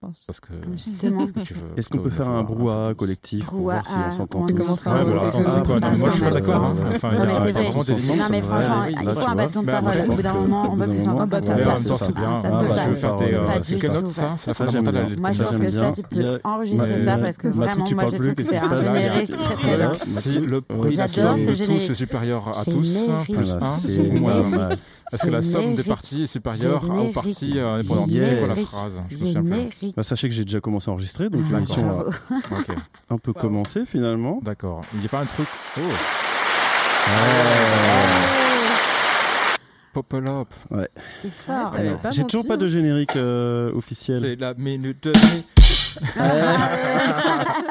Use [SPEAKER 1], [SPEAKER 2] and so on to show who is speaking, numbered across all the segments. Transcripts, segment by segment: [SPEAKER 1] pense.
[SPEAKER 2] Parce que.
[SPEAKER 1] Justement.
[SPEAKER 2] que tu veux-
[SPEAKER 3] Est-ce qu'on peut faire un brouhaha collectif pour voir si
[SPEAKER 1] Brouhaha,
[SPEAKER 3] on s'entend
[SPEAKER 1] on
[SPEAKER 3] tous
[SPEAKER 1] commence à-
[SPEAKER 2] Ouais,
[SPEAKER 1] Ouais,
[SPEAKER 2] voilà,
[SPEAKER 1] ouais,
[SPEAKER 2] c'est
[SPEAKER 1] ouais,
[SPEAKER 2] quoi,
[SPEAKER 1] ouais,
[SPEAKER 2] mais Moi, je suis
[SPEAKER 1] ouais,
[SPEAKER 2] pas d'accord.
[SPEAKER 1] ouais,
[SPEAKER 2] hein.
[SPEAKER 3] ouais.
[SPEAKER 2] Enfin, il y
[SPEAKER 1] Non,
[SPEAKER 2] a
[SPEAKER 1] mais c'est vrai.
[SPEAKER 2] vraiment des limites.
[SPEAKER 1] Non, mais
[SPEAKER 3] Ouais,
[SPEAKER 1] franchement,
[SPEAKER 3] oui,
[SPEAKER 1] il
[SPEAKER 3] là,
[SPEAKER 1] faut
[SPEAKER 3] tu
[SPEAKER 1] un
[SPEAKER 3] vois. Bah,
[SPEAKER 1] bâton de
[SPEAKER 2] Mais après,
[SPEAKER 1] parole.
[SPEAKER 2] je
[SPEAKER 1] Au bout
[SPEAKER 3] pense
[SPEAKER 1] d'un
[SPEAKER 3] que-
[SPEAKER 1] moment, on va
[SPEAKER 3] au bout
[SPEAKER 1] plus
[SPEAKER 3] d'un
[SPEAKER 1] en
[SPEAKER 3] moment,
[SPEAKER 1] comme
[SPEAKER 3] on
[SPEAKER 1] ça.
[SPEAKER 2] Ouais,
[SPEAKER 3] ça,
[SPEAKER 2] en
[SPEAKER 3] c'est
[SPEAKER 2] même temps,
[SPEAKER 3] ça.
[SPEAKER 2] c'est bien.
[SPEAKER 3] Ah,
[SPEAKER 1] Ça ne
[SPEAKER 3] bah,
[SPEAKER 1] peut
[SPEAKER 2] Je
[SPEAKER 1] pas.
[SPEAKER 2] veux faire des.
[SPEAKER 3] Ouais, ouais,
[SPEAKER 2] euh,
[SPEAKER 3] ouais,
[SPEAKER 2] Tu
[SPEAKER 3] ouais,
[SPEAKER 2] canotes
[SPEAKER 1] ça,
[SPEAKER 2] ça, ça
[SPEAKER 3] ça,
[SPEAKER 2] fait
[SPEAKER 3] j'aime
[SPEAKER 2] longtemps
[SPEAKER 3] bien.
[SPEAKER 2] la-
[SPEAKER 1] Moi, je
[SPEAKER 3] Ça,
[SPEAKER 1] pense
[SPEAKER 3] j'aime
[SPEAKER 1] que ça,
[SPEAKER 3] bien.
[SPEAKER 1] tu
[SPEAKER 3] Il y
[SPEAKER 1] peux
[SPEAKER 3] a-
[SPEAKER 1] enregistrer
[SPEAKER 2] Mais-
[SPEAKER 1] ça parce que
[SPEAKER 3] Mathilde,
[SPEAKER 1] vraiment,
[SPEAKER 3] tu
[SPEAKER 1] moi,
[SPEAKER 3] parles
[SPEAKER 1] je
[SPEAKER 3] plus,
[SPEAKER 1] trouve que
[SPEAKER 3] qu'est-ce
[SPEAKER 1] c'est
[SPEAKER 3] qui se
[SPEAKER 1] un
[SPEAKER 3] passe
[SPEAKER 1] générique
[SPEAKER 3] Mathilde,
[SPEAKER 1] très
[SPEAKER 3] tu parles
[SPEAKER 1] bien.
[SPEAKER 3] là
[SPEAKER 2] Si le prix
[SPEAKER 1] J'adore
[SPEAKER 2] absolu
[SPEAKER 1] ce
[SPEAKER 2] de tous
[SPEAKER 1] générique.
[SPEAKER 2] est supérieur à
[SPEAKER 1] J'ai
[SPEAKER 2] tous,
[SPEAKER 1] mérite.
[SPEAKER 2] plus
[SPEAKER 3] Ah,
[SPEAKER 2] 1,
[SPEAKER 3] c'est
[SPEAKER 2] plus ou moins
[SPEAKER 1] mérite.
[SPEAKER 2] 1.
[SPEAKER 3] dommage.
[SPEAKER 2] Parce que la somme des
[SPEAKER 1] Générique.
[SPEAKER 2] parties est supérieure à- aux
[SPEAKER 1] Générique.
[SPEAKER 2] parties euh, indépendantes. C'est quoi la
[SPEAKER 1] Générique.
[SPEAKER 2] phrase Je me souviens plus.
[SPEAKER 1] Générique.
[SPEAKER 3] Bah, sachez que j'ai déjà commencé à enregistrer, donc
[SPEAKER 1] Ah,
[SPEAKER 3] l'émission a
[SPEAKER 1] bravo.
[SPEAKER 2] Ok,
[SPEAKER 3] un peu commencé finalement.
[SPEAKER 2] d'accord. Il n'y a pas un truc. Oh Popple up
[SPEAKER 1] C'est fort.
[SPEAKER 4] Ah, T'avais pas
[SPEAKER 3] J'ai
[SPEAKER 4] menti,
[SPEAKER 3] toujours pas de
[SPEAKER 4] hein.
[SPEAKER 3] générique euh, officiel.
[SPEAKER 2] C'est la minute de.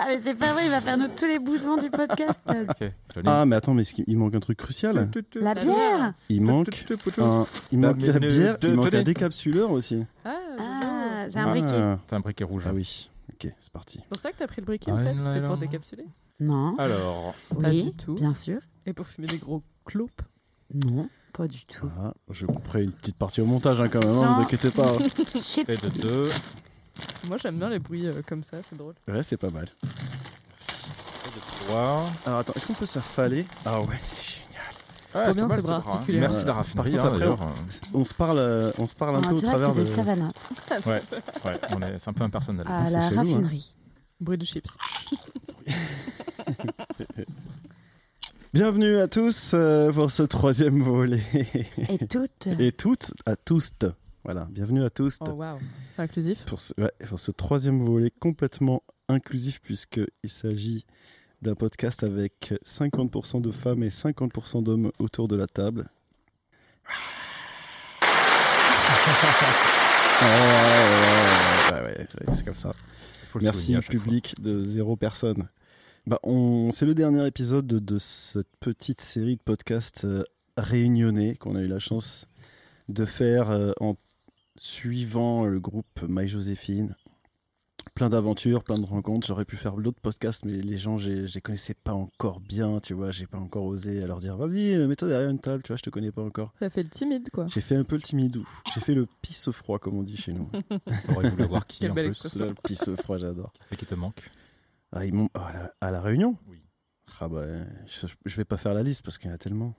[SPEAKER 1] Mais c'est pas vrai, il va faire nous tous les boutons du podcast.
[SPEAKER 2] Ok, joli.
[SPEAKER 3] Ah, mais attends, mais est-ce qu'il- il manque un truc crucial.
[SPEAKER 1] La bière
[SPEAKER 3] Il manque un- il
[SPEAKER 2] La
[SPEAKER 3] manque la
[SPEAKER 2] minute
[SPEAKER 3] bière,
[SPEAKER 2] de-
[SPEAKER 3] il manque
[SPEAKER 2] tenez.
[SPEAKER 3] un décapsuleur aussi.
[SPEAKER 4] Ah, Jojo.
[SPEAKER 1] Ah, j'ai un briquet.
[SPEAKER 3] Ah,
[SPEAKER 2] T'as un briquet rouge.
[SPEAKER 3] ah oui, ok, c'est parti.
[SPEAKER 4] C'est pour ça que t'as pris le briquet en
[SPEAKER 2] Ah,
[SPEAKER 4] fait,
[SPEAKER 2] là,
[SPEAKER 4] c'était
[SPEAKER 2] là.
[SPEAKER 4] pour décapsuler.
[SPEAKER 1] Non,
[SPEAKER 2] Alors,
[SPEAKER 4] Pas
[SPEAKER 1] oui,
[SPEAKER 4] du tout.
[SPEAKER 1] bien sûr.
[SPEAKER 4] Et pour fumer des gros clopes.
[SPEAKER 1] Non, pas du tout.
[SPEAKER 3] Voilà, Ah, je couperai une petite partie au montage hein, quand même, hein,
[SPEAKER 1] Tiens.
[SPEAKER 3] vous inquiétez pas.
[SPEAKER 2] et
[SPEAKER 1] Chips.
[SPEAKER 2] de deux.
[SPEAKER 4] Moi j'aime bien les bruits euh, comme ça, c'est drôle.
[SPEAKER 3] Ouais, c'est pas mal.
[SPEAKER 2] Trois.
[SPEAKER 3] Alors attends, est-ce qu'on peut s'affaler Ah ouais, c'est génial.
[SPEAKER 2] Ouais,
[SPEAKER 4] Trop
[SPEAKER 2] c'est
[SPEAKER 4] bien,
[SPEAKER 2] pas mal,
[SPEAKER 4] c'est bras
[SPEAKER 2] bras, hein.
[SPEAKER 4] articulaires.
[SPEAKER 2] Merci de la
[SPEAKER 3] Par
[SPEAKER 2] raffinerie.
[SPEAKER 3] contre,
[SPEAKER 2] hein,
[SPEAKER 3] après,
[SPEAKER 2] d'ailleurs.
[SPEAKER 3] On se parle, euh, on se parle un
[SPEAKER 1] En
[SPEAKER 3] peu au
[SPEAKER 1] direct
[SPEAKER 3] travers
[SPEAKER 1] de
[SPEAKER 3] de.
[SPEAKER 1] Savannah
[SPEAKER 2] Ouais, on est- c'est un peu impersonnel.
[SPEAKER 1] à
[SPEAKER 3] c'est
[SPEAKER 1] la
[SPEAKER 3] chelou, hein.
[SPEAKER 1] raffinerie.
[SPEAKER 4] Bruit de chips.
[SPEAKER 3] Bienvenue à tous euh, pour ce troisième volet.
[SPEAKER 1] Et toutes.
[SPEAKER 3] Et toutes, à tous. Voilà, bienvenue à tous.
[SPEAKER 4] Oh waouh, c'est inclusif.
[SPEAKER 3] pour ce, ouais, pour ce troisième volet complètement inclusif puisqu'il s'agit d'un podcast avec 50% de femmes et 50% d'hommes autour de la table. Ah, ouais, ouais, ouais, ouais, ouais, ouais, c'est comme ça.
[SPEAKER 2] Faut le
[SPEAKER 3] Merci
[SPEAKER 2] souligner à chaque
[SPEAKER 3] public de zéro personne. Bah, on, c'est le dernier épisode de cette petite série de podcasts euh, réunionnés qu'on a eu la chance de faire euh, en suivant le groupe My Joséphine. Plein d'aventures, plein de rencontres. J'aurais pu faire d'autres podcasts, mais les gens, j'ai- je les connaissais pas encore bien, tu vois. J'ai pas encore osé leur dire, vas-y, euh, mets-toi derrière une table, tu vois, je te connais pas encore.
[SPEAKER 4] Ça fait le timide quoi.
[SPEAKER 3] J'ai fait un peu le timidou. J'ai fait le pisse froid, comme on dit chez nous.
[SPEAKER 2] fois. Aurait voulu avoir qui
[SPEAKER 4] Quelle
[SPEAKER 2] en
[SPEAKER 4] belle
[SPEAKER 2] plus
[SPEAKER 4] expression.
[SPEAKER 3] le pisse froid, j'adore.
[SPEAKER 2] C'est qui te manque
[SPEAKER 3] Ah, ils m'ont- ah, à, la, à La Réunion
[SPEAKER 2] Oui.
[SPEAKER 3] Ah bah, je, je vais pas faire la liste parce qu'il y en a tellement.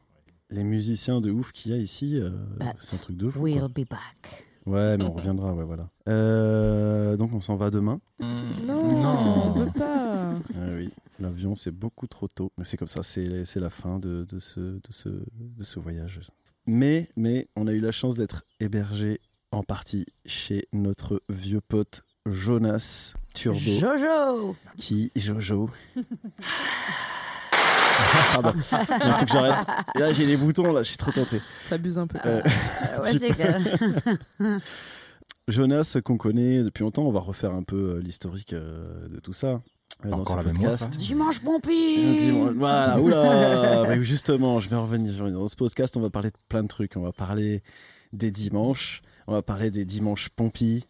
[SPEAKER 3] Les musiciens de ouf qu'il y a ici, euh,
[SPEAKER 1] But
[SPEAKER 3] c'est un truc de fou. quoi.
[SPEAKER 1] We'll be back.
[SPEAKER 3] Ouais, mais on reviendra, ouais, voilà. Euh, donc on s'en va demain.
[SPEAKER 4] Non,
[SPEAKER 2] Mm. Non.
[SPEAKER 4] on peut pas.
[SPEAKER 3] Ah oui, l'avion c'est beaucoup trop tôt. Mais C'est comme ça, c'est c'est la fin de, de ce, de, ce, de ce voyage. Mais, mais on a eu la chance d'être hébergé en partie chez notre vieux pote Jonas Turbo.
[SPEAKER 1] Jojo
[SPEAKER 3] Qui Jojo Pardon, il faut que j'arrête. Là, j'ai les boutons, là, je suis trop tenté.
[SPEAKER 4] T'abuses un peu.
[SPEAKER 3] Euh,
[SPEAKER 1] Euh, Ouais,
[SPEAKER 3] Tu
[SPEAKER 1] c'est clair.
[SPEAKER 3] Jonas, qu'on connaît depuis longtemps, on va refaire un peu euh, l'historique euh, de tout ça. euh, dans
[SPEAKER 2] Encore
[SPEAKER 3] ce
[SPEAKER 2] la même
[SPEAKER 3] podcast.
[SPEAKER 2] voix, hein.
[SPEAKER 1] Dimanche bon
[SPEAKER 3] Un dimanche-
[SPEAKER 1] pire
[SPEAKER 3] Voilà, oula Mais Justement, je vais revenir. je vais revenir. Dans ce podcast, on va parler de plein de trucs. On va parler des dimanches, on va parler des dimanches Pompi,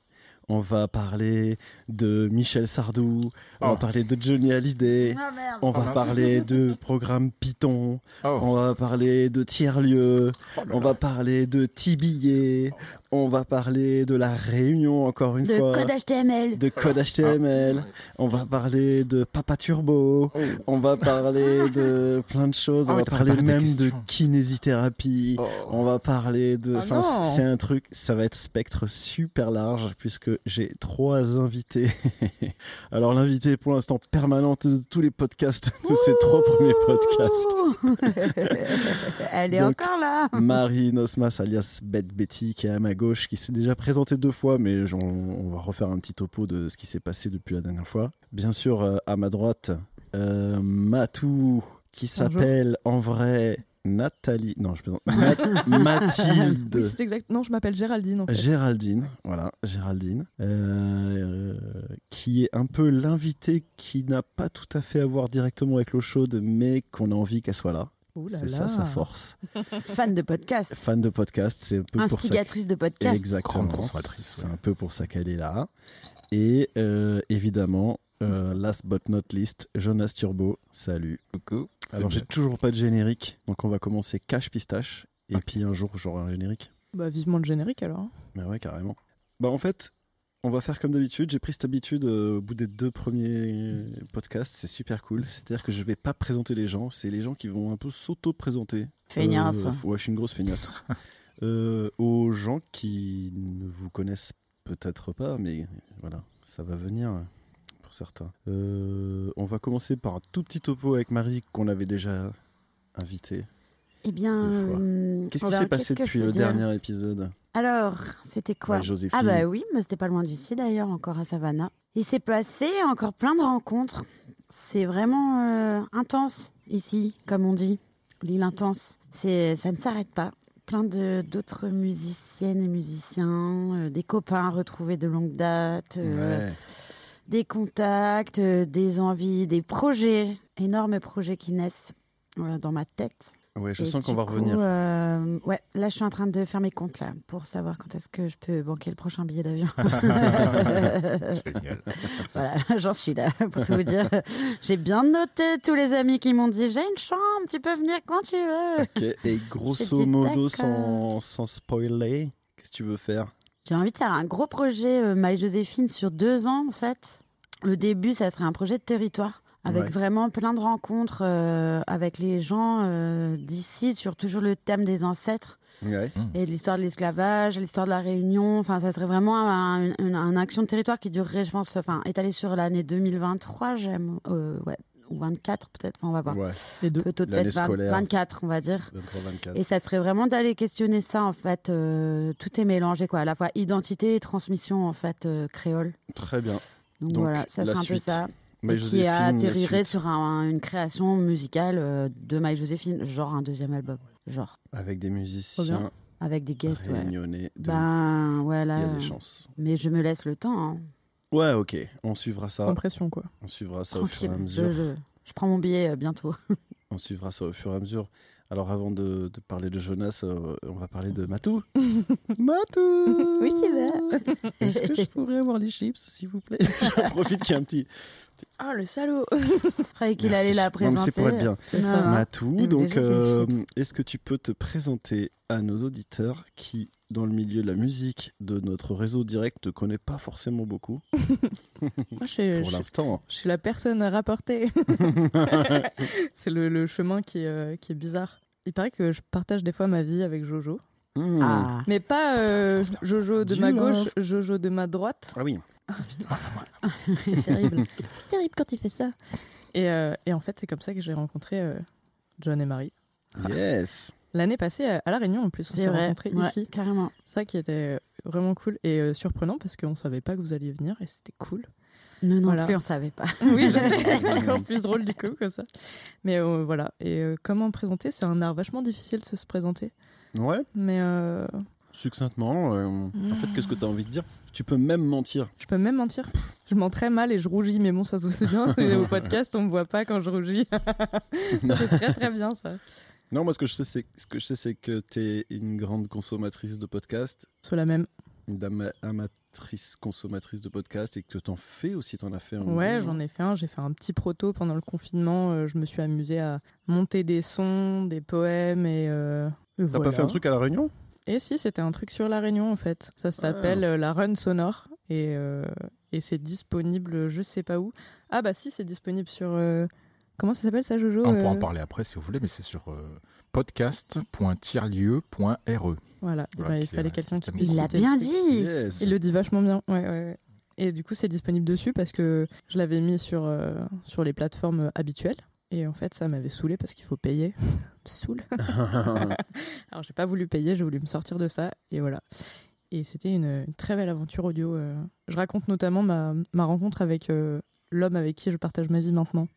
[SPEAKER 3] on va parler de Michel Sardou, on
[SPEAKER 2] Oh.
[SPEAKER 3] va parler de Johnny Hallyday.
[SPEAKER 1] Ah merde
[SPEAKER 3] On va
[SPEAKER 2] mince.
[SPEAKER 3] parler de programme Python,
[SPEAKER 2] Oh,
[SPEAKER 3] on va parler de tiers-lieu, on va parler de Tibillet, on va parler de la Réunion encore une
[SPEAKER 1] De
[SPEAKER 3] fois,
[SPEAKER 1] code HTML
[SPEAKER 3] de code HTML, on va parler de Papa Turbo,
[SPEAKER 2] Ah. Oh.
[SPEAKER 3] on va parler de plein de choses,
[SPEAKER 2] Ah
[SPEAKER 3] on
[SPEAKER 2] oui,
[SPEAKER 3] va
[SPEAKER 2] t'as
[SPEAKER 3] parler
[SPEAKER 2] préparé des
[SPEAKER 3] même de
[SPEAKER 2] questions.
[SPEAKER 3] kinésithérapie,
[SPEAKER 2] Oh.
[SPEAKER 3] on va parler de.
[SPEAKER 4] Ah
[SPEAKER 3] Enfin,
[SPEAKER 4] non.
[SPEAKER 3] c'est un truc, ça va être spectre super large puisque j'ai trois invités. Alors, l'invité pour l'instant permanente de tous les podcasts, de ces trois premiers podcasts.
[SPEAKER 1] podcasts. Elle est
[SPEAKER 3] Donc-
[SPEAKER 1] encore là
[SPEAKER 3] Marie Nosmas alias Bête Betty qui est à ma gauche, qui s'est déjà présentée deux fois, mais j'en- on va refaire un petit topo de ce qui s'est passé depuis la dernière fois. Bien sûr, euh, à ma droite, euh, Matou, qui
[SPEAKER 4] Bonjour.
[SPEAKER 3] s'appelle en vrai Nathalie. Non, je plaisante. Ma- Mathilde.
[SPEAKER 4] Oui, c'est exact. Non, je m'appelle Géraldine
[SPEAKER 3] Euh,
[SPEAKER 4] en fait.
[SPEAKER 3] Géraldine, voilà, Géraldine, euh, qui est un peu l'invitée qui n'a pas tout à fait à voir directement avec l'eau chaude, mais qu'on a envie qu'elle soit là.
[SPEAKER 4] Ouh là
[SPEAKER 3] C'est ça
[SPEAKER 4] là.
[SPEAKER 3] sa force.
[SPEAKER 1] Fan de podcast
[SPEAKER 3] Fan de podcast, c'est un peu pour ça.
[SPEAKER 1] Instigatrice de podcast
[SPEAKER 3] Exactement.
[SPEAKER 2] Grande consommatrice,
[SPEAKER 3] C'est
[SPEAKER 2] ouais.
[SPEAKER 3] un peu pour ça qu'elle est là. Et euh, évidemment, euh, last but not least, Jonas Turbo. Salut.
[SPEAKER 2] Coucou.
[SPEAKER 3] Alors j'ai toujours pas de générique, donc on va commencer cache pistache. Et puis un jour j'aurai un générique.
[SPEAKER 4] Bah vivement le générique alors.
[SPEAKER 3] Mais ouais, carrément. Bah en fait, on va faire comme d'habitude. J'ai pris cette habitude euh, au bout des deux premiers podcasts. C'est super cool. C'est-à-dire que je vais pas présenter les gens. C'est les gens qui vont un peu s'auto-présenter.
[SPEAKER 1] Feignasse.
[SPEAKER 3] Euh, ouais, je suis une grosse feignasse. Euh, aux gens qui ne vous connaissent peut-être pas, mais voilà, ça va venir euh, pour certains. Euh, on va commencer par un tout petit topo avec Marie qu'on avait déjà invitée.
[SPEAKER 1] Eh bien,
[SPEAKER 3] Deux fois.
[SPEAKER 1] euh,
[SPEAKER 3] Qu'est-ce qui
[SPEAKER 1] alors,
[SPEAKER 3] s'est passé
[SPEAKER 1] qu'est-ce que je
[SPEAKER 3] depuis
[SPEAKER 1] peux
[SPEAKER 3] le
[SPEAKER 1] dire
[SPEAKER 3] dernier épisode
[SPEAKER 1] Alors, c'était quoi
[SPEAKER 3] avec Joséphine
[SPEAKER 1] Ah bah oui, mais c'était pas loin d'ici d'ailleurs, encore à Savannah. Il s'est passé encore plein de rencontres. C'est vraiment euh, intense ici, comme on dit, l'île intense. C'est, ça ne s'arrête pas. Plein de, d'autres musiciennes et musiciens, euh, des copains retrouvés de longue date, euh,
[SPEAKER 3] Ouais.
[SPEAKER 1] des contacts, euh, des envies, des projets, énormes projets qui naissent euh, dans ma tête.
[SPEAKER 3] Ouais,
[SPEAKER 1] Et
[SPEAKER 3] je sens qu'on
[SPEAKER 1] du
[SPEAKER 3] va
[SPEAKER 1] coup,
[SPEAKER 3] revenir.
[SPEAKER 1] euh, ouais, là, je suis en train de faire mes comptes là, pour savoir quand est-ce que je peux banquer le prochain billet d'avion.
[SPEAKER 2] Génial.
[SPEAKER 1] voilà, j'en suis là, pour tout vous dire. J'ai bien noté tous les amis qui m'ont dit J'ai une chambre, tu peux venir quand tu veux.
[SPEAKER 3] Ok, Et
[SPEAKER 1] Je
[SPEAKER 3] grosso
[SPEAKER 1] dis
[SPEAKER 3] modo,
[SPEAKER 1] d'accord.
[SPEAKER 3] sans, sans spoiler, qu'est-ce que tu veux faire
[SPEAKER 1] J'ai envie de faire un gros projet, euh, My Joséphine, sur deux ans, en fait. Le début, ça serait un projet de territoire, avec
[SPEAKER 3] Ouais.
[SPEAKER 1] vraiment plein de rencontres euh, avec les gens euh, d'ici, sur toujours le thème des ancêtres.
[SPEAKER 3] Ouais.
[SPEAKER 1] Et de l'histoire de l'esclavage, l'histoire de la Réunion, enfin, ça serait vraiment un, un- un action de territoire qui durerait, je pense, enfin, étalée sur l'année 2023, j'aime, euh, ouais, ou 24 peut-être, enfin, on va voir.
[SPEAKER 3] Ouais,
[SPEAKER 4] Les deux.
[SPEAKER 1] Peut-être
[SPEAKER 3] L'année
[SPEAKER 1] peut-être vingt-
[SPEAKER 3] scolaire.
[SPEAKER 1] 24, on va dire.
[SPEAKER 3] 23-24.
[SPEAKER 1] Et ça serait vraiment d'aller questionner ça, en fait, euh, tout est mélangé, quoi, à la fois identité et transmission, en fait, euh, créole.
[SPEAKER 3] Très bien.
[SPEAKER 1] Donc,
[SPEAKER 3] Donc,
[SPEAKER 1] voilà, ça
[SPEAKER 3] la
[SPEAKER 1] serait un peu
[SPEAKER 3] suite.
[SPEAKER 1] ça.
[SPEAKER 3] Mais
[SPEAKER 1] et qui
[SPEAKER 3] Joséphine, la
[SPEAKER 1] atterrirait
[SPEAKER 3] suite,
[SPEAKER 1] sur un- une création musicale euh, de My Joséphine, genre un deuxième album, genre,
[SPEAKER 3] Avec des musiciens
[SPEAKER 4] bien.
[SPEAKER 1] avec des guests, ouais.
[SPEAKER 3] réunionnais. de
[SPEAKER 1] Ben,
[SPEAKER 3] ouf.
[SPEAKER 1] voilà.
[SPEAKER 3] Il y a des chances.
[SPEAKER 1] Mais je me laisse le temps. hein.
[SPEAKER 3] Ouais, ok. On suivra ça.
[SPEAKER 4] Impression, quoi.
[SPEAKER 3] On suivra ça au fur
[SPEAKER 1] Tranquille.
[SPEAKER 3] et à
[SPEAKER 1] Je,
[SPEAKER 3] mesure.
[SPEAKER 1] je- je prends mon billet euh, bientôt.
[SPEAKER 3] On suivra ça au fur et à mesure. Alors, avant de, de parler de Jonas, euh, on va parler de Matou. Matou
[SPEAKER 1] Oui, c'est vrai.
[SPEAKER 3] Est-ce que je pourrais avoir les chips, s'il vous plaît J'en profite qu'il y a un petit.
[SPEAKER 4] Ah, le salaud
[SPEAKER 1] Je croyais qu'il allait
[SPEAKER 3] Merci.
[SPEAKER 1] la
[SPEAKER 3] Non, mais
[SPEAKER 1] présenter.
[SPEAKER 3] C'est pour être bien.
[SPEAKER 4] C'est ça.
[SPEAKER 1] Ah,
[SPEAKER 3] Matou,
[SPEAKER 1] mais
[SPEAKER 3] donc
[SPEAKER 1] j'ai des
[SPEAKER 3] euh,
[SPEAKER 1] chips.
[SPEAKER 3] est-ce que tu peux te présenter à nos auditeurs qui, dans le milieu de la musique de notre réseau direct, ne connaissent pas forcément beaucoup
[SPEAKER 4] Moi, je suis-
[SPEAKER 1] Euh,
[SPEAKER 3] pour
[SPEAKER 4] je suis-
[SPEAKER 3] l'instant
[SPEAKER 4] je suis la personne à rapporter. C'est le, le chemin qui est, euh, qui est bizarre. Il paraît que je partage des fois ma vie avec Jojo.
[SPEAKER 3] Hmm. ah.
[SPEAKER 1] Ah.
[SPEAKER 4] Mais pas euh, Jojo de
[SPEAKER 3] Du
[SPEAKER 4] ma
[SPEAKER 3] love.
[SPEAKER 4] gauche, Jojo de ma droite.
[SPEAKER 3] Ah oui,
[SPEAKER 4] C'est terrible. c'est terrible quand il fait ça. Et, euh, et en fait, c'est comme ça que j'ai rencontré euh, John et Marie.
[SPEAKER 3] yes
[SPEAKER 4] L'année passée, à La Réunion, en plus, on
[SPEAKER 1] C'est
[SPEAKER 4] s'est
[SPEAKER 1] vrai.
[SPEAKER 4] rencontrés
[SPEAKER 1] Ouais,
[SPEAKER 4] ici.
[SPEAKER 1] Carrément.
[SPEAKER 4] Ça qui était euh, vraiment cool et euh, surprenant parce qu'on savait pas que vous alliez venir et c'était cool.
[SPEAKER 1] Nous non
[SPEAKER 4] Voilà.
[SPEAKER 1] plus, on savait pas.
[SPEAKER 4] Oui, je sais, c'est encore plus drôle du coup que ça. Mais euh, voilà, et euh, comment présenter C'est un art vachement difficile de se présenter.
[SPEAKER 3] Ouais,
[SPEAKER 4] Mais euh,
[SPEAKER 3] succinctement. euh, En fait, qu'est-ce que tu as envie de dire Tu peux même mentir.
[SPEAKER 4] je peux même mentir. Je mens très mal et je rougis, mais bon, ça se voit bien. Et au podcast, on me voit pas quand je rougis. c'est très très bien ça.
[SPEAKER 3] Non, moi, ce que je sais, c'est ce que, je sais, c'est que tu es une grande consommatrice de podcasts,
[SPEAKER 4] Sur la même.
[SPEAKER 3] une dame amatrice consommatrice de podcasts, et que t'en fais aussi, t'en as fait un.
[SPEAKER 4] Ouais, j'en ai fait un. J'ai fait un petit proto pendant le confinement. euh, je me suis amusée à monter des sons, des poèmes et. euh, et
[SPEAKER 3] T'as
[SPEAKER 4] voilà.
[SPEAKER 3] pas fait un truc à La Réunion
[SPEAKER 4] Et si, c'était un truc sur La Réunion en fait. Ça s'appelle
[SPEAKER 1] Ah.
[SPEAKER 4] euh, la Run Sonore et, euh, et c'est disponible je sais pas où. Ah bah si, c'est disponible sur. euh, comment ça s'appelle ça, Jojo
[SPEAKER 2] Ah, On pourra en
[SPEAKER 4] Euh,
[SPEAKER 2] parler après si vous voulez, mais c'est sur euh, podcast.tierlieu.re.
[SPEAKER 4] Voilà, Eh ben,
[SPEAKER 2] Voilà,
[SPEAKER 4] il
[SPEAKER 2] qui est
[SPEAKER 4] fallait
[SPEAKER 2] un
[SPEAKER 4] quelqu'un qui
[SPEAKER 2] système
[SPEAKER 4] puisse.
[SPEAKER 1] Il l'a
[SPEAKER 4] citer le
[SPEAKER 1] bien
[SPEAKER 4] truc.
[SPEAKER 1] dit.
[SPEAKER 3] Yes
[SPEAKER 4] Il le dit vachement bien, ouais, ouais, ouais. Et du coup, c'est disponible dessus parce que je l'avais mis sur, euh, sur les plateformes habituelles. Et en fait, ça m'avait saoulé parce qu'il faut payer. Soul. Alors, j'ai pas voulu payer, j'ai voulu me sortir de ça, et voilà. Et c'était une, une très belle aventure audio. euh. Je raconte notamment ma, ma rencontre avec euh, l'homme avec qui je partage ma vie maintenant.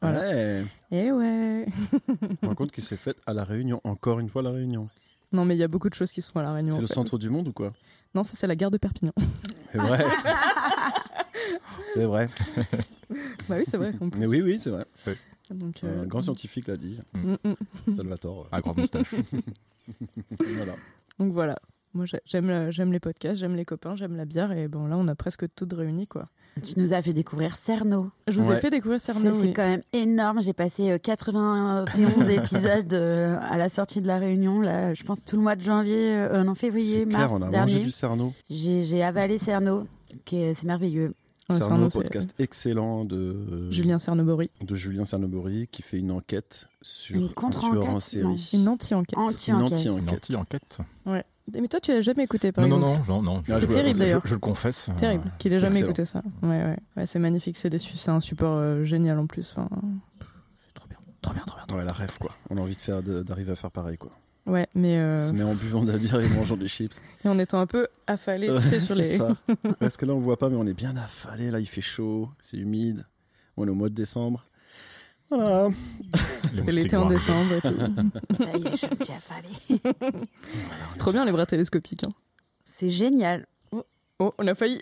[SPEAKER 4] Voilà.
[SPEAKER 3] Ouais.
[SPEAKER 4] Et ouais
[SPEAKER 3] Je me rends compte qu'il s'est fait à La Réunion, encore une fois La Réunion.
[SPEAKER 4] Non, mais il y a beaucoup de choses qui sont à La Réunion.
[SPEAKER 3] C'est
[SPEAKER 4] en
[SPEAKER 3] le
[SPEAKER 4] fait.
[SPEAKER 3] centre du monde ou quoi
[SPEAKER 4] Non, ça, c'est la gare de Perpignan.
[SPEAKER 3] C'est vrai. c'est vrai.
[SPEAKER 4] bah oui, c'est vrai, en plus.
[SPEAKER 3] Mais oui, oui, c'est vrai.
[SPEAKER 4] Donc, euh,
[SPEAKER 3] Un grand scientifique l'a dit,
[SPEAKER 4] mm, mm.
[SPEAKER 3] Salvatore.
[SPEAKER 2] À grande moustache.
[SPEAKER 3] Voilà.
[SPEAKER 4] Donc voilà. Moi, j'ai- j'aime la- j'aime les podcasts, j'aime les copains, j'aime la bière, et bon, là, on a presque tout réuni, quoi.
[SPEAKER 1] Tu nous as fait découvrir Cerno.
[SPEAKER 4] Je vous
[SPEAKER 3] Ouais.
[SPEAKER 4] ai fait découvrir
[SPEAKER 1] C'est
[SPEAKER 4] Cerno.
[SPEAKER 1] c'est
[SPEAKER 4] oui.
[SPEAKER 1] quand même énorme. J'ai passé euh, 91 épisodes euh, à la sortie de la Réunion. Là, je pense tout le mois de janvier, euh, euh, non février,
[SPEAKER 3] C'est
[SPEAKER 1] mars
[SPEAKER 3] clair, on a mangé
[SPEAKER 1] dernier.
[SPEAKER 3] du cerneau.
[SPEAKER 1] J'ai j'ai avalé Cerno. qui est- c'est merveilleux.
[SPEAKER 4] Ouais,
[SPEAKER 3] c'est
[SPEAKER 4] c'est
[SPEAKER 3] un nouveau
[SPEAKER 4] nom, c'est
[SPEAKER 3] podcast excellent de, euh,
[SPEAKER 4] Julien Cernobori.
[SPEAKER 3] de Julien Sarnobory qui fait une enquête sur
[SPEAKER 1] Une
[SPEAKER 3] un
[SPEAKER 1] contre-enquête,
[SPEAKER 3] tueur en
[SPEAKER 1] non.
[SPEAKER 3] série.
[SPEAKER 4] Une anti-enquête.
[SPEAKER 1] Ah.
[SPEAKER 3] Une
[SPEAKER 1] Anti-enquête.
[SPEAKER 2] Une
[SPEAKER 3] anti-enquête.
[SPEAKER 2] anti-enquête.
[SPEAKER 4] Mais toi, tu l'as jamais écouté, par
[SPEAKER 2] Non, non,
[SPEAKER 4] exemple.
[SPEAKER 2] non, non, non.
[SPEAKER 3] Ah, je
[SPEAKER 2] je,
[SPEAKER 3] vous la
[SPEAKER 4] terrible,
[SPEAKER 2] je-
[SPEAKER 4] d'ailleurs.
[SPEAKER 2] je le confesse. euh,
[SPEAKER 4] Terrible qu'il ait jamais
[SPEAKER 3] Excellent.
[SPEAKER 4] écouté ça. Ouais, ouais. Ouais, c'est magnifique. C'est des su- c'est un support euh, génial en plus. Enfin, c'est trop bien. Trop bien, trop bien.
[SPEAKER 3] Ouais, la rêve quoi. On a envie de faire de- d'arriver à faire pareil quoi.
[SPEAKER 4] Ouais, mais euh,
[SPEAKER 3] Se met en buvant de la bière et mangeant des chips.
[SPEAKER 4] et en étant un peu affalé,
[SPEAKER 3] Ouais,
[SPEAKER 4] tu sais, sur
[SPEAKER 3] c'est
[SPEAKER 4] les.
[SPEAKER 3] ça. Parce que là on voit pas mais on est bien affalé là, il fait chaud, c'est humide. On est au mois de décembre. Voilà.
[SPEAKER 2] les
[SPEAKER 4] C'était
[SPEAKER 2] moustiques
[SPEAKER 4] l'été en
[SPEAKER 2] noirs.
[SPEAKER 4] décembre et tout.
[SPEAKER 1] Ça y est, je me suis affalée.
[SPEAKER 4] c'est trop bien les bras télescopiques. hein.
[SPEAKER 1] C'est génial.
[SPEAKER 4] Oh, on a failli.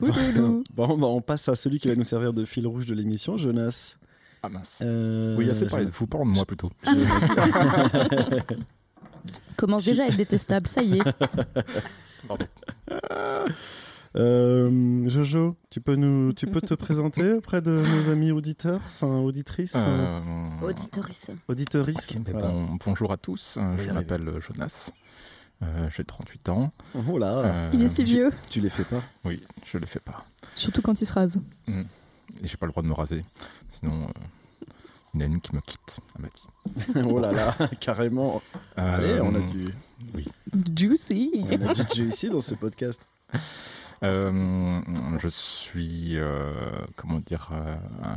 [SPEAKER 4] Ouloulou.
[SPEAKER 3] Bon, bah, on passe à celui qui va nous servir de fil rouge de l'émission, Jonas.
[SPEAKER 2] Ah mince.
[SPEAKER 3] Euh,
[SPEAKER 2] Oui, assez pareil. Faut parler de moi plutôt.
[SPEAKER 3] Jonas.
[SPEAKER 4] Commence déjà à être détestable, ça y est.
[SPEAKER 3] Euh, Jojo, tu peux, nous, tu peux te présenter auprès de nos amis auditeurs, sain- auditrices, euh,
[SPEAKER 2] Euh,
[SPEAKER 1] Auditoris.
[SPEAKER 3] auditeuristes
[SPEAKER 2] ok, ben
[SPEAKER 3] voilà.
[SPEAKER 2] bon- bonjour à tous. Euh,
[SPEAKER 3] Oui,
[SPEAKER 2] Je
[SPEAKER 3] allez.
[SPEAKER 2] m'appelle Jonas. Euh, J'ai 38 ans.
[SPEAKER 3] Oh là,
[SPEAKER 2] Euh,
[SPEAKER 4] Il est si
[SPEAKER 2] j'ai-
[SPEAKER 4] vieux.
[SPEAKER 3] tu les fais pas.
[SPEAKER 2] Oui, je le fais pas.
[SPEAKER 4] Surtout quand il se rase.
[SPEAKER 2] Et j'ai pas le droit de me raser. Sinon, euh, il y en a une qui me quitte, à m'a dit.
[SPEAKER 3] oh là là, carrément. Allez,
[SPEAKER 2] Euh,
[SPEAKER 3] on a du,
[SPEAKER 4] Juicy.
[SPEAKER 3] on a du jeu ici dans ce podcast.
[SPEAKER 2] Euh, je suis, euh, comment dire, euh, euh,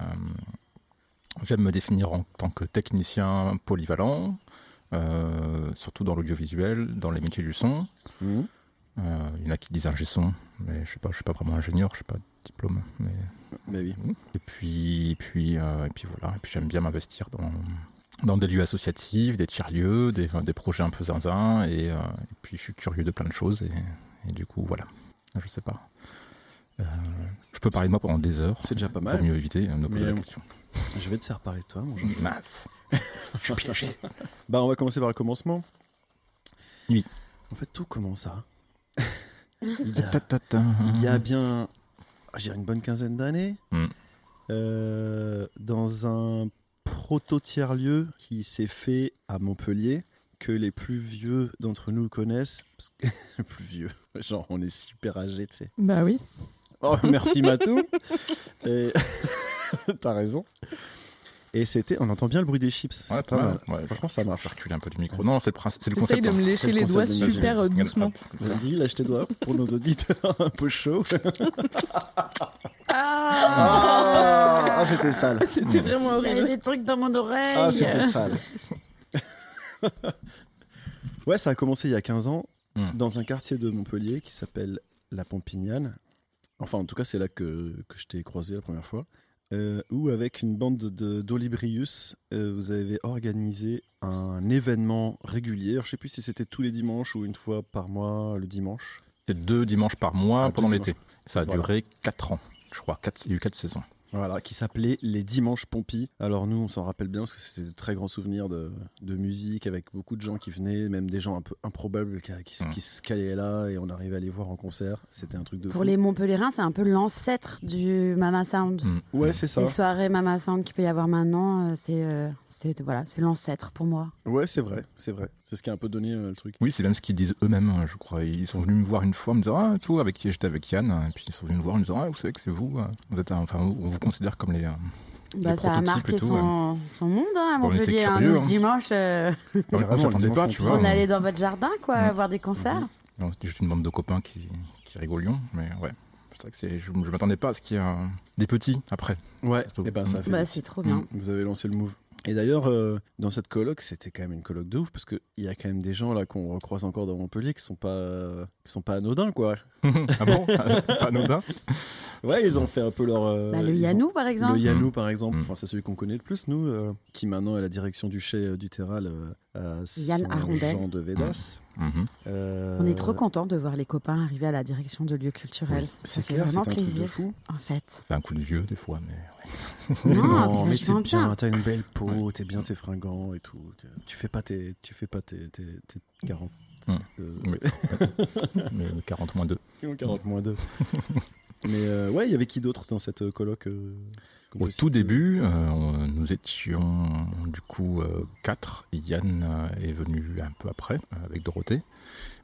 [SPEAKER 2] j'aime me définir en tant que technicien polyvalent, euh, surtout dans l'audiovisuel, dans les métiers du son.
[SPEAKER 3] Hmm.
[SPEAKER 2] Euh, il y en a qui disent ingé son, mais je sais pas, je suis pas vraiment ingénieur, je suis pas de diplôme. mais-
[SPEAKER 3] Bah oui.
[SPEAKER 2] Et puis, et puis, euh, et puis voilà. Et puis j'aime bien m'investir dans dans des lieux associatifs, des tiers-lieux, des, euh, des projets un peu zinzin. Et, euh, et puis je suis curieux de plein de choses. Et, et du coup, voilà. Je sais pas. Euh, je peux parler de moi pendant des heures.
[SPEAKER 3] C'est déjà pas
[SPEAKER 2] Pour
[SPEAKER 3] mal.
[SPEAKER 2] mieux éviter de me poser
[SPEAKER 3] Mais
[SPEAKER 2] la
[SPEAKER 3] on-
[SPEAKER 2] question.
[SPEAKER 3] Je vais te faire parler de toi, mon Jojo.
[SPEAKER 2] Mince. je suis piégé.
[SPEAKER 3] Bah, on va commencer par le commencement.
[SPEAKER 2] Oui.
[SPEAKER 3] En fait, tout commence à. Il y a-
[SPEAKER 2] Ta, ta, ta.
[SPEAKER 3] il y a bien, je dirais une bonne quinzaine d'années,
[SPEAKER 2] Mm.
[SPEAKER 3] euh, dans un proto-tiers-lieu qui s'est fait à Montpellier, que les plus vieux d'entre nous connaissent. Parce que- les plus vieux, genre on est super âgés, tu sais.
[SPEAKER 4] Bah oui.
[SPEAKER 3] Oh, merci Matou Et... T'as raison. Et c'était, on entend bien le bruit des chips,
[SPEAKER 2] Ouais,
[SPEAKER 3] c'est pas mal.
[SPEAKER 2] Ouais,
[SPEAKER 3] Franchement, ça
[SPEAKER 2] je
[SPEAKER 3] marche.
[SPEAKER 2] vais reculer un peu du micro. Non, c'est le, principe- c'est le
[SPEAKER 4] J'essaye
[SPEAKER 2] concept.
[SPEAKER 4] de me
[SPEAKER 3] C'est
[SPEAKER 4] lécher
[SPEAKER 3] le
[SPEAKER 4] les doigts
[SPEAKER 3] concept de base.
[SPEAKER 4] super euh,
[SPEAKER 2] Regarde,
[SPEAKER 4] doucement.
[SPEAKER 2] hop.
[SPEAKER 3] Vas-y, lâche tes doigts pour nos auditeurs un peu chauds.
[SPEAKER 4] Ah,
[SPEAKER 3] Ah, c'était sale.
[SPEAKER 4] C'était vraiment
[SPEAKER 1] Il y avait
[SPEAKER 4] horrible.
[SPEAKER 1] des trucs dans mon oreille. Euh,
[SPEAKER 3] Ah, c'était sale. ouais, ça a commencé il y a 15 ans
[SPEAKER 2] Hmm.
[SPEAKER 3] dans un quartier de Montpellier qui s'appelle La Pompignane. Enfin, en tout cas, c'est là que, que je t'ai croisé la première fois. Euh, où, avec une bande de- d'Olibrius, euh, vous avez organisé un événement régulier. Alors, je sais plus si c'était tous les dimanches ou une fois par mois le dimanche.
[SPEAKER 2] C'est deux dimanches par mois
[SPEAKER 3] Ah, deux
[SPEAKER 2] pendant
[SPEAKER 3] dimanches.
[SPEAKER 2] l'été. Ça a
[SPEAKER 3] Voilà.
[SPEAKER 2] duré 4 ans, je crois. Quatre- il y a eu 4 saisons.
[SPEAKER 3] Voilà, qui s'appelait Les Dimanches Pompi. Alors nous, on s'en rappelle bien parce que c'était de très grands souvenirs de, de musique avec beaucoup de gens qui venaient, même des gens un peu improbables qui, qui, se-
[SPEAKER 2] Mm.
[SPEAKER 3] qui se calaient là et on arrivait à les voir en concert. C'était un truc de fou.
[SPEAKER 1] Pour les Montpellierins, c'est un peu l'ancêtre du Mama Sound.
[SPEAKER 2] Mm.
[SPEAKER 3] Ouais, c'est ça.
[SPEAKER 1] Les soirées Mama Sound qu'il peut y avoir maintenant, euh, c'est euh, c'est- voilà, c'est l'ancêtre pour moi.
[SPEAKER 3] Ouais, c'est vrai, c'est vrai. C'est ce qui a un peu donné euh, le truc.
[SPEAKER 2] Oui, c'est même ce qu'ils disent eux-mêmes, hein, je crois. Ils sont venus me voir une fois en me disant Ah, tout, avec j'étais avec Yann. hein, Et puis ils sont venus me voir en me disant Ah, vous savez que c'est vous. hein. Vous êtes, un- enfin, on vous considère comme les. euh,
[SPEAKER 1] Bah, ça a
[SPEAKER 2] prototypes
[SPEAKER 1] marqué
[SPEAKER 2] et tout,
[SPEAKER 1] son, son monde hein, à
[SPEAKER 2] Bon, on était
[SPEAKER 1] Montpellier. hein.
[SPEAKER 2] curieux,
[SPEAKER 1] Nous, le
[SPEAKER 2] hein. Ah.
[SPEAKER 1] dimanche, euh,
[SPEAKER 2] on
[SPEAKER 3] vraiment,
[SPEAKER 2] s'attendait
[SPEAKER 3] les
[SPEAKER 2] pas,
[SPEAKER 3] gens
[SPEAKER 2] tu
[SPEAKER 3] sont
[SPEAKER 2] vois.
[SPEAKER 1] on allait dans votre jardin quoi,
[SPEAKER 2] Mm.
[SPEAKER 1] voir des concerts.
[SPEAKER 2] Non, C'était juste une bande de copains qui, qui rigolions. Mais ouais, c'est vrai que c'est- je, je m'attendais pas à ce qu'il y ait euh, des petits après.
[SPEAKER 3] Ouais,
[SPEAKER 2] Surtout.
[SPEAKER 3] et ben ça a fait
[SPEAKER 1] Bah,
[SPEAKER 3] des
[SPEAKER 1] c'est trop bien.
[SPEAKER 2] Mm.
[SPEAKER 3] Vous avez lancé le move. Et d'ailleurs, euh, dans cette colloque, c'était quand même une colloque de ouf parce qu'il y a quand même des gens là qu'on recroise encore dans Montpellier qui sont pas, qui sont pas anodins quoi.
[SPEAKER 2] ah bon Pas anodin
[SPEAKER 3] Ouais, ils ont fait un peu leur. euh,
[SPEAKER 1] Bah, le
[SPEAKER 3] ils ont-
[SPEAKER 1] Yanou, par exemple.
[SPEAKER 3] Le Yanou, par exemple,
[SPEAKER 2] Mm.
[SPEAKER 3] enfin, c'est celui qu'on connaît le plus, nous, euh, qui maintenant est à la direction du chai euh, du Terral euh, à
[SPEAKER 1] Yann Arondel.
[SPEAKER 3] Jean de Védas.
[SPEAKER 2] Mhm.
[SPEAKER 3] Euh,
[SPEAKER 1] On est trop content de voir les copains arriver à la direction de lieux culturels.
[SPEAKER 3] C'est
[SPEAKER 1] fait
[SPEAKER 3] clair, c'est un
[SPEAKER 1] vraiment
[SPEAKER 3] truc de
[SPEAKER 1] plaisir.
[SPEAKER 3] fou.
[SPEAKER 1] En fait,
[SPEAKER 2] C'est un coup de vieux, des fois. Mais...
[SPEAKER 1] Non, c'est
[SPEAKER 3] mais t'es
[SPEAKER 1] vachement bien.
[SPEAKER 3] t'as une belle peau, t'es bien, t'es fringant et tout. Tu fais pas tes, tu fais pas tes, tes, tes 40.
[SPEAKER 2] Mm.
[SPEAKER 3] euh,
[SPEAKER 2] Mais 40 moins 2.
[SPEAKER 3] Ils ont 40 moins 2. Mais euh, ouais, il y avait qui d'autre dans cette euh, coloc euh, qu'on
[SPEAKER 2] Au
[SPEAKER 3] peut
[SPEAKER 2] tout
[SPEAKER 3] citer
[SPEAKER 2] début, euh, on- nous étions du coup euh, quatre. Yann euh, est venu un peu après euh, avec Dorothée.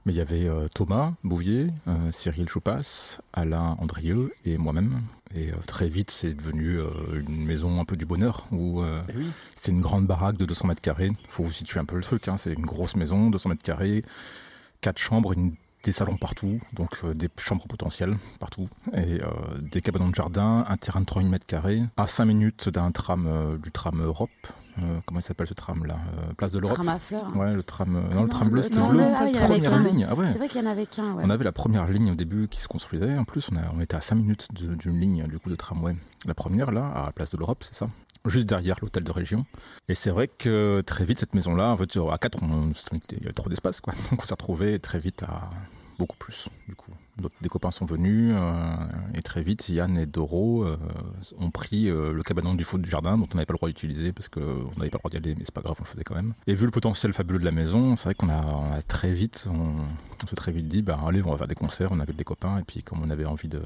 [SPEAKER 2] Mais il y avait euh, Thomas Bouvier, euh, Cyril Choupas, Alain Andrieux et moi-même. Et euh, très vite, c'est devenu euh, une maison un peu du bonheur où euh,
[SPEAKER 3] Eh oui.
[SPEAKER 2] c'est une grande baraque de 200 mètres carrés. faut vous situer un peu le truc. hein. C'est une grosse maison, 200 mètres carrés, quatre chambres, une- des salons partout, donc euh, des chambres potentielles partout, et euh, des cabanons de jardin, un terrain de 3000 mètres carrés, à 5 minutes d'un tram, euh, du tram Europe. Euh, comment il s'appelle ce tram-là Euh, Place de l'Europe
[SPEAKER 1] Trame à fleurs.
[SPEAKER 2] Ouais, le tram, euh, non,
[SPEAKER 1] hein. Non,
[SPEAKER 2] le tram bleu,
[SPEAKER 1] le
[SPEAKER 2] c'était
[SPEAKER 1] tram
[SPEAKER 2] bleu.
[SPEAKER 1] bleu, ah oui, il y en avait
[SPEAKER 2] première
[SPEAKER 1] qu'un.
[SPEAKER 2] ligne, ah ouais.
[SPEAKER 1] C'est vrai qu'il y en avait qu'un, ouais.
[SPEAKER 2] On avait la première ligne au début qui se construisait. En plus, on, a- on était à 5 minutes de- d'une ligne du coup de tramway. La première, là, à la place de l'Europe, c'est ça Juste derrière l'hôtel de région. Et c'est vrai que très vite, cette maison-là, en fait, à 4, il y avait trop d'espace, quoi. Donc on s'est retrouvé très vite à beaucoup plus, du coup. D'autres- Des copains sont venus, euh, et très vite, Yann et Doro euh, ont pris euh, le cabanon du fond du jardin, dont on n'avait pas le droit d'utiliser, parce qu'on n'avait pas le droit d'y aller, mais c'est pas grave, on le faisait quand même. Et vu le potentiel fabuleux de la maison, c'est vrai qu'on a, on a très vite, on, on s'est très vite dit, bah, allez, on va faire des concerts, on avait des copains, et puis comme on avait envie de...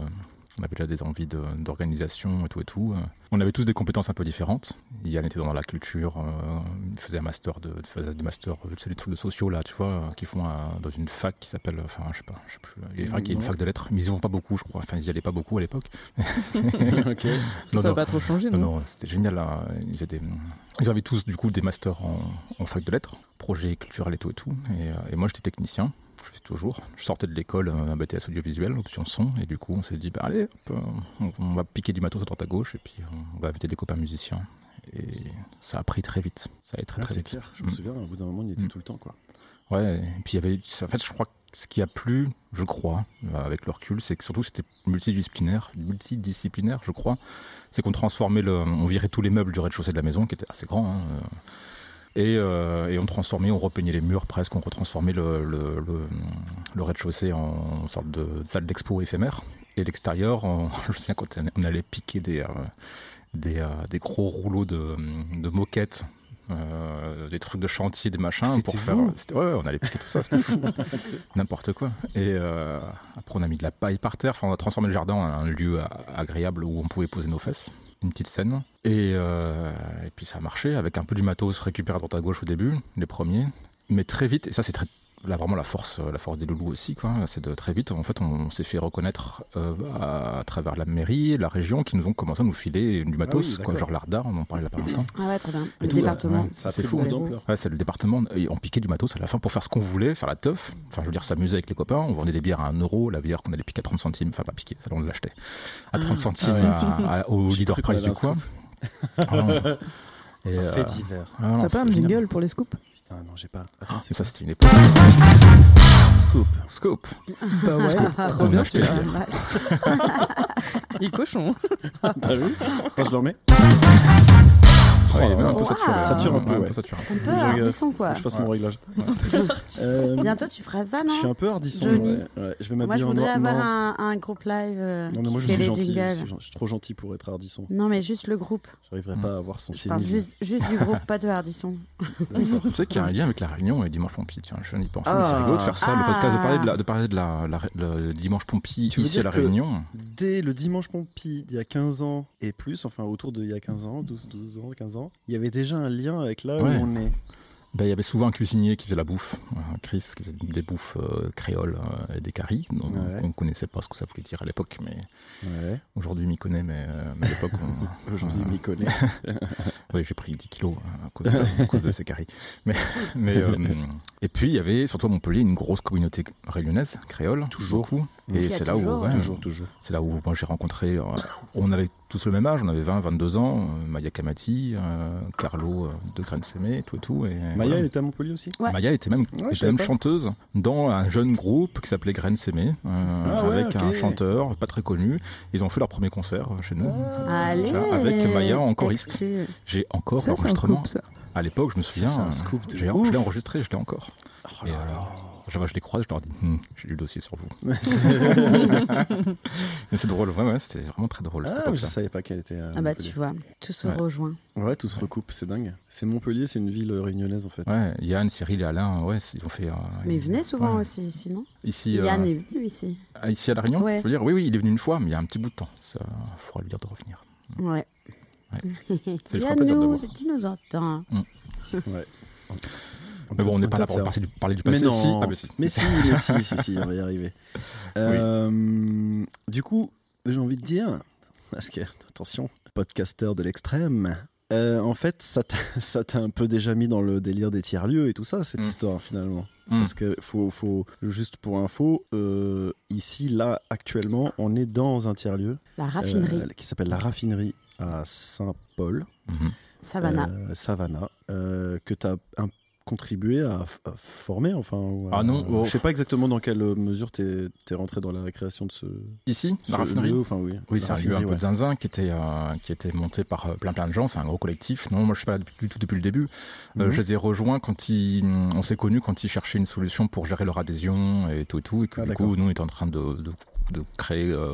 [SPEAKER 2] On avait déjà des envies de- d'organisation et tout et tout. euh, On avait tous des compétences un peu différentes. Yann était dans la culture, euh, il faisait un master de, il faisait des masters, euh, c'est les trucs de sociaux là, tu vois, euh, qu'ils font à- dans une fac qui s'appelle, enfin, je sais pas, je sais plus. Il est vrai qu'il y a une
[SPEAKER 3] Ouais.
[SPEAKER 2] fac de lettres, mais ils y vont pas beaucoup, je crois. Enfin, ils y allaient pas beaucoup à l'époque.
[SPEAKER 3] Ok. Ah,
[SPEAKER 2] Non,
[SPEAKER 4] Ça n'a
[SPEAKER 2] non.
[SPEAKER 4] pas trop changé,
[SPEAKER 2] Non,
[SPEAKER 4] non,
[SPEAKER 2] non, c'était génial. hein. Ils, avaient des- ils avaient tous du coup des masters en, en fac de lettres, projet culturel et tout et tout. Et, euh, et moi j'étais technicien, je suis toujours. Je sortais de l'école, euh, un BTS audiovisuel, option son, et du coup on s'est dit, bah, allez, hop, euh, on, on va piquer du matos à droite à gauche, et puis on va inviter des copains musiciens. Et ça a pris très vite. Ça allait très
[SPEAKER 3] Ah,
[SPEAKER 2] très
[SPEAKER 3] c'est
[SPEAKER 2] vite.
[SPEAKER 3] clair. Je me
[SPEAKER 2] Mm.
[SPEAKER 3] souviens, au bout d'un moment, il y était
[SPEAKER 2] Mm.
[SPEAKER 3] tout le temps, quoi.
[SPEAKER 2] Ouais, et puis il y avait. En fait, je crois que ce qui a plu, je crois, euh, avec le recul, c'est que surtout c'était multidisciplinaire, multidisciplinaire, je crois. C'est qu'on transformait le. On virait tous les meubles du rez-de-chaussée de la maison, qui était assez grand. hein, euh, et, euh, et on transformait, on repeignait les murs presque, on retransformait le, le, le- le rez-de-chaussée en sorte de salle d'expo éphémère. Et l'extérieur, on- je me souviens quand on allait piquer des, euh, des, euh, des gros rouleaux de, de moquettes, euh, des trucs de chantier, des machins.
[SPEAKER 3] Ah, c'était
[SPEAKER 2] pour faire, euh,
[SPEAKER 3] vous
[SPEAKER 2] c'était- ouais, ouais, on allait piquer tout ça, c'était fou. N'importe quoi. Et euh, après, on a mis de la paille par terre. Enfin, on a transformé le jardin en un lieu a- agréable où on pouvait poser nos fesses. Une petite scène. Et, euh, et puis ça a marché avec un peu du matos récupéré à droite à gauche au début, les premiers. Mais très vite, et ça c'est très là vraiment la force euh, la force des loulous aussi quoi c'est de très vite en fait on s'est fait reconnaître euh, à, à travers la mairie la région qui nous ont commencé à nous filer du matos
[SPEAKER 3] Ah oui,
[SPEAKER 2] quoi
[SPEAKER 3] d'accord.
[SPEAKER 2] genre l'Arda on en parlait là pas longtemps
[SPEAKER 1] Ah ouais, trop bien.
[SPEAKER 2] Et
[SPEAKER 1] Le
[SPEAKER 2] tout ça,
[SPEAKER 1] département.
[SPEAKER 2] ouais.
[SPEAKER 3] Ça a
[SPEAKER 2] C'est
[SPEAKER 3] pris
[SPEAKER 2] fou.
[SPEAKER 3] beaucoup d'ampleur.
[SPEAKER 2] Ouais, c'est le département. Et on piquait du matos à la fin pour faire ce qu'on voulait, faire la teuf. Enfin, je veux dire, s'amuser avec les copains. On vendait des bières à 1 euro, la bière qu'on allait piquer à 30 centimes. Enfin, pas piquer, celle on l'achetait. À
[SPEAKER 3] Ah,
[SPEAKER 2] 30 centimes à- à- au
[SPEAKER 3] J'ai
[SPEAKER 2] leader
[SPEAKER 3] cru qu'on
[SPEAKER 2] price du
[SPEAKER 3] avait un
[SPEAKER 2] coin. Ah, non. Et, euh,
[SPEAKER 3] Fait divers.
[SPEAKER 2] ah non,
[SPEAKER 4] T'as pas
[SPEAKER 2] c'était
[SPEAKER 4] un
[SPEAKER 2] génial.
[SPEAKER 4] jingle pour les scoops
[SPEAKER 3] Putain, Ah non, j'ai pas. Attends, c'est
[SPEAKER 2] Ça,
[SPEAKER 3] quoi
[SPEAKER 2] c'était une époque.
[SPEAKER 3] Scoop. Oh
[SPEAKER 2] Scope.
[SPEAKER 4] Bah ouais, trop
[SPEAKER 2] On
[SPEAKER 4] bien
[SPEAKER 2] a acheté la
[SPEAKER 1] Euh,
[SPEAKER 4] celui-là.
[SPEAKER 2] bière.
[SPEAKER 1] bah,
[SPEAKER 4] Il est cochon.
[SPEAKER 3] T'as vu Attends, je le remets.
[SPEAKER 2] Ouais,
[SPEAKER 3] Oh,
[SPEAKER 2] il est même un peu
[SPEAKER 1] wow.
[SPEAKER 2] saturé.
[SPEAKER 3] Sature un peu, ouais.
[SPEAKER 2] peu saturé.
[SPEAKER 1] Un peu
[SPEAKER 3] Je regarde.
[SPEAKER 1] hardisson, hein, quoi.
[SPEAKER 3] Faut que je fasse mon réglage. Euh,
[SPEAKER 1] Bientôt, tu feras ça,
[SPEAKER 3] Je suis
[SPEAKER 1] non
[SPEAKER 3] un peu hardisson.
[SPEAKER 1] Joli.
[SPEAKER 3] Ouais. Ouais, je vais
[SPEAKER 1] Moi, je
[SPEAKER 3] m'habiller en
[SPEAKER 1] voudrais
[SPEAKER 3] noir.
[SPEAKER 1] avoir
[SPEAKER 3] Non.
[SPEAKER 1] un, un groupe live euh,
[SPEAKER 3] Non, mais moi
[SPEAKER 1] qui fait
[SPEAKER 3] je suis
[SPEAKER 1] les
[SPEAKER 3] gentil. Je suis,
[SPEAKER 1] jingles.
[SPEAKER 3] gen- je suis trop gentil pour être hardisson.
[SPEAKER 1] Non, mais juste le groupe.
[SPEAKER 3] J'arriverai pas à avoir son
[SPEAKER 1] Je parle
[SPEAKER 3] cynisme.
[SPEAKER 1] juste, juste du groupe, pas de hardisson.
[SPEAKER 2] Tu sais qu'il y a un lien avec la Réunion et Dimanche Pompi. Tiens, je viens d'y penser. mais C'est
[SPEAKER 3] Ah.
[SPEAKER 2] rigolo de faire ça, le
[SPEAKER 1] Ah.
[SPEAKER 2] podcast, de parler de, la, de, parler de la, la- le Dimanche Pompi
[SPEAKER 3] Tu veux
[SPEAKER 2] ici à
[SPEAKER 3] dire
[SPEAKER 2] la
[SPEAKER 3] que-
[SPEAKER 2] Réunion.
[SPEAKER 3] Dès le dimanche Pompi, il y a 15 ans et plus, enfin autour de il y a 15 ans, 12, 12 ans, 15 ans, il y avait déjà un lien avec là
[SPEAKER 2] Ouais.
[SPEAKER 3] où on est.
[SPEAKER 2] Ben, il y avait souvent un cuisinier qui faisait la bouffe, un Chris qui faisait des bouffes euh, créoles euh, et des caries. Donc,
[SPEAKER 3] Ouais.
[SPEAKER 2] On ne connaissait pas ce que ça voulait dire à l'époque, mais
[SPEAKER 3] Ouais.
[SPEAKER 2] aujourd'hui, m'y connaît, mais, euh, mais à l'époque, on-
[SPEAKER 3] Aujourd'hui, il m'y connaît.
[SPEAKER 2] Oui, j'ai pris 10 kilos hein, à, cause de, à cause de ces caries. Mais, mais, euh, et puis, il y avait, surtout à Montpellier, une grosse communauté réunionnaise, créole. Toujours.
[SPEAKER 1] Qui
[SPEAKER 2] Et
[SPEAKER 1] a
[SPEAKER 2] c'est là, où,
[SPEAKER 1] toujours,
[SPEAKER 2] ouais,
[SPEAKER 3] toujours, toujours.
[SPEAKER 2] c'est là où moi j'ai rencontré. euh, on avait tous le même âge, on avait 20, 22 ans. euh, Maya Kamati, euh, Carlo euh, de Graine tout et tout. Et,
[SPEAKER 3] Maya,
[SPEAKER 2] voilà.
[SPEAKER 3] elle était à Montpellier aussi
[SPEAKER 1] Ouais.
[SPEAKER 2] Maya était même,
[SPEAKER 3] je
[SPEAKER 2] était
[SPEAKER 3] savais
[SPEAKER 2] même
[SPEAKER 3] pas.
[SPEAKER 2] chanteuse dans un jeune groupe qui s'appelait Graines Sémées, euh,
[SPEAKER 3] Ah ouais,
[SPEAKER 2] avec
[SPEAKER 3] ok.
[SPEAKER 2] un chanteur pas très connu. Ils ont fait leur premier concert euh, chez nous.
[SPEAKER 3] Ah.
[SPEAKER 1] Allez
[SPEAKER 2] avec Maya en choriste.
[SPEAKER 3] Euh,
[SPEAKER 1] exclu.
[SPEAKER 2] J'ai encore
[SPEAKER 4] Ça, c'est un
[SPEAKER 2] l'enregistrement.
[SPEAKER 4] coupe, ça.
[SPEAKER 2] À l'époque, je me souviens,
[SPEAKER 3] c'est un
[SPEAKER 2] euh,
[SPEAKER 3] scoop de
[SPEAKER 2] j'ai-
[SPEAKER 3] ouf.
[SPEAKER 2] je l'ai enregistré, je l'ai encore.
[SPEAKER 3] Oh
[SPEAKER 2] Et, euh,
[SPEAKER 3] là là.
[SPEAKER 2] je je les croise, je leur dis Hum, j'ai lu le dossier sur vous. Mais c'est drôle, ouais, ouais, c'était vraiment très drôle. cette
[SPEAKER 3] Ah,
[SPEAKER 2] époque-là.
[SPEAKER 3] je savais pas qu'elle était. à
[SPEAKER 1] Ah bah
[SPEAKER 3] Montpellier.
[SPEAKER 1] tu vois, tout se
[SPEAKER 2] Ouais.
[SPEAKER 1] rejoint.
[SPEAKER 3] Ouais, tout se recoupe, c'est dingue. C'est Montpellier, c'est une ville euh, réunionnaise en fait.
[SPEAKER 2] Ouais, Yann, Cyril et Alain, ouais, ils ont fait. euh,
[SPEAKER 1] Mais
[SPEAKER 2] ils-
[SPEAKER 1] venez souvent
[SPEAKER 2] ouais.
[SPEAKER 1] aussi ici, non
[SPEAKER 2] Ici, euh,
[SPEAKER 1] Yann est venu ici.
[SPEAKER 2] à- ici à La Réunion,
[SPEAKER 1] Ouais.
[SPEAKER 2] je veux dire, oui, oui, il est venu une fois, mais il y a un petit bout de temps. Ça, faudra lui dire de revenir.
[SPEAKER 1] Ouais.
[SPEAKER 2] Ouais. fera
[SPEAKER 1] Yann,
[SPEAKER 2] plaisir de
[SPEAKER 1] nous,
[SPEAKER 2] voir.
[SPEAKER 1] si tu nous entends.
[SPEAKER 2] Mais bon, on n'est pas là pour parler du, parler du
[SPEAKER 3] Mais
[SPEAKER 2] passé.
[SPEAKER 3] non.
[SPEAKER 2] Si. Ah, mais si.
[SPEAKER 3] Mais si, mais si, si, si, on va y arriver. Euh, Du coup, j'ai envie de dire, parce que, attention, podcasteur de l'extrême, euh, en fait, ça t'a- ça t'a un peu déjà mis dans le délire des tiers-lieux et tout ça, cette
[SPEAKER 2] Mm.
[SPEAKER 3] histoire finalement.
[SPEAKER 2] Mm.
[SPEAKER 3] Parce que, faut, faut, juste pour info, euh, ici, là, actuellement, on est dans un tiers-lieu
[SPEAKER 1] La
[SPEAKER 3] euh,
[SPEAKER 1] raffinerie,
[SPEAKER 3] qui s'appelle la raffinerie à Saint-Paul.
[SPEAKER 2] Mhm.
[SPEAKER 1] Savannah.
[SPEAKER 3] Euh, Savannah, euh, que tu as contribué à, f- à former, enfin. ou à-
[SPEAKER 2] Ah non, oh.
[SPEAKER 3] Je sais pas exactement dans quelle euh, mesure tu es, rentré dans la création de ce.
[SPEAKER 2] Ici,
[SPEAKER 3] ce
[SPEAKER 2] la raffinerie.
[SPEAKER 3] lieu, enfin, oui.
[SPEAKER 2] Oui,
[SPEAKER 3] La
[SPEAKER 2] c'est un lieu un
[SPEAKER 3] raffinerie,
[SPEAKER 2] peu
[SPEAKER 3] ouais.
[SPEAKER 2] zinzin qui était, euh, qui était monté par euh, plein plein de gens. C'est un gros collectif. Non, moi je suis pas là depuis- du tout depuis le début. Euh,
[SPEAKER 3] Mhm.
[SPEAKER 2] Je les ai rejoints quand ils, on s'est connus quand ils cherchaient une solution pour gérer leur adhésion et tout et tout. Et que
[SPEAKER 3] Ah,
[SPEAKER 2] du
[SPEAKER 3] d'accord.
[SPEAKER 2] coup, nous on était en train de, de, de créer. euh,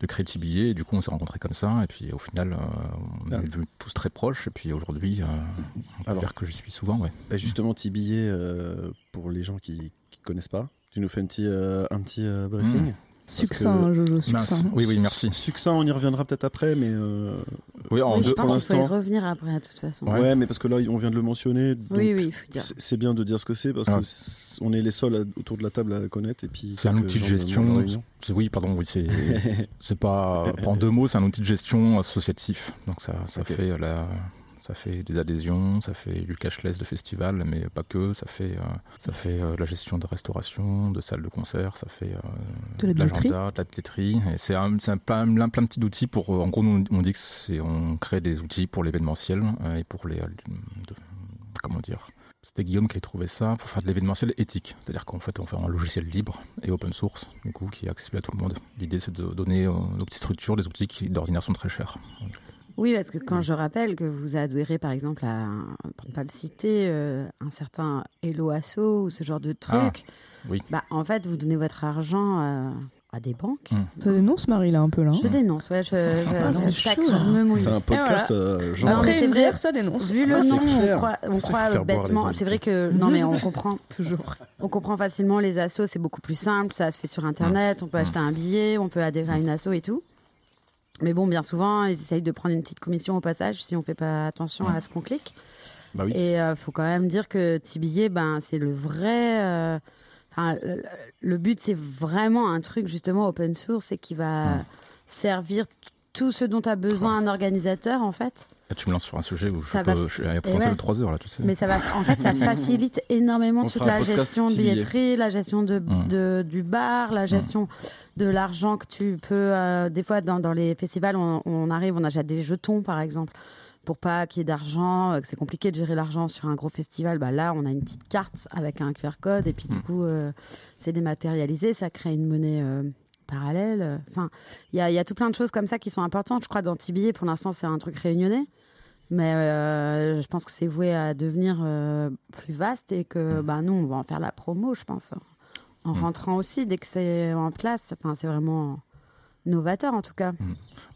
[SPEAKER 2] de créer Tibier, et du coup on s'est rencontrés comme ça, et puis au final euh, on
[SPEAKER 3] Ah.
[SPEAKER 2] est devenus tous très proches, et puis aujourd'hui euh, on peut
[SPEAKER 3] Alors.
[SPEAKER 2] dire que j'y suis souvent, ouais.
[SPEAKER 3] Bah, justement, Tibillet, euh, pour les gens qui, qui connaissent pas, tu nous fais un petit, euh, un petit euh, briefing.
[SPEAKER 4] Succinct,
[SPEAKER 3] que-
[SPEAKER 4] hein, Jojo,
[SPEAKER 2] Mince.
[SPEAKER 4] succinct.
[SPEAKER 2] Mm. Oui, oui, merci.
[SPEAKER 3] Succinct, on y reviendra peut-être après, mais. euh,
[SPEAKER 2] Oui, en
[SPEAKER 1] Oui,
[SPEAKER 2] deux-
[SPEAKER 1] je
[SPEAKER 3] pour
[SPEAKER 1] pense qu'il faut y
[SPEAKER 3] l'instant.
[SPEAKER 1] revenir après, de toute façon.
[SPEAKER 3] Ouais. mais parce que là, on vient de le mentionner. donc
[SPEAKER 1] oui, oui, il faut dire.
[SPEAKER 3] C'est c'est bien de dire ce que c'est parce
[SPEAKER 2] Ah.
[SPEAKER 3] que c'est- on est les seuls à- autour de la table à connaître et puis
[SPEAKER 2] C'est un
[SPEAKER 3] quelques
[SPEAKER 2] outil de
[SPEAKER 3] gens
[SPEAKER 2] gestion.
[SPEAKER 3] La Réunion.
[SPEAKER 2] Oui, pardon, oui, c'est c'est pas pas en deux mots, c'est un outil de gestion associatif. Donc ça ça
[SPEAKER 3] Ok.
[SPEAKER 2] fait euh, la ça fait des adhésions, ça fait du cashless de festival, mais pas que. Ça fait euh, ça fait euh, la gestion de restauration, de salles de concert, ça fait euh,
[SPEAKER 4] De la billetterie.
[SPEAKER 2] l'agenda, de la billetterie. Et c'est un, c'est un plein, plein, plein de petits outils pour. euh, En gros, nous, on dit que c'est on crée des outils pour l'événementiel euh, et pour les euh, de- comment dire. C'était Guillaume qui a trouvé ça pour faire de l'événementiel éthique. C'est-à-dire qu'en fait, on fait un logiciel libre et open source, du coup, qui est accessible à tout le monde. L'idée, c'est de donner euh, aux petites structures des outils qui, d'ordinaire, sont très chers.
[SPEAKER 1] Oui, parce que quand je rappelle que vous adhérez, par exemple, à, un- pour ne pas le citer, euh, un certain Hello Asso ou ce genre de truc,
[SPEAKER 2] oui.
[SPEAKER 1] bah, en fait, vous donnez votre argent euh, à des banques.
[SPEAKER 2] Mm.
[SPEAKER 4] Ça dénonce Marie là un peu là. hein.
[SPEAKER 1] Je dénonce, ouais, je, je,
[SPEAKER 2] Sympa,
[SPEAKER 1] je-
[SPEAKER 4] non,
[SPEAKER 1] je-
[SPEAKER 4] chaud,
[SPEAKER 1] je
[SPEAKER 4] hein.
[SPEAKER 1] me mouille.
[SPEAKER 3] C'est un podcast euh, genre.
[SPEAKER 1] Non, mais
[SPEAKER 4] Après
[SPEAKER 1] c'est
[SPEAKER 4] une
[SPEAKER 1] vrai.
[SPEAKER 4] bière, ça dénonce.
[SPEAKER 1] Vu le
[SPEAKER 3] c'est
[SPEAKER 1] nom, on
[SPEAKER 3] clair.
[SPEAKER 1] croit, on
[SPEAKER 3] Ça
[SPEAKER 1] croit
[SPEAKER 3] fait faire boire les
[SPEAKER 1] bêtement. C'est vrai que non, mais on comprend
[SPEAKER 4] Toujours.
[SPEAKER 1] On comprend facilement les assos, c'est beaucoup plus simple, ça se fait sur Internet,
[SPEAKER 3] Mmh.
[SPEAKER 1] on peut acheter un billet, on peut adhérer à une asso et tout. Mais bon, bien souvent, ils essayent de prendre une petite commission au passage si on fait pas attention à ce qu'on clique.
[SPEAKER 3] Bah oui.
[SPEAKER 1] Et euh, faut quand même dire que Tibillet, ben, c'est le vrai... euh, enfin, le, le but, c'est vraiment un truc justement open source et qui va
[SPEAKER 3] Mmh.
[SPEAKER 1] servir t- tout ce dont a besoin un organisateur en fait.
[SPEAKER 2] Là, tu me lances sur un sujet où je
[SPEAKER 1] Ça
[SPEAKER 2] peux,
[SPEAKER 1] va-
[SPEAKER 2] je suis à
[SPEAKER 1] et
[SPEAKER 2] potentiel
[SPEAKER 1] ouais.
[SPEAKER 2] de 3 heures, là, tu sais.
[SPEAKER 1] Mais ça va, en fait, ça facilite énormément
[SPEAKER 3] On
[SPEAKER 1] toute
[SPEAKER 3] fera
[SPEAKER 1] la
[SPEAKER 3] un podcast
[SPEAKER 1] gestion de
[SPEAKER 3] petit billet. Mmh.
[SPEAKER 1] billetterie, la gestion de,
[SPEAKER 2] Mm.
[SPEAKER 1] de- du bar, la gestion de l'argent que tu peux. euh, des fois, dans, dans les festivals, on, on arrive, on achète des jetons, par exemple, pour pas qu'il y ait d'argent, euh, que c'est compliqué de gérer l'argent sur un gros festival. Bah là, on a une petite carte avec un QR code, et puis
[SPEAKER 3] Mmh.
[SPEAKER 1] du coup, euh, c'est dématérialisé, ça crée une monnaie. euh, parallèle. Enfin, il y a, il y a tout plein de choses comme ça qui sont importantes. Je crois dans Tibier, pour l'instant, c'est un truc réunionnais. Mais euh, je pense que c'est voué à devenir euh, plus vaste et que bah, nous, on va en faire la promo, je pense. En
[SPEAKER 2] Mm.
[SPEAKER 1] rentrant aussi, dès que c'est en place, enfin, c'est vraiment novateur en tout cas.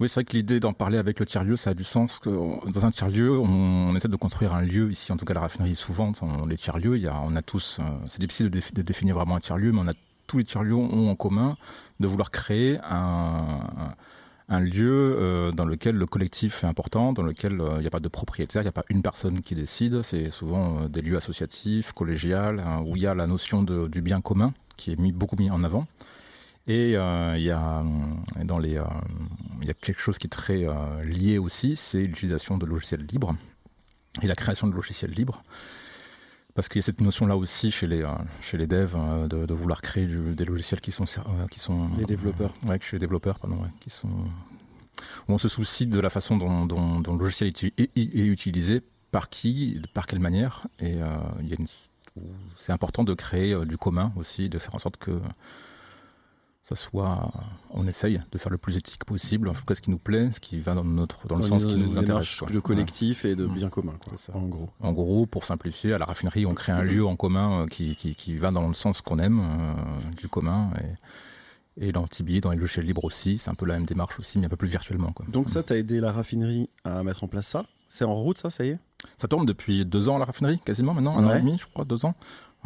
[SPEAKER 2] Oui, c'est vrai que l'idée d'en parler avec le tiers-lieu, ça a du sens. Que on- dans un tiers-lieu, on, on essaie de construire un lieu. Ici, en tout cas, la raffinerie, souvent, on, les tiers-lieux, il y a, on a tous. euh, c'est difficile de, défi- de définir vraiment un tiers-lieu, mais on a tous les tiers-lieux ont en commun de vouloir créer un. un- un lieu euh, dans lequel le collectif est important, dans lequel euh, il n'y a pas de propriétaire, il n'y a pas une personne qui décide. C'est souvent euh, des lieux associatifs, collégiales, hein, où il y a la notion de- du bien commun qui est mis, beaucoup mis en avant. Et euh, il y a hum, dans les, euh, il y a quelque chose qui est très euh, lié aussi, c'est l'utilisation de logiciels libres et la création de logiciels libres. Parce qu'il y a cette notion-là aussi chez les, euh, chez les devs euh, de, de vouloir créer du- des logiciels qui sont, ser- euh, qui sont
[SPEAKER 3] Les développeurs.
[SPEAKER 2] Ouais, que chez les développeurs, pardon, ouais, qui sont où on se soucie de la façon dont, dont- dont le logiciel est, uti- est- est utilisé, par qui, par quelle manière. Et euh, il y a une- c'est important de créer euh, du commun aussi, de faire en sorte que ça soit, on essaye de faire le plus éthique possible, en tout cas ce qui nous plaît, ce qui va dans notre, dans le
[SPEAKER 3] On est
[SPEAKER 2] sens
[SPEAKER 3] dans
[SPEAKER 2] qui
[SPEAKER 3] une
[SPEAKER 2] nous intéresse.
[SPEAKER 3] démarche
[SPEAKER 2] quoi.
[SPEAKER 3] de collectif et de
[SPEAKER 2] Mm.
[SPEAKER 3] bien commun, quoi,
[SPEAKER 2] C'est ça.
[SPEAKER 3] en gros.
[SPEAKER 2] En gros, pour simplifier, à la raffinerie, on crée un lieu en commun euh, qui, qui- qui va dans le sens qu'on aime, euh, du commun. Et, et dans Tibi, dans les logiciels libres aussi, c'est un peu la même démarche aussi, mais un peu plus virtuellement. quoi.
[SPEAKER 3] Donc ça, t'as aidé la raffinerie à mettre en place ça C'est en route, ça, ça y est
[SPEAKER 2] Ça tourne depuis deux ans à la raffinerie, quasiment maintenant, un an
[SPEAKER 3] Ouais.
[SPEAKER 2] et demi, je crois, deux ans.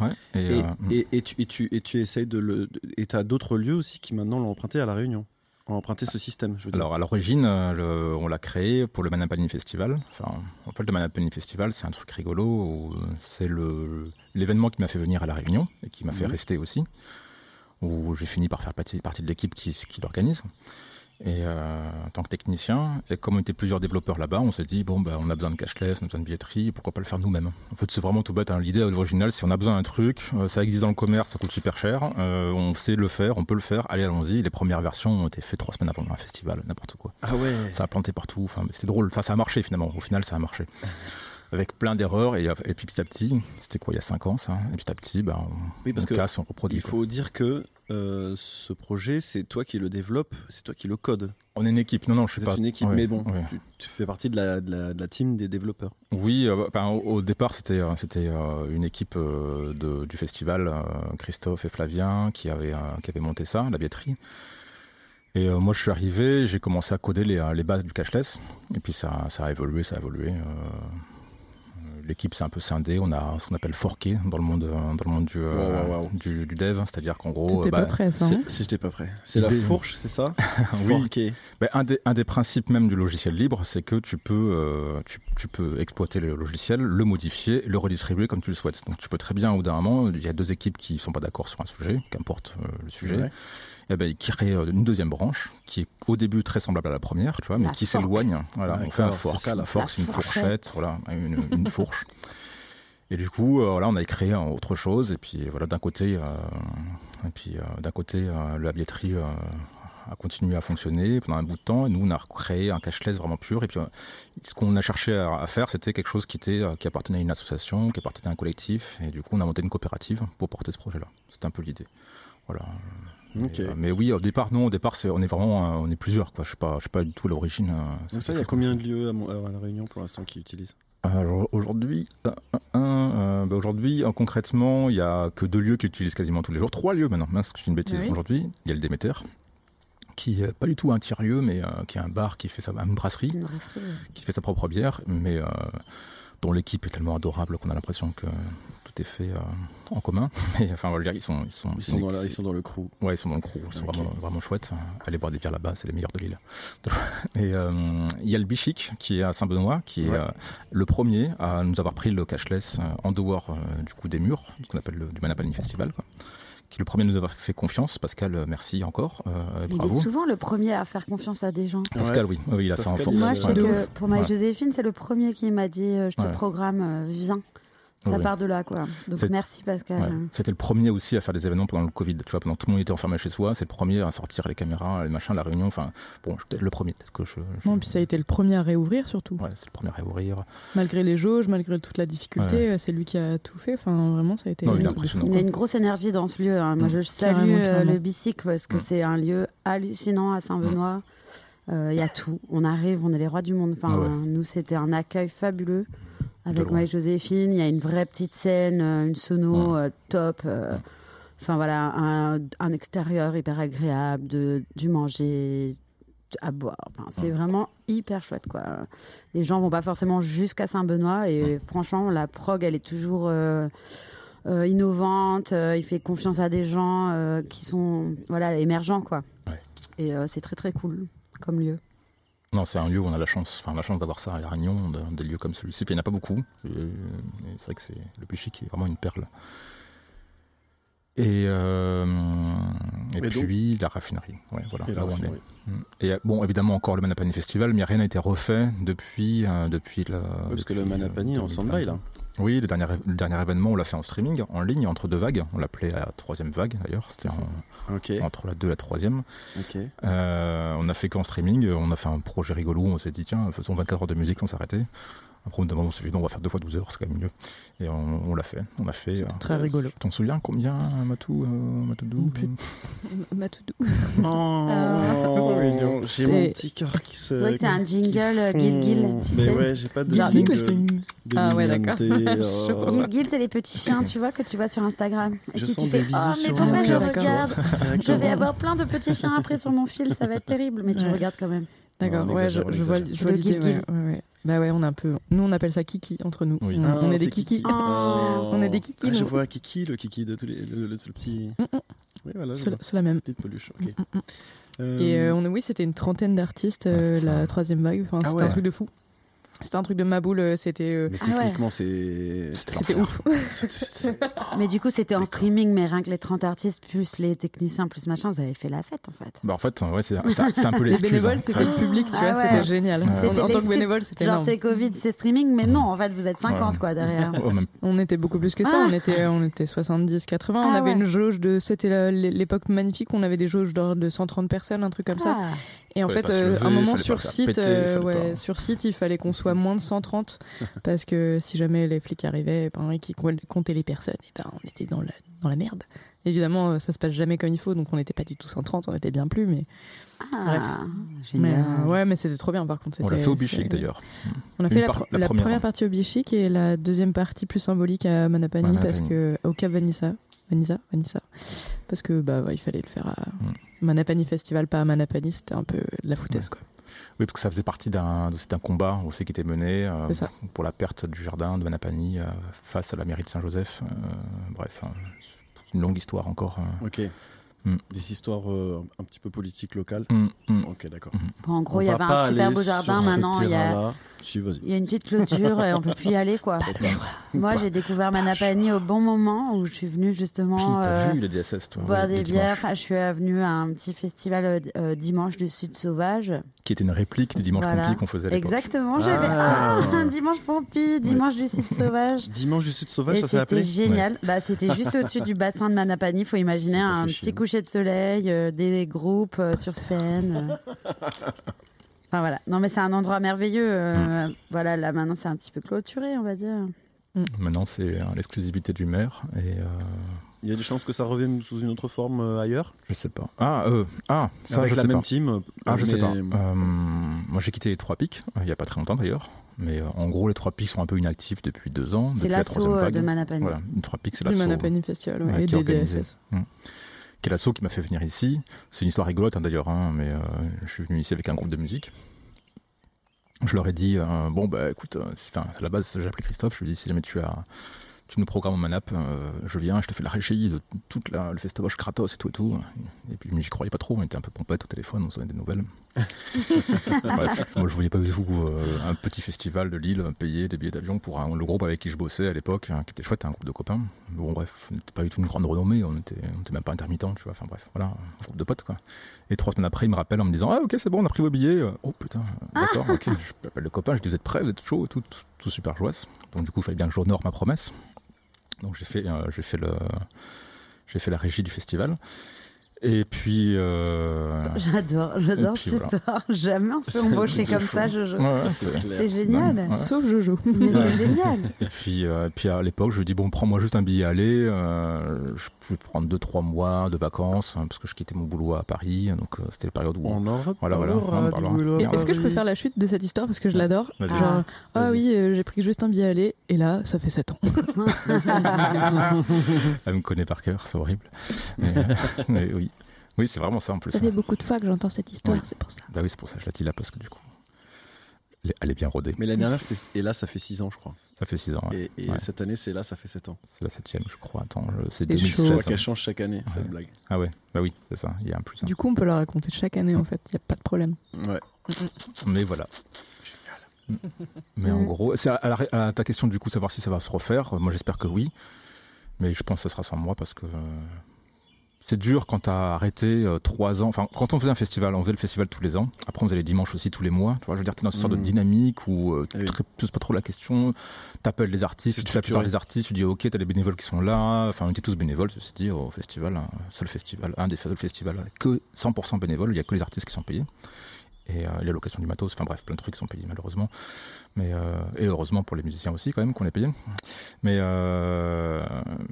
[SPEAKER 2] Ouais. Et,
[SPEAKER 3] Et,
[SPEAKER 2] euh,
[SPEAKER 3] et- et tu, et, tu, et tu essayes de le... Et t'as d'autres lieux aussi qui maintenant l'ont emprunté à La Réunion ont emprunté ce système, je veux dire.
[SPEAKER 2] alors, à l'origine, euh, le- on l'a créé pour le Manapani Festival. Enfin, en fait, le Manapani Festival, c'est un truc rigolo. où euh, C'est le- l'événement qui m'a fait venir à La Réunion et qui m'a fait
[SPEAKER 3] Mhm.
[SPEAKER 2] rester aussi. Où j'ai fini par faire partie, partie de l'équipe qui, qui l'organise. Et euh, en tant que technicien, et comme on était plusieurs développeurs là-bas, on s'est dit bon, bah, on a besoin de cashless, on a besoin de billetterie, pourquoi pas le faire nous-mêmes En fait, c'est vraiment tout bête. hein. L'idée originale, c'est on a besoin d'un truc, euh, ça existe dans le commerce, ça coûte super cher, euh, on sait le faire, on peut le faire, allez, allons-y. Les premières versions ont été faites trois semaines avant un festival, n'importe quoi.
[SPEAKER 3] Ah ouais
[SPEAKER 2] Ça a planté partout. Enfin, c'est drôle. Enfin, ça a marché finalement. Au final, ça a marché. Avec plein d'erreurs. Et, et puis petit à petit, c'était quoi il y a 5 ans ça Et petit à petit, bah, on,
[SPEAKER 3] Oui, parce
[SPEAKER 2] on
[SPEAKER 3] que
[SPEAKER 2] casse, on reproduit.
[SPEAKER 3] Il
[SPEAKER 2] quoi.
[SPEAKER 3] faut dire que euh, ce projet, c'est toi qui le développe, c'est toi qui le code.
[SPEAKER 2] On est une équipe. Non, non, je suis
[SPEAKER 3] C'est
[SPEAKER 2] pas.
[SPEAKER 3] une équipe,
[SPEAKER 2] ouais,
[SPEAKER 3] mais bon,
[SPEAKER 2] ouais.
[SPEAKER 3] tu, tu fais partie de la, de la- de la team des développeurs.
[SPEAKER 2] Oui, euh, ben, au, au départ, c'était euh, c'était euh, une équipe euh, de- du festival, euh, Christophe et Flavien, qui avait qui avait monté ça, la billetterie. Et euh, moi, je suis arrivé, j'ai commencé à coder les, euh, les bases du cashless. Et puis ça, ça a évolué, ça a évolué. euh, euh, L'équipe s'est un peu scindée. On a ce qu'on appelle forqué dans le monde, euh, dans le monde du, euh,
[SPEAKER 3] Wow, wow, wow.
[SPEAKER 2] du, du dev. C'est-à-dire qu'en gros,
[SPEAKER 4] T'étais
[SPEAKER 2] euh, bah,
[SPEAKER 4] pas prêt à ça. hein
[SPEAKER 3] Si j'étais pas prêt. C'est la
[SPEAKER 2] Idée.
[SPEAKER 3] fourche, c'est ça
[SPEAKER 2] Oui.
[SPEAKER 3] Forqué.
[SPEAKER 2] Ben, un, des, un des principes même du logiciel libre, c'est que tu peux, euh, tu, tu peux exploiter le logiciel, le modifier, le redistribuer comme tu le souhaites. Donc tu peux très bien, au bout d'un moment, il y a deux équipes qui ne sont pas d'accord sur un sujet, qu'importe euh, le sujet,
[SPEAKER 3] Ouais.
[SPEAKER 2] et ben, ils créent euh, une deuxième branche qui est au début très semblable à la première, tu vois, mais
[SPEAKER 1] La
[SPEAKER 2] qui
[SPEAKER 1] fork.
[SPEAKER 2] s'éloigne. Voilà, on fait un
[SPEAKER 3] D'accord,
[SPEAKER 2] fork.
[SPEAKER 3] c'est ça, la
[SPEAKER 2] Une fork, c'est une
[SPEAKER 1] fork. La
[SPEAKER 2] fourchette,
[SPEAKER 1] fourchette.
[SPEAKER 2] voilà, une, une fourche. Et du coup, euh, voilà, on a créé euh, autre chose. Et puis voilà, d'un côté, euh, et puis euh, d'un côté, euh, la billetterie euh, a continué à fonctionner pendant un bout de temps. Et nous, on a créé un cashless vraiment pur. Et puis, euh, ce qu'on a cherché à, à faire, c'était quelque chose qui était euh, qui appartenait à une association, qui appartenait à un collectif. Et du coup, on a monté une coopérative pour porter ce projet-là. C'était un peu l'idée. Voilà.
[SPEAKER 3] Ok.
[SPEAKER 2] Et, euh, mais oui, au départ, non, au départ, c'est, on est vraiment, euh, on est plusieurs, quoi. Je suis pas, je suis pas du tout à l'origine. euh, c'est
[SPEAKER 3] Comme ça, il y a
[SPEAKER 2] quelque
[SPEAKER 3] combien de lieux à, Mon- euh, à La Réunion pour l'instant qui utilisent
[SPEAKER 2] chose. Alors, aujourd'hui, euh, un, un, euh, bah, aujourd'hui, euh, concrètement, il y a que deux lieux qui utilisent quasiment tous les jours, trois lieux maintenant. Mince, que c'est une bêtise.
[SPEAKER 4] Oui.
[SPEAKER 2] Aujourd'hui, il y a le Déméter, qui est pas du tout un tiers lieu, mais euh, qui est un bar qui fait sa, une brasserie
[SPEAKER 1] Une brasserie, ouais.
[SPEAKER 2] qui fait sa propre bière, mais euh, dont l'équipe est tellement adorable qu'on a l'impression que tout est fait euh, en commun. Et, enfin, on va le dire, ils sont, ils sont,
[SPEAKER 3] ils sont, dans la- ils sont dans le crew.
[SPEAKER 2] Ouais, ils sont dans le crew, ils sont
[SPEAKER 3] Ok.
[SPEAKER 2] vraiment, vraiment chouettes. Allez boire des bières là-bas, c'est les meilleurs de l'île. Et euh, il y a le Bichic qui est à Saint-Benoît, qui est
[SPEAKER 3] Ouais.
[SPEAKER 2] euh, le premier à nous avoir pris le cashless euh, en dehors euh, du coup des murs, ce qu'on appelle le, du Manapani Festival, quoi. qui est le premier à nous avoir fait confiance. Pascal, euh, merci encore. euh, et
[SPEAKER 1] Il est
[SPEAKER 2] bravo.
[SPEAKER 1] souvent le premier à faire confiance à des gens.
[SPEAKER 2] Pascal, oui, oui, il a ça en
[SPEAKER 3] Pascal,
[SPEAKER 2] force.
[SPEAKER 3] il
[SPEAKER 1] Moi,
[SPEAKER 3] Ouais,
[SPEAKER 1] je
[SPEAKER 2] Ouais.
[SPEAKER 1] sais que pour ma
[SPEAKER 2] Ouais.
[SPEAKER 1] Joséphine, c'est le premier qui m'a dit euh, Je te
[SPEAKER 2] Ouais.
[SPEAKER 1] programme, euh, viens. Ça
[SPEAKER 2] Ouais.
[SPEAKER 1] part de là, quoi. Donc
[SPEAKER 2] C'est-
[SPEAKER 1] merci, Pascal.
[SPEAKER 2] Ouais. C'était le premier aussi à faire des événements pendant le Covid. Tu vois, pendant que tout le monde était enfermé chez soi, c'est le premier à sortir les caméras, les machins, la réunion. Enfin, bon, je suis peut-être le premier. Peut-être que je. je-
[SPEAKER 4] Non, puis ça a été le premier à réouvrir surtout.
[SPEAKER 2] Ouais, c'est le premier à ouvrir.
[SPEAKER 4] Malgré les jauges, malgré toute la difficulté, euh, c'est lui qui a tout fait. Enfin, vraiment, ça a été.
[SPEAKER 2] Non, il est
[SPEAKER 4] un truc de
[SPEAKER 2] impressionnant.
[SPEAKER 4] fou,
[SPEAKER 1] Il y
[SPEAKER 4] quoi.
[SPEAKER 1] a une grosse énergie dans ce lieu. hein. Moi,
[SPEAKER 2] Mm.
[SPEAKER 1] je salue
[SPEAKER 4] Carrément,
[SPEAKER 1] euh,
[SPEAKER 4] carrément.
[SPEAKER 1] le bicycle parce que
[SPEAKER 2] Mm.
[SPEAKER 1] c'est un lieu hallucinant à Saint-Benoît. Euh, Il y a tout. On arrive, on est les rois du monde. Enfin,
[SPEAKER 2] Ah ouais.
[SPEAKER 1] euh, nous, c'était un accueil fabuleux avec
[SPEAKER 2] loin.
[SPEAKER 1] moi et Joséphine. Il y a une vraie petite scène, euh, une sono
[SPEAKER 2] Mm.
[SPEAKER 1] euh, top. euh,
[SPEAKER 2] Mm.
[SPEAKER 1] Enfin, voilà, un, un extérieur hyper agréable, de, du manger du- à boire. Enfin, c'est
[SPEAKER 2] Mm.
[SPEAKER 1] vraiment hyper chouette, quoi. Les gens vont pas forcément jusqu'à Saint-Benoît et franchement, la prog, elle est toujours. euh, euh, innovante, euh, il fait confiance à des gens euh, qui sont voilà, émergents. Quoi.
[SPEAKER 2] Ouais.
[SPEAKER 1] Et euh, c'est très très cool comme lieu.
[SPEAKER 2] Non, c'est un lieu où on a la chance, enfin, la chance d'avoir ça à La Réunion, de- des lieux comme celui-ci. Puis il n'y en a pas beaucoup. Euh, mais c'est vrai que c'est le Péchy qui est vraiment une perle. Et, euh, et,
[SPEAKER 3] Et donc-
[SPEAKER 2] puis la raffinerie. Ouais, voilà,
[SPEAKER 3] Et
[SPEAKER 2] là
[SPEAKER 3] la
[SPEAKER 2] où on est.
[SPEAKER 3] raffinerie.
[SPEAKER 2] Mm. Et euh, bon, évidemment, encore le Manapani Festival, mais rien n'a été refait depuis, euh, depuis le.
[SPEAKER 3] Ouais, parce que
[SPEAKER 2] depuis,
[SPEAKER 3] le Manapani
[SPEAKER 2] euh,
[SPEAKER 3] est en stand-by, là.
[SPEAKER 2] Oui, le dernier, le dernier événement, on l'a fait en streaming, en ligne, entre deux vagues. On l'appelait la troisième vague, d'ailleurs. C'était en-
[SPEAKER 3] Ok,
[SPEAKER 2] entre la deux et la troisième.
[SPEAKER 3] ok.
[SPEAKER 2] Euh, on a fait qu'en streaming, on a fait un projet rigolo, on s'est dit tiens, faisons 24 heures de musique sans s'arrêter. Après, on demande, on s'est dit, non, on va faire deux fois 12 heures, c'est quand même mieux. Et on, on l'a fait. On a fait. euh,
[SPEAKER 4] Très rigolo.
[SPEAKER 2] Tu t'en souviens combien, Matou, euh, Matoudou euh,
[SPEAKER 4] Putain. Matoudou.
[SPEAKER 3] Oh,
[SPEAKER 2] mignon.
[SPEAKER 3] j'ai
[SPEAKER 4] T'es-
[SPEAKER 3] mon petit cœur qui se.
[SPEAKER 1] Ouais, t'as un jingle, euh, Guil Guil, tu
[SPEAKER 3] Mais
[SPEAKER 1] sais.
[SPEAKER 3] ouais, j'ai pas de euh,
[SPEAKER 4] Guil
[SPEAKER 3] jingle.
[SPEAKER 4] Guil.
[SPEAKER 3] de
[SPEAKER 4] Ah ouais,
[SPEAKER 3] Guil Guil.
[SPEAKER 4] d'accord.
[SPEAKER 3] Oh.
[SPEAKER 1] Guil Guil, c'est les petits chiens, tu vois, que tu vois sur Instagram. Et
[SPEAKER 3] Je
[SPEAKER 1] qui
[SPEAKER 3] sens
[SPEAKER 1] tu
[SPEAKER 3] des
[SPEAKER 1] fais
[SPEAKER 3] bisous
[SPEAKER 1] Oh, mais
[SPEAKER 3] sur
[SPEAKER 1] pourquoi
[SPEAKER 4] mon
[SPEAKER 1] je
[SPEAKER 4] cœur.
[SPEAKER 1] regarde
[SPEAKER 3] Ah,
[SPEAKER 1] Je vais
[SPEAKER 3] D'accord.
[SPEAKER 1] avoir plein de petits chiens après sur mon fil, ça va être terrible, mais tu
[SPEAKER 4] Ouais.
[SPEAKER 1] regardes quand même.
[SPEAKER 4] D'accord,
[SPEAKER 3] Non, on
[SPEAKER 4] ouais, je,
[SPEAKER 3] exagère, on
[SPEAKER 4] je vois,
[SPEAKER 3] exagère.
[SPEAKER 4] je vois
[SPEAKER 1] Le
[SPEAKER 4] l'idée.
[SPEAKER 1] guil-guil.
[SPEAKER 4] Ouais, ouais, ouais. Bah ouais, on a un peu. Nous, on appelle ça kiki entre nous.
[SPEAKER 2] Oui.
[SPEAKER 4] On,
[SPEAKER 3] Ah,
[SPEAKER 4] on est
[SPEAKER 3] c'est
[SPEAKER 4] des kikis.
[SPEAKER 1] Ah,
[SPEAKER 3] Oh.
[SPEAKER 4] on est des kikis,
[SPEAKER 3] Ah, je
[SPEAKER 4] nous.
[SPEAKER 3] vois Kiki, le Kiki de tous les. Le, le- le petit.
[SPEAKER 4] Mm, mm,
[SPEAKER 3] Oui, voilà, je
[SPEAKER 4] C'est
[SPEAKER 3] vois.
[SPEAKER 4] la- c'est la même.
[SPEAKER 3] Petite peluche, ok.
[SPEAKER 4] Mm, mm, mm.
[SPEAKER 3] Euh,
[SPEAKER 4] Et euh, on, oui, c'était une trentaine d'artistes, euh,
[SPEAKER 2] Ouais, c'est ça.
[SPEAKER 4] la troisième vague. Enfin,
[SPEAKER 3] Ah
[SPEAKER 4] c'était
[SPEAKER 3] ouais.
[SPEAKER 4] un truc de fou. C'était un truc de maboule. euh, C'était euh,
[SPEAKER 3] Mais
[SPEAKER 1] Ah ouais.
[SPEAKER 3] techniquement, c'est.
[SPEAKER 4] c'était
[SPEAKER 2] l'enfer.
[SPEAKER 4] ouf.
[SPEAKER 3] c'est- c'est-
[SPEAKER 1] Mais du coup, c'était en streaming, mais rien que les 30 artistes, plus les techniciens, plus machin, vous avez fait la fête en fait.
[SPEAKER 2] Bah, en fait, ouais, c'est c'est- c'est un peu
[SPEAKER 4] Les
[SPEAKER 2] l'excuse.
[SPEAKER 4] bénévoles,
[SPEAKER 2] hein.
[SPEAKER 4] c'était le public, tu
[SPEAKER 1] Ah
[SPEAKER 4] vois,
[SPEAKER 1] ouais.
[SPEAKER 4] c'était génial.
[SPEAKER 2] Ouais.
[SPEAKER 4] En-
[SPEAKER 1] C'était
[SPEAKER 4] En, tant
[SPEAKER 1] l'excuse.
[SPEAKER 4] que bénévole, c'était
[SPEAKER 1] Genre,
[SPEAKER 4] énorme.
[SPEAKER 1] c'est Covid, c'est streaming, mais non, en fait, vous êtes 50
[SPEAKER 2] Ouais.
[SPEAKER 1] quoi derrière.
[SPEAKER 2] Ouais, même
[SPEAKER 4] On était beaucoup plus que ça,
[SPEAKER 1] Ah.
[SPEAKER 4] on était, on était 70, 80. on
[SPEAKER 1] Ah
[SPEAKER 4] avait
[SPEAKER 1] ouais.
[SPEAKER 4] une jauge de. C'était la- l'époque magnifique, on avait des jauges d'ordre de 130 personnes, un truc comme ça.
[SPEAKER 1] Ah.
[SPEAKER 4] Et en
[SPEAKER 2] Fallait
[SPEAKER 4] fait,
[SPEAKER 2] pas se
[SPEAKER 4] euh,
[SPEAKER 2] lever,
[SPEAKER 4] un moment
[SPEAKER 2] fallait
[SPEAKER 4] sur
[SPEAKER 2] pas faire
[SPEAKER 4] site,
[SPEAKER 2] péter,
[SPEAKER 4] euh,
[SPEAKER 2] fallait
[SPEAKER 4] ouais,
[SPEAKER 2] pas-
[SPEAKER 4] sur site, il fallait qu'on soit moins de 130 parce que si jamais les flics arrivaient et, ben, et qu'ils co- comptaient les personnes, et ben, on était dans la, dans la merde. Évidemment, euh, ça se passe jamais comme il faut, donc on n'était pas du tout 130, on était bien plus, mais, Bref. mais
[SPEAKER 1] Ah, génial.
[SPEAKER 4] euh, ouais, mais c'était trop bien par contre.
[SPEAKER 2] On l'a
[SPEAKER 4] c'était-
[SPEAKER 2] fait au
[SPEAKER 4] c'est-
[SPEAKER 2] Bichic d'ailleurs.
[SPEAKER 4] On a
[SPEAKER 2] Une
[SPEAKER 4] fait la,
[SPEAKER 2] par-
[SPEAKER 4] pr-
[SPEAKER 2] la
[SPEAKER 4] la
[SPEAKER 2] première.
[SPEAKER 4] première, partie au Bichic et la deuxième partie plus symbolique à Manapani
[SPEAKER 2] Manapani.
[SPEAKER 4] parce que au Cap Vanissa, Vanissa, Vanissa, parce que bah ouais, il fallait le faire à
[SPEAKER 2] Mm.
[SPEAKER 4] Manapani Festival, pas à Manapani, c'était un peu de la foutaise quoi.
[SPEAKER 2] Oui, parce que ça faisait partie d'un aussi d'un combat aussi qui était mené euh,
[SPEAKER 4] C'est ça.
[SPEAKER 2] pour la perte du jardin de Manapani euh, face à la mairie de Saint-Joseph. Euh, bref, hein, une longue histoire encore. euh.
[SPEAKER 3] Ok.
[SPEAKER 2] Hmm.
[SPEAKER 3] Des histoires euh, un petit peu politiques locales.
[SPEAKER 2] Hum, hum.
[SPEAKER 3] Ok, d'accord.
[SPEAKER 1] Bon, en gros,
[SPEAKER 3] On
[SPEAKER 1] il y
[SPEAKER 3] va
[SPEAKER 1] avait
[SPEAKER 3] pas
[SPEAKER 1] un super
[SPEAKER 3] aller
[SPEAKER 1] beau
[SPEAKER 3] sur
[SPEAKER 1] jardin,
[SPEAKER 3] ce
[SPEAKER 1] maintenant, il y a.
[SPEAKER 3] terrain-là. Si, vas-y.
[SPEAKER 1] Il y a une petite clôture et on peut plus y aller quoi. Moi j'ai découvert Manapani au bon moment où je suis venue
[SPEAKER 2] Puis,
[SPEAKER 1] justement
[SPEAKER 2] t'as
[SPEAKER 1] euh,
[SPEAKER 2] vu les DSS, toi
[SPEAKER 1] boire
[SPEAKER 2] le- le
[SPEAKER 1] des
[SPEAKER 2] dimanche,
[SPEAKER 1] bières. Enfin, je suis venue à un petit festival euh, d- euh, dimanche du Sud Sauvage.
[SPEAKER 2] Qui était une réplique du dimanche
[SPEAKER 1] Voilà.
[SPEAKER 2] pompier qu'on faisait à l'époque.
[SPEAKER 1] Exactement,
[SPEAKER 3] Ah.
[SPEAKER 1] j'avais ah, un dimanche pompi, dimanche du Sud Sauvage.
[SPEAKER 3] Dimanche du Sud Sauvage,
[SPEAKER 1] Et
[SPEAKER 3] ça s'est
[SPEAKER 1] c'était
[SPEAKER 3] appelé
[SPEAKER 1] génial. Bah, c'était juste au-dessus du bassin de Manapani. Il faut imaginer
[SPEAKER 3] C'est pas
[SPEAKER 1] un
[SPEAKER 3] fait chier.
[SPEAKER 1] petit coucher de soleil, euh, des groupes euh, sur scène. euh. Enfin voilà. Non mais c'est un endroit merveilleux. euh,
[SPEAKER 3] Mm.
[SPEAKER 1] Voilà, là maintenant c'est un petit peu clôturé, on va dire.
[SPEAKER 2] Maintenant, c'est euh, l'exclusivité du maire. Et euh,
[SPEAKER 3] Il y a des chances que ça revienne sous une autre forme euh, ailleurs
[SPEAKER 2] je sais pas. Ah, euh, ah ça,
[SPEAKER 3] Avec
[SPEAKER 2] je
[SPEAKER 3] la
[SPEAKER 2] sais
[SPEAKER 3] même
[SPEAKER 2] pas.
[SPEAKER 3] team euh,
[SPEAKER 2] Ah, je sais
[SPEAKER 3] mais-
[SPEAKER 2] pas. Euh, moi, j'ai quitté les Trois Pics euh, il y a pas très longtemps d'ailleurs. Mais euh, en gros, les Trois Pics sont un peu inactifs depuis deux ans.
[SPEAKER 1] C'est
[SPEAKER 2] depuis la troisième
[SPEAKER 1] l'assaut euh,
[SPEAKER 2] vague.
[SPEAKER 1] de Manapani.
[SPEAKER 2] Voilà, une Trois Pics, c'est
[SPEAKER 4] du
[SPEAKER 2] l'assaut.
[SPEAKER 4] Manapani Festival ouais,
[SPEAKER 2] Ouais,
[SPEAKER 4] et
[SPEAKER 2] qui est
[SPEAKER 4] des
[SPEAKER 2] organisé.
[SPEAKER 4] DSS.
[SPEAKER 2] Quel assaut qui m'a fait venir ici C'est une histoire rigolote hein, d'ailleurs, hein, mais euh, je suis venu ici avec un groupe de musique. Je leur ai dit, euh, bon bah écoute, euh, si- 'fin, à la base j'ai appelé Christophe, je lui ai dit si jamais tu as, tu nous programmes en manap, euh, je viens, je te fais la régie de toute la, le festivoche Kratos et tout et tout. Et puis mais j'y croyais pas trop, on était un peu pompette au téléphone, on se donnait des nouvelles. Bref, moi je voyais pas du tout euh, un petit festival de Lille payer des billets d'avion pour un- le groupe avec qui je bossais à l'époque, hein, qui était chouette, un groupe de copains. Bon bref, on n'était pas du tout une grande renommée, on était, on était même pas intermittent, tu vois. Enfin bref, voilà, un groupe de potes quoi. Et trois semaines après, il me rappelle en me disant Ah, ok, c'est bon, on a pris vos billets. Euh, Oh putain, euh, d'accord, ok. Je m'appelle le copain, je lui dis Vous êtes prêts, vous êtes chaud, tout, tout, tout super joyeux. Donc, du coup, il fallait bien que j'honore ma promesse. Donc, j'ai fait, euh, j'ai fait, le, j'ai fait la régie du festival. Et puis. euh,
[SPEAKER 1] J'adore,
[SPEAKER 2] Et
[SPEAKER 1] j'adore
[SPEAKER 2] puis
[SPEAKER 1] cette
[SPEAKER 2] voilà.
[SPEAKER 1] histoire. Jamais on se fait
[SPEAKER 3] C'est un
[SPEAKER 1] embaucher
[SPEAKER 3] truc de
[SPEAKER 1] comme
[SPEAKER 3] fou.
[SPEAKER 1] ça, Jojo.
[SPEAKER 2] ouais, ouais,
[SPEAKER 3] C'est
[SPEAKER 2] Ah, c'est-
[SPEAKER 3] clair.
[SPEAKER 1] C'est génial.
[SPEAKER 2] dingue. Ouais.
[SPEAKER 4] Sauf Jojo.
[SPEAKER 1] Mais
[SPEAKER 2] Ouais.
[SPEAKER 1] c'est génial.
[SPEAKER 2] Et puis, euh, et puis à l'époque, je lui dis bon, prends-moi juste un billet aller. euh, je peux prendre deux trois mois de vacances hein, parce que je quittais mon boulot à Paris, donc euh, c'était la période où
[SPEAKER 3] On en
[SPEAKER 2] Voilà, voilà,
[SPEAKER 3] reparlera
[SPEAKER 2] on en
[SPEAKER 3] du
[SPEAKER 2] parlera.
[SPEAKER 3] boulot à
[SPEAKER 4] Et Est-ce que je peux
[SPEAKER 3] Paris.
[SPEAKER 4] faire la chute de cette histoire parce que je l'adore
[SPEAKER 2] Vas-y.
[SPEAKER 4] Genre, ah
[SPEAKER 3] Vas-y.
[SPEAKER 4] oui, euh, j'ai pris juste un billet aller et là, ça fait 7 ans.
[SPEAKER 2] Elle me connaît par cœur, c'est horrible. Mais, euh, mais oui, oui c'est vraiment ça en plus.
[SPEAKER 4] Ça fait beaucoup de fois que j'entends cette histoire,
[SPEAKER 2] Oui.
[SPEAKER 4] c'est pour ça.
[SPEAKER 2] Bah oui, c'est pour ça que je la dis là, parce que du coup, elle est- elle est bien rodée.
[SPEAKER 3] Mais la dernière, c'est et là, ça fait 6 ans, je crois.
[SPEAKER 2] Ça fait 6 ans, ouais.
[SPEAKER 3] Et, et
[SPEAKER 2] Ouais.
[SPEAKER 3] cette année, c'est là, ça fait 7 ans.
[SPEAKER 2] c'est la septième, je crois. Attends, je- c'est
[SPEAKER 4] Et chaud.
[SPEAKER 3] Je crois
[SPEAKER 2] 2016.
[SPEAKER 3] qu'elle
[SPEAKER 2] hein.
[SPEAKER 3] change chaque année, cette
[SPEAKER 2] Ouais.
[SPEAKER 3] blague.
[SPEAKER 2] Ah ouais, bah oui, c'est ça, il y a un plus. hein.
[SPEAKER 4] Du coup, on peut la raconter chaque année en fait, il n'y a pas de problème.
[SPEAKER 3] Ouais.
[SPEAKER 2] Mais voilà. Mais en gros, c'est à, à la- à ta question du coup, savoir si ça va se refaire, euh, moi j'espère que oui. Mais je pense que ça sera sans moi parce que euh, c'est dur quand t'as arrêté euh, trois ans. Enfin, quand on faisait un festival, on faisait le festival tous les ans. Après, on faisait les dimanches aussi tous les mois. Tu vois, je veux dire, t'es dans une sorte
[SPEAKER 3] Mhm.
[SPEAKER 2] de dynamique où euh, tu
[SPEAKER 3] Oui.
[SPEAKER 2] te poses pas trop la question. T'appelles les
[SPEAKER 3] C'est
[SPEAKER 2] artistes, tu fais la plupart
[SPEAKER 3] structuré.
[SPEAKER 2] des artistes, tu dis ok, t'as les bénévoles qui sont là. Enfin, on était tous bénévoles, ceci dit, au festival, un seul festival, un des seuls festivals que 100% bénévoles. Il y a que les artistes qui sont payés. et euh, la location du matos, enfin bref, plein de trucs sont payés malheureusement, mais euh, et heureusement pour les musiciens aussi quand même qu'on les payait. Mais euh,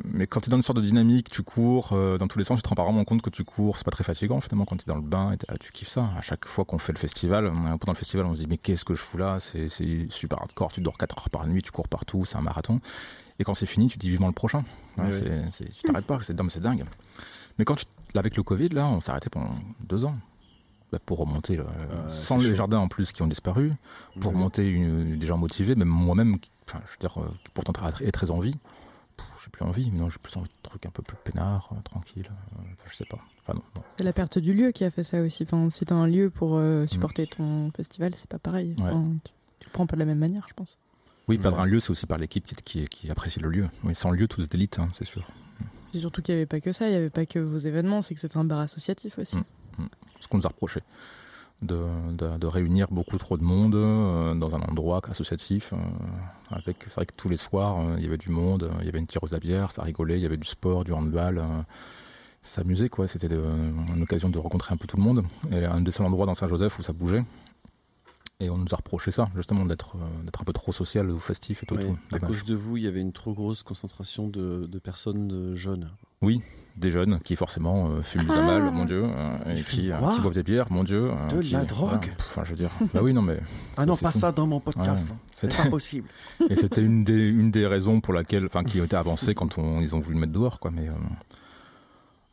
[SPEAKER 2] mais quand tu es dans une sorte de dynamique, tu cours euh, dans tous les sens, tu te rends pas vraiment compte que tu cours, c'est pas très fatigant finalement quand tu es dans le bain, et t'es là, tu kiffes ça. À chaque fois qu'on fait le festival, euh, pendant le festival, on se dit mais qu'est-ce que je fous là C'est c'est super hardcore, tu dors 4 heures par nuit, tu cours partout, c'est un marathon. Et quand c'est fini, tu dis vivement le prochain. Hein,
[SPEAKER 3] Ouais,
[SPEAKER 2] c'est- c'est- tu t'arrêtes pas, c'est dingue, c'est dingue. Mais quand tu, là, avec le Covid, là, on s'est arrêté pendant deux ans. Bah, pour remonter, là,
[SPEAKER 3] ouais,
[SPEAKER 2] sans
[SPEAKER 3] Euh, c'est
[SPEAKER 2] les
[SPEAKER 3] chaud.
[SPEAKER 2] jardins en plus qui ont disparu, pour
[SPEAKER 3] Mhm.
[SPEAKER 2] remonter une- des gens motivés, même moi-même, qui- enfin, je veux dire, euh, qui pourtant tra- est très envie. Pff, J'ai plus envie, non, j'ai plus envie de trucs un peu plus peinards, euh, tranquilles, euh, enfin, je sais pas. Enfin, non, non.
[SPEAKER 4] C'est la perte du lieu qui a fait ça aussi. Enfin, si t'as un lieu pour euh, supporter ton festival, c'est pas pareil.
[SPEAKER 2] Mm. Ouais.
[SPEAKER 4] Enfin, tu, tu le prends pas de la même manière, je pense.
[SPEAKER 2] Oui, perdre
[SPEAKER 3] Ouais.
[SPEAKER 2] un lieu, c'est aussi par l'équipe qui, qui, qui apprécie le lieu. Mais sans lieu, tout se délite, hein, c'est sûr.
[SPEAKER 4] C'est surtout qu'il n'y avait pas que ça, il n'y avait pas que vos événements, c'est que c'était un bar associatif aussi.
[SPEAKER 2] Mm. ce qu'on nous a reproché. De, de- de réunir beaucoup trop de monde euh, dans un endroit associatif. euh, avec, c'est vrai que tous les soirs, euh, il y avait du monde, euh, il y avait une tireuse à bière, ça rigolait, il y avait du sport, du handball. euh, ça s'amusait, quoi. C'était euh, une occasion de rencontrer un peu tout le monde. Et un des seuls endroits dans Saint-Joseph où ça bougeait. Et on nous a reproché ça, justement, d'être euh, d'être un peu trop social ou festif et tout.
[SPEAKER 3] Ouais.
[SPEAKER 2] tout.
[SPEAKER 3] À
[SPEAKER 2] Dommage.
[SPEAKER 3] cause de vous, il y avait une trop grosse concentration de, de personnes de jeunes.
[SPEAKER 2] Des jeunes qui, forcément, euh, fument des amals, mon Dieu. euh, et
[SPEAKER 3] Ils
[SPEAKER 2] qui,
[SPEAKER 3] fument
[SPEAKER 2] euh,
[SPEAKER 3] quoi
[SPEAKER 2] qui boivent des bières, mon Dieu. euh,
[SPEAKER 3] De
[SPEAKER 2] qui- voilà.
[SPEAKER 3] la drogue
[SPEAKER 2] Pff, Enfin, je veux dire. Bah oui, non, mais.
[SPEAKER 3] Ah non,
[SPEAKER 2] c'est
[SPEAKER 3] pas
[SPEAKER 2] fou.
[SPEAKER 3] ça dans mon podcast.
[SPEAKER 2] Ouais.
[SPEAKER 3] C'est
[SPEAKER 2] C'était-
[SPEAKER 3] pas possible.
[SPEAKER 2] Et c'était une des, une des raisons pour laquelle, enfin, qui était avancée quand on- ils ont voulu le mettre dehors, quoi. Mais euh,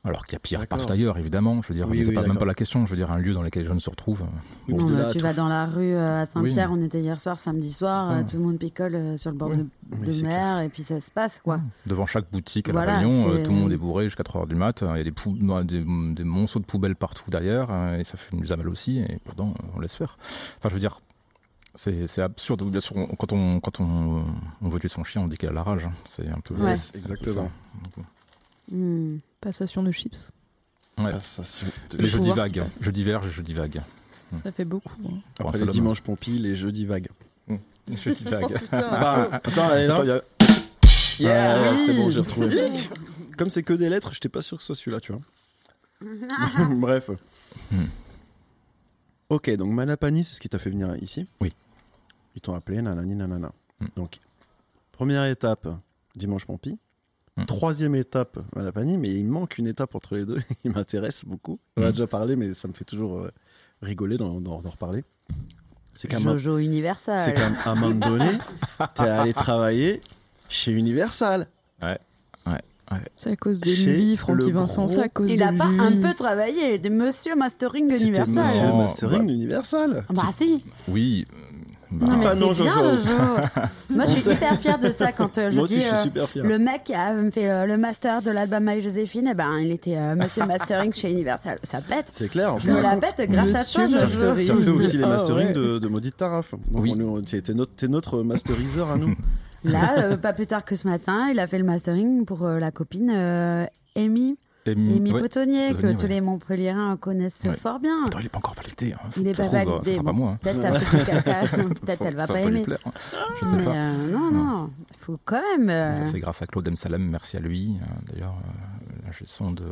[SPEAKER 2] alors qu'il y a pire
[SPEAKER 3] D'accord.
[SPEAKER 2] partout ailleurs, évidemment. Je veux dire,
[SPEAKER 3] Oui,
[SPEAKER 2] mais c'est
[SPEAKER 3] oui,
[SPEAKER 2] pas, même
[SPEAKER 3] d'accord.
[SPEAKER 2] pas la question. Je veux dire, un lieu dans lequel les jeunes se retrouvent. euh,
[SPEAKER 3] Oui,
[SPEAKER 1] Non,
[SPEAKER 3] de
[SPEAKER 1] mais
[SPEAKER 3] là à
[SPEAKER 1] tu
[SPEAKER 3] tout
[SPEAKER 1] vas dans la rue euh, à Saint-Pierre,
[SPEAKER 2] Oui.
[SPEAKER 1] on était hier soir, samedi soir,
[SPEAKER 2] C'est ça.
[SPEAKER 1] euh, tout le monde picole euh, sur le bord
[SPEAKER 2] Oui.
[SPEAKER 1] de,
[SPEAKER 3] Oui,
[SPEAKER 1] de
[SPEAKER 3] c'est
[SPEAKER 1] mer et puis ça se passe quoi.
[SPEAKER 2] devant chaque boutique à la
[SPEAKER 1] Voilà,
[SPEAKER 2] Réunion,
[SPEAKER 1] c'est-
[SPEAKER 2] euh, tout le monde est bourré jusqu'à 3h du mat. euh, Il y a des, pou- non, des, des monceaux de poubelles partout derrière euh, et ça fait du zamal aussi. Et pourtant, euh, on laisse faire. Enfin, je veux dire. C'est c'est absurde. Bien sûr, on- quand, on, quand on, on veut tuer son chien, on dit qu'il a la rage. hein. C'est un peu.
[SPEAKER 1] Ouais.
[SPEAKER 2] c'est un peu ça.
[SPEAKER 3] Exactement.
[SPEAKER 2] Donc, euh,
[SPEAKER 3] Mm.
[SPEAKER 1] Hmm.
[SPEAKER 4] Passation de chips,
[SPEAKER 2] ouais.
[SPEAKER 3] Passation de-
[SPEAKER 2] Les
[SPEAKER 4] Le
[SPEAKER 2] jeux
[SPEAKER 4] pouvoir qui
[SPEAKER 2] divagues.
[SPEAKER 4] passe.
[SPEAKER 2] Je diverge, je divague.
[SPEAKER 4] ça fait beaucoup. hein.
[SPEAKER 2] Avant
[SPEAKER 3] Après les
[SPEAKER 2] Salomon.
[SPEAKER 3] dimanches Pompille, les jeudis vagues.
[SPEAKER 2] Je divague.
[SPEAKER 3] Bah, attends, allez, attends, il y a- Yeah,
[SPEAKER 1] Ah oui.
[SPEAKER 3] c'est bon, j'ai retrouvé. Comme c'est que des lettres, j'étais pas sûr que ce soit celui-là, tu vois. Bref.
[SPEAKER 2] Hmm.
[SPEAKER 3] Ok, donc Malapani, c'est ce qui t'a fait venir ici
[SPEAKER 2] Oui.
[SPEAKER 3] Ils t'ont appelé, nanani, nanana.
[SPEAKER 2] Hmm.
[SPEAKER 3] Donc, première étape, dimanche Pompi.
[SPEAKER 2] Hmm.
[SPEAKER 3] Troisième étape, Malapani, mais il manque une étape entre les deux. il m'intéresse beaucoup. On en a
[SPEAKER 2] Hmm.
[SPEAKER 3] déjà parlé, mais ça me fait toujours euh, rigoler d'en d'en- d'en reparler. C'est qu'à ma-
[SPEAKER 1] Jojo
[SPEAKER 3] c'est
[SPEAKER 1] Universal.
[SPEAKER 3] quand même à un moment donné, t'es allé travailler chez Universal.
[SPEAKER 4] C'est à cause de
[SPEAKER 3] Chez
[SPEAKER 4] lui, Francky
[SPEAKER 3] le
[SPEAKER 4] Vincent, c'est à cause
[SPEAKER 1] Il
[SPEAKER 4] de
[SPEAKER 1] a pas
[SPEAKER 4] lui.
[SPEAKER 1] un peu travaillé, il était monsieur mastering
[SPEAKER 3] T'étais
[SPEAKER 1] Universal.
[SPEAKER 3] monsieur
[SPEAKER 2] Non,
[SPEAKER 3] mastering
[SPEAKER 2] bah-
[SPEAKER 3] d'Universal.
[SPEAKER 1] Ah Bah si,
[SPEAKER 2] Oui. euh, bah,
[SPEAKER 1] non mais
[SPEAKER 3] Ah
[SPEAKER 1] c'est
[SPEAKER 3] non,
[SPEAKER 1] bien
[SPEAKER 3] Jojo.
[SPEAKER 1] Jojo. Moi je suis hyper fière de ça quand euh, je
[SPEAKER 3] Moi
[SPEAKER 1] dis
[SPEAKER 3] aussi, je
[SPEAKER 1] euh,
[SPEAKER 3] suis super fier.
[SPEAKER 1] le mec qui a euh, fait euh, le master de l'album My Joséphine, et ben il était euh, monsieur mastering chez Universal. Ça pète.
[SPEAKER 3] C'est clair.
[SPEAKER 1] Je me la pète grâce à toi
[SPEAKER 4] Monsieur
[SPEAKER 1] Jojo.
[SPEAKER 4] mastering.
[SPEAKER 3] T'as fait aussi les
[SPEAKER 4] Ah,
[SPEAKER 3] masterings
[SPEAKER 4] ouais.
[SPEAKER 3] de, de Maudit Taraf. Donc
[SPEAKER 2] Oui.
[SPEAKER 3] on est- t'es t'es notre, t'es notre masteriseur à nous.
[SPEAKER 1] Là, euh, pas plus tard que ce matin, il a fait le mastering pour euh, la copine euh, Amy,
[SPEAKER 2] Amy-
[SPEAKER 1] Amy
[SPEAKER 2] Mm, ouais.
[SPEAKER 1] Potonnier, que
[SPEAKER 2] Potonnier,
[SPEAKER 1] tous
[SPEAKER 2] ouais.
[SPEAKER 1] les Montpelliérains connaissent
[SPEAKER 2] Ouais.
[SPEAKER 1] fort bien.
[SPEAKER 2] Attends, il est pas encore validé. hein.
[SPEAKER 1] Il est
[SPEAKER 2] Ça
[SPEAKER 1] pas
[SPEAKER 2] se trouve,
[SPEAKER 1] validé,
[SPEAKER 2] Ça sera pas
[SPEAKER 1] bon.
[SPEAKER 2] moi. hein.
[SPEAKER 1] Peut-être t'as fait du caca, peut-être elle va
[SPEAKER 2] Ça
[SPEAKER 1] pas
[SPEAKER 2] lui
[SPEAKER 1] aimer.
[SPEAKER 2] plaire, hein. Je sais
[SPEAKER 1] Mais
[SPEAKER 2] pas.
[SPEAKER 1] euh, non, non, il faut quand même. euh,
[SPEAKER 2] Ça, c'est grâce à Claude M. Salem, merci à lui. Euh, D'ailleurs, euh, l'ingé son de,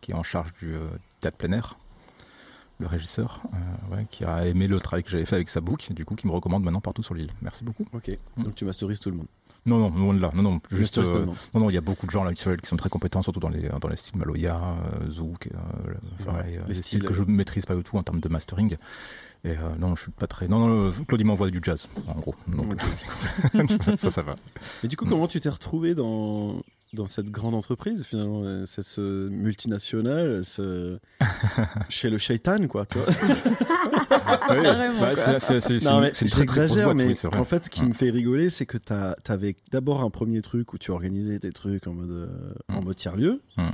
[SPEAKER 2] qui est en charge du euh, théâtre plein air, le régisseur, euh, ouais, qui a aimé le travail que j'avais fait avec sa boucle, et du coup, qui me recommande maintenant partout sur l'île. Merci beaucoup.
[SPEAKER 3] ok. Donc tu masterises tout le monde.
[SPEAKER 2] Non, non, loin de là. Non, non, juste.
[SPEAKER 3] Masterise pas
[SPEAKER 2] euh,
[SPEAKER 3] le nom.
[SPEAKER 2] Non, non, il y a beaucoup de gens là qui sont- qui sont très compétents, surtout dans les, dans les styles Maloya, euh, Zouk, euh, le- enfin,
[SPEAKER 3] Ouais,
[SPEAKER 2] et, euh,
[SPEAKER 3] les
[SPEAKER 2] les
[SPEAKER 3] styles,
[SPEAKER 2] styles que je ne maîtrise pas du tout en termes de mastering. Et euh, non, je suis pas très. Non, non, euh, Claudie m'envoie du jazz, en gros. Donc, ça, ça va.
[SPEAKER 3] Et du coup,
[SPEAKER 2] Mm.
[SPEAKER 3] comment tu t'es retrouvé dans, dans cette grande entreprise finalement euh, cette ce multinationale, ce... chez le shaitan quoi. Tu vois
[SPEAKER 2] Oui,
[SPEAKER 4] Carrément,
[SPEAKER 2] bah,
[SPEAKER 4] quoi.
[SPEAKER 2] c'est- c'est- c'est- c'est
[SPEAKER 3] Non,
[SPEAKER 2] une-
[SPEAKER 3] mais
[SPEAKER 2] c'est une très, très grosse
[SPEAKER 3] j'exagère,
[SPEAKER 2] boîte,
[SPEAKER 3] mais
[SPEAKER 2] oui, c'est vrai.
[SPEAKER 3] en fait, ce qui me fait rigoler, c'est que t'as- t'avais d'abord un premier truc où tu organisais tes trucs en mode, euh, en
[SPEAKER 2] Mm.
[SPEAKER 3] mode tiers-lieu,
[SPEAKER 2] Mm.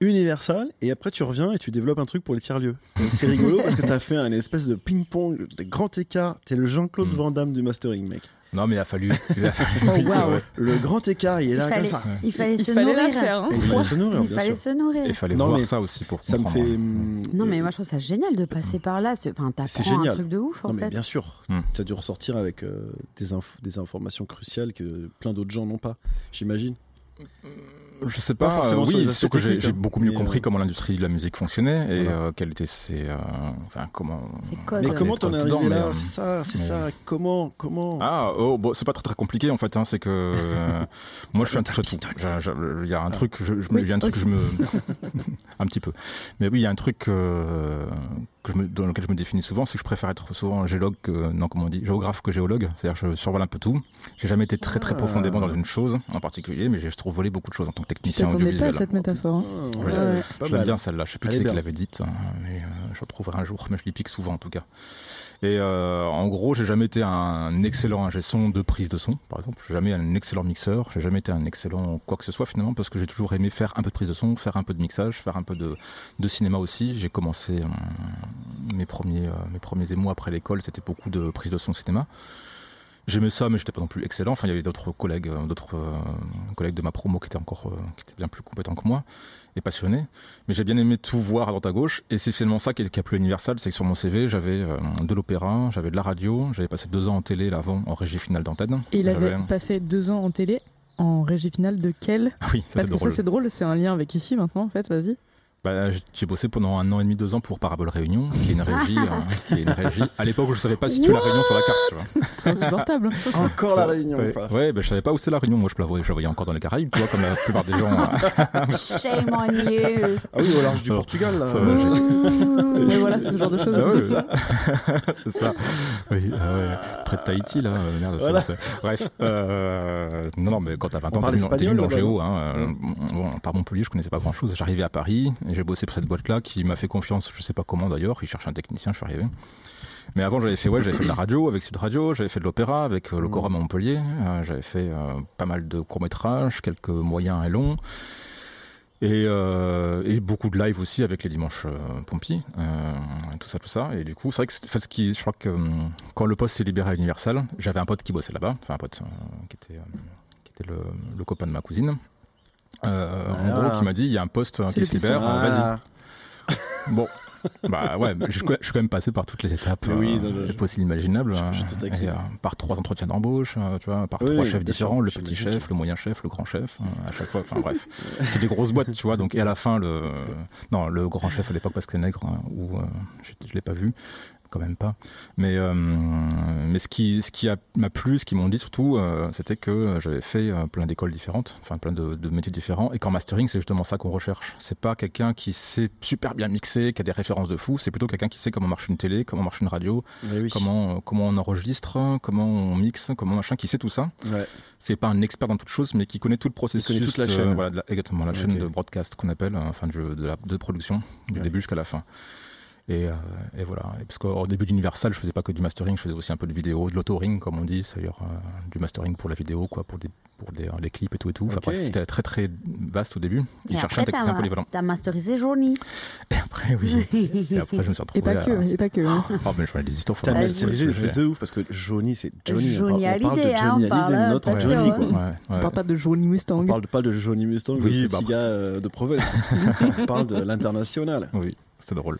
[SPEAKER 3] universal, et après tu reviens et tu développes un truc pour les tiers-lieux. Donc, C'est rigolo parce que t'as fait un espèce de ping-pong, de grand écart. T'es le Jean-Claude
[SPEAKER 2] Mm.
[SPEAKER 3] Van Damme du mastering, mec.
[SPEAKER 2] Non, mais il a fallu. Il a fallu
[SPEAKER 1] Oh,
[SPEAKER 2] oui, c'est
[SPEAKER 1] waouh.
[SPEAKER 2] vrai.
[SPEAKER 3] Le grand écart, il est
[SPEAKER 1] il,
[SPEAKER 3] là comme
[SPEAKER 1] fallait,
[SPEAKER 3] ça.
[SPEAKER 2] Ouais.
[SPEAKER 1] il fallait
[SPEAKER 4] Il
[SPEAKER 1] se
[SPEAKER 4] fallait la
[SPEAKER 1] nourrir.
[SPEAKER 4] faire. hein.
[SPEAKER 3] Il fallait se nourrir,
[SPEAKER 1] Il
[SPEAKER 3] bien
[SPEAKER 1] fallait
[SPEAKER 3] sûr.
[SPEAKER 1] se
[SPEAKER 2] Il
[SPEAKER 1] nourrir.
[SPEAKER 2] fallait
[SPEAKER 3] Non,
[SPEAKER 2] voir
[SPEAKER 3] mais
[SPEAKER 2] ça aussi pour
[SPEAKER 3] Ça me
[SPEAKER 2] comprendre.
[SPEAKER 3] fait.
[SPEAKER 2] Oh, ouais.
[SPEAKER 3] hum,
[SPEAKER 1] Non, mais moi je trouve ça génial de passer par là. C'est- Enfin,
[SPEAKER 3] C'est
[SPEAKER 1] t'apprends un
[SPEAKER 3] génial.
[SPEAKER 1] truc de ouf en
[SPEAKER 3] non, mais
[SPEAKER 1] fait.
[SPEAKER 3] bien sûr,
[SPEAKER 2] Mm.
[SPEAKER 3] tu as dû ressortir avec euh, des, inf- des informations cruciales que plein d'autres gens n'ont pas, j'imagine.
[SPEAKER 2] Je sais
[SPEAKER 3] Pas
[SPEAKER 2] pas,
[SPEAKER 3] forcément
[SPEAKER 2] euh,
[SPEAKER 3] sur les
[SPEAKER 2] oui,
[SPEAKER 3] aspects
[SPEAKER 2] c'est que j'ai
[SPEAKER 3] techniques,
[SPEAKER 2] j'ai
[SPEAKER 3] hein,
[SPEAKER 2] beaucoup mieux
[SPEAKER 3] mais,
[SPEAKER 2] compris
[SPEAKER 3] euh,
[SPEAKER 2] comment l'industrie de la musique fonctionnait et
[SPEAKER 3] voilà.
[SPEAKER 2] euh, quelles étaient ses. euh, enfin, comment.
[SPEAKER 1] C'est code.
[SPEAKER 3] Mais
[SPEAKER 1] Ouais.
[SPEAKER 3] comment t'en es
[SPEAKER 2] dedans,
[SPEAKER 3] arrivé
[SPEAKER 2] mais,
[SPEAKER 3] là
[SPEAKER 2] euh,
[SPEAKER 3] C'est ça, c'est
[SPEAKER 2] mais-
[SPEAKER 3] ça. Comment, comment
[SPEAKER 2] Ah, oh, bon, c'est pas très très compliqué en fait, hein, c'est que. euh, moi je suis un touche à tout. Il y
[SPEAKER 4] Ah.
[SPEAKER 2] a un truc, que je, je me-
[SPEAKER 1] Oui,
[SPEAKER 2] il y a un truc que je me. un petit peu. Mais oui, il y a un truc euh, que je me- dans lequel je me définis souvent, c'est que je préfère être souvent géologue que. Non, comment on dit Géographe que géologue. C'est-à-dire que je survole un peu tout. J'ai jamais été très très
[SPEAKER 3] Ah.
[SPEAKER 2] profondément dans une chose en particulier, mais j'ai survolé beaucoup de choses en tant que
[SPEAKER 4] Je
[SPEAKER 2] technicien
[SPEAKER 4] t'attendais pas à
[SPEAKER 2] audiovisuel.
[SPEAKER 4] cette métaphore. hein.
[SPEAKER 3] Ah,
[SPEAKER 2] Ouais,
[SPEAKER 3] pas
[SPEAKER 2] J'aime
[SPEAKER 3] mal.
[SPEAKER 2] bien celle-là. Je sais plus qui
[SPEAKER 3] Elle est
[SPEAKER 2] c'est
[SPEAKER 3] bien.
[SPEAKER 2] qui l'avait dite, hein, mais euh, je retrouverai un jour. Mais je l'y pique souvent en tout cas. Et euh, en gros, j'ai jamais été un excellent ingé son de prise de son, par exemple. J'ai jamais été un excellent mixeur. J'ai jamais été un excellent quoi que ce soit finalement, parce que j'ai toujours aimé faire un peu de prise de son, faire un peu de mixage, faire un peu de, de cinéma aussi. J'ai commencé euh, mes premiers euh, mes premiers émois après l'école, c'était beaucoup de prise de son cinéma. J'aimais ça, mais j'étais pas non plus excellent. Enfin, il y avait d'autres collègues, euh, d'autres euh, collègues de ma promo qui étaient encore, euh, qui étaient bien plus compétents que moi et passionnés. Mais j'ai bien aimé tout voir à droite à gauche. Et c'est finalement ça qui est, qui est plus universal, c'est que sur mon CV, j'avais euh, de l'opéra, j'avais de la radio, j'avais passé deux ans en télé là avant, en régie finale d'antenne.
[SPEAKER 4] Et il avait
[SPEAKER 2] J'avais-
[SPEAKER 4] passé deux ans en télé, en régie finale de quel
[SPEAKER 2] Ah oui, ça
[SPEAKER 4] Parce
[SPEAKER 2] c'est
[SPEAKER 4] que ça
[SPEAKER 2] drôle.
[SPEAKER 4] c'est drôle, c'est un lien avec ici maintenant en fait, vas-y.
[SPEAKER 2] Bah, j'ai- j'ai bossé pendant un an et demi, deux ans pour Parabole Réunion, qui est une régie, euh, qui est une régie. À l'époque, je savais pas situer la Réunion sur la carte. Tu vois.
[SPEAKER 4] C'est insupportable.
[SPEAKER 2] Ah,
[SPEAKER 3] Encore la réunion.
[SPEAKER 2] Ouais,
[SPEAKER 3] quoi.
[SPEAKER 2] ouais, bah, je savais pas où c'est la Réunion. Moi, je la voyais, je la voyais encore dans les Caraïbes, tu vois, comme la plupart des gens. euh,
[SPEAKER 1] Shame on you.
[SPEAKER 3] Ah oui, au large du
[SPEAKER 2] Ça va.
[SPEAKER 3] Portugal là.
[SPEAKER 2] Ça va, j'ai-
[SPEAKER 4] Mais voilà, ce genre de choses.
[SPEAKER 2] Ah ouais,
[SPEAKER 4] c'est
[SPEAKER 2] c'est
[SPEAKER 4] ça.
[SPEAKER 2] c'est ça. Oui, ah ouais. Près de Tahiti, là. euh, Merde,
[SPEAKER 3] Voilà.
[SPEAKER 2] c'est bon, ça. Bref. euh, non, non, mais quand t'as 20
[SPEAKER 3] On
[SPEAKER 2] ans,
[SPEAKER 3] parle
[SPEAKER 2] t'es nul en- t'es nul en
[SPEAKER 3] espagnol, Mm.
[SPEAKER 2] géo. Hein, euh, bon, par Montpellier, je connaissais pas grand chose. J'arrivais à Paris et j'ai bossé pour cette boîte-là qui m'a fait confiance, je sais pas comment d'ailleurs. Ils cherchaient un technicien, je suis arrivé. Mais avant, j'avais fait, ouais, j'avais fait de la radio avec Sud Radio, j'avais fait de l'opéra avec
[SPEAKER 3] Mm.
[SPEAKER 2] euh, le Corum à Montpellier, euh, j'avais fait euh, pas mal de courts-métrages, quelques moyens et longs. Et, euh, et beaucoup de live aussi avec les dimanches euh, Pompi, euh, tout ça, tout ça. Et du coup, c'est vrai que c'est- enfin, ce qui, je crois que hum, quand le poste s'est libéré à Universal, j'avais un pote qui bossait là-bas, enfin un pote euh, qui était, euh, qui était le, le copain de ma cousine. Euh, En
[SPEAKER 3] Ah.
[SPEAKER 2] gros, qui m'a dit il y a un poste euh,
[SPEAKER 4] C'est
[SPEAKER 2] qui
[SPEAKER 4] le
[SPEAKER 2] se libère,
[SPEAKER 4] pissoir.
[SPEAKER 2] euh, vas-y.
[SPEAKER 3] Ah.
[SPEAKER 2] Bon, bah ouais, mais je, je suis quand même passé par toutes les étapes
[SPEAKER 3] Mais oui, non,
[SPEAKER 2] euh,
[SPEAKER 3] je-
[SPEAKER 2] possibles, imaginables.
[SPEAKER 3] je- je te
[SPEAKER 2] euh,
[SPEAKER 3] taquine.
[SPEAKER 2] et, euh, par trois entretiens d'embauche, euh, tu vois, par
[SPEAKER 3] Oui,
[SPEAKER 2] trois
[SPEAKER 3] oui,
[SPEAKER 2] chefs
[SPEAKER 3] bien sûr,
[SPEAKER 2] différents, le
[SPEAKER 3] j'imagine
[SPEAKER 2] petit
[SPEAKER 3] tout.
[SPEAKER 2] chef, le moyen chef, le grand chef, euh, à chaque fois. Enfin bref, c'est des grosses boîtes, tu vois. Donc et à la fin le non le grand chef à l'époque parce que c'est nègre hein, ou euh, je, je l'ai pas vu quand même pas. Mais euh, mais ce qui ce qui a- m'a plu, ce qu'ils m'ont dit surtout, euh, c'était que j'avais fait euh, plein d'écoles différentes, enfin plein de, de métiers différents. Et qu'en mastering, c'est justement ça qu'on recherche. C'est pas quelqu'un qui sait super bien mixer, qui a des références de fou. C'est plutôt quelqu'un qui sait comment marche une télé, comment marche une radio,
[SPEAKER 3] Mais oui.
[SPEAKER 2] comment euh, comment on enregistre, comment on mixe, comment machin, qui sait tout ça
[SPEAKER 3] Ouais.
[SPEAKER 2] c'est pas un expert dans toute chose, mais qui connaît tout le processus.
[SPEAKER 3] connaît toute la
[SPEAKER 2] de-
[SPEAKER 3] chaîne.
[SPEAKER 2] voilà, de la- exactement, la
[SPEAKER 3] Ok.
[SPEAKER 2] chaîne de broadcast qu'on appelle, euh, enfin de, de la, de production, du
[SPEAKER 3] Ouais.
[SPEAKER 2] début jusqu'à la fin. Et, euh, et voilà. Et parce qu'au début d'Universal, je faisais pas que du mastering, je faisais aussi un peu de vidéo, de l'autoring, comme on dit, c'est-à-dire euh, du mastering pour la vidéo, quoi, pour des, pour des, euh, les clips et tout et tout. Enfin,
[SPEAKER 3] Ok.
[SPEAKER 2] bref, c'était très très vaste au début.
[SPEAKER 1] Et
[SPEAKER 2] Ils cherchaient un
[SPEAKER 1] après,
[SPEAKER 2] technicien
[SPEAKER 1] t'as-
[SPEAKER 2] polyvalent.
[SPEAKER 1] T'as masterisé Journey.
[SPEAKER 2] Et après, oui. et après, je me suis retrouvé.
[SPEAKER 4] Et pas
[SPEAKER 2] à-
[SPEAKER 4] que, et pas que. hein.
[SPEAKER 2] Oh, mais j'en ai des histoires. faut
[SPEAKER 3] T'as
[SPEAKER 2] vraiment-
[SPEAKER 3] masterisé des trucs de ouf parce que Johnny, c'est Johnny. on
[SPEAKER 1] Johnny
[SPEAKER 3] par- on parle de
[SPEAKER 1] Hallyday, hein,
[SPEAKER 3] Johnny
[SPEAKER 1] on parle,
[SPEAKER 3] Hallyday,
[SPEAKER 1] euh,
[SPEAKER 3] notre
[SPEAKER 1] pas
[SPEAKER 3] Johnny
[SPEAKER 1] sûr,
[SPEAKER 3] quoi.
[SPEAKER 1] hein.
[SPEAKER 2] Ouais, ouais.
[SPEAKER 4] On parle pas de Johnny Mustang.
[SPEAKER 3] On parle pas de Johnny Mustang,
[SPEAKER 2] Oui,
[SPEAKER 3] le
[SPEAKER 2] bah
[SPEAKER 3] petit
[SPEAKER 2] après.
[SPEAKER 3] gars euh, de province. on parle de l'international.
[SPEAKER 2] Oui, c'était drôle.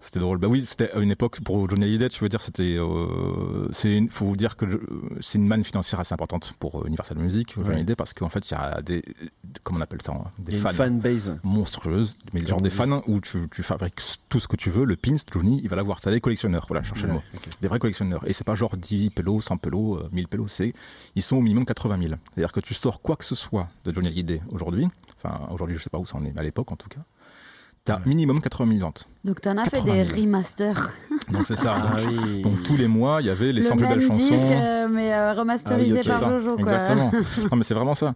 [SPEAKER 2] C'était drôle. Bah oui, c'était à une époque pour Johnny Hallyday, tu veux dire, c'était. Euh, c'est une- faut vous dire que euh, c'est une manne financière assez importante pour euh, Universal Music, Johnny
[SPEAKER 3] Ouais.
[SPEAKER 2] Hallyday, parce qu'en fait, il y a des. Comment on appelle ça hein,
[SPEAKER 3] Il y
[SPEAKER 2] Des
[SPEAKER 3] a une
[SPEAKER 2] fans.
[SPEAKER 3] fanbase.
[SPEAKER 2] monstrueuses, mais le genre des fans où tu, tu fabriques tout ce que tu veux, le pins, Johnny, il va l'avoir. C'est des collectionneurs, voilà, cherchez le mot.
[SPEAKER 3] ok.
[SPEAKER 2] Des vrais collectionneurs. Et c'est pas genre 10 pélos, 100 pélos, euh, 1000 pélos, c'est. Ils sont au minimum 80 000. C'est-à-dire que tu sors quoi que ce soit de Johnny Hallyday aujourd'hui, enfin aujourd'hui je sais pas où ça en est, mais à l'époque en tout cas, t'as minimum 80 000 ventes.
[SPEAKER 1] Donc t'en as fait des
[SPEAKER 2] 80 000.
[SPEAKER 1] remasters.
[SPEAKER 2] Donc c'est ça.
[SPEAKER 3] Ah
[SPEAKER 2] Donc,
[SPEAKER 3] oui.
[SPEAKER 2] donc, tous les mois, il y avait les 100
[SPEAKER 1] le
[SPEAKER 2] plus
[SPEAKER 1] même
[SPEAKER 2] belles chansons.
[SPEAKER 1] disque, euh, mais euh, remasterisé
[SPEAKER 3] Ah oui, ok.
[SPEAKER 1] par
[SPEAKER 2] C'est ça,
[SPEAKER 1] Jojo. Quoi.
[SPEAKER 2] Exactement. non, mais c'est vraiment ça.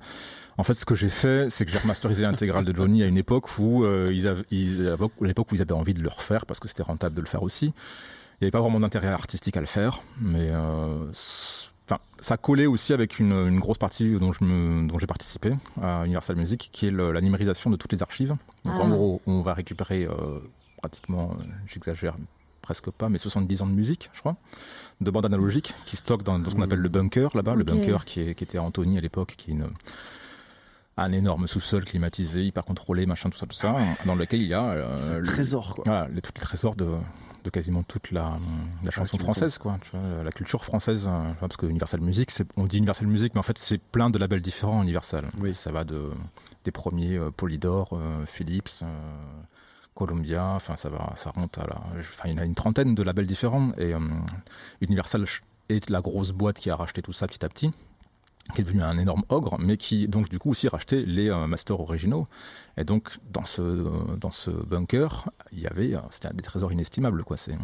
[SPEAKER 2] En fait, ce que j'ai fait, c'est que j'ai remasterisé l'intégrale de Johnny à une époque où euh, ils avaient, ils- à l'époque- à l'époque où ils avaient envie de le refaire parce que c'était rentable de le faire aussi. Il n'y avait pas vraiment d'intérêt artistique à le faire, mais euh, c- enfin, ça collait aussi avec une, une grosse partie dont je me- dont j'ai participé à Universal Music, qui est le- la numérisation de toutes les archives. Donc en
[SPEAKER 1] Ah.
[SPEAKER 2] gros, on va récupérer euh, pratiquement, euh, j'exagère presque pas, mais 70 ans de musique, je crois, de bandes analogiques qui stockent dans, dans ce qu'on appelle le bunker là-bas, le
[SPEAKER 1] Ok.
[SPEAKER 2] bunker qui, est- qui était à Anthony à l'époque, qui est une un énorme sous-sol climatisé, hyper contrôlé, machin, tout ça, tout ça, dans lequel il y a euh,
[SPEAKER 3] C'est un
[SPEAKER 2] le-
[SPEAKER 3] trésor, quoi.
[SPEAKER 2] voilà, les, tout le trésor de, de quasiment toute la, euh, la chanson
[SPEAKER 3] tu
[SPEAKER 2] française, quoi, tu vois, euh, la culture française, euh, tu vois, parce que Universal Music, c'est- on dit Universal Music, mais en fait c'est plein de labels différents Universal.
[SPEAKER 3] Oui.
[SPEAKER 2] Ça va de, des premiers euh, Polydor, euh, Philips, euh, Columbia, enfin ça va, ça remonte à la, enfin, il y en a une trentaine de labels différents et euh, Universal ch- est la grosse boîte qui a racheté tout ça petit à petit qui est devenu un énorme ogre, mais qui donc du coup aussi rachetait les euh, masters originaux. Et donc dans ce euh, dans ce bunker, il y avait euh, c'était un des trésors inestimables quoi. C'est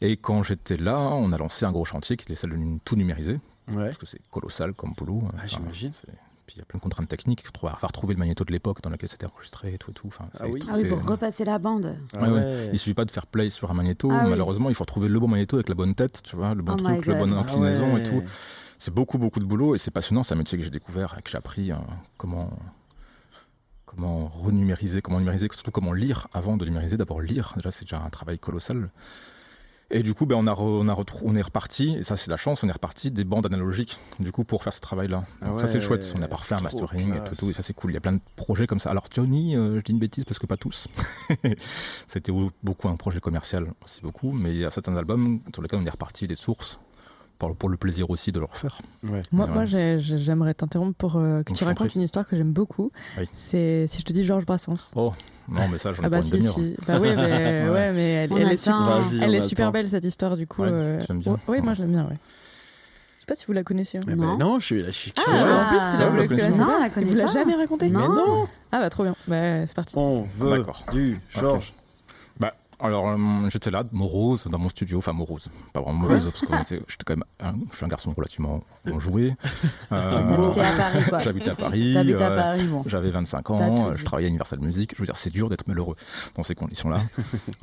[SPEAKER 2] et quand j'étais là, on a lancé un gros chantier qui était celle de nu- tout numériser
[SPEAKER 3] Ouais.
[SPEAKER 2] parce que c'est colossal comme boulot. hein. Enfin,
[SPEAKER 3] Ah, j'imagine.
[SPEAKER 2] c'est- Puis il y a plein de contraintes techniques. Il faut retrouver le magnéto de l'époque dans lequel c'était enregistré et tout et tout. Enfin,
[SPEAKER 3] Ah
[SPEAKER 2] c'est-
[SPEAKER 3] oui.
[SPEAKER 1] Ah oui,
[SPEAKER 2] c'est-
[SPEAKER 1] pour repasser la bande.
[SPEAKER 2] Ouais, ouais. Il suffit pas de faire play sur un magnéto.
[SPEAKER 1] Ah oui.
[SPEAKER 2] Malheureusement, il faut retrouver le bon magnéto avec la bonne tête, tu vois, le bon
[SPEAKER 1] Oh my
[SPEAKER 2] truc, la
[SPEAKER 1] God.
[SPEAKER 2] bonne
[SPEAKER 1] Ah
[SPEAKER 2] inclinaison
[SPEAKER 3] ouais.
[SPEAKER 2] et tout. C'est beaucoup, beaucoup de boulot et c'est passionnant. C'est un métier que j'ai découvert et que j'ai appris euh, comment, comment renumériser, comment numériser, surtout comment lire avant de numériser. D'abord lire, déjà, c'est déjà un travail colossal. Et du coup, ben, on, a re- on, a retrou- on est reparti, et ça c'est la chance, on est reparti des bandes analogiques, du coup, pour faire ce travail-là.
[SPEAKER 3] Ah
[SPEAKER 2] Donc ça c'est
[SPEAKER 3] ouais,
[SPEAKER 2] chouette, on a parfait un
[SPEAKER 3] trop
[SPEAKER 2] mastering et tout,
[SPEAKER 3] classe.
[SPEAKER 2] tout, et ça c'est cool. Il y a plein de projets comme ça. Alors Johnny, euh, je dis une bêtise parce que pas tous. C'était au- beaucoup un projet commercial, aussi beaucoup, mais il y a certains albums sur lesquels on est reparti des sources, pour, pour le plaisir aussi de le refaire.
[SPEAKER 3] Ouais.
[SPEAKER 4] Moi,
[SPEAKER 2] Ouais.
[SPEAKER 4] moi, j'ai- j'ai- j'aimerais t'interrompre pour euh, que
[SPEAKER 2] Je
[SPEAKER 4] tu
[SPEAKER 2] t'en
[SPEAKER 4] racontes
[SPEAKER 2] prie.
[SPEAKER 4] une histoire que j'aime beaucoup.
[SPEAKER 2] Oui.
[SPEAKER 4] C'est si je te dis Georges Brassens.
[SPEAKER 2] Non mais ça j'en ai
[SPEAKER 4] Ah bah
[SPEAKER 2] pour une
[SPEAKER 4] si,
[SPEAKER 2] demi-heure. hein.
[SPEAKER 4] si. Bah oui, mais,
[SPEAKER 2] Ouais.
[SPEAKER 4] ouais, mais elle,
[SPEAKER 1] On
[SPEAKER 4] elle est,
[SPEAKER 1] attend.
[SPEAKER 4] super,
[SPEAKER 3] Vas-y,
[SPEAKER 4] Ah, elle
[SPEAKER 3] on
[SPEAKER 4] est super
[SPEAKER 3] attend.
[SPEAKER 4] belle cette histoire du coup.
[SPEAKER 2] Ouais,
[SPEAKER 4] euh,
[SPEAKER 2] tu l'aimes bien.
[SPEAKER 4] ouais, Oui, moi je l'aime bien, ouais. Je sais pas si vous la connaissez. hein.
[SPEAKER 3] Eh ben
[SPEAKER 1] Non.
[SPEAKER 3] non, je suis là, je suis
[SPEAKER 1] Ah, ouais.
[SPEAKER 4] en plus, il a
[SPEAKER 2] Ah,
[SPEAKER 4] voulu
[SPEAKER 2] vous
[SPEAKER 4] que
[SPEAKER 2] la
[SPEAKER 4] la
[SPEAKER 2] connaissez
[SPEAKER 1] Non, on la
[SPEAKER 4] Il
[SPEAKER 1] connaît
[SPEAKER 4] vous l'a
[SPEAKER 1] pas.
[SPEAKER 4] jamais raconté
[SPEAKER 1] Non.
[SPEAKER 3] Mais non
[SPEAKER 4] Ah bah trop bien. Bah c'est parti.
[SPEAKER 3] On veut
[SPEAKER 2] Ah, D'accord.
[SPEAKER 3] du Georges.
[SPEAKER 2] Bah, alors, euh, j'étais là, morose, dans mon studio, enfin morose, pas vraiment morose, parce que tu sais, j'étais quand même, un, je suis un garçon relativement enjoué. Euh,
[SPEAKER 1] T'habitais à Paris, quoi.
[SPEAKER 2] J'habitais à Paris.
[SPEAKER 1] T'habites à
[SPEAKER 2] euh,
[SPEAKER 1] Paris, bon.
[SPEAKER 2] J'avais 25
[SPEAKER 1] T'as tout
[SPEAKER 2] ans, euh,
[SPEAKER 1] dit.
[SPEAKER 2] je travaillais à Universal Music. Je veux dire, c'est dur d'être malheureux dans ces conditions-là.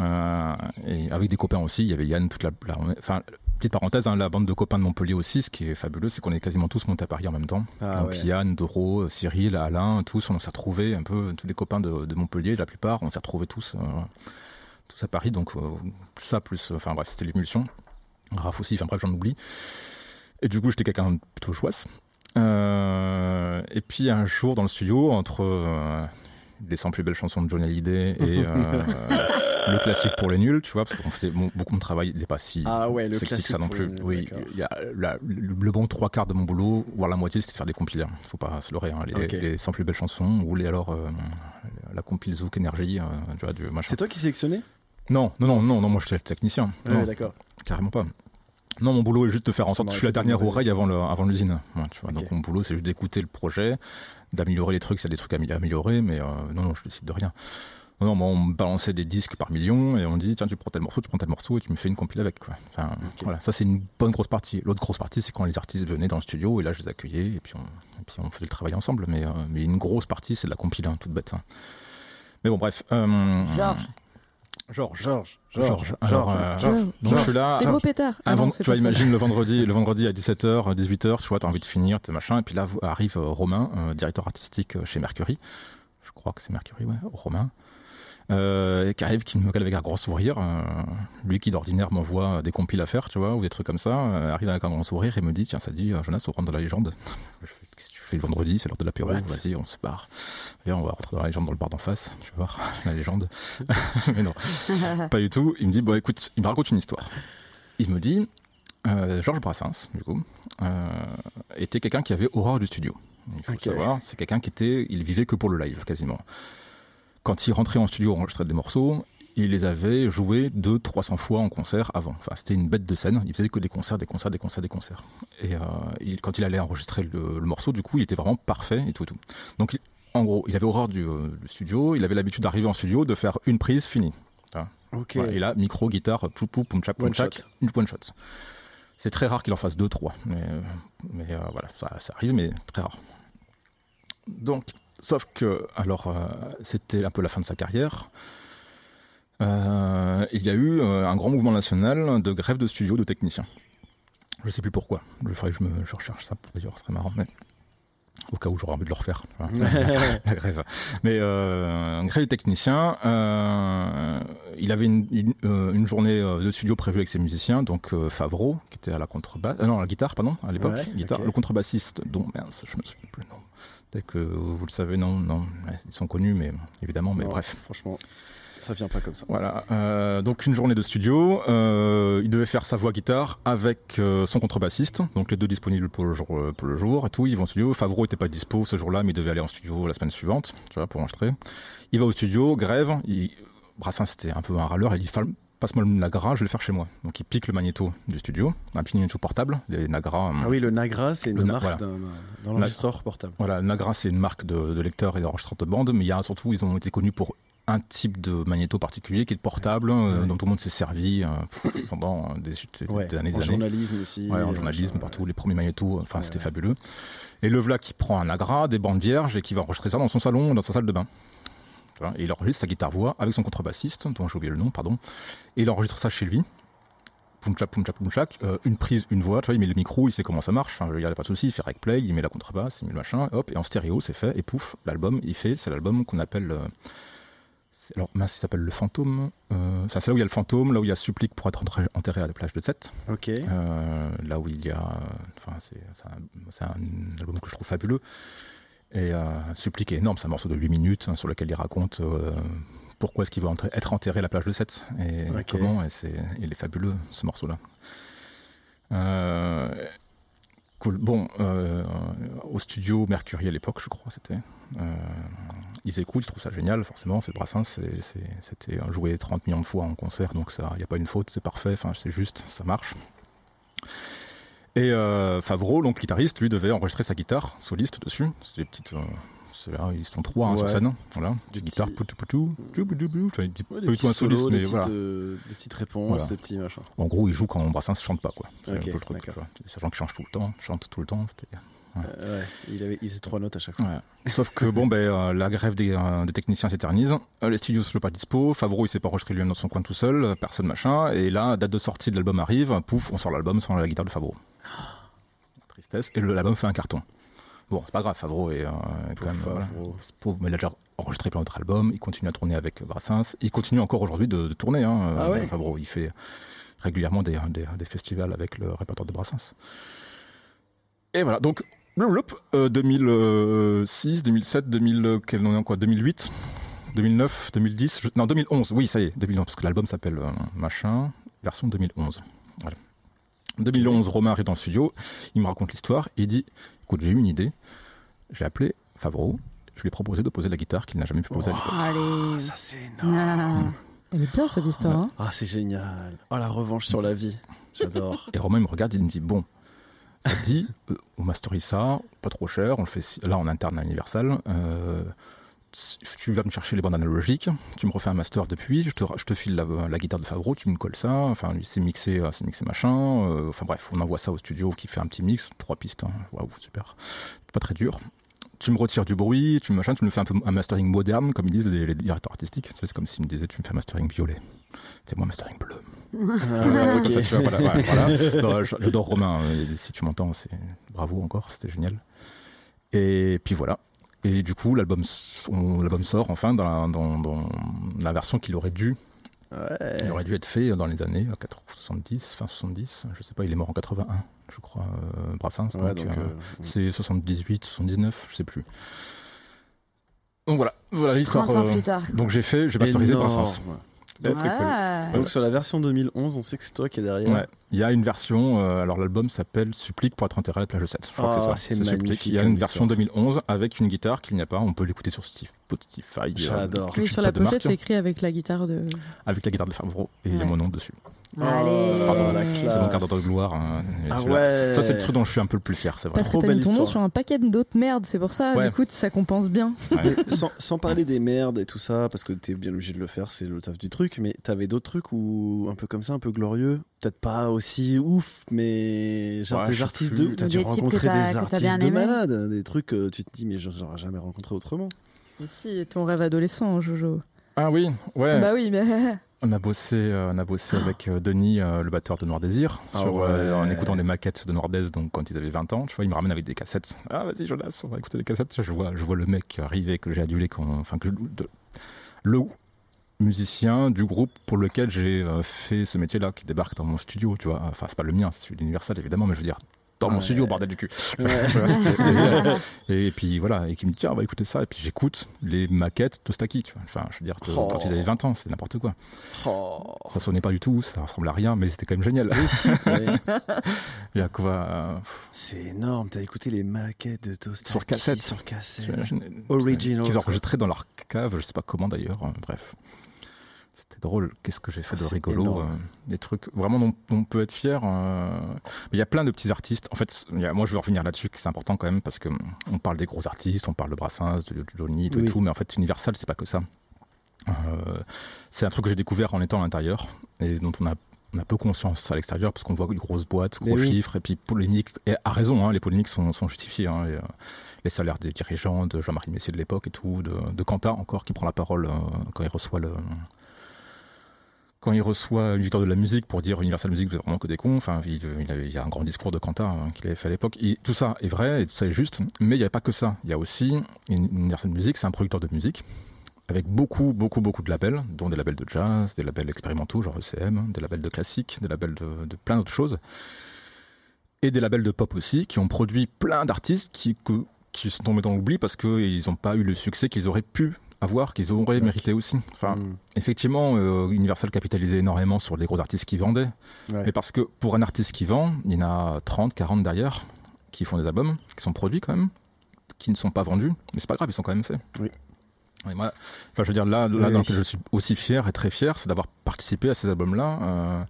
[SPEAKER 2] Euh, et avec des copains aussi, il y avait Yann, toute la. la- enfin, petite parenthèse, hein, la bande de copains de Montpellier aussi, ce qui est fabuleux, c'est qu'on est quasiment tous montés à Paris en même temps.
[SPEAKER 3] Ah
[SPEAKER 2] Donc
[SPEAKER 3] ouais.
[SPEAKER 2] Yann, Doro, Cyril, Alain, tous, on s'est retrouvés, un peu tous les copains de, de Montpellier, la plupart, on s'est retrouvés tous, euh, tous à Paris. Donc euh, ça, plus. euh, Enfin bref, c'était l'émulsion. Raph aussi, enfin bref, j'en oublie. Et du coup, j'étais quelqu'un de plutôt chouasse. Euh, et puis un jour dans le studio, entre euh, les 100 plus belles chansons de Johnny Hallyday et euh, le classique pour les nuls, tu vois, parce qu'on faisait bon, beaucoup de travail, il n'est pas si
[SPEAKER 3] Ah ouais, le
[SPEAKER 2] sexy que
[SPEAKER 3] classique.
[SPEAKER 2] ça non
[SPEAKER 3] pour
[SPEAKER 2] plus.
[SPEAKER 3] le-
[SPEAKER 2] Oui,
[SPEAKER 3] d'accord.
[SPEAKER 2] il y a la- le bon trois quarts de mon boulot, voire la moitié, c'était de faire des compiles. Faut pas se leurrer. hein. Les,
[SPEAKER 3] Ok.
[SPEAKER 2] les 100 plus belles chansons ou les alors euh, la compile Zouk Energy, euh, tu vois, du machin.
[SPEAKER 3] C'est toi qui sélectionnais
[SPEAKER 2] Non, non, non, non, non, moi j'étais le technicien.
[SPEAKER 3] Ah
[SPEAKER 2] Non,
[SPEAKER 3] ouais, d'accord.
[SPEAKER 2] Carrément pas. Non, mon boulot est juste de faire en
[SPEAKER 3] Ça
[SPEAKER 2] sorte que je suis la
[SPEAKER 3] m'aurait fait
[SPEAKER 2] dernière
[SPEAKER 3] tomber.
[SPEAKER 2] oreille avant le- avant l'usine. Ouais, tu vois.
[SPEAKER 3] Ok.
[SPEAKER 2] Donc mon boulot, c'est juste d'écouter le projet, d'améliorer les trucs, s'il y a des trucs à amé- améliorer, mais euh, non, non, je décide de rien. Non, non, moi, on me balançait des disques par million et on me dit, tiens, tu prends tel morceau, tu prends tel morceau et tu me fais une compile avec. Quoi. Enfin,
[SPEAKER 3] Ok.
[SPEAKER 2] voilà, ça c'est une bonne grosse partie. L'autre grosse partie, c'est quand les artistes venaient dans le studio et là, je les accueillais et puis on, et puis on faisait le travail ensemble. Mais, euh, mais une grosse partie, c'est de la compile, hein, toute bête. hein. Mais bon, bref. euh,
[SPEAKER 1] Georges.
[SPEAKER 2] Georges.
[SPEAKER 3] Georges.
[SPEAKER 2] Georges.
[SPEAKER 3] Georges.
[SPEAKER 2] Alors, euh,
[SPEAKER 3] Georges.
[SPEAKER 4] Georges.
[SPEAKER 3] Georges.
[SPEAKER 2] Donc je suis là.
[SPEAKER 4] Des gros pétards. Ah
[SPEAKER 2] Avant-
[SPEAKER 4] non, c'est
[SPEAKER 2] tu vois,
[SPEAKER 4] pas ça.
[SPEAKER 2] imagine le vendredi, le vendredi à 17h, 18h, tu vois, t'as envie de finir, t'es machin, et puis là vous- arrive euh, Romain, euh, directeur artistique euh, chez Mercury, je crois que c'est Mercury, ouais, Romain, euh, qui arrive, qui me regarde avec un grand sourire, euh, lui qui d'ordinaire m'envoie des compiles à faire, tu vois, ou des trucs comme ça, euh, arrive avec un grand sourire et me dit, tiens, ça te dit, euh, Jonas, on rentre dans la légende. Je fais, Qu'est-ce que tu fais le vendredi, c'est l'heure de l'apéro,
[SPEAKER 3] What
[SPEAKER 2] vas-y, on se barre. Viens, on va rentrer dans la légende dans le bar d'en face, tu vois, la légende. Mais non, pas du tout. Il me dit, bon, écoute, il me raconte une histoire. Il me dit, euh, Georges Brassens, du coup, euh, était quelqu'un qui avait horreur du studio. Il faut le
[SPEAKER 3] Ok.
[SPEAKER 2] savoir, c'est quelqu'un qui était, il vivait que pour le live quasiment. Quand il rentrait en studio, enregistrait des morceaux, il les avait joués 200-300 fois en concert avant. Enfin, c'était une bête de scène. Il faisait que des concerts, des concerts, des concerts, des concerts. Et euh, il- quand il allait enregistrer le, le morceau, du coup, il était vraiment parfait et tout. et tout. Donc, il- en gros, il avait horreur du, euh, du studio. Il avait l'habitude d'arriver en studio, de faire une prise, fini.
[SPEAKER 3] Ok.
[SPEAKER 2] Voilà, et là, micro, guitare, pou pou, poum tchak, poum
[SPEAKER 3] One
[SPEAKER 2] tchak,
[SPEAKER 3] shot.
[SPEAKER 2] une one shot. C'est très rare qu'il en fasse deux, trois. Mais, euh, mais euh, voilà, ça, ça arrive, mais très rare. Donc, sauf que, alors, euh, c'était un peu la fin de sa carrière. Euh, il y a eu euh, un grand mouvement national de grève de studios de techniciens. Je sais plus pourquoi. Je faudrait que je, me, je recherche ça, d'ailleurs, ce serait marrant. Mais... au cas où j'aurais envie de le refaire, enfin, la, la grève. Mais euh, grève des techniciens, euh, il avait une, une, euh, une journée euh, de studio prévue avec ses musiciens, donc euh, Favreau, qui était à la contrebasse, euh, non, à la guitare, pardon, à l'époque,
[SPEAKER 3] Ouais,
[SPEAKER 2] guitare,
[SPEAKER 3] ok.
[SPEAKER 2] le contrebassiste, dont, mince, je me souviens plus le nom. Peut-être que vous le savez, non, non, ouais, ils sont connus, mais évidemment, mais
[SPEAKER 3] Non,
[SPEAKER 2] bref.
[SPEAKER 3] Franchement, ça vient pas comme ça.
[SPEAKER 2] Voilà, euh, donc une journée de studio. euh, il devait faire sa voix guitare avec euh, son contrebassiste, donc les deux disponibles pour le jour, euh, pour le jour et tout. Ils vont au studio. Favreau n'était pas dispo ce jour-là, mais il devait aller en studio la semaine suivante, tu vois, pour enregistrer. Il va au studio, grève. Il... Brassens, c'était un peu un râleur. Il dit Fal- Passe-moi le Nagra, je vais le faire chez moi. Donc il pique le magnéto du studio, un petit magnéto portable, des Nagra. euh,
[SPEAKER 3] Ah oui, le Nagra, c'est une
[SPEAKER 2] Le Na-
[SPEAKER 3] marque
[SPEAKER 2] voilà.
[SPEAKER 3] d'un d'un enregistreur portable.
[SPEAKER 2] voilà, Nagra, c'est une marque de, de lecteurs et d'enregistreurs de bande, mais il y a surtout, ils ont été connus pour un type de magnéto particulier qui est portable, euh,
[SPEAKER 3] Ouais.
[SPEAKER 2] dont tout le monde s'est servi euh, pff, pendant des, des- des
[SPEAKER 3] Ouais,
[SPEAKER 2] années.
[SPEAKER 3] en
[SPEAKER 2] des années.
[SPEAKER 3] journalisme aussi.
[SPEAKER 2] Ouais, en
[SPEAKER 3] euh,
[SPEAKER 2] journalisme,
[SPEAKER 3] ouais.
[SPEAKER 2] partout, les premiers magnétos, enfin,
[SPEAKER 3] Ouais,
[SPEAKER 2] c'était
[SPEAKER 3] ouais.
[SPEAKER 2] fabuleux. Et le voilà qui prend un Nagra, des bandes vierges, et qui va enregistrer ça dans son salon, dans sa salle de bain. Tu vois, Et il enregistre sa guitare-voix avec son contrebassiste, dont j'ai oublié le nom, pardon, et il enregistre ça chez lui. Poumchak, poumchak, poumchak, euh, une prise, une voix, tu vois, il met le micro, il sait comment ça marche, enfin, il n'y a pas de souci, il fait rec play, il met la contrebasse, il met le machin, hop, et en stéréo, c'est fait, et pouf, l'album, il fait, c'est l'album qu'on appelle. euh, c'est- alors, mince, il s'appelle Le Fantôme. euh, ça, c'est là où il y a le fantôme, là où il y a Supplique pour être enterré- enterré à la plage de Sète.
[SPEAKER 3] Ok.
[SPEAKER 2] Euh, là où il y a. euh, Enfin, c'est c'est un, c'est un album que je trouve fabuleux. Et euh, Supplique est énorme, c'est un morceau de 8 minutes hein, sur lequel il raconte euh, pourquoi est-ce qu'il va entra- être enterré à la plage de Sète et
[SPEAKER 3] Ok.
[SPEAKER 2] comment. Et c'est, il est fabuleux, ce morceau-là. Euh, cool. Bon, euh, au studio Mercury à l'époque, je crois, c'était. Euh, ils écoutent, ils trouvent ça génial, forcément, c'est Brassens, c'est- c'est- c'était joué 30 millions de fois en concert, donc ça, il n'y a pas une faute, c'est parfait, enfin, c'est juste, ça marche. Et euh, Favreau, donc guitariste, lui devait enregistrer sa guitare soliste dessus. C'est des petites. euh, c'est là, ils sont trois hein, sur
[SPEAKER 3] Ouais.
[SPEAKER 2] scène. Voilà.
[SPEAKER 3] Des
[SPEAKER 2] Des guitares,
[SPEAKER 3] petits-
[SPEAKER 2] poutou poutou, tchou poutou poutou. Enfin, il dit pas
[SPEAKER 3] Ouais,
[SPEAKER 2] du tout un
[SPEAKER 3] petits
[SPEAKER 2] soliste,
[SPEAKER 3] solos,
[SPEAKER 2] mais
[SPEAKER 3] des,
[SPEAKER 2] voilà.
[SPEAKER 3] petites, euh, des petites réponses,
[SPEAKER 2] Voilà.
[SPEAKER 3] des petits machins.
[SPEAKER 2] En gros, il joue quand Brassens chante pas, quoi. C'est
[SPEAKER 3] Ok,
[SPEAKER 2] un peu le truc,
[SPEAKER 3] d'accord.
[SPEAKER 2] tu vois. Sachant qu'il change tout le temps, chante tout le temps, c'était
[SPEAKER 3] Euh, ouais, il, avait, il faisait trois notes à chaque fois.
[SPEAKER 2] Ouais. Sauf que bon, ben, euh, la grève des, euh, des techniciens s'éternise, Euh, les studios ne sont pas dispo, Favreau il s'est pas enregistré lui-même dans son coin tout seul, euh, personne machin, et là, date de sortie de l'album arrive, pouf, on sort l'album sans la guitare de Favreau. Tristesse, et le- l'album fait un carton. Bon, c'est pas grave, Favreau est, euh, est quand
[SPEAKER 3] Pauvre
[SPEAKER 2] même. voilà,
[SPEAKER 3] Favreau.
[SPEAKER 2] c'est pauvre, mais il a déjà enregistré plein d'autres albums, il continue à tourner avec Brassens, il continue encore aujourd'hui de, de tourner, hein, euh,
[SPEAKER 3] Ah ouais
[SPEAKER 2] Favreau, il fait régulièrement des, des- des festivals avec le répertoire de Brassens. Et voilà, donc Bloup, bloup, euh, 2006, 2007, 2000, euh, quel, on est en quoi 2008, 2009, 2010, je- non 2011, oui ça y est, 2011, parce que l'album s'appelle euh, machin, version 2011. Voilà. 2011, Romain arrive dans le studio, il me raconte l'histoire, il dit, écoute j'ai eu une idée, j'ai appelé Favreau, je lui ai proposé de poser la guitare qu'il n'a jamais pu poser. à l'époque.
[SPEAKER 1] Oh, Allez.
[SPEAKER 3] Ah, ça c'est énorme.
[SPEAKER 1] Ah.
[SPEAKER 4] Elle est bien cette histoire. hein.
[SPEAKER 3] Ah, c'est génial. Oh, la revanche sur la vie. J'adore.
[SPEAKER 2] Et Romain il me regarde, il me dit bon, ça te dit, euh, on masterise ça, pas trop cher, on le fait si- là en interne à Universal. euh, tu- tu vas me chercher les bandes analogiques, tu me refais un master depuis, je te, ra- je te file la, la guitare de Favreau, tu me colles ça, enfin lui, c'est mixé, euh, c'est mixé machin, euh, enfin bref, on envoie ça au studio qui fait un petit mix, trois pistes, hein, waouh super, pas très dur. Tu me retires du bruit, tu me machin, tu me fais un peu un mastering moderne, comme ils disent les, les directeurs artistiques. Tu sais, C'est comme s'ils me disaient, tu me fais un mastering violet, fais-moi un mastering bleu. Voilà, un
[SPEAKER 3] Ah,
[SPEAKER 2] truc comme ça,
[SPEAKER 3] ok.
[SPEAKER 2] tu vois, voilà, ouais, voilà. Non, j- J'adore Romain, euh, et si tu m'entends, c'est bravo encore, c'était génial. Et puis voilà. Et du coup, l'album s- on- l'album sort enfin dans la, dans- dans la version qu'il aurait dû, il
[SPEAKER 3] Ouais.
[SPEAKER 2] aurait dû être fait dans les années 80, 70, fin 70, je sais pas, il est mort en 81, je crois, euh, Brassens.
[SPEAKER 3] Ouais,
[SPEAKER 2] donc,
[SPEAKER 3] donc,
[SPEAKER 2] euh,
[SPEAKER 3] euh,
[SPEAKER 2] c'est 78, 79, je sais plus. Donc voilà, voilà l'histoire.
[SPEAKER 1] 30 ans
[SPEAKER 2] euh,
[SPEAKER 1] plus Ah. tard.
[SPEAKER 2] donc j'ai fait, j'ai masterisé
[SPEAKER 3] énorme.
[SPEAKER 2] Brassens. Donc c'est cool.
[SPEAKER 1] Ouais.
[SPEAKER 3] Donc sur la version 2011, on sait que c'est toi qui es derrière.
[SPEAKER 2] Ouais. Il y a une version, euh, alors l'album s'appelle Supplique pour être enterré à la plage de 7. Je crois
[SPEAKER 3] Ah,
[SPEAKER 2] que c'est ça.
[SPEAKER 3] c'est
[SPEAKER 2] Supplique.
[SPEAKER 3] magnifique
[SPEAKER 2] Il y a une
[SPEAKER 3] comme
[SPEAKER 2] version
[SPEAKER 3] histoire.
[SPEAKER 2] 2011 avec une guitare qu'il n'y a pas. On peut l'écouter sur Steve- Spotify. euh,
[SPEAKER 3] J'adore.
[SPEAKER 2] tout de
[SPEAKER 4] Oui,
[SPEAKER 2] suite,
[SPEAKER 4] sur
[SPEAKER 2] pas
[SPEAKER 4] la
[SPEAKER 2] de
[SPEAKER 4] pochette,
[SPEAKER 2] marque,
[SPEAKER 4] c'est écrit avec la guitare de.
[SPEAKER 2] Avec la guitare de Favreau et il y a
[SPEAKER 4] Ouais.
[SPEAKER 2] mon nom dessus.
[SPEAKER 1] Allez.
[SPEAKER 3] Oh, la classe.
[SPEAKER 2] C'est mon quart d'ordre de gloire. hein, et
[SPEAKER 3] Ah
[SPEAKER 2] celui-là.
[SPEAKER 3] ouais.
[SPEAKER 2] Ça, c'est le truc dont je suis un peu le plus fier, c'est vrai.
[SPEAKER 4] Parce que
[SPEAKER 3] Trop
[SPEAKER 4] t'as mis
[SPEAKER 3] belle
[SPEAKER 4] ton nom
[SPEAKER 3] histoire.
[SPEAKER 4] sur un paquet d'autres merdes, c'est pour ça.
[SPEAKER 2] Ouais.
[SPEAKER 4] Du coup, ça compense bien.
[SPEAKER 3] Mais sans, sans parler des merdes et tout ça, parce que t'es bien obligé de le faire, c'est le taf du truc, mais t'avais d'autres trucs où, un peu comme ça, un peu glorieux, peut-être pas aussi ouf, mais genre
[SPEAKER 2] Ouais, je
[SPEAKER 3] des
[SPEAKER 2] sais
[SPEAKER 3] artistes
[SPEAKER 2] plus.
[SPEAKER 3] de. T'as
[SPEAKER 1] Des
[SPEAKER 3] dû
[SPEAKER 1] types que
[SPEAKER 3] rencontrer des
[SPEAKER 1] t'as- que t'as bien
[SPEAKER 3] artistes de
[SPEAKER 1] aimés.
[SPEAKER 3] malades, des trucs que tu te dis, mais j'aurais jamais rencontré autrement.
[SPEAKER 4] Mais si, ton rêve adolescent, Jojo.
[SPEAKER 2] Ah oui, ouais.
[SPEAKER 4] Bah oui, mais.
[SPEAKER 2] On a bossé, euh, on a bossé avec euh, Denis, euh, le batteur de Noir Désir,
[SPEAKER 3] Ah
[SPEAKER 2] sur,
[SPEAKER 3] ouais.
[SPEAKER 2] euh, en écoutant les maquettes de Noir Désir, donc quand ils avaient 20 ans. Tu vois, il me ramène avec des cassettes. Ah, vas-y, Jonas, on va écouter des cassettes. Je vois, je vois le mec arriver que j'ai adulé, quand, enfin, que, de- le musicien du groupe pour lequel j'ai euh, fait ce métier-là, qui débarque dans mon studio. Tu vois, enfin, c'est pas le mien, c'est celui d'Universal évidemment, mais je veux dire. Dans mon
[SPEAKER 3] Ah Ouais.
[SPEAKER 2] studio, bordel du cul.
[SPEAKER 3] Ouais.
[SPEAKER 2] Voilà, c'était- et, et puis voilà, et qui me dit tiens, on va écouter ça. Et puis j'écoute les maquettes Tostaki. Tu vois. Enfin, je veux dire, que
[SPEAKER 3] Oh.
[SPEAKER 2] quand ils avaient 20 ans, c'est n'importe quoi.
[SPEAKER 3] Oh.
[SPEAKER 2] Ça sonnait pas du tout, ça ressemblait à rien, mais c'était quand même génial.
[SPEAKER 3] Ouais.
[SPEAKER 2] Il y a quoi, euh,
[SPEAKER 3] C'est énorme, t'as écouté les maquettes de Toast
[SPEAKER 2] Sur cassette.
[SPEAKER 3] Sur cassette.
[SPEAKER 2] j'imagine-
[SPEAKER 3] Original.
[SPEAKER 2] Qu'ils enregistraient dans leur cave, je sais pas comment d'ailleurs, euh, bref. C'était drôle, qu'est-ce que j'ai fait de
[SPEAKER 3] C'est
[SPEAKER 2] rigolo,
[SPEAKER 3] énorme.
[SPEAKER 2] euh, des trucs vraiment dont dont on peut être fier. euh. Mais il y a plein de petits artistes. En fait, c'est- il y a- moi je veux revenir là-dessus, que c'est important quand même, parce que hum, on parle des gros artistes, on parle de Brassens, de de Johnny, de
[SPEAKER 3] Oui.
[SPEAKER 2] tout, mais en fait Universal, c'est pas que ça. Euh, c'est un truc que j'ai découvert en étant à l'intérieur et dont on a, on a peu conscience à l'extérieur parce qu'on voit une grosse boîte,
[SPEAKER 3] Mais
[SPEAKER 2] gros
[SPEAKER 3] oui.
[SPEAKER 2] chiffres et puis polémiques. Et à raison, hein, les polémiques sont, sont justifiées. hein, et, euh, les salaires des dirigeants, de Jean-Marie Messier de l'époque et tout, de, de Quentin encore qui prend la parole euh, quand il reçoit le. Quand il reçoit une victoire de la musique pour dire Universal Music, vous êtes vraiment que des cons, enfin, il, il avait- il y a un grand discours de Quentin hein, qu'il avait fait à l'époque. Et Tout ça est vrai et tout ça est juste, mais il n'y avait pas que ça. Il y a aussi Universal Music, c'est un producteur de musique avec beaucoup, beaucoup, beaucoup de labels, dont des labels de jazz, des labels expérimentaux, genre ECM, des labels de classique, des labels de, de plein d'autres choses, et des labels de pop aussi, qui ont produit plein d'artistes qui, que- qui sont tombés dans l'oubli parce qu'ils n'ont pas eu le succès qu'ils auraient pu avoir, qu'ils auraient
[SPEAKER 3] Ouais.
[SPEAKER 2] mérité aussi. Enfin,
[SPEAKER 3] Mm.
[SPEAKER 2] effectivement, euh, Universal capitalisait énormément sur les gros artistes qui vendaient,
[SPEAKER 3] Ouais.
[SPEAKER 2] mais parce que pour un artiste qui vend, il y en a 30, 40 derrière qui font des albums, qui sont produits quand même, qui ne sont pas vendus, mais c'est pas grave, ils sont quand même faits.
[SPEAKER 3] Oui.
[SPEAKER 2] Et moi, enfin, je veux dire, là, là
[SPEAKER 3] Oui,
[SPEAKER 2] dans
[SPEAKER 3] oui.
[SPEAKER 2] lequel je suis aussi fier et très fier, c'est d'avoir participé à ces albums-là. euh,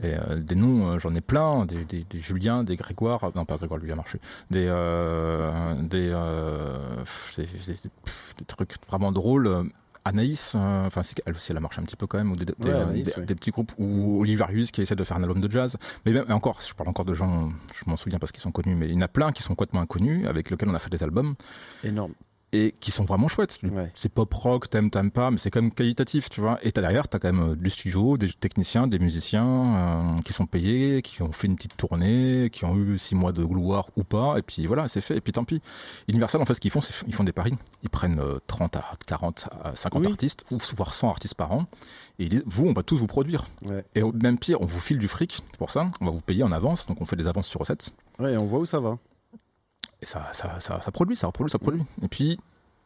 [SPEAKER 2] et euh, des noms, euh, j'en ai plein, des, des, des Julien, des Grégoire, euh, non pas Grégoire, lui a marché, des, euh, des, euh, pff, des, des- pff, des trucs vraiment drôles. euh, Anaïs, euh, enfin, c'est- elle aussi, elle a marché un petit peu quand même, ou des, des-
[SPEAKER 3] Ouais, Anaïs,
[SPEAKER 2] des-
[SPEAKER 3] oui.
[SPEAKER 2] des petits groupes, ou Olivier Arius qui essaie de faire un album de jazz. Mais même, et encore, je parle encore de gens, je m'en souviens parce qu'ils sont connus, mais il y en a plein qui sont complètement inconnus, avec lesquels on a fait des albums,
[SPEAKER 3] Énorme.
[SPEAKER 2] et qui sont vraiment chouettes.
[SPEAKER 3] Ouais.
[SPEAKER 2] C'est pop rock, t'aimes, t'aimes pas, mais c'est quand même qualitatif, tu vois. Et t'as derrière, t'as quand même euh, du studio, des techniciens, des musiciens euh, qui sont payés, qui ont fait une petite tournée, qui ont eu six mois de gloire ou pas, et puis voilà, c'est fait, et puis tant pis. Universal, en fait, ce qu'ils font, c'est ils font des paris. Ils prennent euh, 30 à 40 à 50
[SPEAKER 3] Oui.
[SPEAKER 2] artistes, ou voire 100 artistes par an, et ils disent, vous, on va tous vous produire.
[SPEAKER 3] Ouais.
[SPEAKER 2] Et au- même pire, on vous file du fric pour ça, on va vous payer en avance, donc on fait des avances sur recettes.
[SPEAKER 3] Ouais, on voit où ça va.
[SPEAKER 2] Et ça, ça, ça, ça produit, ça reproduit, ça produit. Et puis,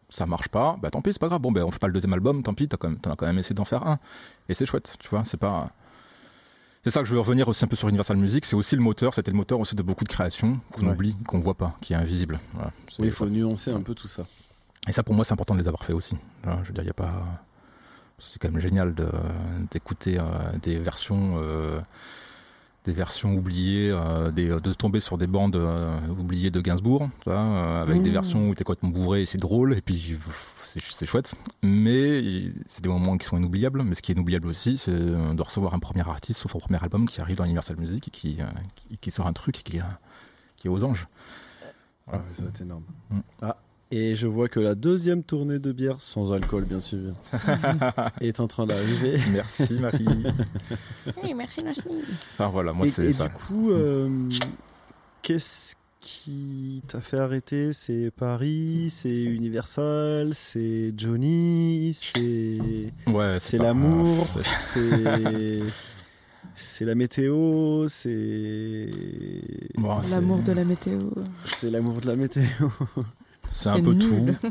[SPEAKER 2] ça marche pas, bah tant pis, c'est pas grave. Bon, ben on fait pas le deuxième album, tant pis, t'as quand même, t'en as quand même essayé d'en faire un. Et c'est chouette, tu vois, c'est pas. C'est ça que je veux revenir aussi un peu sur Universal Music, c'est aussi le moteur, c'était le moteur aussi de beaucoup de créations qu'on
[SPEAKER 3] Ouais.
[SPEAKER 2] oublie, qu'on voit pas, qui est invisible. Voilà, c'est
[SPEAKER 3] Oui, il
[SPEAKER 2] ça.
[SPEAKER 3] faut nuancer un peu tout ça.
[SPEAKER 2] Et ça, pour moi, c'est important de les avoir fait aussi. Voilà, Je veux dire, il n'y a pas. C'est quand même génial de- d'écouter euh, des versions. euh, des versions oubliées, euh, des- de tomber sur des bandes euh, oubliées de Gainsbourg, tu vois, euh, avec des
[SPEAKER 1] Mmh.
[SPEAKER 2] versions où t'es complètement bourré et c'est drôle, et puis pff, c'est c'est chouette. Mais il- c'est des moments qui sont inoubliables, mais ce qui est inoubliable aussi, c'est euh, de recevoir un premier artiste, sauf son premier album, qui arrive dans Universal Music et qui, euh, qui, qui sort un truc et qui, euh, qui est aux anges.
[SPEAKER 3] Ah,
[SPEAKER 2] Voilà.
[SPEAKER 3] ouais, ça va être énorme.
[SPEAKER 2] Mm.
[SPEAKER 3] Ah, et je vois que la deuxième tournée de bière, sans alcool bien sûr, est en train d'arriver.
[SPEAKER 2] Merci Marie.
[SPEAKER 4] Oui, merci, Nasmi.
[SPEAKER 2] Enfin voilà, moi
[SPEAKER 3] et
[SPEAKER 2] c'est
[SPEAKER 3] et
[SPEAKER 2] ça.
[SPEAKER 3] du coup, euh, qu'est-ce qui t'a fait arrêter C'est Paris, c'est Universal, c'est Johnny, c'est
[SPEAKER 2] Ouais,
[SPEAKER 3] c'est
[SPEAKER 2] pas-
[SPEAKER 3] l'amour,
[SPEAKER 2] c'est-
[SPEAKER 3] c'est c'est la météo, c'est
[SPEAKER 2] bon, c'est-
[SPEAKER 4] L'amour de la météo.
[SPEAKER 3] c'est l'amour de la météo.
[SPEAKER 2] C'est un
[SPEAKER 4] est
[SPEAKER 2] peu
[SPEAKER 4] nul.
[SPEAKER 2] tout.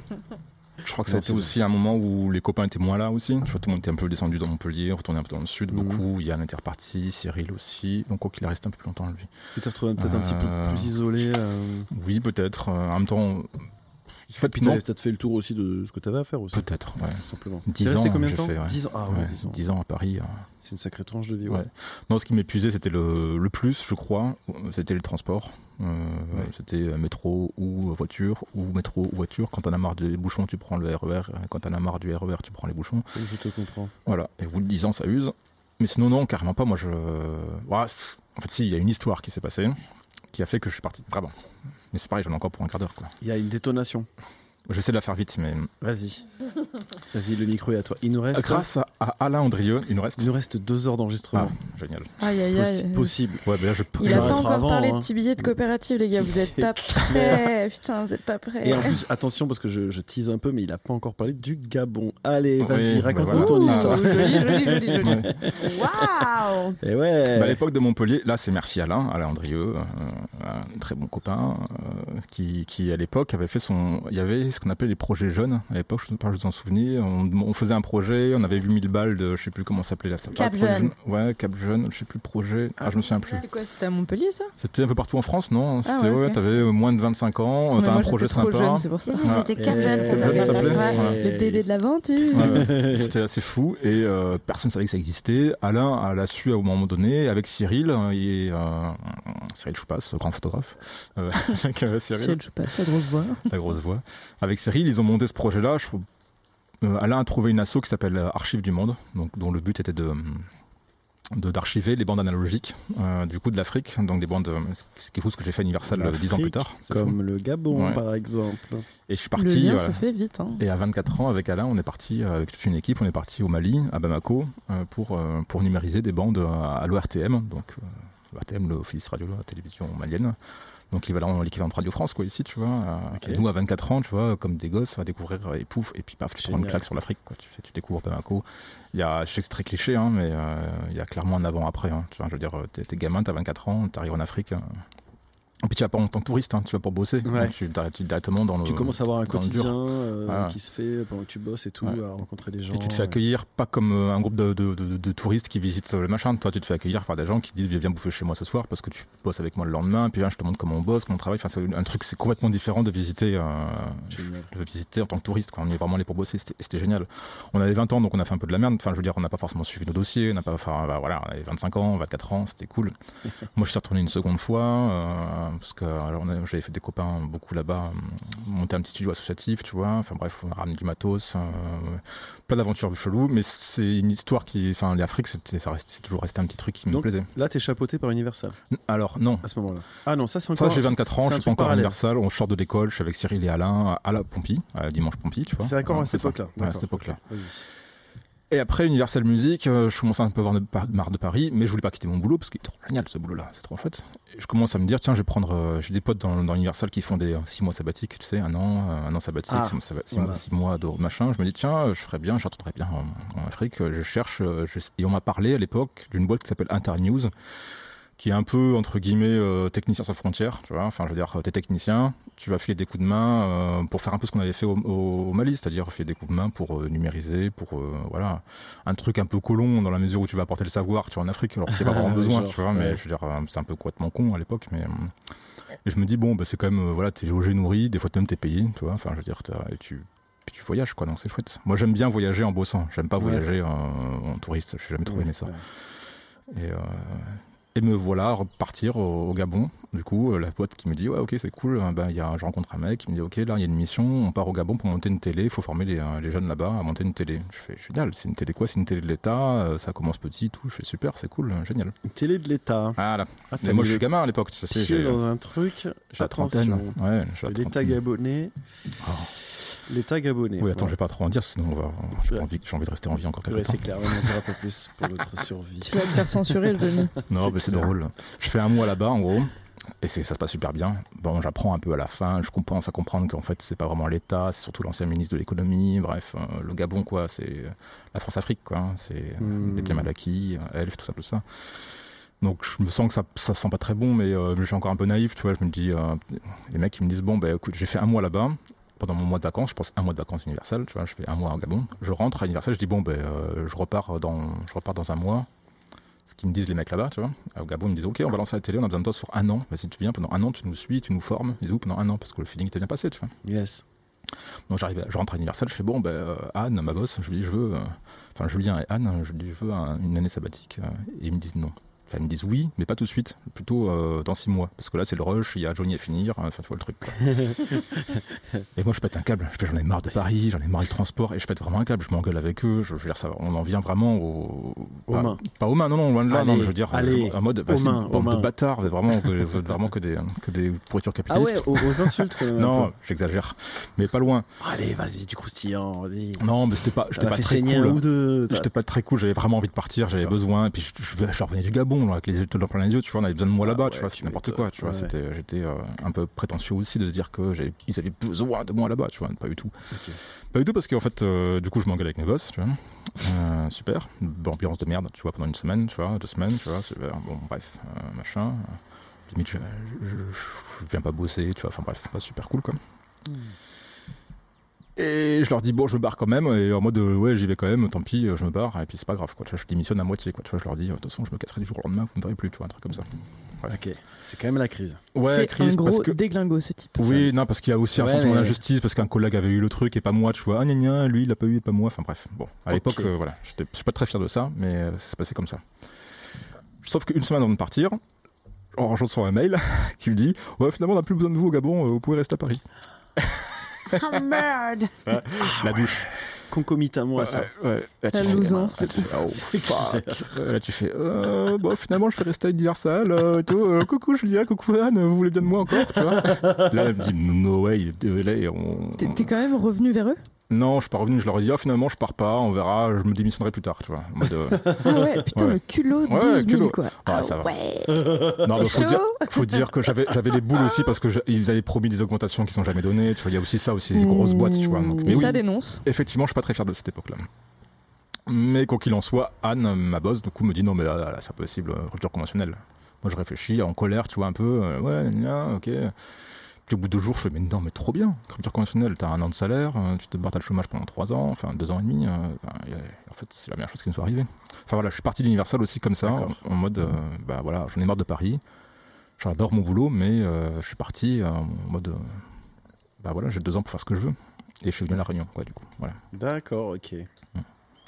[SPEAKER 2] Je crois que
[SPEAKER 3] Non, c'est
[SPEAKER 2] c'était aussi un moment où les copains étaient moins là aussi. Tu vois, tout le monde était un peu descendu dans Montpellier, retourné un peu dans le sud,
[SPEAKER 3] Mhm.
[SPEAKER 2] beaucoup. Yann était reparti, Cyril aussi. Donc, quoi qu'il reste un peu plus longtemps, lui.
[SPEAKER 3] Tu te retrouves peut-être un petit
[SPEAKER 2] Euh,
[SPEAKER 3] peu plus isolé. euh,
[SPEAKER 2] Oui, peut-être. Euh, En même temps, je fais
[SPEAKER 3] Puis
[SPEAKER 2] non.
[SPEAKER 3] t'avais peut-être fait le tour aussi de ce que t'avais à faire aussi,
[SPEAKER 2] Peut-être, ouais.
[SPEAKER 3] tout simplement.
[SPEAKER 2] 10
[SPEAKER 3] T'es resté
[SPEAKER 2] ans,
[SPEAKER 3] combien de
[SPEAKER 2] j'ai
[SPEAKER 3] temps
[SPEAKER 2] fait, ouais.
[SPEAKER 3] 10 ans. Ah oui,
[SPEAKER 2] Ouais,
[SPEAKER 3] 10 ans.
[SPEAKER 2] 10 ans à Paris. euh.
[SPEAKER 3] C'est une sacrée tranche de vie, ouais.
[SPEAKER 2] Ouais. Non, ce qui m'épuisait, c'était le, le plus, je crois, euh, c'était les transports. Euh, C'était euh, métro ou euh, voiture, ou métro ou voiture. Quand t'en as marre des bouchons, tu prends le RER. euh, Quand t'en as marre du RER, tu prends les bouchons.
[SPEAKER 3] Je te comprends.
[SPEAKER 2] Voilà, et au bout de 10 ans, ça use. Mais sinon, non, carrément pas. Moi, je. Ouais, pff, en fait, si, il y a une histoire qui s'est passée qui a fait que je suis parti. Vraiment. Mais c'est pareil, j'en ai encore pour un quart d'heure, quoi.
[SPEAKER 3] Il y a une détonation.
[SPEAKER 2] Je vais essayer de la faire vite, mais.
[SPEAKER 3] Vas-y. Vas-y, le micro est à toi. Il nous reste.
[SPEAKER 2] Grâce à Ah, Alain Andrieux, il nous reste.
[SPEAKER 3] Il nous reste deux heures d'enregistrement.
[SPEAKER 2] Ah, génial.
[SPEAKER 4] Aïe, aïe,
[SPEAKER 3] Possi-
[SPEAKER 4] aïe.
[SPEAKER 3] Possible.
[SPEAKER 2] Ouais, ben là, je
[SPEAKER 4] Il a pas
[SPEAKER 3] J'arrêterai
[SPEAKER 4] encore
[SPEAKER 3] avant,
[SPEAKER 4] parlé
[SPEAKER 3] hein.
[SPEAKER 4] de petits billets de coopérative, les gars. Vous êtes
[SPEAKER 3] C'est
[SPEAKER 4] pas prêts. Putain, vous êtes pas prêts.
[SPEAKER 3] Et en plus, attention, parce que je, je tease un peu, mais il a pas encore parlé du Gabon. Allez,
[SPEAKER 2] Oui,
[SPEAKER 3] vas-y,
[SPEAKER 2] bah
[SPEAKER 3] raconte-nous
[SPEAKER 2] voilà.
[SPEAKER 3] ton
[SPEAKER 4] Ouh,
[SPEAKER 3] histoire.
[SPEAKER 4] Joli, joli, joli, joli.
[SPEAKER 2] Ouais.
[SPEAKER 1] Waouh
[SPEAKER 3] Et Eh ouais.
[SPEAKER 2] Bah, à l'époque de Montpellier, là c'est merci Alain, Alain Andrieux, euh, un très bon copain, euh, qui, qui, à l'époque avait fait son. Il y avait ce qu'on appelait les projets jeunes. À l'époque, je ne sais pas si vous en souvenez, on, on faisait un projet, on avait vu 1000 balles de. Je sais plus comment ça s'appelait la start-up.
[SPEAKER 1] Cap
[SPEAKER 2] Projet
[SPEAKER 1] Jeune.
[SPEAKER 2] Ouais, Cap Jeune, je sais plus, projet. Ah, je me souviens plus.
[SPEAKER 4] C'est quoi C'était à Montpellier, ça
[SPEAKER 2] C'était un peu partout en France, non C'était,
[SPEAKER 4] Ah ouais,
[SPEAKER 2] ouais,
[SPEAKER 4] ok.
[SPEAKER 2] t'avais euh, moins de 25 ans, euh,
[SPEAKER 4] Mais
[SPEAKER 2] t'as un
[SPEAKER 4] moi,
[SPEAKER 2] projet
[SPEAKER 4] j'étais trop
[SPEAKER 2] sympa.
[SPEAKER 4] jeune, c'est pour ça.
[SPEAKER 1] Si, si,
[SPEAKER 2] Ouais.
[SPEAKER 1] c'était Cap Jeune,
[SPEAKER 3] Eh,
[SPEAKER 1] ça
[SPEAKER 2] Jeune, ça
[SPEAKER 1] s'appelait.
[SPEAKER 2] s'appelait
[SPEAKER 1] Ouais.
[SPEAKER 2] Ouais.
[SPEAKER 4] Le bébé de l'aventure.
[SPEAKER 2] Ouais, ouais. C'était assez fou et euh, personne ne savait que ça existait. Alain a la su à un moment donné avec Cyril euh, et euh, Cyril Choupas, grand photographe, euh, avec euh,
[SPEAKER 4] Si
[SPEAKER 2] Cyril,
[SPEAKER 4] elle joue pas, c'est la grosse voix.
[SPEAKER 2] la grosse voix. Avec Cyril, ils ont monté ce projet-là. Je trouve- euh, Alain a trouvé une asso qui s'appelle euh, Archives du Monde, donc dont le but était de mm, de- d'archiver les bandes analogiques euh, du coup de l'Afrique donc des bandes euh, ce qui est fou ce que j'ai fait à Universal euh, dix ans plus tard c'est fou.
[SPEAKER 3] Comme le Gabon,
[SPEAKER 2] Ouais.
[SPEAKER 3] par exemple.
[SPEAKER 2] et je suis
[SPEAKER 4] Le
[SPEAKER 2] parti
[SPEAKER 4] lien
[SPEAKER 2] voilà.
[SPEAKER 4] se fait vite. hein.
[SPEAKER 2] Et à 24 ans, avec Alain, on est parti euh, avec toute une équipe, on est parti au Mali, à Bamako, euh, pour, euh, pour numériser des bandes à, l'ORTM, donc euh, l'ORTM, l'Office Radio Télévision Malienne. Donc l'équivalent, l'équivalent de Radio France, quoi, ici, tu vois. Euh,
[SPEAKER 3] Ok.
[SPEAKER 2] Et nous, à 24 ans, tu vois, comme des gosses, à découvrir, euh, et pouf, et puis paf, tu prends une
[SPEAKER 3] Génial.
[SPEAKER 2] claque sur l'Afrique, quoi. Tu, fais- tu découvres Bamako. Il y a, je sais que c'est très cliché, hein, mais euh, il y a clairement un avant-après. hein. Tu vois, je veux dire, euh, t'es, t'es gamin, t'as 24 ans, t'arrives en Afrique. euh, et puis tu vas pas en tant que touriste, hein, tu vas pour bosser.
[SPEAKER 3] Ouais.
[SPEAKER 2] Tu, t'arrêtes- tu- directement dans le.
[SPEAKER 3] Tu commences à avoir un
[SPEAKER 2] Euh, dans le dur.
[SPEAKER 3] quotidien euh,
[SPEAKER 2] Voilà.
[SPEAKER 3] qui se fait pendant que tu bosses et tout,
[SPEAKER 2] Ouais.
[SPEAKER 3] à rencontrer des gens.
[SPEAKER 2] Et tu te fais
[SPEAKER 3] euh,
[SPEAKER 2] accueillir pas comme euh, un groupe de, de- de- de touristes qui visitent euh, le machin. Toi, tu te fais accueillir par des gens qui disent viens bouffer chez moi ce soir parce que tu bosses avec moi le lendemain. Puis hein, je te montre comment on bosse, comment on travaille. Enfin, c'est un truc, c'est complètement différent de visiter, euh,
[SPEAKER 3] Génial.
[SPEAKER 2] de visiter en tant que touriste. Quoi. On est vraiment allé pour bosser. C'était c'était génial. On avait 20 ans, donc on a fait un peu de la merde. Enfin, je veux dire, on n'a pas forcément suivi nos dossiers. On n'a pas, enfin, bah, voilà, on avait 25 ans, 24 ans, c'était cool. moi, je suis retourné une seconde fois euh, parce que alors, on a- j'avais fait des copains beaucoup là-bas, euh, monter un petit studio associatif, tu vois. Enfin bref, on a ramené du matos. euh, plein d'aventures cheloues, mais c'est une histoire qui, enfin, l'Afrique, c'était, ça reste, c'est toujours resté un petit truc qui me
[SPEAKER 3] Donc-
[SPEAKER 2] plaisait.
[SPEAKER 3] Là, t'es chapeauté par Universal
[SPEAKER 2] N- Alors non.
[SPEAKER 3] à ce moment-là. Ah non, ça c'est
[SPEAKER 2] Ça,
[SPEAKER 3] encore.
[SPEAKER 2] j'ai 24 ans,
[SPEAKER 3] c'est
[SPEAKER 2] je
[SPEAKER 3] un
[SPEAKER 2] suis
[SPEAKER 3] truc
[SPEAKER 2] pas encore
[SPEAKER 3] parallèle.
[SPEAKER 2] universal. On sort de l'école, je suis avec Cyril et Alain à la Pompi, à Dimanche Pompi, tu vois.
[SPEAKER 3] C'est encore
[SPEAKER 2] Euh,
[SPEAKER 3] à cette
[SPEAKER 2] ça.
[SPEAKER 3] époque-là.
[SPEAKER 2] Ouais, à
[SPEAKER 3] D'accord.
[SPEAKER 2] cette époque-là.
[SPEAKER 3] Vas-y.
[SPEAKER 2] Et après Universal Music, euh, je commençais un peu à avoir de- par- marre de Paris, mais je voulais pas quitter mon boulot parce qu'il est trop génial ce boulot-là, c'est trop chouette. Et je commence à me dire, tiens, je vais prendre. euh, J'ai des potes dans, dans Universal qui font des 6 mois sabbatiques, tu sais, un an, euh, un an sabbatique,
[SPEAKER 3] Ah,
[SPEAKER 2] 6 mois, sabba- six
[SPEAKER 3] voilà.
[SPEAKER 2] mois- six mois de machin. Je me dis, tiens, euh, je ferais bien, je retournerais bien en, en Afrique. euh, Je cherche. euh, je- Et on m'a parlé à l'époque d'une boîte qui s'appelle Internews qui est un peu entre guillemets euh, technicien sans frontières, tu vois. Enfin, je veux dire, euh, t'es technicien, tu vas filer des coups de main euh, pour faire un peu ce qu'on avait fait au, au- au Mali, c'est-à-dire filer des coups de main pour euh, numériser, pour euh, voilà, un truc un peu colon dans la mesure où tu vas apporter le savoir, tu vois, en Afrique, alors que t'as pas vraiment besoin,
[SPEAKER 3] Genre,
[SPEAKER 2] tu vois. Mais
[SPEAKER 3] ouais.
[SPEAKER 2] je veux dire, euh, c'est un peu complètement con à l'époque, mais. euh, et je me dis bon, bah, c'est quand même euh, voilà, t'es logé, nourri, des fois même t'es payé, tu vois. Enfin, je veux dire, t'as- et tu puis tu voyages quoi, donc c'est chouette. Moi, j'aime bien voyager en bossant. J'aime pas
[SPEAKER 3] Ouais.
[SPEAKER 2] voyager euh, en touriste. J'ai jamais trop
[SPEAKER 3] Ouais,
[SPEAKER 2] aimé ça.
[SPEAKER 3] ouais.
[SPEAKER 2] Et, euh, et me voilà repartir au, au Gabon. Du coup, euh, la pote qui me dit Ouais, ok, c'est cool. Euh, Ben, il y a, je rencontre un mec qui me dit Ok, là, il y a une mission. On part au Gabon pour monter une télé. Il faut former les, euh, les jeunes là-bas à monter une télé. Je fais Génial, c'est une télé quoi C'est une télé de l'État. euh, ça commence petit, tout. Je fais Super, c'est cool, euh, génial.
[SPEAKER 3] Une télé de l'État.
[SPEAKER 2] Voilà.
[SPEAKER 3] Ah,
[SPEAKER 2] Mais
[SPEAKER 3] t'as
[SPEAKER 2] moi,
[SPEAKER 3] mis
[SPEAKER 2] je suis
[SPEAKER 3] le
[SPEAKER 2] gamin à l'époque. Tu sais,
[SPEAKER 3] pied
[SPEAKER 2] j'ai
[SPEAKER 3] dans un truc.
[SPEAKER 2] j'ai la trentaine.
[SPEAKER 3] Attention.
[SPEAKER 2] Ouais, j'ai la
[SPEAKER 3] L'État
[SPEAKER 2] trentaine.
[SPEAKER 3] gabonais.
[SPEAKER 2] Oh.
[SPEAKER 3] L'État gabonais.
[SPEAKER 2] Oui, attends, je
[SPEAKER 3] Ouais.
[SPEAKER 2] vais pas trop en dire, sinon on va- j'ai
[SPEAKER 3] Ouais.
[SPEAKER 2] envie, j'ai envie de rester en vie encore quelques
[SPEAKER 3] Ouais,
[SPEAKER 2] temps.
[SPEAKER 3] c'est clair, on n'en dira pas plus pour notre survie.
[SPEAKER 4] Tu vas te faire censurer, le demi.
[SPEAKER 2] Non,
[SPEAKER 3] C'est
[SPEAKER 2] mais c'est
[SPEAKER 3] clair.
[SPEAKER 2] drôle. Je fais un mois là-bas, en gros, et c'est- ça se passe super bien. Bon, j'apprends un peu à la fin, je commence à comprendre qu'en fait, c'est pas vraiment l'État, c'est surtout l'ancien ministre de l'économie, bref, euh, le Gabon, quoi, c'est euh, la France-Afrique, quoi. hein, C'est
[SPEAKER 3] Hmm.
[SPEAKER 2] des biens mal acquis, euh, elfes, tout ça, tout ça. Donc, je me sens que ça, ça sent pas très bon, mais euh, je suis encore un peu naïf, tu vois. Je me dis, euh, les mecs, ils me disent, bon, ben écoute, j'ai fait un mois là-bas. Pendant mon mois de vacances, je pense un mois de vacances universelles, tu vois, je fais un mois au Gabon. Je rentre à Universal, je dis bon, ben, euh, je, repars dans, je repars dans un mois. Ce qu'ils me disent les mecs là-bas, tu vois. Au Gabon, ils me disent ok, on va lancer la télé, on a besoin de toi sur un an. Vas-y, tu viens pendant un an, tu nous suis, tu nous formes, et tout, pendant un an, parce que le feeling était bien passé, tu vois.
[SPEAKER 3] Yes.
[SPEAKER 2] Donc j'arrive, à- je rentre à Universal, je fais bon, ben, euh, Anne, ma boss, je lui dis je veux, euh, enfin Julien et Anne, je lui dis je veux un- une année sabbatique, euh, et ils me disent non. Enfin, ils me disent oui, mais pas tout de suite, plutôt euh, dans six mois. Parce que là, c'est le rush, il y a Johnny à finir, euh, enfin, tu vois le truc. quoi. et moi, je pète un câble. Je fais, J'en ai marre de Paris, j'en ai marre du transport, et je pète vraiment un câble. Je m'engueule avec eux. Je, je veux dire, ça, va, on en vient vraiment au.
[SPEAKER 3] Aux
[SPEAKER 2] pas,
[SPEAKER 3] mains.
[SPEAKER 2] Pas aux mains, non, non, loin de là. non,
[SPEAKER 3] Allez,
[SPEAKER 2] mais je veux dire,
[SPEAKER 3] allez,
[SPEAKER 2] en mode, bah,
[SPEAKER 3] aux
[SPEAKER 2] c'est une
[SPEAKER 3] mains, aux
[SPEAKER 2] bande de
[SPEAKER 3] mains.
[SPEAKER 2] bâtards, vous êtes vraiment, vous êtes vraiment que des, que des pourritures
[SPEAKER 3] Ah ouais,
[SPEAKER 2] capitalistes.
[SPEAKER 3] aux, aux insultes quand même. un
[SPEAKER 2] non, j'exagère, mais pas loin.
[SPEAKER 3] peu. Allez, vas-y, du croustillant, vas-y.
[SPEAKER 2] Non, mais c'était pas, j'étais
[SPEAKER 3] T'as
[SPEAKER 2] pas
[SPEAKER 3] fait
[SPEAKER 2] très
[SPEAKER 3] saigner un
[SPEAKER 2] cool.
[SPEAKER 3] ou deux. t'as-
[SPEAKER 2] J'étais pas très cool, j'avais vraiment envie de partir, j'avais
[SPEAKER 3] D'accord.
[SPEAKER 2] besoin. Et puis je, je- je revenais du Gabon, là, avec les yeux dans plein les yeux, tu vois, on avait besoin de moi
[SPEAKER 3] Ah
[SPEAKER 2] là-bas,
[SPEAKER 3] ouais,
[SPEAKER 2] tu vois,
[SPEAKER 3] tu
[SPEAKER 2] c'est n'importe quoi, tu vois.
[SPEAKER 3] m'étonnes.
[SPEAKER 2] C'était, j'étais euh, un peu prétentieux aussi de se dire que j'avais- ils avaient besoin de moi là-bas, tu vois, pas du tout.
[SPEAKER 3] Ok.
[SPEAKER 2] Pas du tout parce qu'en fait, euh, du coup, je m'engueule avec mes boss, tu vois. Euh, super, Bon, ambiance de merde, tu vois, pendant une semaine, tu vois, deux semaines, tu vois, super. Bon, bref, euh, machin. Euh, Limite, je, je- je- je viens pas bosser, tu vois, enfin bref, pas super cool, quoi.
[SPEAKER 3] Hmm.
[SPEAKER 2] Et je leur dis, bon, je me barre quand même, et en mode, euh, ouais, j'y vais quand même, tant pis, euh, je me barre, et puis c'est pas grave, quoi. Tu vois, je démissionne à moitié, quoi. Tu vois, je leur dis, euh, de toute façon, je me casserai du jour au lendemain, vous me verrez plus, tu vois, un truc comme ça.
[SPEAKER 3] Ok, c'est quand même la crise.
[SPEAKER 2] Ouais,
[SPEAKER 4] c'est
[SPEAKER 2] crise,
[SPEAKER 4] un
[SPEAKER 2] parce
[SPEAKER 4] gros
[SPEAKER 2] que.
[SPEAKER 4] déglingo ce type.
[SPEAKER 2] Oui, non, parce qu'il y a aussi un
[SPEAKER 3] Ouais,
[SPEAKER 2] sentiment
[SPEAKER 3] mais-
[SPEAKER 2] d'injustice, parce qu'un collègue avait eu le truc et pas moi, tu vois. Ah, gna gna, lui, il l'a pas eu et pas moi. Enfin bref, bon, à
[SPEAKER 3] Ok.
[SPEAKER 2] l'époque, euh, voilà, j'étais- je suis pas très fier de ça, mais euh, c'est passé comme ça. Sauf qu'une semaine avant de partir, on reçoit un mail qui lui dit Ouais, finalement, on n'a plus besoin de vous au Gabon, euh, vous pouvez rester à Paris.
[SPEAKER 1] Ah, merde
[SPEAKER 2] La douche.
[SPEAKER 3] Concomitamment à ça.
[SPEAKER 2] Ah Ouais, ouais. Là, tu
[SPEAKER 4] La
[SPEAKER 2] fais-
[SPEAKER 4] loosance,
[SPEAKER 2] là,
[SPEAKER 4] c'est
[SPEAKER 2] tu fais, oh,
[SPEAKER 3] C'est
[SPEAKER 2] fuck. Euh, Là, tu fais euh, Bon, finalement, je vais rester à Universal. euh, et tout. Euh, coucou Julia, coucou Anne, vous voulez bien de moi encore tu vois Là, elle me dit No way, euh, là, on.
[SPEAKER 4] T'es t'es quand même revenu vers eux
[SPEAKER 2] Non, je suis pas revenu. Je leur ai dit, ah, finalement, je pars pas. On verra. Je me démissionnerai plus tard, tu vois. En mode, euh,
[SPEAKER 4] Ah ouais, putain,
[SPEAKER 2] Ouais.
[SPEAKER 4] le culot,
[SPEAKER 2] Ouais,
[SPEAKER 4] 12 000
[SPEAKER 2] culot.
[SPEAKER 4] quoi.
[SPEAKER 2] ah, ça va.
[SPEAKER 1] Ouais
[SPEAKER 2] Non, mais faut
[SPEAKER 4] Chaud Ah.
[SPEAKER 2] dire, faut dire que j'avais, j'avais les boules aussi parce que je- ils avaient promis des augmentations qui sont jamais données. Tu vois, il y a aussi ça aussi, des grosses boîtes, tu vois. Donc,
[SPEAKER 4] Mmh. Et
[SPEAKER 2] mais
[SPEAKER 4] ça
[SPEAKER 2] oui,
[SPEAKER 4] dénonce.
[SPEAKER 2] effectivement, je suis pas très fier de cette époque-là. Mais quoi qu'il en soit, Anne, ma boss, du coup, me dit non, mais là, là, c'est pas possible, euh, rupture conventionnelle. Moi, je réfléchis, en colère, tu vois, un peu, euh, ouais, gna, ok. Puis au bout de deux jours, je fais, mais non, mais trop bien, rupture conventionnelle, t'as un an de salaire, euh, tu te barres, t'as le chômage pendant trois ans, enfin deux ans et demi. euh, ben, et, euh, en fait, c'est la meilleure chose qui nous soit arrivée. Enfin voilà, je suis parti d'Universal aussi comme ça, en,
[SPEAKER 3] D'accord.
[SPEAKER 2] en mode, euh, bah voilà, j'en ai marre de Paris, j'adore mon boulot, mais euh, je suis parti euh, en mode, euh, bah voilà, j'ai deux ans pour faire ce que je veux. Et je suis venu à La Réunion, quoi, du coup. Voilà.
[SPEAKER 3] D'accord, ok.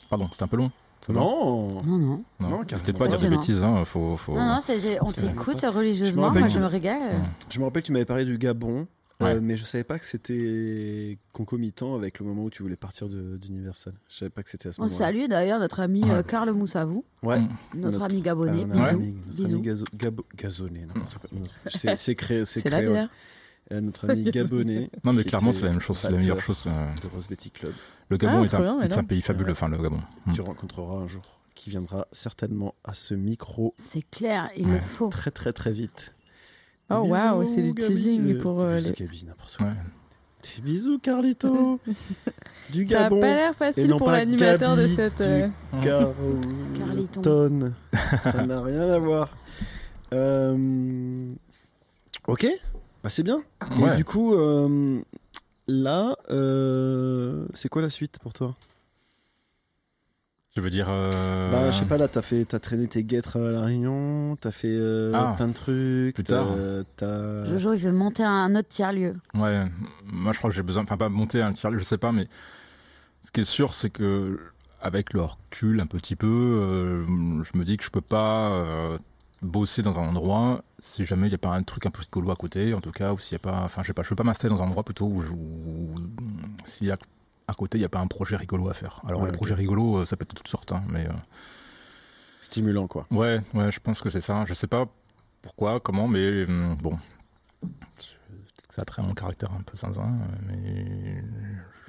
[SPEAKER 2] Pardon, c'était un peu long. Ça va
[SPEAKER 3] Non
[SPEAKER 1] Non, non.
[SPEAKER 3] non,
[SPEAKER 2] c'était
[SPEAKER 3] carrément.
[SPEAKER 2] pas dire des
[SPEAKER 1] Passionnant.
[SPEAKER 2] bêtises, hein, faut. faut...
[SPEAKER 1] Non, non, c'est- on
[SPEAKER 3] C'est vrai.
[SPEAKER 1] t'écoute
[SPEAKER 3] Je me
[SPEAKER 1] religieusement,
[SPEAKER 3] rappelle
[SPEAKER 1] moi
[SPEAKER 3] que-
[SPEAKER 1] je me régale.
[SPEAKER 2] Ouais.
[SPEAKER 3] Je me rappelle, tu m'avais parlé du Gabon, euh,
[SPEAKER 2] Ouais.
[SPEAKER 3] mais je savais pas que c'était concomitant avec le moment où tu voulais partir de- d'Universal. Je savais pas que c'était à ce
[SPEAKER 4] Oh,
[SPEAKER 1] On
[SPEAKER 3] moment-là.
[SPEAKER 1] salue d'ailleurs notre ami
[SPEAKER 2] Ouais.
[SPEAKER 1] euh, Carl Moussavou,
[SPEAKER 3] Ouais.
[SPEAKER 2] Mm.
[SPEAKER 1] notre,
[SPEAKER 3] Notre-
[SPEAKER 1] ami
[SPEAKER 3] Ah,
[SPEAKER 1] gabonais.
[SPEAKER 3] on a un
[SPEAKER 1] Bisous.
[SPEAKER 3] ami- notre
[SPEAKER 1] Bisous.
[SPEAKER 3] ami gazo- Gabo- gazonné, n'importe quoi.
[SPEAKER 2] Mm.
[SPEAKER 3] Non, C'est c'est créé, c'est
[SPEAKER 4] C'est la
[SPEAKER 3] créé. ouais.
[SPEAKER 4] bière.
[SPEAKER 3] Euh, Notre ami
[SPEAKER 4] Gazonné.
[SPEAKER 3] Gabonais.
[SPEAKER 2] Non, mais
[SPEAKER 3] qui
[SPEAKER 2] clairement,
[SPEAKER 3] était
[SPEAKER 2] c'est la même chose, c'est la
[SPEAKER 3] batteur
[SPEAKER 2] meilleure chose. euh,
[SPEAKER 3] De Rose Betty Club.
[SPEAKER 2] Le Gabon
[SPEAKER 4] Ah,
[SPEAKER 2] est,
[SPEAKER 4] trop
[SPEAKER 2] un,
[SPEAKER 4] bien,
[SPEAKER 2] est un
[SPEAKER 4] énorme.
[SPEAKER 2] pays fabuleux, enfin, le Gabon. Mm.
[SPEAKER 3] Tu rencontreras un jour, qui viendra certainement à ce micro
[SPEAKER 1] C'est clair, il le
[SPEAKER 2] Ouais.
[SPEAKER 1] faut.
[SPEAKER 3] très très très vite.
[SPEAKER 4] Oh
[SPEAKER 3] Bisous,
[SPEAKER 4] waouh, c'est du
[SPEAKER 3] Gabi.
[SPEAKER 4] teasing pour euh,
[SPEAKER 3] Bisous,
[SPEAKER 4] les.
[SPEAKER 3] Gabi, n'importe quoi.
[SPEAKER 2] Ouais.
[SPEAKER 3] Des Bisous Carlito du
[SPEAKER 4] Ça a
[SPEAKER 3] Gabon.
[SPEAKER 4] pas l'air
[SPEAKER 3] et
[SPEAKER 4] facile
[SPEAKER 3] non
[SPEAKER 4] pour
[SPEAKER 3] pas
[SPEAKER 4] l'animateur de
[SPEAKER 3] Gabi
[SPEAKER 4] cette.
[SPEAKER 3] du-
[SPEAKER 4] euh,
[SPEAKER 1] Carliton.
[SPEAKER 3] Carliton. Ça n'a rien à voir. Euh, Ok, bah c'est bien.
[SPEAKER 2] Ouais.
[SPEAKER 3] Et du coup, euh, là, euh, c'est quoi la suite pour toi
[SPEAKER 2] Je veux dire. euh,
[SPEAKER 3] Bah, je sais pas, là, t'as fait, t'as traîné tes guêtres à la Réunion, t'as fait euh,
[SPEAKER 2] Ah.
[SPEAKER 3] plein de trucs.
[SPEAKER 2] Plus tard.
[SPEAKER 3] t'as- t'as-
[SPEAKER 1] Jojo, il veut monter un autre tiers-lieu.
[SPEAKER 2] Ouais, moi, je crois que j'ai besoin. Enfin, pas monter un tiers, je sais pas, mais. Ce qui est sûr, c'est que. Avec le recul, un petit peu, euh, je me dis que je peux pas euh, bosser dans un endroit si jamais il n'y a pas un truc un peu scolo à côté, en tout cas, ou s'il n'y a pas. Enfin, je sais pas, je peux pas m'installer dans un endroit plutôt où. je- où- S'il y a à côté, il n'y a pas un projet rigolo à faire. Alors,
[SPEAKER 3] Ouais,
[SPEAKER 2] les
[SPEAKER 3] ok.
[SPEAKER 2] projets rigolos, euh, ça peut être de toutes sortes, hein, mais. euh,
[SPEAKER 3] Stimulant, quoi.
[SPEAKER 2] Ouais, ouais, je pense que c'est ça. Je sais pas pourquoi, comment, mais hum, bon. Peut-être que Ça a trait à mon caractère un peu zinzin, euh, mais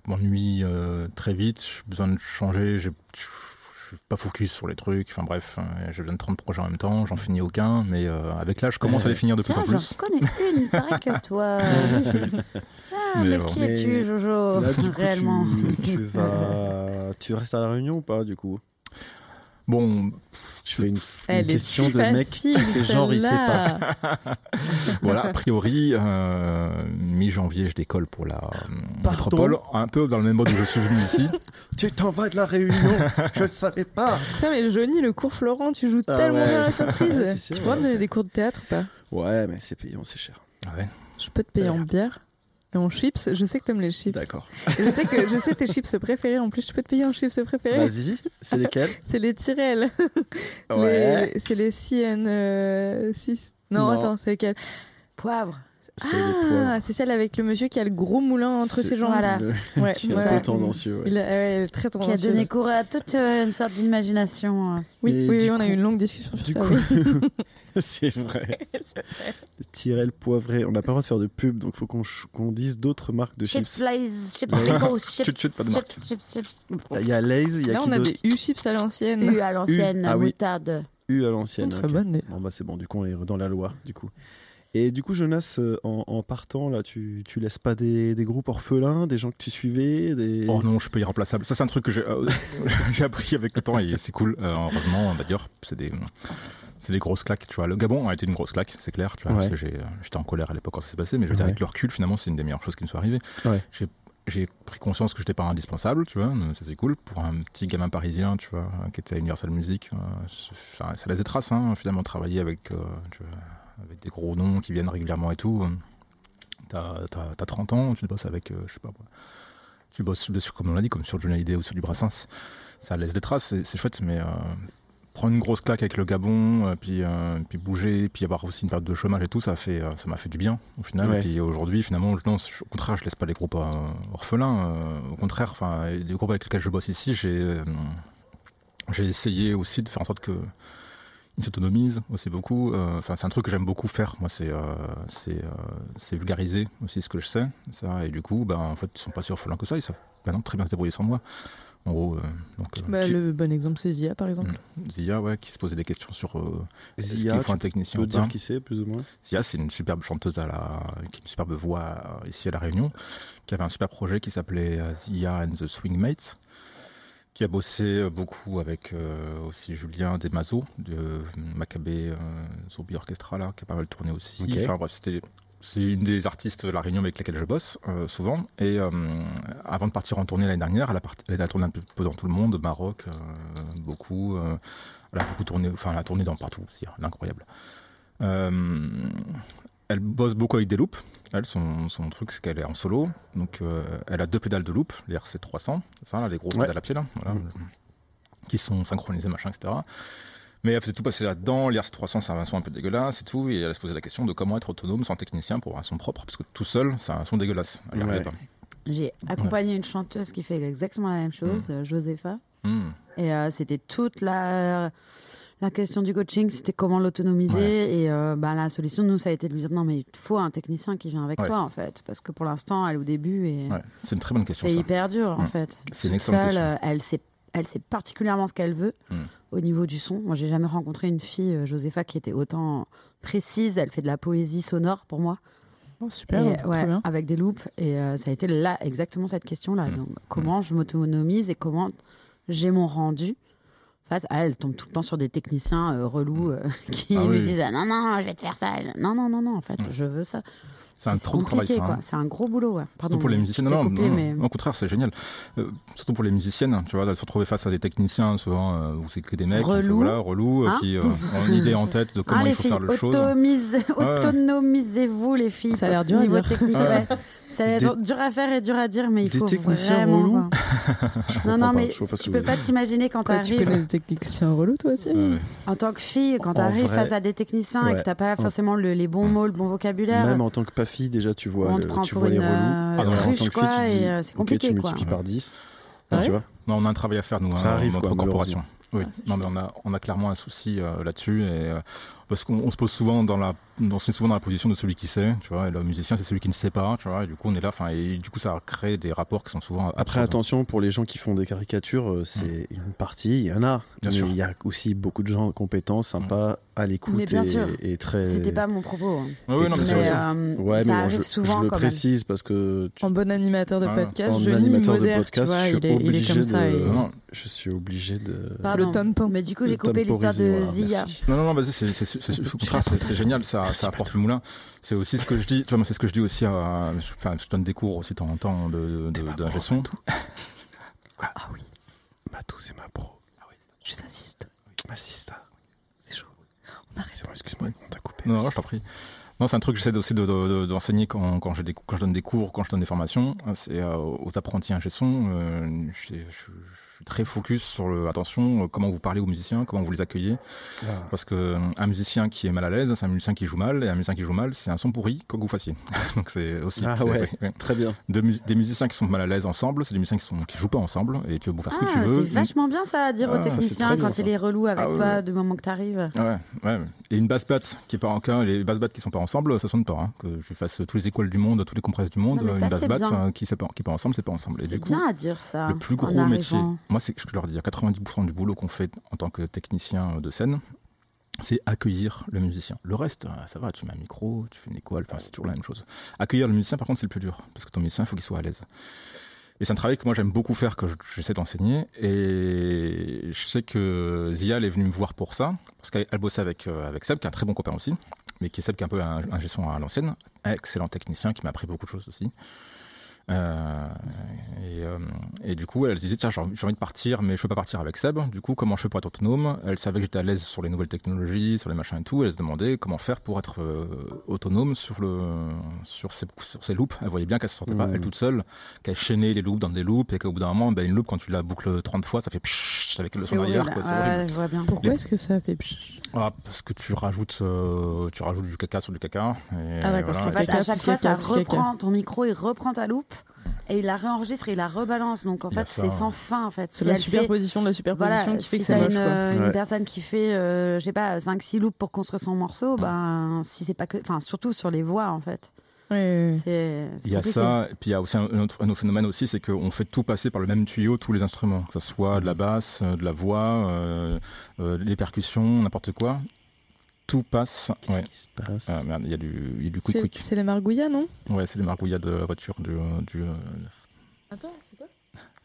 [SPEAKER 2] je m'ennuie euh, très vite. J'ai besoin de changer. j'ai- Je suis pas focus sur les trucs. Enfin bref, euh, j'ai besoin de 30 projets en même temps. J'en finis aucun, mais euh, avec là, je commence à les finir de plus
[SPEAKER 1] Tiens,
[SPEAKER 2] en
[SPEAKER 1] j'en
[SPEAKER 2] plus.
[SPEAKER 1] connais une, il paraît que toi. Ah,
[SPEAKER 2] Mais
[SPEAKER 1] mais,
[SPEAKER 2] alors-
[SPEAKER 1] qui
[SPEAKER 3] Mais-
[SPEAKER 1] es-tu, Jojo
[SPEAKER 3] Là, du coup,
[SPEAKER 1] Oh, Réellement.
[SPEAKER 3] tu, tu vas. tu restes à la Réunion ou pas, du coup
[SPEAKER 2] Bon,
[SPEAKER 3] Je fais une,
[SPEAKER 4] Elle
[SPEAKER 3] une
[SPEAKER 4] est
[SPEAKER 3] question
[SPEAKER 4] si
[SPEAKER 3] de mec qui
[SPEAKER 4] facile,
[SPEAKER 3] fait genre, il sait pas.
[SPEAKER 4] celle-là.
[SPEAKER 2] voilà, a priori, euh, mi-janvier, je décolle pour la euh, métropole. Un peu dans le même mode où je suis venu ici.
[SPEAKER 3] Tu t'en vas de la Réunion Je le savais pas
[SPEAKER 4] Putain, mais Johnny, le cours Florent, tu joues
[SPEAKER 3] Ah
[SPEAKER 4] tellement
[SPEAKER 3] ouais.
[SPEAKER 4] bien la
[SPEAKER 3] Tu
[SPEAKER 4] surprise.
[SPEAKER 3] sais,
[SPEAKER 4] tu pourras
[SPEAKER 3] ouais,
[SPEAKER 4] me donner
[SPEAKER 3] c'est-
[SPEAKER 4] des cours de théâtre ou pas
[SPEAKER 3] Ouais, mais c'est payant, c'est cher.
[SPEAKER 2] Ah ouais.
[SPEAKER 4] Je peux te payer en bière Et en chips, je sais que t'aimes les chips.
[SPEAKER 3] D'accord.
[SPEAKER 4] Je sais que je sais tes chips préférés. En plus, je peux te payer en chips préférés.
[SPEAKER 3] Vas-y, c'est lesquels
[SPEAKER 4] C'est les Tyrell.
[SPEAKER 3] Ouais.
[SPEAKER 4] Les- C'est les CN6. Non,
[SPEAKER 3] Non.
[SPEAKER 4] attends, c'est lesquels
[SPEAKER 1] Poivre.
[SPEAKER 3] C'est les
[SPEAKER 4] Ah,
[SPEAKER 3] poivres.
[SPEAKER 4] c'est celle avec le monsieur qui a le gros moulin entre
[SPEAKER 3] C'est
[SPEAKER 4] ses jambes.
[SPEAKER 1] Voilà.
[SPEAKER 3] Le-
[SPEAKER 4] Ouais,
[SPEAKER 3] Qui est
[SPEAKER 4] voilà.
[SPEAKER 3] un peu tendancieux. ouais.
[SPEAKER 4] Il a, ouais, elle est très
[SPEAKER 1] Qui a
[SPEAKER 4] tendancieuse.
[SPEAKER 1] donné cours à toute euh, une sorte d'imagination. euh.
[SPEAKER 4] Oui,
[SPEAKER 3] Et
[SPEAKER 4] oui, oui,
[SPEAKER 3] du
[SPEAKER 4] on a
[SPEAKER 3] coup-
[SPEAKER 4] eu une longue discussion sur
[SPEAKER 3] Du
[SPEAKER 4] ça.
[SPEAKER 3] coup,
[SPEAKER 4] oui.
[SPEAKER 3] c'est vrai. Tirer le poivré. On n'a pas le droit de faire de pub, donc faut qu'on ch- qu'on dise d'autres marques de
[SPEAKER 1] Chips,
[SPEAKER 3] chips.
[SPEAKER 1] Lays, chips,
[SPEAKER 3] Ouais.
[SPEAKER 1] Fritos,
[SPEAKER 2] Chut, chut,
[SPEAKER 1] chips,
[SPEAKER 2] pas de marque. Ah,
[SPEAKER 1] chips, chips, chips.
[SPEAKER 3] Il y a Lay's, il y a
[SPEAKER 4] Là,
[SPEAKER 3] qui
[SPEAKER 4] on a
[SPEAKER 3] d'autre
[SPEAKER 4] des U-chips à l'ancienne.
[SPEAKER 1] U à l'ancienne,
[SPEAKER 3] Ah oui.
[SPEAKER 1] moutarde.
[SPEAKER 3] U à l'ancienne.
[SPEAKER 4] Très
[SPEAKER 3] ok.
[SPEAKER 4] bonne, d'ailleurs.
[SPEAKER 3] Bon, bah, c'est bon, du coup, on est dans la loi, du coup. Et du coup, Jonas, euh, en, en partant, là, tu, tu laisses pas des, des groupes orphelins, des gens que tu suivais, des...
[SPEAKER 2] Oh non, je peux irremplaçable. Ça, c'est un truc que j'ai euh, j'ai appris avec le temps et c'est cool. Euh, heureusement, d'ailleurs, c'est des, c'est des grosses claques. Tu vois, le Gabon a été une grosse claque, c'est clair. Tu vois,
[SPEAKER 3] Ouais.
[SPEAKER 2] parce que j'ai, euh, j'étais en colère à l'époque quand ça s'est passé, mais je veux dire,
[SPEAKER 3] Ouais.
[SPEAKER 2] avec le recul, finalement, c'est une des meilleures choses qui me soit arrivée.
[SPEAKER 3] Ouais.
[SPEAKER 2] J'ai, j'ai pris conscience que j'étais pas indispensable, tu vois. donc Ça, c'est cool. Pour un petit gamin parisien, tu vois, euh, qui était à Universal Music, euh, c'est- ça, ça laisse des traces, hein, finalement, travailler avec, euh, tu vois, avec des gros noms qui viennent régulièrement et tout. euh. T'as, t'as, t'as 30 ans, tu bosses avec, euh, je sais pas, moi, tu bosses, bien sûr, comme on l'a dit, comme sur Johnny Hallyday ou sur du Brassens, ça laisse des traces, c'est, c'est chouette, mais euh, prendre une grosse claque avec le Gabon, euh, puis, euh, puis bouger, puis avoir aussi une période de chômage et tout, ça, fait, euh, ça m'a fait du bien au final.
[SPEAKER 3] Ouais.
[SPEAKER 2] Et puis aujourd'hui, finalement, je- non, je- au contraire, je laisse pas les groupes euh, orphelins. euh, au contraire, enfin, les groupes avec lesquels je bosse ici, j'ai, euh, j'ai essayé aussi de faire en sorte que ils s'autonomisent aussi beaucoup. Euh, Enfin, c'est un truc que j'aime beaucoup faire. Moi, c'est euh, c'est euh, c'est vulgariser aussi ce que je sais. Ça et du coup, ben en fait, ils sont pas si orphelins que ça. Ils savent maintenant très bien se débrouiller sans moi. En gros, euh, donc euh,
[SPEAKER 4] Bah,
[SPEAKER 3] Tu-
[SPEAKER 4] Le bon exemple, c'est Zia, par exemple.
[SPEAKER 2] Zia, ouais, qui se posait des questions sur euh, est-ce
[SPEAKER 3] Zia,
[SPEAKER 2] qu'il faut
[SPEAKER 3] tu
[SPEAKER 2] un technicien
[SPEAKER 3] peux
[SPEAKER 2] ou pas.
[SPEAKER 3] dire qui c'est, plus ou moins
[SPEAKER 2] Zia, c'est une superbe chanteuse à la, qui a une superbe voix euh, ici à La Réunion, qui avait un super projet qui s'appelait euh, Zia and the Swingmates, qui a bossé euh, beaucoup avec euh, aussi Julien Desmazo de Maccabée euh, Zombie Orchestra, là, qui a pas mal tourné aussi.
[SPEAKER 3] Ok.
[SPEAKER 2] Enfin bref, c'était. C'est une des artistes de La Réunion avec laquelle je bosse euh, souvent. Et euh, avant de partir en tournée l'année dernière, elle a, part- elle a tourné un peu dans tout le monde, Maroc, euh, beaucoup. euh, elle a beaucoup tourné, enfin, elle a tourné dans partout, c'est incroyable. Euh, elle bosse beaucoup avec des loops. Elle, son, son truc, c'est qu'elle est en solo. Donc, euh, elle a deux pédales de loop, les RC300, c'est ça, là, les grosses
[SPEAKER 3] Ouais. Mm.
[SPEAKER 2] pédales à pied, là, voilà, qui sont synchronisées, machin, etc. Mais elle faisait tout passer là-dedans. Les RC300, c'est un son un peu dégueulasse et tout. Et elle se posait la question de comment être autonome sans technicien pour avoir un son propre, parce que tout seul, c'est un son dégueulasse. Elle y arrivait
[SPEAKER 3] Ouais.
[SPEAKER 2] pas.
[SPEAKER 1] J'ai accompagné une chanteuse qui fait exactement la même chose, euh, Josepha.
[SPEAKER 2] Hmm.
[SPEAKER 1] Et euh, c'était toute la, la question du coaching, c'était comment l'autonomiser. Et euh, bah, la solution, nous, ça a été de lui dire non, mais il te faut un technicien qui vient avec
[SPEAKER 2] Ouais.
[SPEAKER 1] toi, en fait. Parce que pour l'instant, elle est au début et
[SPEAKER 2] Ouais. C'est une très bonne question,
[SPEAKER 1] c'est
[SPEAKER 2] ça.
[SPEAKER 1] hyper dur, en
[SPEAKER 2] Mm.
[SPEAKER 1] fait.
[SPEAKER 2] C'est une
[SPEAKER 1] Toute
[SPEAKER 2] excellente
[SPEAKER 1] seule,
[SPEAKER 2] question.
[SPEAKER 1] euh, elle sait, elle sait particulièrement ce qu'elle veut
[SPEAKER 2] Mm.
[SPEAKER 1] au niveau du son. Moi, j'ai jamais rencontré une fille, euh, Josepha, qui était autant précise. Elle fait de la poésie sonore pour moi.
[SPEAKER 4] Oh, super,
[SPEAKER 1] Et,
[SPEAKER 4] très
[SPEAKER 1] ouais,
[SPEAKER 4] bien.
[SPEAKER 1] avec des loupes. Et euh, ça a été là, exactement cette question-là.
[SPEAKER 2] Mm.
[SPEAKER 1] Donc, Comment je m'autonomise et comment j'ai mon rendu face à elle, elle tombe tout le temps sur des techniciens euh, relous euh, qui
[SPEAKER 2] Ah
[SPEAKER 1] lui
[SPEAKER 2] oui.
[SPEAKER 1] disent ah, non non je vais te faire ça non non non non en fait
[SPEAKER 2] Mm.
[SPEAKER 1] je veux ça
[SPEAKER 2] C'est un
[SPEAKER 1] Et c'est
[SPEAKER 2] trop de travail,
[SPEAKER 1] compliqué
[SPEAKER 2] ça. hein.
[SPEAKER 1] quoi c'est un gros boulot ouais. pardon
[SPEAKER 2] Surtout pour les
[SPEAKER 1] je
[SPEAKER 2] musiciens.
[SPEAKER 1] t'ai
[SPEAKER 2] Non, non,
[SPEAKER 1] coupé,
[SPEAKER 2] non,
[SPEAKER 1] mais-
[SPEAKER 2] Au contraire, c'est génial. Euh, surtout pour les musiciennes, tu vois, de se retrouver face à des techniciens, souvent, euh, où c'est que des mecs, un peu,
[SPEAKER 1] Relous.
[SPEAKER 2] voilà, relous, euh,
[SPEAKER 1] Hein
[SPEAKER 2] qui euh, ont une idée en tête de comment
[SPEAKER 1] Ah, les
[SPEAKER 2] il faut
[SPEAKER 1] filles,
[SPEAKER 2] faire le chose. Euh,
[SPEAKER 1] automise-
[SPEAKER 2] Ouais.
[SPEAKER 1] autonomisez-vous les filles.
[SPEAKER 4] Ça a l'air dur à
[SPEAKER 1] Niveau
[SPEAKER 4] dire.
[SPEAKER 1] technique, ouais. ça a l'air
[SPEAKER 3] Des-
[SPEAKER 1] dur- dur à faire et dur à dire, mais il
[SPEAKER 3] des
[SPEAKER 1] faut
[SPEAKER 3] techniciens
[SPEAKER 1] vraiment.
[SPEAKER 3] relous.
[SPEAKER 1] quoi.
[SPEAKER 3] Je comprends
[SPEAKER 1] Non, non,
[SPEAKER 3] pas,
[SPEAKER 1] mais
[SPEAKER 3] je vois pas ce
[SPEAKER 1] tu
[SPEAKER 3] que vous
[SPEAKER 1] peux pas t'imaginer quand
[SPEAKER 4] Toi, tu
[SPEAKER 1] t'arrives
[SPEAKER 4] connais le technicien relou, toi aussi
[SPEAKER 2] Ouais, ouais.
[SPEAKER 1] en tant que fille, quand
[SPEAKER 3] En
[SPEAKER 1] t'arrives
[SPEAKER 3] vrai,
[SPEAKER 1] face à des techniciens et que
[SPEAKER 3] ouais.
[SPEAKER 1] t'as pas forcément le- les bons mots, le bon vocabulaire.
[SPEAKER 3] Même en tant que pas fille, déjà, tu vois,
[SPEAKER 1] on
[SPEAKER 3] le-
[SPEAKER 1] te prend
[SPEAKER 3] tu
[SPEAKER 1] pour
[SPEAKER 3] vois
[SPEAKER 1] une
[SPEAKER 3] les relous.
[SPEAKER 1] euh,
[SPEAKER 2] Ah non, en tant que
[SPEAKER 1] cruche,
[SPEAKER 3] fille,
[SPEAKER 1] quoi,
[SPEAKER 3] tu te dis,
[SPEAKER 1] et euh, c'est
[SPEAKER 3] ok,
[SPEAKER 1] compliqué,
[SPEAKER 3] tu
[SPEAKER 1] quoi. Ah
[SPEAKER 3] multiplies par 10.
[SPEAKER 4] C'est
[SPEAKER 3] tu
[SPEAKER 4] vrai
[SPEAKER 3] vois
[SPEAKER 2] Non, on a un travail à faire, nous,
[SPEAKER 3] Ça
[SPEAKER 2] hein,
[SPEAKER 3] arrive,
[SPEAKER 2] dans notre
[SPEAKER 3] quoi,
[SPEAKER 2] corporation. Oui, non, mais on a, on a clairement un souci euh, là-dessus. et, euh, parce qu'on on se pose souvent dans la, on se met souvent dans la position de celui qui sait, tu vois, et le musicien, c'est celui qui ne sait pas, tu vois, et du coup, on est là, enfin, et du coup, ça crée des rapports qui sont souvent.
[SPEAKER 3] Après,
[SPEAKER 2] absurdes.
[SPEAKER 3] attention, pour les gens qui font des caricatures, euh, c'est
[SPEAKER 1] Mm.
[SPEAKER 3] une partie, il y en a.
[SPEAKER 2] Bien
[SPEAKER 3] mais
[SPEAKER 2] sûr.
[SPEAKER 3] il y a aussi beaucoup de gens compétents, sympas, à
[SPEAKER 1] Mm. Mais
[SPEAKER 3] l'écoute
[SPEAKER 1] bien
[SPEAKER 3] et,
[SPEAKER 1] sûr.
[SPEAKER 3] et très.
[SPEAKER 1] C'était pas mon propos. hein.
[SPEAKER 2] Ouais, ouais, non, mais
[SPEAKER 1] Mais
[SPEAKER 2] c'est vrai.
[SPEAKER 1] euh,
[SPEAKER 3] Ouais, mais
[SPEAKER 1] ça
[SPEAKER 3] bon,
[SPEAKER 1] arrive
[SPEAKER 3] je,
[SPEAKER 1] souvent
[SPEAKER 3] je le
[SPEAKER 1] quand même.
[SPEAKER 3] précise parce que tu-
[SPEAKER 4] En bon animateur de
[SPEAKER 2] Ah,
[SPEAKER 4] podcast,
[SPEAKER 3] en
[SPEAKER 4] je
[SPEAKER 3] animateur de
[SPEAKER 4] modère,
[SPEAKER 3] podcast,
[SPEAKER 4] tu vois,
[SPEAKER 3] je suis
[SPEAKER 4] il, est, il est
[SPEAKER 3] obligé
[SPEAKER 4] comme
[SPEAKER 3] de-
[SPEAKER 4] ça. il-
[SPEAKER 2] Non, non,
[SPEAKER 3] je suis obligé de.
[SPEAKER 1] Pardon.
[SPEAKER 4] Le tampon.
[SPEAKER 1] Mais du coup, j'ai
[SPEAKER 3] de
[SPEAKER 1] coupé l'histoire de
[SPEAKER 3] temporiser, voilà,
[SPEAKER 2] hein.
[SPEAKER 1] Zia.
[SPEAKER 3] merci.
[SPEAKER 2] Non, non, non, vas-y, c'est- c'est- c'est- c'est- au contraire, c'est c'est génial, ça, ça apporte le moulin. C'est aussi ce que je dis, tu vois, moi, c'est ce que je dis aussi à. Enfin, je donne des cours aussi de temps en temps de, de, de, de gestion.
[SPEAKER 4] Ah oui,
[SPEAKER 1] Ah
[SPEAKER 3] Matou, Bah, c'est ma pro.
[SPEAKER 4] juste assiste.
[SPEAKER 3] Ma sista.
[SPEAKER 4] C'est chaud. Arrête.
[SPEAKER 3] C'est bon, excuse-moi, on t'a coupé.
[SPEAKER 2] Non, non, je t'en prie. Non, c'est un truc que j'essaie aussi de- de- de- d'enseigner quand, quand, j'ai des cou- quand je donne des cours, quand je donne des formations. hein, C'est euh, aux apprentis ingé son. euh, je, je- je suis très focus sur le, attention, euh, comment vous parlez aux musiciens, comment vous les accueillez.
[SPEAKER 3] Ah.
[SPEAKER 2] Parce que euh, un musicien qui est mal à l'aise, c'est un musicien qui joue mal. Et un musicien qui joue mal, c'est un son pourri, quoi que vous fassiez. Donc c'est aussi.
[SPEAKER 3] Ah
[SPEAKER 2] c'est-
[SPEAKER 3] ouais.
[SPEAKER 2] oui, oui.
[SPEAKER 3] Très bien.
[SPEAKER 2] Deux mus- des musiciens qui sont mal à l'aise ensemble, c'est des musiciens qui, sont, qui jouent pas ensemble. Et tu peux faire ce que tu
[SPEAKER 1] Ah,
[SPEAKER 2] veux.
[SPEAKER 1] c'est vachement bien ça à dire
[SPEAKER 2] Ah,
[SPEAKER 1] au
[SPEAKER 2] c'est
[SPEAKER 1] technicien
[SPEAKER 3] très bien,
[SPEAKER 1] quand
[SPEAKER 3] ça.
[SPEAKER 1] il est relou avec
[SPEAKER 2] Ah, ouais,
[SPEAKER 1] toi
[SPEAKER 2] ouais.
[SPEAKER 1] du moment que t'arrives.
[SPEAKER 2] Ouais, ouais. Et une basse batte qui est pas en cas, les basses battes qui sont pas ensemble, ça sonne pas. hein. Que je fasse tous les écoles du monde, tous les compresses du monde,
[SPEAKER 1] Non, mais
[SPEAKER 2] une
[SPEAKER 1] ça,
[SPEAKER 2] basse
[SPEAKER 1] c'est
[SPEAKER 2] batte
[SPEAKER 1] bien.
[SPEAKER 2] euh, qui n'est pas, qui est pas ensemble, c'est pas ensemble. Et
[SPEAKER 1] C'est
[SPEAKER 2] du coup,
[SPEAKER 1] bien à dire ça.
[SPEAKER 2] le plus
[SPEAKER 1] en
[SPEAKER 2] gros métier,
[SPEAKER 1] arrivant.
[SPEAKER 2] moi, c'est je leur dis, 90% du boulot qu'on fait en tant que technicien de scène, c'est accueillir le musicien. Le reste, euh, ça va, tu mets un micro, tu fais une école, enfin, c'est toujours la même chose. Accueillir le musicien, par contre, c'est le plus dur, parce que ton musicien, il faut qu'il soit à l'aise. Et c'est un travail que moi j'aime beaucoup faire, que je- j'essaie d'enseigner. Et je sais que Zia, elle est venue me voir pour ça, parce qu'elle elle bossait avec, euh, avec Seb, qui est un très bon copain aussi, mais qui est Seb, qui est un peu un, un gestion à l'ancienne, un excellent technicien, qui m'a appris beaucoup de choses aussi. Euh, et, euh, et du coup, elle se disait, tiens, j'ai envie j'ai envie de partir, mais je peux pas partir avec Seb. Du coup, comment je fais pour être autonome Elle savait que j'étais à l'aise sur les nouvelles technologies, sur les machins et tout. Elle se demandait comment faire pour être euh, autonome sur, le, sur, ses, sur ses loops. Elle voyait bien qu'elle se sortait pas,
[SPEAKER 3] Mhm.
[SPEAKER 1] Mmh.
[SPEAKER 2] elle toute seule, qu'elle chaînait les loops dans des loops, et qu'au bout d'un moment, ben, une loop, quand tu la boucles 30 fois, ça fait pshhh avec le
[SPEAKER 1] C'est
[SPEAKER 2] son derrière.
[SPEAKER 1] horrible.
[SPEAKER 2] quoi, c'est
[SPEAKER 1] Ouais,
[SPEAKER 2] horrible.
[SPEAKER 1] je vois bien.
[SPEAKER 4] Pourquoi
[SPEAKER 2] Les-
[SPEAKER 4] est-ce que ça fait pshhh
[SPEAKER 2] Ah, parce que tu rajoutes, euh, tu rajoutes du caca sur du caca. Et
[SPEAKER 4] Ah, d'accord,
[SPEAKER 2] voilà.
[SPEAKER 4] c'est
[SPEAKER 1] En
[SPEAKER 4] pas
[SPEAKER 1] fait, à chaque fois,
[SPEAKER 4] Caca,
[SPEAKER 1] ça
[SPEAKER 4] caca, caca.
[SPEAKER 1] reprend ton micro, il reprend ta loupe et il la réenregistre et il la rebalance. Donc en
[SPEAKER 2] Il y a
[SPEAKER 1] fait,
[SPEAKER 2] ça,
[SPEAKER 1] c'est
[SPEAKER 2] ouais.
[SPEAKER 1] sans fin en fait.
[SPEAKER 4] C'est
[SPEAKER 1] Si
[SPEAKER 4] la
[SPEAKER 1] elle fait-
[SPEAKER 4] superposition de la superposition
[SPEAKER 1] Voilà,
[SPEAKER 4] qui fait
[SPEAKER 1] si
[SPEAKER 4] que c'est
[SPEAKER 1] t'as
[SPEAKER 4] moche.
[SPEAKER 1] une,
[SPEAKER 4] quoi.
[SPEAKER 1] euh, une
[SPEAKER 3] Ouais.
[SPEAKER 1] personne qui fait, euh, je sais pas, 5-6 loops pour construire son morceau, ben, si c'est pas que. Enfin, surtout sur les voix, en fait.
[SPEAKER 4] Ouais, ouais,
[SPEAKER 1] Mm.
[SPEAKER 4] ouais.
[SPEAKER 1] C'est. c'est
[SPEAKER 2] Il y a
[SPEAKER 1] compliqué.
[SPEAKER 2] ça, et puis il y a aussi un un autre, un autre phénomène aussi, c'est qu'on fait tout passer par le même tuyau, tous les instruments, que ce soit de la basse, euh, de la voix, euh, euh, les percussions, n'importe quoi. Tout passe.
[SPEAKER 3] Qu'est-ce
[SPEAKER 2] ouais.
[SPEAKER 3] qui se passe
[SPEAKER 1] Euh,
[SPEAKER 2] Ah, merde, il y a du, il y a du quick
[SPEAKER 4] C'est-
[SPEAKER 2] quick.
[SPEAKER 4] C'est les margouillas, non
[SPEAKER 2] Ouais, c'est les margouillas de la voiture. Du, euh, du, euh,
[SPEAKER 4] Attends, c'est quoi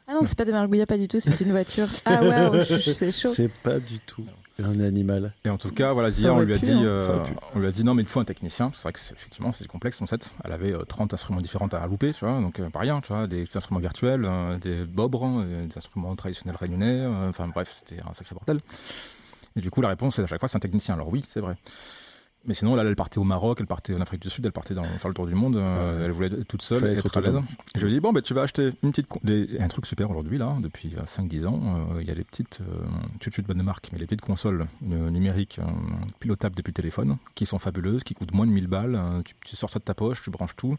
[SPEAKER 4] Ah non, c'est pas des margouillas, pas du tout, c'est une voiture. Ah waouh, je- je- c'est chaud.
[SPEAKER 3] C'est pas du tout un animal.
[SPEAKER 2] Et en tout cas, voilà,
[SPEAKER 4] Ça
[SPEAKER 2] Zia, on
[SPEAKER 4] aurait
[SPEAKER 2] lui a
[SPEAKER 4] pu,
[SPEAKER 2] dit,
[SPEAKER 4] hein.
[SPEAKER 2] euh,
[SPEAKER 3] Ça aurait pu.
[SPEAKER 2] on lui a dit non, mais il te faut un technicien. C'est vrai que c'est, effectivement, c'est complexe en fait. Elle avait euh, 30 instruments différents à louper, tu vois, donc euh, pas rien, tu vois, des, instruments virtuels, euh, des bobres, euh, des instruments traditionnels réunionnais. euh, Enfin bref, c'était un sacré bordel. Et du coup, la réponse, c'est à chaque fois, c'est un technicien. Alors oui, c'est vrai. Mais sinon, là, elle partait au Maroc, elle partait en Afrique du Sud, elle partait dans, faire le tour du monde. euh,
[SPEAKER 3] Ouais.
[SPEAKER 2] Elle voulait être toute seule,
[SPEAKER 3] Fallait être
[SPEAKER 2] être, à l'aise.
[SPEAKER 3] autonome.
[SPEAKER 2] Je lui ai dit, bon, ben, tu vas acheter une petite con- des- un truc super aujourd'hui, là, depuis euh, 5-10 ans. euh, Il y a les petites, euh, chut-chut, bonne marque, mais les petites consoles euh, numériques euh, pilotables depuis le téléphone, qui sont fabuleuses, qui coûtent moins de 1000 balles. euh, tu, tu sors ça de ta poche, tu branches tout.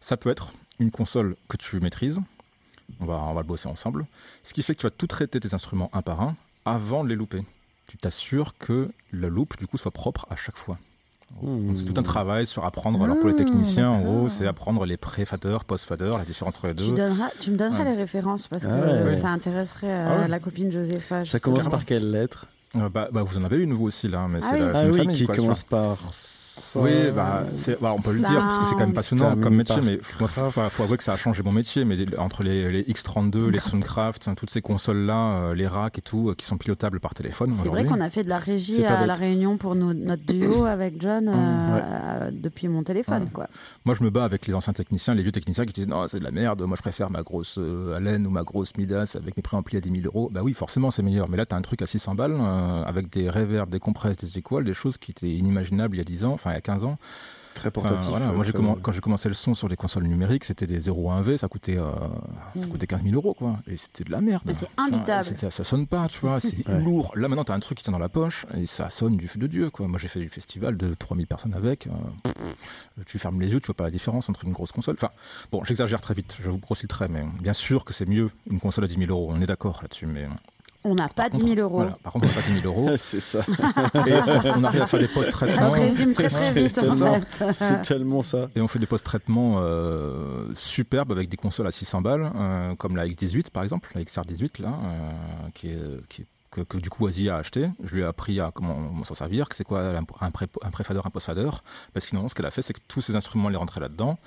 [SPEAKER 2] Ça peut être une console que tu maîtrises. On va, on va le bosser ensemble. Ce qui fait que tu vas tout traiter tes instruments un par un avant de les louper. Tu t'assures que la loupe, du coup, soit propre à chaque fois. Donc, C'est
[SPEAKER 1] Hmm.
[SPEAKER 2] tout un travail sur apprendre. Alors pour les
[SPEAKER 4] Ah,
[SPEAKER 2] techniciens, en gros,
[SPEAKER 4] d'accord.
[SPEAKER 2] c'est apprendre les pré-faders, post-faders, la différence entre les
[SPEAKER 1] Tu,
[SPEAKER 2] deux.
[SPEAKER 1] donneras, tu me donneras
[SPEAKER 2] Ouais.
[SPEAKER 1] les références parce que
[SPEAKER 3] Ah
[SPEAKER 1] euh,
[SPEAKER 3] ouais.
[SPEAKER 1] ça intéresserait euh,
[SPEAKER 2] Ah ouais.
[SPEAKER 1] la copine Josepha.
[SPEAKER 3] Ça
[SPEAKER 1] justement.
[SPEAKER 3] commence par quelle lettre
[SPEAKER 2] Euh, bah, bah, vous en avez une vous aussi là, mais
[SPEAKER 1] Ah
[SPEAKER 2] c'est
[SPEAKER 1] oui.
[SPEAKER 2] la c'est
[SPEAKER 3] Ah
[SPEAKER 2] une
[SPEAKER 3] oui,
[SPEAKER 2] famille,
[SPEAKER 3] qui
[SPEAKER 2] quoi, tu
[SPEAKER 3] commence par. ça.
[SPEAKER 2] vois. Oui, bah, c'est- bah, on peut le
[SPEAKER 1] Ça-
[SPEAKER 2] dire parce que c'est quand même passionnant
[SPEAKER 3] Putain,
[SPEAKER 2] comme
[SPEAKER 3] mais
[SPEAKER 2] métier,
[SPEAKER 3] par-
[SPEAKER 2] mais moi, faut, faut- faut avouer que ça a changé mon métier. Mais les- entre les, les X32, les Soundcraft, hein, toutes ces consoles là, les racks et tout, euh, qui sont pilotables par téléphone.
[SPEAKER 1] C'est vrai
[SPEAKER 2] aujourd'hui.
[SPEAKER 1] qu'on a fait de la régie
[SPEAKER 3] C'est pas
[SPEAKER 1] à La
[SPEAKER 3] bête.
[SPEAKER 1] Réunion pour nos- notre duo avec John euh,
[SPEAKER 3] ouais.
[SPEAKER 1] euh, depuis mon téléphone.
[SPEAKER 2] Ah, Ouais.
[SPEAKER 1] Quoi.
[SPEAKER 2] Moi, je me bats avec les anciens techniciens, les vieux techniciens qui disent non, c'est de la merde, moi je préfère ma grosse euh, Allen ou ma grosse Midas avec mes préamplis à 10 000 euros. Bah oui, forcément, c'est meilleur. Mais là, t'as un truc à 600 balles euh, avec des reverbs, des compresses, des équals, des choses qui étaient inimaginables il y a 10 ans, enfin il y a 15 ans.
[SPEAKER 3] Très
[SPEAKER 2] Enfin,
[SPEAKER 3] portatif.
[SPEAKER 2] voilà.
[SPEAKER 3] euh,
[SPEAKER 2] Moi, j'ai
[SPEAKER 3] très-
[SPEAKER 2] commen- quand j'ai commencé le son sur les consoles numériques, c'était des 0.1V, ça coûtait, euh, ça
[SPEAKER 4] Mm.
[SPEAKER 2] coûtait 15 000 euros quoi. Et c'était de la merde.
[SPEAKER 1] Hmm. Mais c'est
[SPEAKER 2] Enfin,
[SPEAKER 1] imbitable.
[SPEAKER 2] c'était- ça sonne pas, tu vois, c'est
[SPEAKER 3] Ouais.
[SPEAKER 2] lourd. Là maintenant, t'as un truc qui tient dans la poche et ça sonne du feu de Dieu. Quoi. Moi, j'ai fait du festival de 3000 personnes avec. euh, pff, tu fermes les yeux, tu vois pas la différence entre une grosse console. Enfin, bon, j'exagère très vite, je vous grossis le trait, mais bien sûr que c'est mieux une console à 10 000 euros. On est d'accord là-dessus, mais
[SPEAKER 1] On n'a pas 10 000 euros.
[SPEAKER 2] voilà. Par contre, on n'a pas 10 000 euros
[SPEAKER 3] Ah, C'est ça.
[SPEAKER 2] et on arrive à faire des
[SPEAKER 1] Ça
[SPEAKER 2] post-traitements.
[SPEAKER 1] se résume très très
[SPEAKER 3] C'est
[SPEAKER 1] vite en
[SPEAKER 3] étonnant.
[SPEAKER 1] fait.
[SPEAKER 3] C'est tellement ça.
[SPEAKER 2] Et on fait des post-traitements euh, superbes avec des consoles à 600 balles, euh, comme la X18 par exemple, la XR18 là, euh, qui est, qui est- que, que, du coup Asie a acheté. Je lui ai appris à comment, comment s'en servir, que c'est quoi un, pré, un préfader, un post-fader, parce que finalement ce qu'elle a fait c'est que tous ces instruments elle les rentraient là-dedans.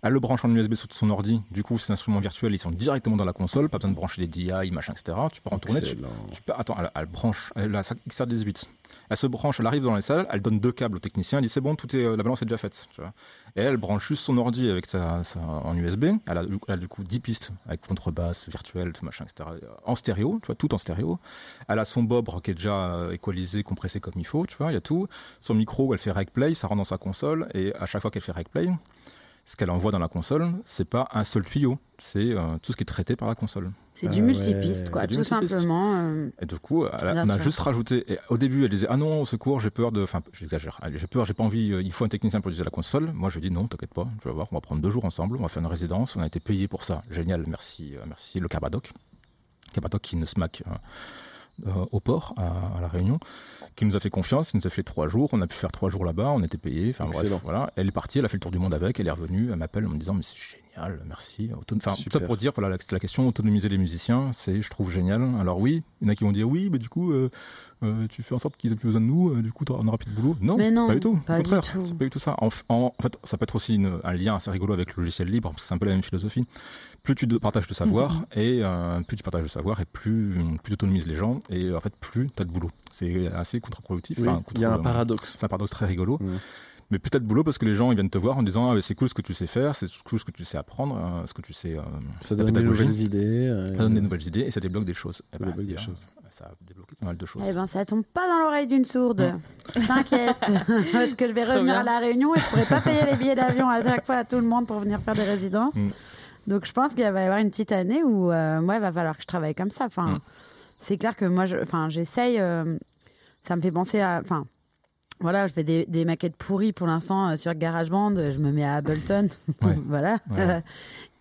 [SPEAKER 2] Elle le branche en USB sur son ordi. Du coup, ces instruments virtuels, ils sont directement dans la console. Pas besoin de brancher des DI, machin, etc. Tu peux retourner. Tu,
[SPEAKER 3] Excellent.
[SPEAKER 2] tu peux- attends, elle, elle branche. Elle a sa XR18. Elle se branche, elle arrive dans la salle, elle donne deux câbles au technicien. Elle dit c'est bon, tout est, euh, la balance est déjà faite. tu vois. Et elle branche juste son ordi avec sa, sa- en USB. Elle a, du- elle a du coup 10 pistes avec contrebasse, virtuelle, tout machin, etc. En stéréo, tu vois, tout en stéréo. Elle a son bobre qui est déjà euh, équalisé, compressé comme il faut. Tu vois, il y a tout. Son micro, elle fait rec play, ça rentre dans sa console. Et à chaque fois qu'elle fait rec play, ce qu'elle envoie dans la console, c'est pas un seul tuyau, c'est euh, tout ce qui est traité par la console.
[SPEAKER 1] C'est
[SPEAKER 3] Ah
[SPEAKER 1] du multipiste,
[SPEAKER 3] ouais.
[SPEAKER 1] quoi,
[SPEAKER 2] C'est du
[SPEAKER 1] tout
[SPEAKER 2] multipiste.
[SPEAKER 1] simplement. euh,
[SPEAKER 2] Et du coup, elle a-
[SPEAKER 1] Bien
[SPEAKER 2] on a
[SPEAKER 1] sûr.
[SPEAKER 2] juste rajouté. Et au début, elle disait Ah non, au secours, j'ai peur de. Enfin, j'exagère. Allez, J'ai peur, j'ai pas envie. euh, Il faut un technicien pour utiliser la console. Moi, je lui dis Non, t'inquiète pas, tu vas voir, on va prendre deux jours ensemble, on va faire une résidence, on a été payé pour ça. Génial, merci, euh, merci le Cabadoc. Cabadoc qui ne se maque euh, euh, au port, à, à La Réunion, qui nous a fait confiance, il nous a fait trois jours, on a pu faire trois jours là-bas, on était payé. Enfin, bref,
[SPEAKER 3] Excellent.
[SPEAKER 2] voilà. Elle est partie, elle a fait le tour du monde avec, elle est revenue, elle m'appelle en me disant Mais c'est génial, merci. Auto- Enfin, tout ça
[SPEAKER 3] Super.
[SPEAKER 2] pour dire, voilà, la, la question autonomiser les musiciens, c'est, je trouve, génial. Alors oui, il y en a qui vont dire Oui, mais du coup, euh, euh, tu fais en sorte qu'ils aient plus besoin de nous, euh, du coup, t'auras- on aura plus de boulot. Non,
[SPEAKER 1] Mais non,
[SPEAKER 2] pas du tout.
[SPEAKER 1] pas
[SPEAKER 2] Au
[SPEAKER 1] du
[SPEAKER 2] contraire,
[SPEAKER 1] tout.
[SPEAKER 2] c'est pas du tout ça. En, f- en- en fait, ça peut être aussi une- un lien assez rigolo avec le logiciel libre, parce que c'est un peu la même philosophie. Plus tu de- partages le
[SPEAKER 1] Mhm.
[SPEAKER 2] savoir, et euh, plus tu partages le savoir, et plus, plus tu autonomises les gens, et euh, en fait, plus tu as de boulot. C'est assez contre-productif.
[SPEAKER 3] Oui,
[SPEAKER 2] enfin,
[SPEAKER 3] il y a un
[SPEAKER 2] contre-
[SPEAKER 3] paradoxe.
[SPEAKER 2] c'est un paradoxe très rigolo.
[SPEAKER 3] Ouais.
[SPEAKER 2] Mais peut-être boulot parce que les gens ils viennent te voir en disant ah, mais c'est cool ce que tu sais faire, c'est cool ce que tu sais apprendre, euh, ce que tu sais. euh,
[SPEAKER 3] Ça
[SPEAKER 2] la
[SPEAKER 3] donne des
[SPEAKER 2] pédagogie.
[SPEAKER 3] nouvelles idées. euh,
[SPEAKER 2] Ça donne des nouvelles idées et ça débloque des choses. Eh
[SPEAKER 3] ça
[SPEAKER 2] ben,
[SPEAKER 3] débloque des
[SPEAKER 2] tiens,
[SPEAKER 3] choses.
[SPEAKER 2] Ça a débloqué pas mal de choses.
[SPEAKER 1] Eh ben, ça tombe pas dans l'oreille d'une sourde. T'inquiète, parce que je vais
[SPEAKER 4] Trop
[SPEAKER 1] revenir
[SPEAKER 4] bien.
[SPEAKER 1] à la Réunion et je pourrais pas payer les billets d'avion à chaque fois à tout le monde pour venir faire des résidences.
[SPEAKER 2] Mm.
[SPEAKER 1] Donc, je pense qu'il va y avoir une petite année où, euh, moi, il va falloir que je travaille comme ça. Enfin,
[SPEAKER 2] Mm.
[SPEAKER 1] c'est clair que moi, je- enfin, j'essaye. euh, ça me fait penser à, enfin. Voilà, je fais des, des maquettes pourries pour l'instant euh, sur GarageBand, je me mets à Ableton,
[SPEAKER 2] Ouais.
[SPEAKER 1] voilà.
[SPEAKER 2] Ouais.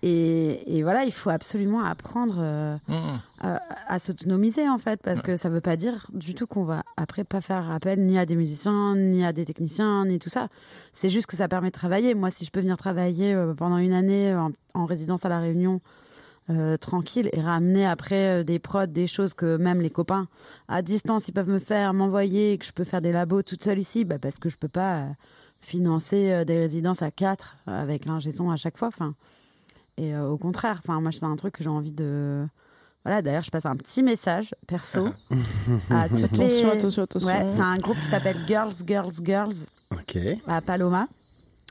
[SPEAKER 1] et, et voilà, il faut absolument apprendre euh,
[SPEAKER 4] ben.
[SPEAKER 2] Mmh.
[SPEAKER 1] à s'autonomiser en fait parce que ça veut pas dire du tout qu'on va après pas faire appel ni à des musiciens ni à des techniciens ni tout ça c'est juste que ça permet de travailler moi si je peux venir travailler euh, pendant une année euh, en, en résidence à la Réunion euh, tranquille et ramener après euh, des prods des choses que même les copains à distance ils peuvent me faire m'envoyer et que je peux faire des labos toute seule ici bah, parce que je peux pas euh, financer euh, des résidences à quatre euh, avec l'ingé son à chaque fois enfin et euh, au contraire enfin moi c'est un truc que j'ai envie de voilà, d'ailleurs, je passe un petit message perso à toutes les.
[SPEAKER 4] Ah. Attention, attention, attention.
[SPEAKER 1] Ouais, c'est un groupe qui s'appelle Girls, Girls, Girls
[SPEAKER 3] Ok.
[SPEAKER 1] à Paloma,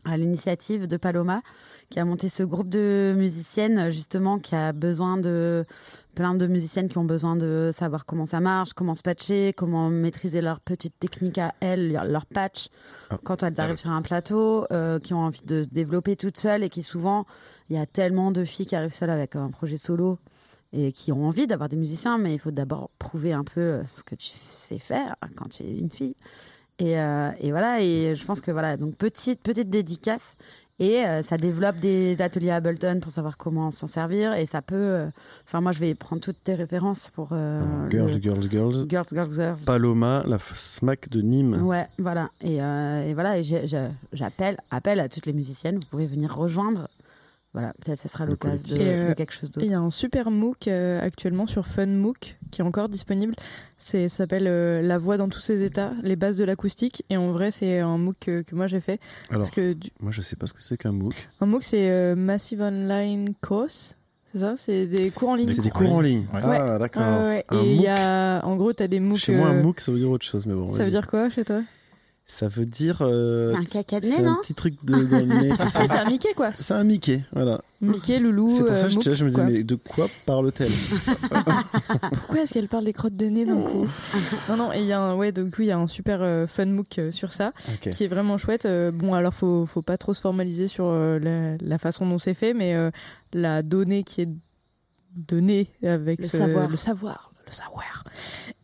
[SPEAKER 1] à l'initiative de Paloma, qui a monté ce groupe de musiciennes, justement, qui a besoin de. plein de musiciennes qui ont besoin de savoir comment ça marche, comment se patcher, comment maîtriser leur petite technique à elles, leur- leur patch,
[SPEAKER 3] Ah.
[SPEAKER 1] quand elles arrivent sur un plateau, euh, qui ont envie de se développer toutes seules et qui souvent, il y a tellement de filles qui arrivent seules avec un projet solo. Et qui ont envie d'avoir des musiciens, mais il faut d'abord prouver un peu euh, ce que tu sais faire quand tu es une fille. Et, euh, et voilà, et je pense que voilà, donc petite, petite dédicace. Et euh, ça développe des ateliers à Ableton pour savoir comment s'en servir. Et ça peut. euh, Enfin, moi, je vais prendre toutes tes références pour. euh,
[SPEAKER 3] girls,
[SPEAKER 1] le-
[SPEAKER 3] girls, girls.
[SPEAKER 1] girls, girls, girls.
[SPEAKER 3] Paloma, la f- smack de Nîmes.
[SPEAKER 1] Ouais, voilà. Et, euh, et voilà, et j'ai- j'ai- j'appelle appelle à toutes les musiciennes. Vous pouvez venir rejoindre. Voilà, peut-être ça sera
[SPEAKER 3] Le
[SPEAKER 1] l'occasion de,
[SPEAKER 4] collectif. Et, euh,
[SPEAKER 1] de quelque chose
[SPEAKER 4] Et Il
[SPEAKER 1] d'autre.
[SPEAKER 4] y a un super MOOC euh, actuellement sur FunMOOC qui est encore disponible. C'est ça s'appelle euh, La voix dans tous ses états, les bases de l'acoustique. Et en vrai, c'est un MOOC que, que moi j'ai fait.
[SPEAKER 3] Alors,
[SPEAKER 4] Parce que du-
[SPEAKER 3] moi, je sais pas ce que c'est qu'un MOOC.
[SPEAKER 4] un MOOC, c'est euh, Massive Online Course. C'est ça C'est des cours en ligne.
[SPEAKER 2] Des
[SPEAKER 3] C'est des
[SPEAKER 2] cours en
[SPEAKER 3] cours en ligne.
[SPEAKER 2] Ouais.
[SPEAKER 3] Ah, d'accord.
[SPEAKER 4] Ouais, ouais, ouais.
[SPEAKER 3] Un
[SPEAKER 4] Et il y
[SPEAKER 3] MOOC.
[SPEAKER 4] a, en gros, t'as des MOOC.
[SPEAKER 3] Chez moi, un
[SPEAKER 4] euh,
[SPEAKER 3] MOOC, ça veut dire autre chose, mais bon.
[SPEAKER 4] Ça
[SPEAKER 3] vas-y.
[SPEAKER 4] veut dire quoi chez toi
[SPEAKER 3] Ça veut dire. euh,
[SPEAKER 1] C'est un caca de
[SPEAKER 3] c'est
[SPEAKER 1] nez,
[SPEAKER 3] un
[SPEAKER 1] non
[SPEAKER 3] petit truc de, dans le nez.
[SPEAKER 4] Ah, C'est un Mickey quoi.
[SPEAKER 3] C'est un Mickey, voilà.
[SPEAKER 4] Mickey, Loulou.
[SPEAKER 3] C'est pour
[SPEAKER 4] euh,
[SPEAKER 3] ça que j'étais là, je me dis,
[SPEAKER 4] quoi.
[SPEAKER 3] mais de quoi parle-t-elle
[SPEAKER 4] Pourquoi est-ce qu'elle parle des crottes de nez d'un coup
[SPEAKER 3] Oh.
[SPEAKER 4] Non, non, et il y a un, ouais, donc oui, il y a un super euh, fun MOOC euh, sur ça,
[SPEAKER 3] Ok.
[SPEAKER 4] qui est vraiment chouette. Euh, bon, alors faut, faut pas trop se formaliser sur euh, la, la façon dont c'est fait, mais euh, la donnée qui est donnée avec
[SPEAKER 1] Le
[SPEAKER 4] ce-
[SPEAKER 1] savoir.
[SPEAKER 4] le savoir, le savoir,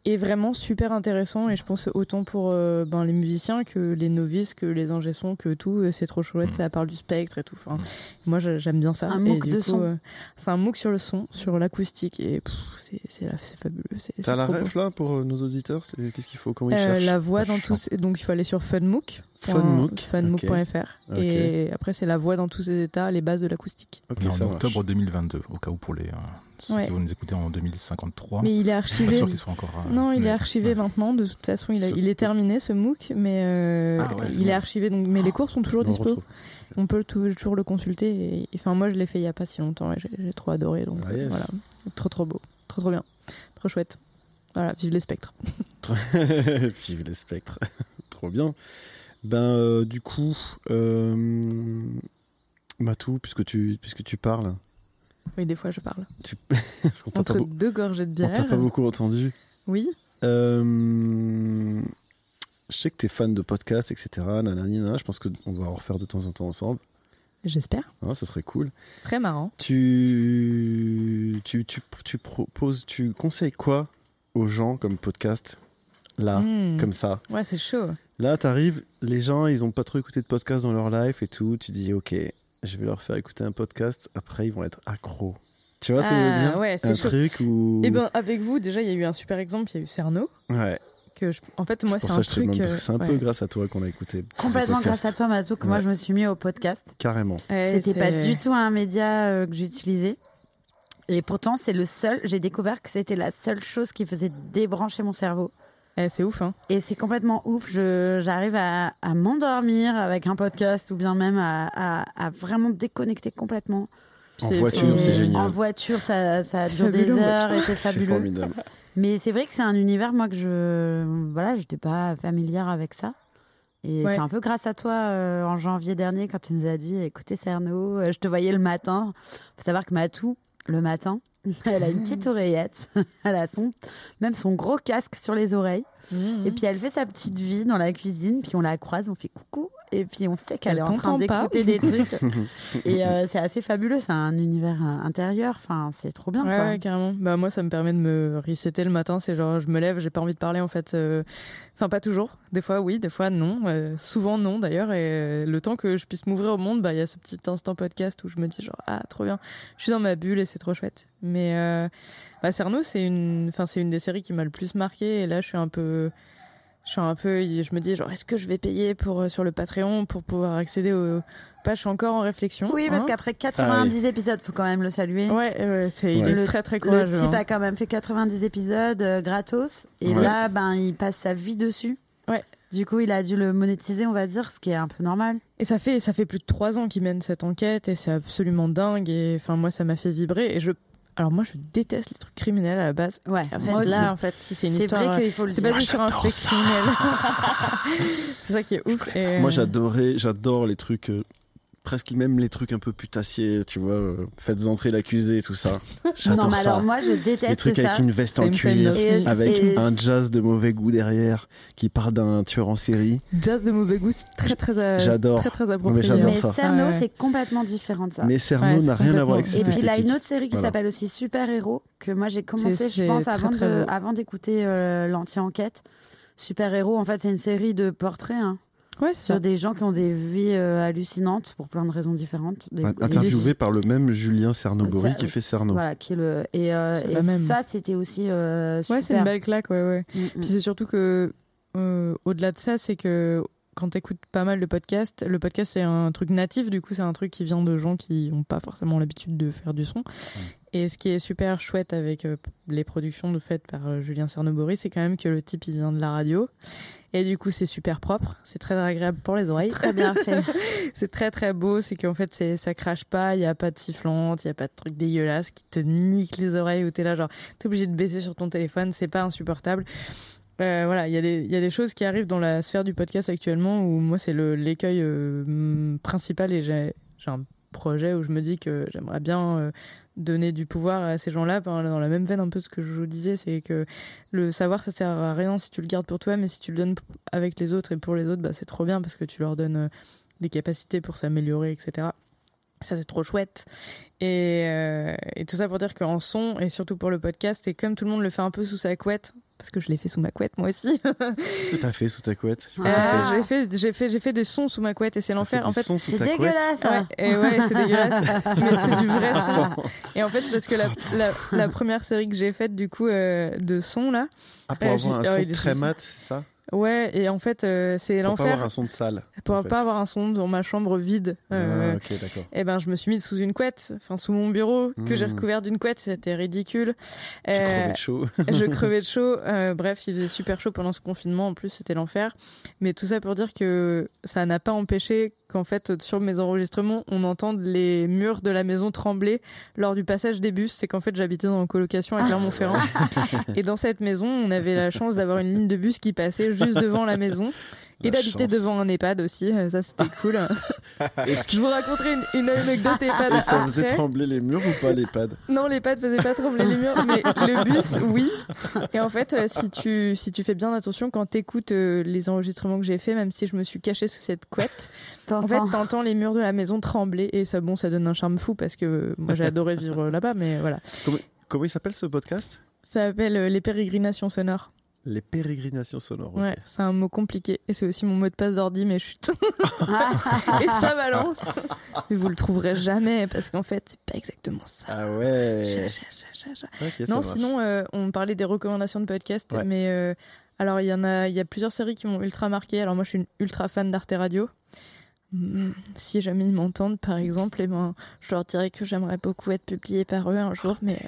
[SPEAKER 4] est vraiment super intéressant. Et je pense autant pour euh, ben, les musiciens que les novices, que les ingé-sons, que tout. euh, C'est trop chouette,
[SPEAKER 2] Mm.
[SPEAKER 4] ça parle du spectre et tout. Enfin,
[SPEAKER 2] Mm.
[SPEAKER 4] moi, j'a- j'aime bien ça.
[SPEAKER 1] Un
[SPEAKER 4] Et
[SPEAKER 1] MOOC
[SPEAKER 4] du
[SPEAKER 1] de
[SPEAKER 4] coup,
[SPEAKER 1] son.
[SPEAKER 4] euh, c'est un MOOC sur le son, sur l'acoustique et pff, c'est c'est la- c'est fabuleux. c'est- c'est
[SPEAKER 3] T'as la
[SPEAKER 4] trop beau.
[SPEAKER 3] ref là pour euh, nos auditeurs C'est- Qu'est-ce qu'il faut Comment ils
[SPEAKER 4] Euh,
[SPEAKER 3] cherchent
[SPEAKER 4] la voix
[SPEAKER 2] Ça
[SPEAKER 4] dans
[SPEAKER 2] cherche.
[SPEAKER 4] tous. Donc il faut aller sur FunMook.
[SPEAKER 3] Funmook.
[SPEAKER 4] funmook.fr.
[SPEAKER 3] Ok.
[SPEAKER 4] Et après, c'est la voix dans tous ses états, les bases de l'acoustique.
[SPEAKER 3] Ok,
[SPEAKER 2] Mais
[SPEAKER 3] ça
[SPEAKER 2] en
[SPEAKER 3] marche.
[SPEAKER 2] octobre 2022, au cas où pour les, euh, ceux
[SPEAKER 4] Ouais.
[SPEAKER 2] qui vont nous écouter en 2053.
[SPEAKER 4] Mais il est
[SPEAKER 2] je suis pas
[SPEAKER 4] archivé.
[SPEAKER 2] sûr qu'ils soient encore. euh,
[SPEAKER 4] Non, il
[SPEAKER 2] mais-
[SPEAKER 4] est archivé
[SPEAKER 2] ouais.
[SPEAKER 4] maintenant. De toute façon, il, a-
[SPEAKER 3] Ce-
[SPEAKER 4] il est terminé ce MOOC, mais euh,
[SPEAKER 2] Ah ouais,
[SPEAKER 4] il
[SPEAKER 2] ouais.
[SPEAKER 4] est archivé. Donc, mais les cours sont toujours
[SPEAKER 3] On
[SPEAKER 4] dispo.
[SPEAKER 3] retrouve.
[SPEAKER 4] On peut le- toujours le consulter. et- Enfin, moi, je l'ai fait il y a pas si longtemps et j'ai j'ai trop adoré. Donc
[SPEAKER 3] Ah,
[SPEAKER 4] euh,
[SPEAKER 3] yes.
[SPEAKER 4] voilà, trop trop beau, trop trop bien, trop chouette. Voilà, vive les spectres.
[SPEAKER 3] Vive les spectres. Trop bien. Ben, euh, du coup, euh, Matou, puisque tu, puisque tu parles,
[SPEAKER 4] Oui, des fois, je parle
[SPEAKER 3] tu- parce qu'on t'a pas,
[SPEAKER 4] entre
[SPEAKER 3] beau-
[SPEAKER 4] deux gorgées de
[SPEAKER 3] on
[SPEAKER 4] bière.
[SPEAKER 3] t'a pas beaucoup entendu.
[SPEAKER 4] Oui,
[SPEAKER 3] Euh, je sais que t'es fan de podcasts, etc. nanani, nanana, je pense qu'on va en refaire de temps en temps ensemble.
[SPEAKER 4] j'espère.
[SPEAKER 3] hein, ça serait cool.
[SPEAKER 4] Très marrant.
[SPEAKER 3] Tu, tu, tu, tu proposes, tu conseilles quoi aux gens comme podcast là,
[SPEAKER 4] Hmm.
[SPEAKER 3] Ah, comme ça
[SPEAKER 4] Ouais, c'est chaud.
[SPEAKER 3] Là, t'arrives, les gens, ils ont pas trop écouté de podcast dans leur life et tout. Tu dis, ok, je vais leur faire écouter un podcast. Après, ils vont être accros. Tu vois ce que je veux
[SPEAKER 4] Ah,
[SPEAKER 3] dire
[SPEAKER 4] ouais,
[SPEAKER 3] Un
[SPEAKER 4] c'est chaud.
[SPEAKER 3] truc où.
[SPEAKER 4] Et ben, avec vous, déjà, il y a eu un super exemple. Il y a eu Cerno.
[SPEAKER 3] ouais.
[SPEAKER 4] Que je- En fait, moi, c'est
[SPEAKER 3] c'est pour ça
[SPEAKER 4] un
[SPEAKER 3] que je te
[SPEAKER 4] truc.
[SPEAKER 3] demande,
[SPEAKER 4] euh,
[SPEAKER 3] parce que c'est un peu
[SPEAKER 4] ouais.
[SPEAKER 3] grâce à toi qu'on a écouté. tous ces
[SPEAKER 1] Complètement
[SPEAKER 3] podcasts.
[SPEAKER 1] grâce à toi, Matou, que moi
[SPEAKER 3] Ouais.
[SPEAKER 1] je me suis mis au podcast.
[SPEAKER 3] Carrément.
[SPEAKER 4] Ouais,
[SPEAKER 1] C'était pas
[SPEAKER 4] c'est-
[SPEAKER 1] du tout un média euh, que j'utilisais. Et pourtant, c'est le seul. J'ai découvert que c'était la seule chose qui faisait débrancher mon cerveau.
[SPEAKER 4] Eh, c'est ouf, hein.
[SPEAKER 1] Et c'est complètement ouf. Je- J'arrive à, à m'endormir avec un podcast ou bien même à, à- à vraiment déconnecter complètement.
[SPEAKER 4] Puis
[SPEAKER 3] En
[SPEAKER 4] c'est-
[SPEAKER 3] voiture,
[SPEAKER 1] Et
[SPEAKER 3] c'est génial.
[SPEAKER 1] En voiture, ça, ça
[SPEAKER 4] C'est
[SPEAKER 1] dure des
[SPEAKER 4] fabuleux, en
[SPEAKER 1] heures et c'est
[SPEAKER 3] C'est
[SPEAKER 1] fabuleux.
[SPEAKER 3] formidable.
[SPEAKER 1] Mais c'est vrai que c'est un univers, moi, que je. Voilà, j'étais pas familière avec ça. Et
[SPEAKER 4] Ouais.
[SPEAKER 1] c'est un peu grâce à toi euh, en janvier dernier quand tu nous as dit écoutez Cerno, euh, je te voyais le matin. Faut savoir que Matou, le matin, elle a une petite oreillette, elle a son, même son gros casque sur les oreilles.
[SPEAKER 4] Mmh.
[SPEAKER 1] Et puis elle fait sa petite vie dans la cuisine, puis on la croise, on fait coucou, et puis on sait qu'elle
[SPEAKER 4] Elle
[SPEAKER 1] est en train
[SPEAKER 4] t'entend pas.
[SPEAKER 1] d'écouter des trucs. et euh, c'est assez fabuleux, c'est un univers euh, intérieur, enfin c'est trop bien.
[SPEAKER 4] Ouais,
[SPEAKER 1] Hein, quoi.
[SPEAKER 4] ouais, carrément. Bah, moi, ça me permet de me resetter le matin. C'est genre, je me lève, j'ai pas envie de parler en fait. euh, Enfin, pas toujours. Des fois, oui, des fois, non. Euh, souvent, non d'ailleurs. Et euh, le temps que je puisse m'ouvrir au monde, bah, il y a ce petit instant podcast où je me dis genre, ah, trop bien. Je suis dans ma bulle et c'est trop chouette. Mais euh, bah, Cerno, c'est une, enfin, c'est une des séries qui m'a le plus marqué. Et là, je suis un peu. Je suis un peu, je me dis genre, est-ce que je vais payer pour euh, sur le Patreon pour pouvoir accéder aux pages Je suis encore en réflexion.
[SPEAKER 1] Oui, parce
[SPEAKER 4] hein.
[SPEAKER 1] qu'après 90 épisodes, faut quand même le saluer.
[SPEAKER 4] ouais, ouais, c'est il
[SPEAKER 3] Ouais.
[SPEAKER 4] est
[SPEAKER 1] Le-
[SPEAKER 4] très très courageux.
[SPEAKER 1] Le type
[SPEAKER 4] hein.
[SPEAKER 1] a quand même fait 90 épisodes euh, gratos et
[SPEAKER 3] Ouais.
[SPEAKER 1] là ben il passe sa vie dessus.
[SPEAKER 4] Ouais.
[SPEAKER 1] Du coup, il a dû le monétiser, on va dire, ce qui est un peu normal.
[SPEAKER 4] Et ça fait, ça fait plus de trois ans qu'ils mènent cette enquête et c'est absolument dingue. Et enfin, moi, ça m'a fait vibrer. Et je, alors moi, je déteste les trucs criminels à la base.
[SPEAKER 1] Ouais.
[SPEAKER 4] En fait,
[SPEAKER 1] Moi aussi.
[SPEAKER 4] là, en fait, si c'est une
[SPEAKER 1] c'est
[SPEAKER 4] histoire, euh,
[SPEAKER 1] vrai qu'il faut le
[SPEAKER 4] c'est
[SPEAKER 1] dire. Ah,
[SPEAKER 4] basé sur un
[SPEAKER 2] j'adore
[SPEAKER 4] fait
[SPEAKER 2] ça.
[SPEAKER 4] criminel. c'est ça qui est ouf. Et,
[SPEAKER 3] Moi, j'adorais, j'adore les trucs. euh, Presque même les trucs un peu putassiers, tu vois. euh, faites entrer l'accusé, tout ça.
[SPEAKER 1] Non,
[SPEAKER 3] J'adore
[SPEAKER 1] mais
[SPEAKER 3] ça.
[SPEAKER 1] alors moi, je
[SPEAKER 3] Les
[SPEAKER 1] déteste
[SPEAKER 3] trucs
[SPEAKER 1] ça.
[SPEAKER 3] avec une veste en
[SPEAKER 4] Same, same,
[SPEAKER 3] cuir.
[SPEAKER 4] no
[SPEAKER 1] Et-
[SPEAKER 3] avec
[SPEAKER 1] et-
[SPEAKER 3] un jazz de mauvais goût derrière qui parle d'un tueur en série.
[SPEAKER 4] euh, jazz de mauvais goût, c'est très très, euh,
[SPEAKER 3] J'adore.
[SPEAKER 4] très très
[SPEAKER 3] mais
[SPEAKER 4] approprié.
[SPEAKER 3] j'adore
[SPEAKER 1] Mais
[SPEAKER 3] ça.
[SPEAKER 1] Cerno,
[SPEAKER 4] Ouais, ouais.
[SPEAKER 1] c'est complètement différent de ça.
[SPEAKER 3] Mais Cerno
[SPEAKER 4] Ouais, c'est
[SPEAKER 3] n'a rien à voir avec
[SPEAKER 4] complètement-
[SPEAKER 1] Et
[SPEAKER 3] cette
[SPEAKER 1] puis il a
[SPEAKER 3] esthétique.
[SPEAKER 1] une autre série qui
[SPEAKER 3] Voilà.
[SPEAKER 1] s'appelle aussi Super Héros, que moi j'ai
[SPEAKER 4] C'est-
[SPEAKER 1] commencé, je
[SPEAKER 4] c'est
[SPEAKER 1] pense,
[SPEAKER 4] très,
[SPEAKER 1] avant,
[SPEAKER 4] très
[SPEAKER 1] de-
[SPEAKER 4] beau.
[SPEAKER 1] avant d'écouter euh, l'anti-enquête. Super Héros, en fait, c'est une série de portraits hein,
[SPEAKER 4] Ouais, c'est
[SPEAKER 1] sur
[SPEAKER 4] sûr.
[SPEAKER 1] des gens qui ont des vies euh, hallucinantes pour plein de raisons différentes. Des-
[SPEAKER 3] Ouais,
[SPEAKER 1] des-
[SPEAKER 3] Interviewé par le même Julien Cernogori
[SPEAKER 1] Ça-
[SPEAKER 3] qui fait Cerno.
[SPEAKER 1] Voilà, qui est le. Et, euh,
[SPEAKER 4] C'est
[SPEAKER 1] et
[SPEAKER 4] la même.
[SPEAKER 1] ça, c'était aussi euh, super.
[SPEAKER 4] Ouais, c'est une belle claque. Ouais, ouais.
[SPEAKER 1] Mm, mm.
[SPEAKER 4] Puis c'est surtout que, euh, au-delà de ça, c'est que quand t'écoutes pas mal de podcasts, le podcast c'est un truc natif, du coup c'est un truc qui vient de gens qui n'ont pas forcément l'habitude de faire du son. Et ce qui est super chouette avec euh, les productions de faites par euh, Julien Cernobori, c'est quand même que le type il vient de la radio. Et du coup c'est super propre, c'est très agréable pour les oreilles.
[SPEAKER 1] Très bien fait.
[SPEAKER 4] C'est très très beau, c'est qu'en fait c'est- ça crache pas, il y a pas de sifflante, il y a pas de truc dégueulasse qui te nique les oreilles où t'es là genre t'es obligé de baisser sur ton téléphone, c'est pas insupportable. Euh, voilà, il y, a des- il y a des choses qui arrivent dans la sphère du podcast actuellement où moi c'est le- l'écueil euh, mm, principal et j'ai j'ai un projet où je me dis que j'aimerais bien euh, donner du pouvoir à ces gens-là par- dans la même veine un peu ce que je vous disais c'est que le savoir ça sert à rien si tu le gardes pour toi mais si tu le donnes p- avec les autres et pour les autres bah, c'est trop bien parce que tu leur donnes euh, des capacités pour s'améliorer etc ça c'est trop chouette et, euh, et tout ça pour dire qu'en son et surtout pour le podcast et comme tout le monde le fait un peu sous sa couette parce que je l'ai fait sous ma couette moi aussi
[SPEAKER 3] Qu'est-ce que t'as fait sous ta couette J'ai pas
[SPEAKER 1] Ah.
[SPEAKER 4] euh, j'ai fait j'ai fait j'ai fait des sons sous ma couette et c'est
[SPEAKER 3] compris.
[SPEAKER 4] l'enfer
[SPEAKER 3] T'as
[SPEAKER 4] en
[SPEAKER 3] des
[SPEAKER 4] fait
[SPEAKER 3] sons sous
[SPEAKER 1] C'est
[SPEAKER 3] ta couette
[SPEAKER 1] dégueulasse. hein. Ah, ça.
[SPEAKER 4] Ouais, et ouais, c'est dégueulasse. Mais c'est du vrai son.
[SPEAKER 3] Attends.
[SPEAKER 4] Et en fait, parce que la, la, la première série que j'ai faite, du coup, euh, de son, là,
[SPEAKER 3] Ah, pour
[SPEAKER 4] Euh,
[SPEAKER 3] avoir un
[SPEAKER 4] j'ai- ah,
[SPEAKER 3] son
[SPEAKER 4] il est
[SPEAKER 3] très
[SPEAKER 4] difficile.
[SPEAKER 3] mat, c'est ça
[SPEAKER 4] Ouais, et en fait, euh, c'est
[SPEAKER 3] Pour pas avoir
[SPEAKER 4] l'enfer.
[SPEAKER 3] un son de salle.
[SPEAKER 4] Pour
[SPEAKER 3] en fait.
[SPEAKER 4] pas avoir un son dans ma chambre vide. euh,
[SPEAKER 3] Ah, ok, d'accord.
[SPEAKER 4] Eh ben, je me suis mise sous une couette, enfin sous mon bureau, que j'ai
[SPEAKER 3] Mm.
[SPEAKER 4] recouvert d'une couette, c'était ridicule.
[SPEAKER 3] Tu
[SPEAKER 4] Euh,
[SPEAKER 3] crevais de chaud.
[SPEAKER 4] je crevais de chaud. euh, bref, il faisait super chaud pendant ce confinement. En plus, c'était l'enfer. Mais tout ça pour dire que ça n'a pas empêché qu'en fait, sur mes enregistrements, on entende les murs de la maison trembler lors du passage des bus. C'est qu'en fait, j'habitais en colocation à Clermont-Ferrand. et dans cette maison, on avait la chance d'avoir une ligne de bus qui passait juste devant la maison. Et
[SPEAKER 3] La
[SPEAKER 4] d'habiter
[SPEAKER 3] chance.
[SPEAKER 4] devant un EHPAD aussi, Euh, ça c'était cool. Je vous raconterai une, une anecdote EHPAD.
[SPEAKER 3] Et ça faisait
[SPEAKER 4] après.
[SPEAKER 3] trembler les murs ou pas les pads
[SPEAKER 4] Non, les pattes faisaient pas trembler les murs, mais le bus, oui. Et en fait, euh, si tu, si tu fais bien attention, quand t'écoutes euh, les enregistrements que j'ai fait, même si je me suis cachée sous cette couette, en fait,
[SPEAKER 1] T'entends
[SPEAKER 4] t'entends les murs de la maison trembler. Et ça, bon, ça donne un charme fou parce que euh, moi, j'ai adoré vivre euh, là-bas, mais voilà.
[SPEAKER 3] Comment il s'appelle ce podcast
[SPEAKER 4] Ça s'appelle euh, les pérégrinations sonores.
[SPEAKER 3] Les pérégrinations sonores. ok.
[SPEAKER 4] Ouais, c'est un mot compliqué. Et c'est aussi mon mot de passe d'ordi, mais chut. et ça balance. mais vous le trouverez jamais parce qu'en fait, c'est pas exactement ça.
[SPEAKER 3] Ah ouais.
[SPEAKER 4] Cha, cha, cha, cha, cha.
[SPEAKER 3] Ok, ça
[SPEAKER 4] Non,
[SPEAKER 3] marche.
[SPEAKER 4] sinon, euh, on parlait des recommandations de podcasts,
[SPEAKER 3] Ouais.
[SPEAKER 4] mais euh, alors il y en a, il y a plusieurs séries qui m'ont ultra marqué. Alors moi, je suis une ultra fan d'Arte Radio. Mm, Si jamais ils m'entendent, par exemple, eh ben, je leur dirais que j'aimerais beaucoup être publié par eux un jour, mais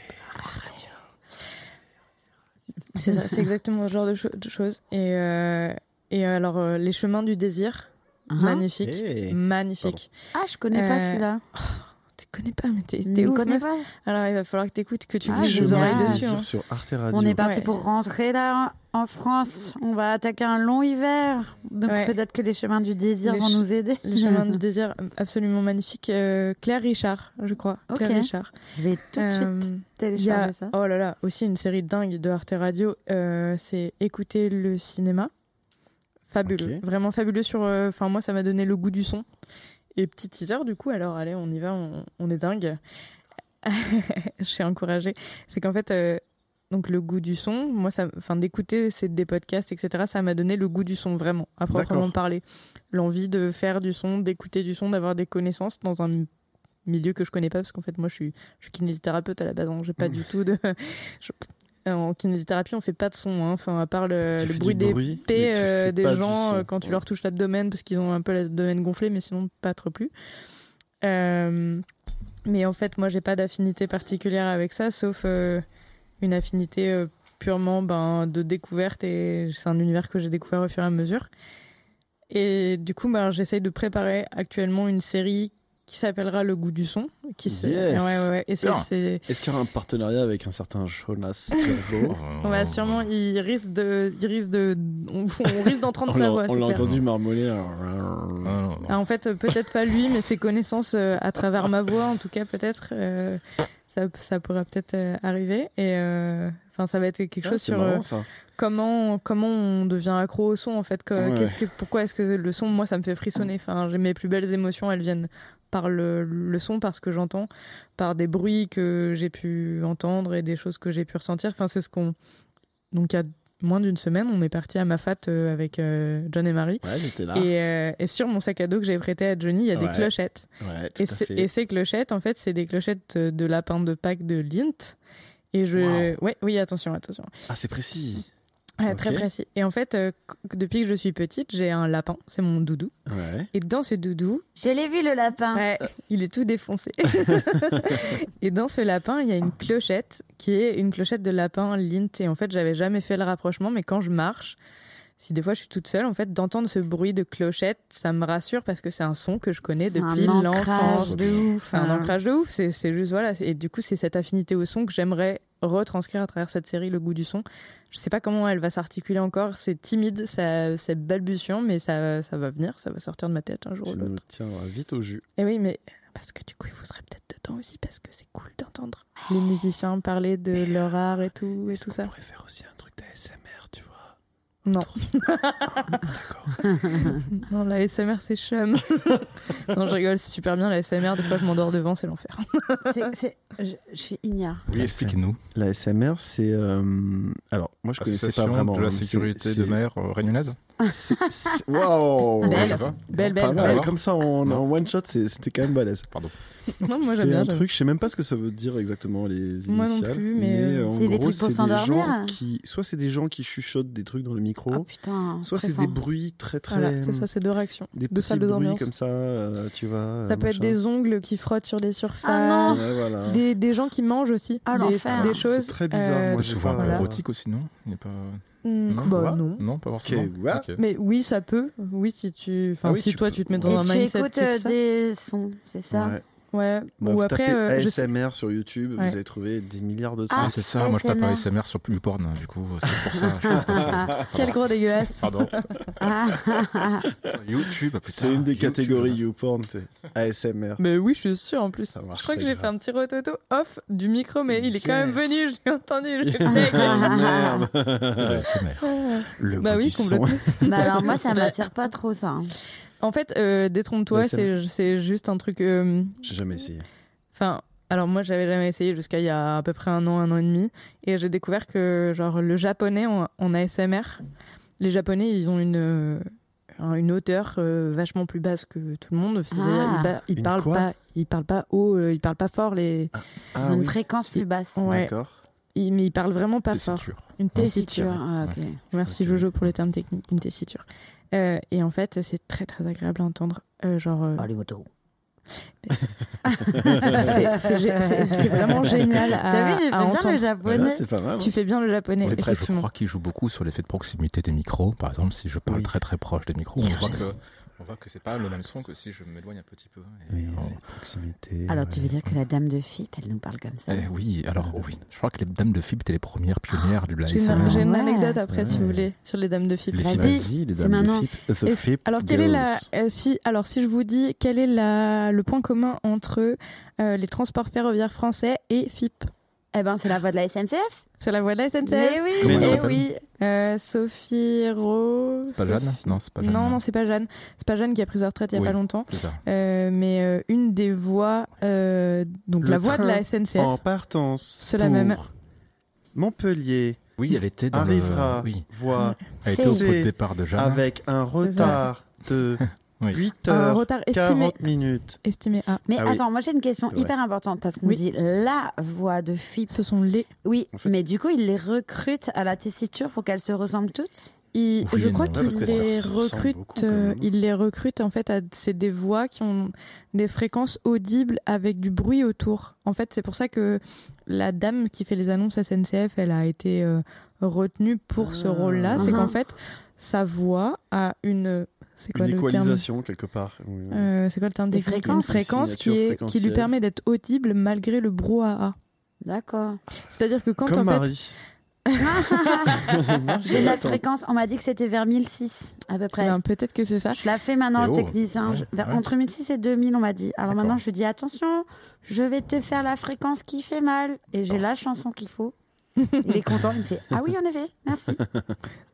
[SPEAKER 4] c'est ça, c'est exactement ce genre de, cho- de choses. Et, euh, et alors, euh, Les Chemins du Désir,
[SPEAKER 1] Hein
[SPEAKER 4] magnifique,
[SPEAKER 3] Hey.
[SPEAKER 4] magnifique.
[SPEAKER 1] Ah, je connais pas
[SPEAKER 4] Euh,
[SPEAKER 1] celui-là.
[SPEAKER 4] Tu connais pas, mais t'es t'es
[SPEAKER 1] Tu
[SPEAKER 4] ouf.
[SPEAKER 1] connais
[SPEAKER 4] meuf.
[SPEAKER 1] pas
[SPEAKER 4] Alors, il va falloir que t'écoutes, que tu
[SPEAKER 1] Ah,
[SPEAKER 4] glisses
[SPEAKER 1] je
[SPEAKER 4] les
[SPEAKER 1] me
[SPEAKER 4] oreilles
[SPEAKER 1] dis-
[SPEAKER 4] dessus. hein.
[SPEAKER 3] sur Arte Radio.
[SPEAKER 1] On est parti
[SPEAKER 4] Ouais.
[SPEAKER 1] pour rentrer là en France. On va attaquer un long hiver. Donc
[SPEAKER 4] Ouais.
[SPEAKER 1] peut-être que les chemins du désir
[SPEAKER 4] Les
[SPEAKER 1] vont
[SPEAKER 4] che-
[SPEAKER 1] nous aider.
[SPEAKER 4] Les chemins du désir, absolument magnifique. Euh, Claire Richard, je crois. Claire
[SPEAKER 1] Ok.
[SPEAKER 4] Richard.
[SPEAKER 1] Je vais tout de
[SPEAKER 4] Euh,
[SPEAKER 1] suite
[SPEAKER 4] il y a-
[SPEAKER 1] télécharger ça.
[SPEAKER 4] Oh là là, aussi une série dingue de Arte Radio, euh, c'est Écouter le cinéma. Fabuleux,
[SPEAKER 3] Ok.
[SPEAKER 4] vraiment fabuleux sur. euh, Enfin, moi, ça m'a donné le goût du son. Et petit teaser, du coup, alors allez, on y va, on, on est dingue. Je suis encouragée. C'est qu'en fait, euh, donc le goût du son, moi, ça, enfin, d'écouter c'est des podcasts, etc., ça m'a donné le goût du son vraiment, à proprement
[SPEAKER 3] D'accord.
[SPEAKER 4] parler. L'envie de faire du son, d'écouter du son, d'avoir des connaissances dans un milieu que je connais pas parce qu'en fait moi je suis je suis kinésithérapeute à la base, hein, j'ai pas
[SPEAKER 3] Mm.
[SPEAKER 4] du tout de. je- euh, En kinésithérapie, on fait pas de son, hein. enfin à part le,
[SPEAKER 3] Tu
[SPEAKER 4] le
[SPEAKER 3] fais
[SPEAKER 4] bruit
[SPEAKER 3] du
[SPEAKER 4] des
[SPEAKER 3] bruit, mais
[SPEAKER 4] pets
[SPEAKER 3] tu
[SPEAKER 4] euh,
[SPEAKER 3] fais
[SPEAKER 4] des
[SPEAKER 3] pas du
[SPEAKER 4] gens
[SPEAKER 3] son.
[SPEAKER 4] euh, quand tu
[SPEAKER 3] Ouais.
[SPEAKER 4] leur touches l'abdomen parce qu'ils ont un peu l'abdomen gonflé, mais sinon pas trop plus. Euh, mais en fait, moi j'ai pas d'affinité particulière avec ça, sauf euh, une affinité euh, purement ben, de découverte et c'est un univers que j'ai découvert au fur et à mesure. Et du coup, ben, j'essaye de préparer actuellement une série qui s'appellera Le goût du son. Qui se-
[SPEAKER 3] Yes.
[SPEAKER 4] Ouais, ouais, ouais. Et c'est-
[SPEAKER 2] Bien.
[SPEAKER 4] c'est-
[SPEAKER 3] Est-ce qu'il y aura un partenariat avec un certain Jonas Turbo
[SPEAKER 2] Oh,
[SPEAKER 4] on va sûrement, il risque de, il risque de, on, on risque
[SPEAKER 3] On
[SPEAKER 4] d'entendre sa
[SPEAKER 3] l'a
[SPEAKER 4] voix.
[SPEAKER 3] on
[SPEAKER 4] c'est
[SPEAKER 3] l'a
[SPEAKER 4] clair.
[SPEAKER 3] entendu marmonner. là.
[SPEAKER 2] Non, non,
[SPEAKER 4] Ah, en fait, euh, peut-être pas lui, mais ses connaissances euh, à travers ma voix, en tout cas, peut-être, euh, ça, ça pourra peut-être euh, arriver. Et euh, enfin, ça va être quelque
[SPEAKER 3] Ah,
[SPEAKER 4] chose
[SPEAKER 3] c'est
[SPEAKER 4] sur euh,
[SPEAKER 3] marrant, ça.
[SPEAKER 4] comment comment on devient accro au son en fait. que-
[SPEAKER 3] Ouais.
[SPEAKER 4] qu'est-ce que, pourquoi est-ce que le son, moi, ça me fait frissonner. Enfin, j'ai mes plus belles émotions, elles viennent par le, le son, par ce que j'entends, par des bruits que j'ai pu entendre et des choses que j'ai pu ressentir. Enfin, c'est ce qu'on. Donc, il y a moins d'une semaine, on est parti à Mafat euh, avec euh, John et Marie.
[SPEAKER 3] Ouais, j'étais là.
[SPEAKER 4] Et, euh, et sur mon sac à dos que j'ai prêté à Johnny, il y a des
[SPEAKER 3] Ah. Ouais.
[SPEAKER 4] clochettes.
[SPEAKER 3] Ouais, tout
[SPEAKER 4] Et,
[SPEAKER 3] à
[SPEAKER 4] c'est-
[SPEAKER 3] fait.
[SPEAKER 4] et ces clochettes, en fait, c'est des clochettes euh, de lapin de Pâques de Lint. Et je. Ouais, oui, attention, attention.
[SPEAKER 3] Ah, c'est précis.
[SPEAKER 4] Ah,
[SPEAKER 3] Ok.
[SPEAKER 4] Très précis. Et en fait, euh, c- depuis que je suis petite, j'ai un lapin, c'est mon doudou.
[SPEAKER 3] Ouais.
[SPEAKER 4] Et dans ce doudou,
[SPEAKER 1] Je l'ai vu le lapin.
[SPEAKER 4] ouais, il est tout défoncé. et dans ce lapin, il y a une clochette qui est une clochette de lapin Lint. Et en fait, j'avais jamais fait le rapprochement, mais quand je marche, si des fois je suis toute seule, en fait, d'entendre ce bruit de clochette, ça me rassure parce que c'est un son que je connais
[SPEAKER 1] C'est
[SPEAKER 4] depuis
[SPEAKER 1] un
[SPEAKER 4] l'enfance.
[SPEAKER 1] ancrage de ouf.
[SPEAKER 4] C'est un
[SPEAKER 1] hein.
[SPEAKER 4] ancrage de ouf, c'est c'est juste voilà. Et du coup, c'est cette affinité au son que j'aimerais retranscrire à travers cette série, le goût du son. Je sais pas comment elle va s'articuler encore, c'est timide, ça- c'est balbutiant, mais ça, ça va venir, ça va sortir de ma tête un jour ou
[SPEAKER 3] Tu
[SPEAKER 4] l'autre.
[SPEAKER 3] nous tiendras vite au jus.
[SPEAKER 4] Et oui, mais parce que du coup, vous serez peut-être dedans aussi, parce que c'est cool d'entendre les musiciens parler de leur art et tout, et tout ça.
[SPEAKER 3] pourrait faire aussi un truc d'ASMR, tu vois.
[SPEAKER 4] Non.
[SPEAKER 3] autour
[SPEAKER 4] non, la SMR, c'est chum. non, je rigole, c'est super bien, la SMR, des fois je m'endors devant, c'est l'enfer.
[SPEAKER 1] C'est- c'est- Je je suis ignare.
[SPEAKER 2] Oui, expliquez-nous.
[SPEAKER 3] La SMR, c'est. euh, Alors, moi, je connaissais pas
[SPEAKER 2] Association
[SPEAKER 3] vraiment.
[SPEAKER 2] de la
[SPEAKER 3] hein, mais c'est-
[SPEAKER 2] sécurité
[SPEAKER 3] c'est-
[SPEAKER 2] de mer euh, réunionnaise
[SPEAKER 3] c'est- c'est- Waouh
[SPEAKER 4] Belle.
[SPEAKER 2] Ouais, je sais pas.
[SPEAKER 4] Belle,
[SPEAKER 3] Pas
[SPEAKER 4] belle,
[SPEAKER 3] mal.
[SPEAKER 4] belle.
[SPEAKER 3] hein. Comme ça, en, en one shot, c'est- c'était quand même balèze.
[SPEAKER 2] Pardon.
[SPEAKER 4] Non, moi j'aime
[SPEAKER 3] C'est
[SPEAKER 4] bien.
[SPEAKER 3] un
[SPEAKER 4] j'aime.
[SPEAKER 3] truc, je sais même pas ce que ça veut dire exactement les initiales.
[SPEAKER 4] Moi non plus, mais, euh,
[SPEAKER 3] en
[SPEAKER 1] C'est les
[SPEAKER 3] gros,
[SPEAKER 1] trucs pour
[SPEAKER 3] c'est des gens
[SPEAKER 1] s'endormir
[SPEAKER 3] qui, soit c'est des gens qui chuchotent des trucs dans le micro.
[SPEAKER 4] Ah,
[SPEAKER 1] Oh putain,
[SPEAKER 3] Soit c'est
[SPEAKER 1] stressant.
[SPEAKER 3] des bruits très très.
[SPEAKER 4] Voilà, c'est ça, c'est deux réactions.
[SPEAKER 3] Des
[SPEAKER 4] deux
[SPEAKER 3] petits
[SPEAKER 4] salles de
[SPEAKER 3] bruits
[SPEAKER 4] ambiance.
[SPEAKER 3] comme ça, euh, tu vois.
[SPEAKER 4] ça
[SPEAKER 3] euh,
[SPEAKER 4] peut être
[SPEAKER 3] machin.
[SPEAKER 4] des ongles qui frottent sur des surfaces.
[SPEAKER 1] Ah non
[SPEAKER 3] Ouais, voilà.
[SPEAKER 4] des, des gens qui mangent aussi.
[SPEAKER 1] Ah,
[SPEAKER 4] des,
[SPEAKER 1] l'enfer.
[SPEAKER 4] des
[SPEAKER 1] C'est
[SPEAKER 4] choses.
[SPEAKER 3] très bizarre, moi, je-
[SPEAKER 2] Souvent un peu
[SPEAKER 4] Voilà.
[SPEAKER 2] érotique aussi, non Il y a pas...
[SPEAKER 4] hmm,
[SPEAKER 2] Non,
[SPEAKER 4] bah,
[SPEAKER 2] ouais.
[SPEAKER 4] non.
[SPEAKER 2] non, pas forcément.
[SPEAKER 3] ouais.
[SPEAKER 2] Ok.
[SPEAKER 4] Mais oui, ça peut. Oui, si tu, enfin,
[SPEAKER 3] Ah oui,
[SPEAKER 4] si
[SPEAKER 3] tu
[SPEAKER 4] toi
[SPEAKER 3] peux.
[SPEAKER 4] tu te mets dans
[SPEAKER 1] Et
[SPEAKER 4] un
[SPEAKER 1] tu
[SPEAKER 4] mindset.
[SPEAKER 1] écoutes
[SPEAKER 4] qui fait
[SPEAKER 1] euh,
[SPEAKER 4] ça.
[SPEAKER 1] des sons, c'est ça
[SPEAKER 3] Ouais.
[SPEAKER 4] Ouais.
[SPEAKER 3] Bah,
[SPEAKER 4] Ou
[SPEAKER 3] vous
[SPEAKER 4] après,
[SPEAKER 3] tapez
[SPEAKER 4] euh, je sais-
[SPEAKER 3] ASMR sur YouTube,
[SPEAKER 4] Ouais.
[SPEAKER 3] vous allez trouver des milliards de trucs.
[SPEAKER 2] Ah, c'est ça, moi je tape
[SPEAKER 1] ASMR.
[SPEAKER 2] ASMR sur Porn, du coup, c'est pour ça. je sais pas, c'est-
[SPEAKER 4] quel gros dégueulasse.
[SPEAKER 2] Pardon.
[SPEAKER 1] Ah, ah, ah.
[SPEAKER 2] YouTube, putain,
[SPEAKER 3] c'est une des
[SPEAKER 2] YouTube,
[SPEAKER 3] catégories
[SPEAKER 2] voilà.
[SPEAKER 3] YouPorn, t'es ASMR.
[SPEAKER 4] Mais oui, je suis sûr en plus.
[SPEAKER 3] Ça marche
[SPEAKER 4] Je crois que
[SPEAKER 3] très
[SPEAKER 4] j'ai
[SPEAKER 3] grave.
[SPEAKER 4] fait un petit rototo off du micro, mais il est quand même
[SPEAKER 3] Yes.
[SPEAKER 4] venu, je l'ai entendu. je l'ai
[SPEAKER 3] Merde.
[SPEAKER 2] ASMR.
[SPEAKER 3] Le
[SPEAKER 4] Ah. Bah
[SPEAKER 3] goût
[SPEAKER 4] oui,
[SPEAKER 3] du son.
[SPEAKER 4] complètement.
[SPEAKER 1] bah alors moi ça m'attire pas trop ça. hein.
[SPEAKER 4] En fait, euh, détrompe-toi,
[SPEAKER 3] Mais c'est-
[SPEAKER 4] c'est c'est juste un truc. euh,
[SPEAKER 3] J'ai jamais essayé.
[SPEAKER 4] Enfin, alors moi, j'avais jamais essayé jusqu'à il y a à peu près un an, un an et demi, et j'ai découvert que genre le japonais en, en ASMR, les japonais, ils ont une euh, un- une hauteur euh, vachement plus basse que tout le monde. C'est-à-dire,
[SPEAKER 1] Ah.
[SPEAKER 4] ils, ba- ils
[SPEAKER 3] Une
[SPEAKER 4] parlent
[SPEAKER 3] quoi
[SPEAKER 4] pas, ils parlent pas haut, euh, ils parlent pas fort les.
[SPEAKER 1] Ils
[SPEAKER 3] Ah
[SPEAKER 1] ont
[SPEAKER 3] oui,
[SPEAKER 1] une fréquence plus basse.
[SPEAKER 4] Ouais.
[SPEAKER 3] d'accord.
[SPEAKER 4] ils- mais ils parlent vraiment pas fort.
[SPEAKER 2] Tessiture.
[SPEAKER 4] Une
[SPEAKER 1] Tessiture.
[SPEAKER 4] tessiture.
[SPEAKER 1] Ah, ok.
[SPEAKER 4] Merci
[SPEAKER 2] Ok.
[SPEAKER 4] Jojo pour le terme technique, une tessiture. Euh, et en fait, c'est très très agréable à entendre. Euh, genre, euh,
[SPEAKER 1] Ah, les motos.
[SPEAKER 4] c'est- c'est gé- c'est c'est vraiment génial à,
[SPEAKER 1] T'as vu, j'ai fait
[SPEAKER 4] à
[SPEAKER 1] bien le
[SPEAKER 4] entendre.
[SPEAKER 1] japonais.
[SPEAKER 3] Ouais, c'est pas mal. hein.
[SPEAKER 4] Tu fais bien le japonais,
[SPEAKER 3] Ah. On est
[SPEAKER 2] Je
[SPEAKER 3] prêt,
[SPEAKER 4] effectivement.
[SPEAKER 2] crois qu'il joue beaucoup sur l'effet de proximité des micros. Par exemple, si je parle
[SPEAKER 3] Oui.
[SPEAKER 2] très très proche des micros,
[SPEAKER 4] Hier,
[SPEAKER 2] on voit
[SPEAKER 4] j'ai
[SPEAKER 2] que, on voit que c'est pas le même son que si je m'éloigne un petit peu. Et,
[SPEAKER 3] Oui,
[SPEAKER 2] euh,
[SPEAKER 3] les proximités.
[SPEAKER 1] Alors
[SPEAKER 3] ouais.
[SPEAKER 1] tu veux dire que la dame de FIP, elle nous parle comme ça
[SPEAKER 2] eh oui, alors oh oui, je crois que les dames de FIB étaient les premières pionnières du
[SPEAKER 4] J'ai une, j'ai
[SPEAKER 2] ASMR.
[SPEAKER 4] une
[SPEAKER 1] Ouais.
[SPEAKER 4] anecdote après, si vous
[SPEAKER 3] Ouais.
[SPEAKER 4] voulez, sur les dames de FIP.
[SPEAKER 2] Les
[SPEAKER 1] Vas-y,
[SPEAKER 3] Vas-y, les
[SPEAKER 1] c'est
[SPEAKER 3] dames de euh,
[SPEAKER 1] maintenant.
[SPEAKER 3] Flip- The
[SPEAKER 4] Est-ce-
[SPEAKER 3] Flip
[SPEAKER 4] Alors, quel est la,
[SPEAKER 3] Girls.
[SPEAKER 4] euh, si, alors, si je vous dis, quel est la, le point commun entre euh, les transports ferroviaires français et FIP
[SPEAKER 1] Eh ben c'est la voix de la SNCF.
[SPEAKER 4] C'est la voix de la SNCF
[SPEAKER 1] Mais oui.
[SPEAKER 2] Comment elle
[SPEAKER 4] Eh
[SPEAKER 2] s'appelle
[SPEAKER 4] oui Euh, Sophie Rose.
[SPEAKER 2] C'est pas Jeanne Non, c'est pas Jeanne.
[SPEAKER 4] Non, non, c'est pas Jeanne. C'est pas Jeanne qui a pris sa retraite il y a
[SPEAKER 2] Oui.
[SPEAKER 4] pas longtemps.
[SPEAKER 2] c'est ça.
[SPEAKER 4] Euh, mais euh, une des voies, euh, donc
[SPEAKER 3] Le
[SPEAKER 4] la voie de
[SPEAKER 3] train
[SPEAKER 4] la SNCF.
[SPEAKER 3] En partance.
[SPEAKER 4] C'est la
[SPEAKER 3] pour
[SPEAKER 4] même.
[SPEAKER 3] Montpellier
[SPEAKER 2] Oui, elle était dans
[SPEAKER 3] arrivera,
[SPEAKER 2] le... Oui, Ah,
[SPEAKER 3] voie
[SPEAKER 2] elle
[SPEAKER 1] C'est
[SPEAKER 2] était au pot de
[SPEAKER 3] C'est-
[SPEAKER 2] départ de Jeanne.
[SPEAKER 3] avec un retard de
[SPEAKER 2] Oui.
[SPEAKER 3] 8
[SPEAKER 4] Un
[SPEAKER 3] heures
[SPEAKER 4] retard estimé,
[SPEAKER 3] 40 minutes.
[SPEAKER 4] estimé à.
[SPEAKER 1] Mais
[SPEAKER 3] Ah oui.
[SPEAKER 1] attends, moi j'ai une question
[SPEAKER 3] C'est vrai.
[SPEAKER 1] hyper importante parce qu'on
[SPEAKER 4] Oui.
[SPEAKER 1] dit la voix de FIP.
[SPEAKER 4] Ce sont les.
[SPEAKER 1] Oui,
[SPEAKER 3] En fait-
[SPEAKER 1] mais du coup ils les recrutent à la tessiture pour qu'elles se ressemblent toutes.
[SPEAKER 4] ils-
[SPEAKER 2] Oui
[SPEAKER 4] je
[SPEAKER 2] et
[SPEAKER 4] crois
[SPEAKER 2] non.
[SPEAKER 3] Ouais, parce
[SPEAKER 4] qu'ils
[SPEAKER 3] que ça
[SPEAKER 4] les
[SPEAKER 3] ressemble
[SPEAKER 4] recrutent.
[SPEAKER 3] beaucoup, quand
[SPEAKER 4] euh,
[SPEAKER 3] même.
[SPEAKER 4] ils les recrutent en fait à c'est des voix qui ont des fréquences audibles avec du bruit autour. En fait, c'est pour ça que la dame qui fait les annonces SNCF, elle a été euh, retenue pour ce
[SPEAKER 3] Ah.
[SPEAKER 4] rôle-là. C'est
[SPEAKER 1] Mhm.
[SPEAKER 4] qu'en fait, sa voix a une. euh, C'est quoi
[SPEAKER 3] Une
[SPEAKER 4] le terme
[SPEAKER 3] équalisation quelque part. Oui, oui.
[SPEAKER 4] Euh, c'est quoi le terme
[SPEAKER 1] Des
[SPEAKER 4] technique
[SPEAKER 1] fréquences.
[SPEAKER 4] Une fréquence qui,
[SPEAKER 3] Signature
[SPEAKER 4] est, qui lui
[SPEAKER 3] fréquentielle.
[SPEAKER 4] permet d'être audible malgré le brouhaha.
[SPEAKER 1] D'accord.
[SPEAKER 4] C'est-à-dire que quand
[SPEAKER 3] Comme
[SPEAKER 4] en fait,
[SPEAKER 3] Marie. Non,
[SPEAKER 1] J'ai la
[SPEAKER 3] attends.
[SPEAKER 1] fréquence, on m'a dit que c'était vers 1006 à peu près.
[SPEAKER 4] Ben, peut-être que c'est ça.
[SPEAKER 1] Je la fais maintenant,
[SPEAKER 2] Eh
[SPEAKER 1] le
[SPEAKER 2] oh.
[SPEAKER 1] technicien.
[SPEAKER 2] Ouais,
[SPEAKER 1] Je- vers-
[SPEAKER 2] ouais.
[SPEAKER 1] Entre 1006 et 2000, on m'a dit. Alors
[SPEAKER 2] D'accord.
[SPEAKER 1] maintenant, je lui dis attention, je vais te faire la fréquence qui fait mal. Et j'ai la chanson qu'il faut. Il est content, il me fait Ah oui, en effet, merci.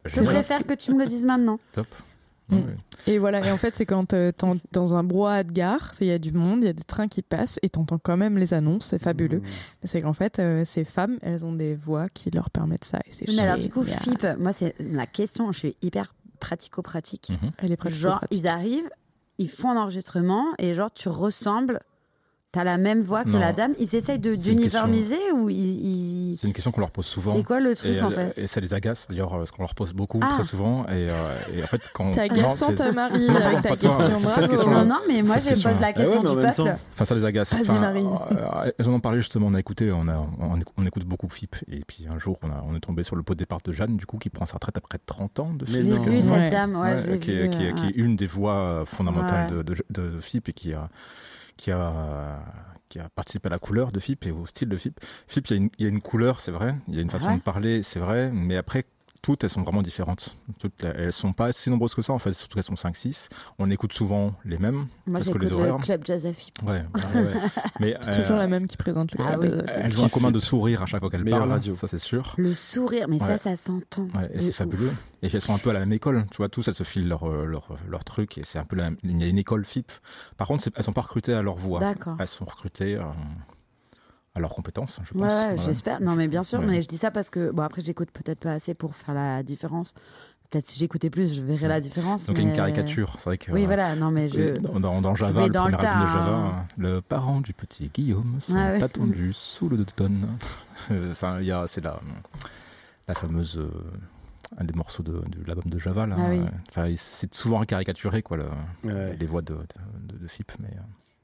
[SPEAKER 1] Je
[SPEAKER 2] Génial.
[SPEAKER 1] préfère que tu me le dises maintenant.
[SPEAKER 2] Top.
[SPEAKER 4] Mm.
[SPEAKER 2] Ouais, ouais.
[SPEAKER 4] Et voilà. Et en fait, c'est quand euh, t'en- dans un brouhaha de gare, c'est- il y a du monde, il y a des trains qui passent et t'entends quand même les annonces. C'est fabuleux.
[SPEAKER 2] Mmh.
[SPEAKER 4] C'est qu'en fait, euh, ces femmes, elles ont des voix qui leur permettent ça. Et c'est
[SPEAKER 1] Mais alors, du coup,
[SPEAKER 4] génial.
[SPEAKER 1] FIP, moi, c'est la question. Je suis hyper pratico-pratique.
[SPEAKER 2] Mhm.
[SPEAKER 4] elle est presque
[SPEAKER 1] Genre,
[SPEAKER 4] pratique.
[SPEAKER 1] ils arrivent, ils font un enregistrement et genre, tu ressembles. T'as la même voix que
[SPEAKER 2] Non.
[SPEAKER 1] la dame. Ils essayent de-
[SPEAKER 2] C'est une
[SPEAKER 1] d'uniformiser ou ils. ils-
[SPEAKER 2] C'est une question qu'on leur pose souvent.
[SPEAKER 1] C'est quoi le truc
[SPEAKER 2] et,
[SPEAKER 1] en
[SPEAKER 2] euh,
[SPEAKER 1] fait
[SPEAKER 2] et ça les agace d'ailleurs, parce qu'on leur pose beaucoup,
[SPEAKER 1] Ah.
[SPEAKER 2] très souvent. Et, euh, et en fait, quand.
[SPEAKER 4] T'es
[SPEAKER 2] Non,
[SPEAKER 4] agaçante,
[SPEAKER 2] c'est-
[SPEAKER 4] Marie,
[SPEAKER 2] Non,
[SPEAKER 4] avec ta
[SPEAKER 2] pas toi,
[SPEAKER 4] question.
[SPEAKER 2] c'est cette
[SPEAKER 4] Bravo.
[SPEAKER 2] question-là.
[SPEAKER 1] Non, non, mais moi,
[SPEAKER 2] Cette
[SPEAKER 1] je pose
[SPEAKER 2] question-là.
[SPEAKER 1] la
[SPEAKER 3] Ah ouais,
[SPEAKER 1] question
[SPEAKER 3] mais en
[SPEAKER 1] du
[SPEAKER 3] même
[SPEAKER 1] peuple.
[SPEAKER 3] temps-
[SPEAKER 2] Enfin, ça les agace.
[SPEAKER 4] Vas-y,
[SPEAKER 2] Enfin,
[SPEAKER 4] Marie.
[SPEAKER 2] euh, elles en ont parlé justement, on a écouté, on, a, on, on écoute beaucoup FIP. Et puis un jour, on, a- on est tombé sur le pot de départ de Jeanne, du coup, qui prend sa retraite après 30 ans de
[SPEAKER 1] Je
[SPEAKER 3] Mais
[SPEAKER 2] FIP.
[SPEAKER 1] l'ai
[SPEAKER 3] non.
[SPEAKER 1] vu, cette
[SPEAKER 4] Ouais.
[SPEAKER 1] dame. Ouais, je l'ai
[SPEAKER 2] Ouais, qui,
[SPEAKER 1] vu,
[SPEAKER 2] est, qui est-
[SPEAKER 1] euh,
[SPEAKER 2] qui est une des voix euh, fondamentales
[SPEAKER 1] Ouais.
[SPEAKER 2] de, de- de FIP et qui a, qui, a, qui a participé à la couleur de FIP et au style de FIP. FIP, il y a une, il y a une couleur, c'est vrai, il y a une façon
[SPEAKER 1] Ouais.
[SPEAKER 2] de parler, c'est vrai, mais après, toutes, elles sont vraiment différentes. Toutes, elles ne sont pas si nombreuses que ça, en fait, surtout qu'elles sont 5-6. On écoute souvent les mêmes.
[SPEAKER 1] Moi,
[SPEAKER 2] parce que
[SPEAKER 1] j'écoute
[SPEAKER 2] les horaires-
[SPEAKER 1] le club jazz à FIP.
[SPEAKER 2] Ouais, voilà, ouais. Mais,
[SPEAKER 4] C'est toujours
[SPEAKER 2] euh,
[SPEAKER 4] la même qui présente le
[SPEAKER 1] Ah
[SPEAKER 4] club.
[SPEAKER 1] oui.
[SPEAKER 4] Euh,
[SPEAKER 2] elles ont en commun de sourire à chaque fois qu'elles
[SPEAKER 3] Meilleure
[SPEAKER 2] parlent,
[SPEAKER 3] radio.
[SPEAKER 2] ça c'est sûr.
[SPEAKER 1] Le sourire, mais ça,
[SPEAKER 2] Ouais.
[SPEAKER 1] ça s'entend.
[SPEAKER 2] Ouais, et
[SPEAKER 1] De
[SPEAKER 2] c'est
[SPEAKER 1] ouf.
[SPEAKER 2] fabuleux. Et puis elles sont un peu à la même école, tu vois, tous elles se filent leur, euh, leur, leur truc et c'est un peu la même. Il y a une école FIP. Par contre, c'est- elles sont pas recrutées à leur voix.
[SPEAKER 1] D'accord.
[SPEAKER 2] Elles sont recrutées euh, à leurs compétences, hein, je pense.
[SPEAKER 1] Ouais, ouais,
[SPEAKER 2] Voilà.
[SPEAKER 1] j'espère. Non, mais bien sûr,
[SPEAKER 2] Ouais.
[SPEAKER 1] mais je dis ça parce que, bon, après, j'écoute peut-être pas assez pour faire la différence. Peut-être si j'écoutais plus, je verrais la différence.
[SPEAKER 2] Donc il y a une
[SPEAKER 1] mais- euh,
[SPEAKER 2] caricature, c'est vrai que.
[SPEAKER 1] Oui,
[SPEAKER 2] euh,
[SPEAKER 1] voilà, non, mais
[SPEAKER 2] et
[SPEAKER 1] je.
[SPEAKER 2] Dans, dans- dans Java,
[SPEAKER 1] vais
[SPEAKER 2] le
[SPEAKER 1] dans le
[SPEAKER 2] premier album de
[SPEAKER 1] tas,
[SPEAKER 2] Java,
[SPEAKER 1] hein.
[SPEAKER 2] euh, le parent du petit Guillaume sont
[SPEAKER 1] Ah ouais.
[SPEAKER 2] attendus sous le dos de tonne. Euh, ça, il y a- C'est la, la fameuse. euh, un des morceaux de, de l'album de Java. là. euh,
[SPEAKER 1] Ah oui.
[SPEAKER 2] Enfin, c'est souvent caricaturé, quoi, le-
[SPEAKER 3] Ouais.
[SPEAKER 2] les voix de, de, de- de FIP. Mais, euh,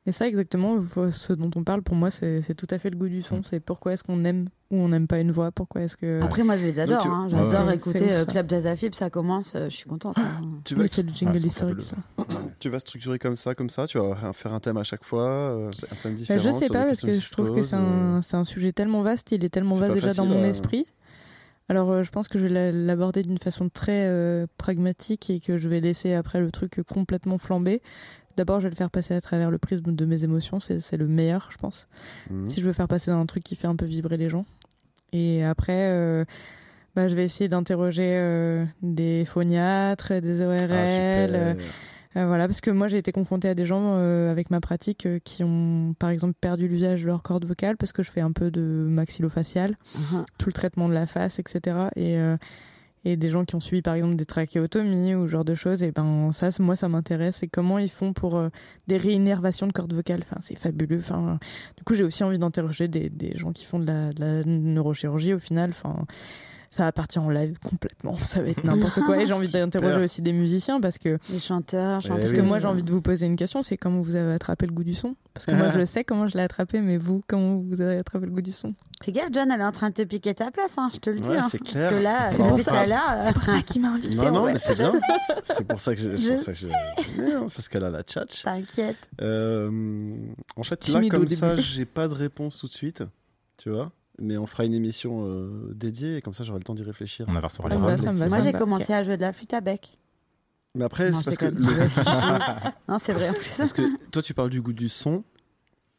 [SPEAKER 4] Et ça, exactement, vo- ce dont on parle, pour moi, c'est c'est tout à fait le goût du
[SPEAKER 2] Mmh.
[SPEAKER 4] son. C'est pourquoi est-ce qu'on aime ou on n'aime pas une voix Pourquoi est-ce que.
[SPEAKER 1] Après, moi, je les adore.
[SPEAKER 3] tu-
[SPEAKER 1] hein. J'adore
[SPEAKER 4] Ouais.
[SPEAKER 1] écouter
[SPEAKER 4] C'est ouf,
[SPEAKER 1] euh,
[SPEAKER 4] ça.
[SPEAKER 1] Club Jazz à Fib, ça commence, euh, je suis contente. hein.
[SPEAKER 3] Tu vas,
[SPEAKER 4] Oui, c'est le
[SPEAKER 2] Ouais,
[SPEAKER 4] jingle
[SPEAKER 2] c'est
[SPEAKER 4] historique,
[SPEAKER 2] fabuleux.
[SPEAKER 4] ça.
[SPEAKER 3] tu vas structurer comme ça, comme ça, tu vas faire un thème à chaque fois, euh, un thème
[SPEAKER 4] Bah,
[SPEAKER 3] différent.
[SPEAKER 4] je sais
[SPEAKER 3] sur des
[SPEAKER 4] pas, parce
[SPEAKER 3] questions
[SPEAKER 4] que
[SPEAKER 3] tu
[SPEAKER 4] je
[SPEAKER 3] te
[SPEAKER 4] trouve que
[SPEAKER 3] poses,
[SPEAKER 4] c'est
[SPEAKER 3] euh.
[SPEAKER 4] un, c'est un sujet tellement vaste, il est tellement
[SPEAKER 3] C'est
[SPEAKER 4] vaste
[SPEAKER 3] pas
[SPEAKER 4] déjà dans
[SPEAKER 3] facile,
[SPEAKER 4] mon
[SPEAKER 3] euh.
[SPEAKER 4] esprit. Alors, euh, je pense que je vais la- l'aborder d'une façon très euh, pragmatique et que je vais laisser après le truc complètement flambé. D'abord, je vais le faire passer à travers le prisme de mes émotions, c'est c'est le meilleur, je pense.
[SPEAKER 3] Mhm.
[SPEAKER 4] si je veux faire passer un truc qui fait un peu vibrer les gens. Et après, euh, bah, je vais essayer d'interroger euh, des phoniatres, des ORL.
[SPEAKER 3] Ah, super.
[SPEAKER 4] euh, euh, voilà, parce que moi j'ai été confrontée à des gens euh, avec ma pratique euh, qui ont par exemple perdu l'usage de leur corde vocale parce que je fais un peu de maxillofacial,
[SPEAKER 1] Mhm.
[SPEAKER 4] tout le traitement de la face, etc. Et, euh, et des gens qui ont subi par exemple des trachéotomies ou ce genre de choses, et ben ça, c'est- moi ça m'intéresse. Et comment ils font pour euh, des réinnervations de corde vocale, enfin, c'est fabuleux. Enfin, du coup, j'ai aussi envie d'interroger des, des gens qui font de la, de la neurochirurgie au final. Enfin, ça va partir en live complètement, ça va être n'importe quoi. Et j'ai envie d'interroger aussi des musiciens parce que.
[SPEAKER 1] Les chanteurs,
[SPEAKER 3] Eh
[SPEAKER 1] chanteuses.
[SPEAKER 4] Parce
[SPEAKER 3] oui.
[SPEAKER 4] que moi, j'ai envie de vous poser une question, c'est comment vous avez attrapé le goût du son Parce que moi, je sais comment je l'ai attrapé, mais vous, comment vous avez attrapé le goût du son
[SPEAKER 1] Fais gaffe, John, elle est en train de te piquer ta place, hein, je te le dis.
[SPEAKER 3] Ouais,
[SPEAKER 1] hein.
[SPEAKER 3] c'est
[SPEAKER 1] Parce
[SPEAKER 3] clair.
[SPEAKER 1] que là,
[SPEAKER 3] C'est
[SPEAKER 1] depuis
[SPEAKER 3] pour
[SPEAKER 1] tout
[SPEAKER 3] ça.
[SPEAKER 1] à l'heure, euh,
[SPEAKER 4] C'est pour ça qu'il m'a invité.
[SPEAKER 3] Non, non,
[SPEAKER 1] ouais,
[SPEAKER 3] mais c'est bien. C'est- C'est pour ça que
[SPEAKER 1] Je
[SPEAKER 3] je- je pensais que je- Non, C'est parce qu'elle a la tchatch.
[SPEAKER 1] t'inquiète.
[SPEAKER 3] Euh, en fait, là,
[SPEAKER 4] Timide au
[SPEAKER 3] comme
[SPEAKER 4] début.
[SPEAKER 3] ça, j'ai pas de réponse tout de suite, tu vois. Mais on fera une émission euh, dédiée, et comme ça, j'aurai le temps d'y réfléchir.
[SPEAKER 2] on inversera
[SPEAKER 3] Ah,
[SPEAKER 2] les
[SPEAKER 3] bah,
[SPEAKER 2] rôles.
[SPEAKER 3] ça me va,
[SPEAKER 1] Moi,
[SPEAKER 4] me
[SPEAKER 1] j'ai
[SPEAKER 4] va,
[SPEAKER 1] commencé à jouer de la flûte à bec.
[SPEAKER 3] Mais après,
[SPEAKER 1] Non,
[SPEAKER 3] c'est parce
[SPEAKER 1] je
[SPEAKER 3] que,
[SPEAKER 1] déconne.
[SPEAKER 3] le-
[SPEAKER 1] Non, c'est vrai en plus.
[SPEAKER 3] parce que toi, tu parles du goût du son,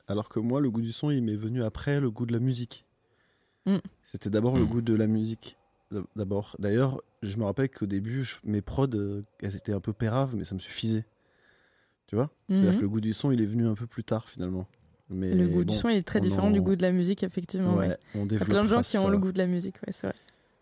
[SPEAKER 3] alors que moi, le goût du son, il m'est venu après le goût de la musique.
[SPEAKER 4] Mm.
[SPEAKER 3] C'était d'abord le
[SPEAKER 2] Mm.
[SPEAKER 3] goût de la musique. d- D'abord. D'ailleurs, je me rappelle qu'au début, je- mes prods, euh, elles étaient un peu péraves, mais ça me suffisait. Tu vois C'est-à-dire
[SPEAKER 4] Mhm.
[SPEAKER 3] que le goût du son, il est venu un peu plus tard, finalement. Mais
[SPEAKER 4] Le goût du
[SPEAKER 3] bon,
[SPEAKER 4] son, il est très
[SPEAKER 3] on
[SPEAKER 4] différent
[SPEAKER 3] en-
[SPEAKER 4] du goût de la musique, effectivement.
[SPEAKER 3] ouais,
[SPEAKER 4] ouais.
[SPEAKER 3] on
[SPEAKER 4] Il y a plein de gens
[SPEAKER 3] développera
[SPEAKER 4] qui ont
[SPEAKER 3] ça.
[SPEAKER 4] le goût de la musique, ouais, c'est vrai.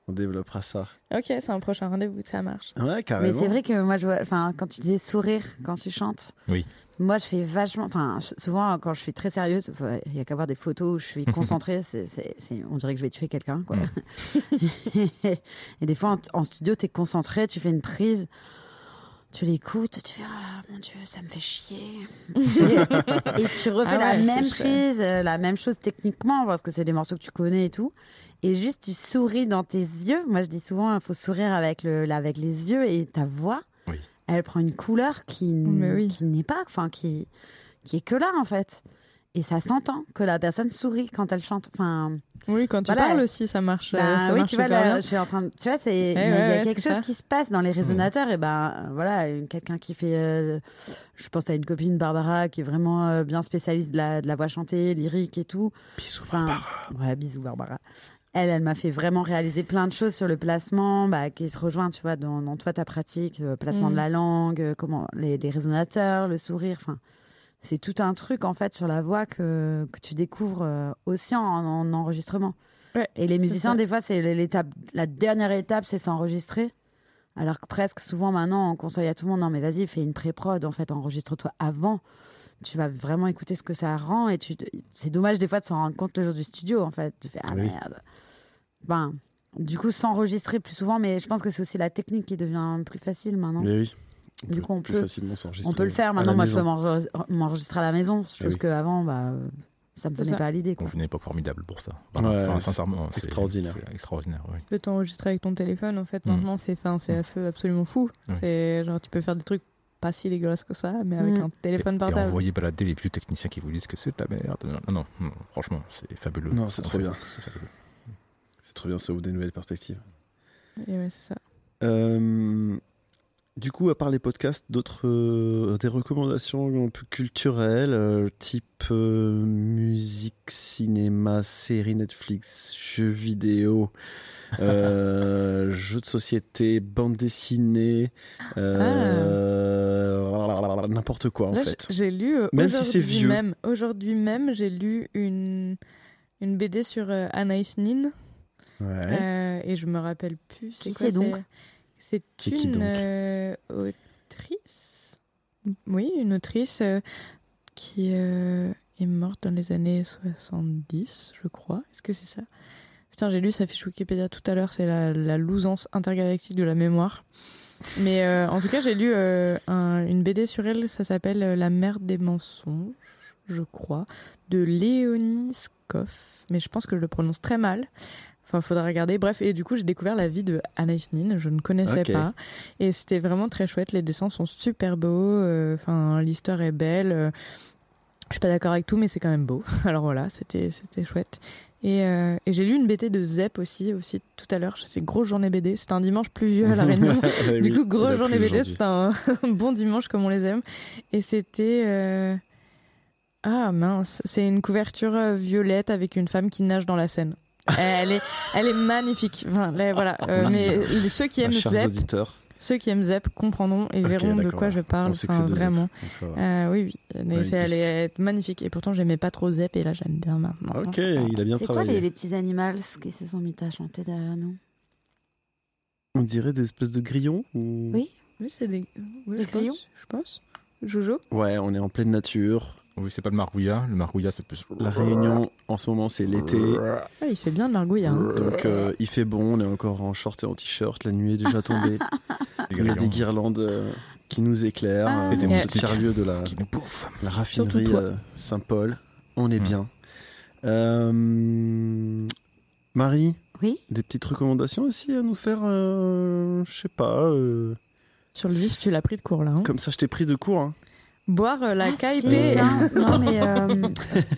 [SPEAKER 3] On développera ça.
[SPEAKER 4] Ok, c'est un prochain rendez-vous, ça marche.
[SPEAKER 3] Ouais,
[SPEAKER 1] Mais
[SPEAKER 3] carrément.
[SPEAKER 1] c'est vrai que moi, je vois, enfin, quand tu disais sourire quand tu chantes,
[SPEAKER 2] Oui.
[SPEAKER 1] moi, je fais vachement. Enfin, je- souvent, quand je suis très sérieuse, enfin, il y a qu'à voir des photos où je suis concentrée, c'est, c'est- c'est- on dirait que je vais tuer quelqu'un. Quoi. Et des fois, en, en studio, tu es concentré, tu fais une prise. Tu l'écoutes, tu fais ah mon dieu ça me fait chier et, et tu refais
[SPEAKER 4] Ah
[SPEAKER 1] la
[SPEAKER 4] ouais,
[SPEAKER 1] même
[SPEAKER 4] c'est chouette.
[SPEAKER 1] prise, euh, la même chose techniquement parce que c'est des morceaux que tu connais et tout et juste tu souris dans tes yeux. Moi, je dis souvent, il faut sourire avec, le, là, avec les yeux et ta voix,
[SPEAKER 2] Oui.
[SPEAKER 1] elle prend une couleur qui, n-
[SPEAKER 4] Oh, Mais oui.
[SPEAKER 1] qui n'est pas, enfin, qui, qui est que là, en fait. Et ça s'entend que la personne sourit quand elle chante. Enfin,
[SPEAKER 4] Oui, quand tu
[SPEAKER 1] Voilà.
[SPEAKER 4] parles aussi, ça marche. euh,
[SPEAKER 1] bah
[SPEAKER 4] ça
[SPEAKER 1] oui,
[SPEAKER 4] marche
[SPEAKER 1] tu vois,
[SPEAKER 4] super
[SPEAKER 1] là,
[SPEAKER 4] bien.
[SPEAKER 1] je suis en train de- tu vois, c'est, il y a,
[SPEAKER 4] ouais,
[SPEAKER 1] il y a
[SPEAKER 4] ouais,
[SPEAKER 1] quelque
[SPEAKER 4] c'est
[SPEAKER 1] chose
[SPEAKER 4] ça.
[SPEAKER 1] qui se passe dans les résonateurs. Et ben, euh, voilà, une- quelqu'un qui fait, euh, je pense à une copine, Barbara, qui est vraiment euh, bien spécialiste de la, de la voix chantée, lyrique et tout.
[SPEAKER 3] Bisous,
[SPEAKER 1] Enfin,
[SPEAKER 3] Barbara.
[SPEAKER 1] Ouais, bisous Barbara. Elle, elle m'a fait vraiment réaliser plein de choses sur le placement, bah, qui se rejoint, tu vois, dans, dans toi ta pratique, le placement
[SPEAKER 4] Mm.
[SPEAKER 1] de la langue, euh, comment les, les résonateurs, le sourire, enfin, c'est tout un truc en fait sur la voix que, que tu découvres euh, aussi en, en enregistrement.
[SPEAKER 4] Ouais,
[SPEAKER 1] Et les musiciens,
[SPEAKER 4] ça.
[SPEAKER 1] des fois, c'est l'étape, la dernière étape, c'est s'enregistrer. Alors que presque souvent maintenant, on conseille à tout le monde, non mais vas-y, fais une pré-prod, en fait, enregistre-toi avant. Tu vas vraiment écouter ce que ça rend et tu, te- c'est dommage des fois de s'en rendre compte le jour du studio, en fait. Tu fais, ah
[SPEAKER 3] Oui.
[SPEAKER 1] merde. Ben, du coup, s'enregistrer plus souvent, mais je pense que c'est aussi la technique qui devient plus facile
[SPEAKER 4] hein.
[SPEAKER 1] maintenant.
[SPEAKER 3] Mais oui. On
[SPEAKER 1] Du
[SPEAKER 3] peut
[SPEAKER 1] coup, on
[SPEAKER 3] plus
[SPEAKER 1] peut-
[SPEAKER 3] facilement s'enregistrer.
[SPEAKER 1] On peut le
[SPEAKER 3] à
[SPEAKER 1] faire
[SPEAKER 3] la
[SPEAKER 1] maintenant. Moi, je
[SPEAKER 3] maison. Ah
[SPEAKER 1] peux m'enre- m'enregistrer à la maison, chose
[SPEAKER 3] oui.
[SPEAKER 1] qu'avant, bah, euh, ça me
[SPEAKER 4] C'est
[SPEAKER 1] venait
[SPEAKER 4] ça.
[SPEAKER 1] pas à l'idée.
[SPEAKER 2] On
[SPEAKER 1] quoi.
[SPEAKER 2] fait une époque formidable pour ça. Voilà.
[SPEAKER 3] Ouais,
[SPEAKER 2] Enfin,
[SPEAKER 3] c'est
[SPEAKER 2] sincèrement, c'est
[SPEAKER 3] extraordinaire.
[SPEAKER 2] c'est extraordinaire, oui.
[SPEAKER 4] Tu peux t'enregistrer avec ton téléphone, en fait,
[SPEAKER 2] Mm.
[SPEAKER 4] maintenant, c'est fin, c'est à feu absolument fou.
[SPEAKER 2] Oui.
[SPEAKER 4] C'est genre, tu peux faire des trucs pas si dégueulasses que ça, mais avec
[SPEAKER 1] Mm.
[SPEAKER 4] un
[SPEAKER 2] Et,
[SPEAKER 4] téléphone
[SPEAKER 2] et
[SPEAKER 4] portable.
[SPEAKER 2] envoyer balader les vieux techniciens qui vous disent que c'est de la merde. Non, non, non, franchement, c'est fabuleux.
[SPEAKER 3] Non, c'est
[SPEAKER 2] On
[SPEAKER 3] trop
[SPEAKER 2] fait-
[SPEAKER 3] bien.
[SPEAKER 2] c'est fabuleux.
[SPEAKER 3] C'est trop bien, ça ouvre des nouvelles perspectives.
[SPEAKER 4] Et ouais, c'est ça.
[SPEAKER 3] Euh, du coup, à part les podcasts, d'autres euh, des recommandations plus culturelles, euh, type euh, musique, cinéma, séries Netflix, jeux vidéo, euh, jeux de société, bande dessinée, euh, n'importe quoi en
[SPEAKER 4] Ah. Là,
[SPEAKER 3] fait.
[SPEAKER 4] j- j'ai lu euh,
[SPEAKER 3] Même si c'est
[SPEAKER 4] aujourd'hui
[SPEAKER 3] vieux.
[SPEAKER 4] même, aujourd'hui même, j'ai lu une une BD sur euh, Anaïs Nin
[SPEAKER 3] Ouais.
[SPEAKER 4] euh, et je me rappelle plus.
[SPEAKER 1] Qui
[SPEAKER 4] quoi,
[SPEAKER 1] c'est donc
[SPEAKER 4] C'est
[SPEAKER 3] Qui-
[SPEAKER 4] une
[SPEAKER 3] qui donc
[SPEAKER 4] euh, autrice. Oui, une autrice euh, qui euh, est morte dans les années 70, je crois. Est-ce que c'est ça Putain, j'ai lu sa fiche Wikipédia tout à l'heure, c'est la, la lousance intergalactique de la mémoire. Mais euh, en tout cas, j'ai lu euh, un- une BD sur elle, ça s'appelle euh, La mère des mensonges, je crois, de Léonie Skoff. Mais je pense que je le prononce très mal. Enfin, faudra regarder. Bref, et du coup, j'ai découvert la vie de Anaïs Nin, je ne connaissais
[SPEAKER 3] Ok.
[SPEAKER 4] pas. Et c'était vraiment très chouette, les dessins sont super beaux, euh, enfin, l'histoire est belle. euh, je suis pas d'accord avec tout, mais c'est quand même beau. Alors voilà, c'était c'était chouette. Et, euh, et j'ai lu une BD de Zep aussi, aussi tout à l'heure. C'est grosse journée BD. C'était un dimanche pluvieux à la Réunion.
[SPEAKER 3] Eh
[SPEAKER 4] Du
[SPEAKER 3] oui,
[SPEAKER 4] coup,
[SPEAKER 3] il y
[SPEAKER 4] grosse
[SPEAKER 3] a
[SPEAKER 4] journée
[SPEAKER 3] plus
[SPEAKER 4] BD,
[SPEAKER 3] aujourd'hui.
[SPEAKER 4] c'était un, un bon dimanche comme on les aime. Et c'était. euh, Ah mince, c'est une couverture euh, violette avec une femme qui nage dans la Seine. Elle est, elle est magnifique. Enfin, là, voilà. Euh,
[SPEAKER 3] Oui.
[SPEAKER 4] mais ceux qui
[SPEAKER 3] Ah,
[SPEAKER 4] aiment
[SPEAKER 3] Chers
[SPEAKER 4] Zep,
[SPEAKER 3] auditeurs,
[SPEAKER 4] ceux qui aiment Zep comprendront et
[SPEAKER 3] Ok,
[SPEAKER 4] verront de
[SPEAKER 3] d'accord,
[SPEAKER 4] quoi je parle.
[SPEAKER 3] on sait que c'est
[SPEAKER 4] Enfin,
[SPEAKER 3] de Zep.
[SPEAKER 4] vraiment.
[SPEAKER 3] donc ça va.
[SPEAKER 4] Euh, oui, oui. Mais
[SPEAKER 3] Ouais,
[SPEAKER 4] c'est-
[SPEAKER 3] une
[SPEAKER 4] elle
[SPEAKER 3] piste.
[SPEAKER 4] est être magnifique. Et pourtant, j'aimais pas trop Zep et là, j'aime bien maintenant.
[SPEAKER 1] Ah,
[SPEAKER 3] Ok, il a bien
[SPEAKER 1] C'est quoi les,
[SPEAKER 3] travaillé.
[SPEAKER 1] les petits animaux qui se sont mis à chanter derrière nous
[SPEAKER 3] On dirait des espèces de grillons ou-
[SPEAKER 1] Oui.
[SPEAKER 4] Oui, c'est des. Oui,
[SPEAKER 1] Des
[SPEAKER 4] je
[SPEAKER 1] crayons
[SPEAKER 4] pense, je pense. Jojo
[SPEAKER 3] Ouais, on est en pleine nature.
[SPEAKER 2] Oui, c'est pas le marouilla. Le marouilla, c'est plus.
[SPEAKER 3] La Réunion, en ce moment, c'est l'été.
[SPEAKER 4] Ah, Il fait bien de margouille. Hein.
[SPEAKER 3] Donc, euh, il fait bon. On est encore en short et en t-shirt. La nuit est déjà tombée.
[SPEAKER 2] Les
[SPEAKER 3] Il y a des
[SPEAKER 2] grillons
[SPEAKER 3] guirlandes euh, qui nous éclairent.
[SPEAKER 1] Ah.
[SPEAKER 3] euh,
[SPEAKER 1] Et des
[SPEAKER 3] dans ce
[SPEAKER 2] moustiques.
[SPEAKER 3] tiers-lieu de la,
[SPEAKER 2] qui nous bouffent.
[SPEAKER 3] la
[SPEAKER 4] Surtout
[SPEAKER 3] raffinerie
[SPEAKER 4] toi.
[SPEAKER 3] euh, Saint-Paul. On est
[SPEAKER 2] Mm.
[SPEAKER 3] bien. Euh, Marie,
[SPEAKER 1] Oui
[SPEAKER 3] des petites recommandations aussi à nous faire euh, Je sais pas. euh,
[SPEAKER 4] Sur le vif, tu l'as pris de court là. hein.
[SPEAKER 3] Comme ça, je t'ai pris de court. hein.
[SPEAKER 4] Boire euh, la
[SPEAKER 1] Ah,
[SPEAKER 4] KIP.
[SPEAKER 1] si, tiens, non, mais. euh, comment-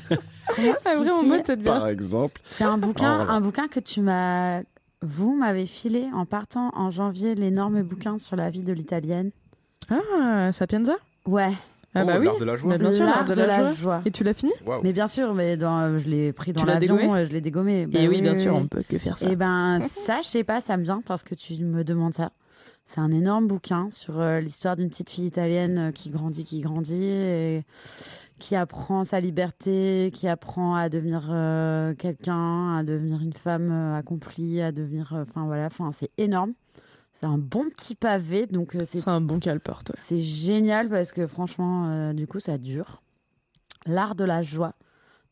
[SPEAKER 4] Ah,
[SPEAKER 1] si,
[SPEAKER 4] vraiment,
[SPEAKER 1] si,
[SPEAKER 4] moi, t'aimes bien.
[SPEAKER 3] Par exemple.
[SPEAKER 1] C'est un bouquin,
[SPEAKER 3] Oh, voilà.
[SPEAKER 1] un bouquin que tu m'as, vous m'avez filé en partant en janvier l'énorme bouquin sur la vie de l'italienne.
[SPEAKER 4] Ah, Sapienza
[SPEAKER 1] Ouais,
[SPEAKER 4] Ah, bah
[SPEAKER 2] Oh,
[SPEAKER 4] oui.
[SPEAKER 2] l'art de la joie.
[SPEAKER 4] Bah, bien sûr, l'art de, la joie.
[SPEAKER 1] joie.
[SPEAKER 4] Et tu l'as
[SPEAKER 3] Bah
[SPEAKER 4] fini
[SPEAKER 2] Waouh.
[SPEAKER 1] Mais bien sûr, mais dans, euh, je l'ai pris dans
[SPEAKER 4] Tu l'as
[SPEAKER 1] l'avion,
[SPEAKER 4] dégommé
[SPEAKER 1] euh, je l'ai dégommé. Bah
[SPEAKER 4] Et oui, bien sûr,
[SPEAKER 1] oui.
[SPEAKER 4] on peut que faire ça.
[SPEAKER 1] Eh ben, ça, je sais pas, ça me vient parce que tu me demandes ça. C'est un énorme bouquin sur euh, l'histoire d'une petite fille italienne euh, qui grandit, qui grandit, et qui apprend sa liberté, qui apprend à devenir euh, quelqu'un, à devenir une femme euh, accomplie, à devenir. euh, Enfin voilà, enfin c'est énorme. C'est un bon petit pavé, donc euh, c'est
[SPEAKER 4] C'est un bon caleport, toi.
[SPEAKER 1] c'est génial parce que franchement, euh, du coup, ça dure. L'art de la joie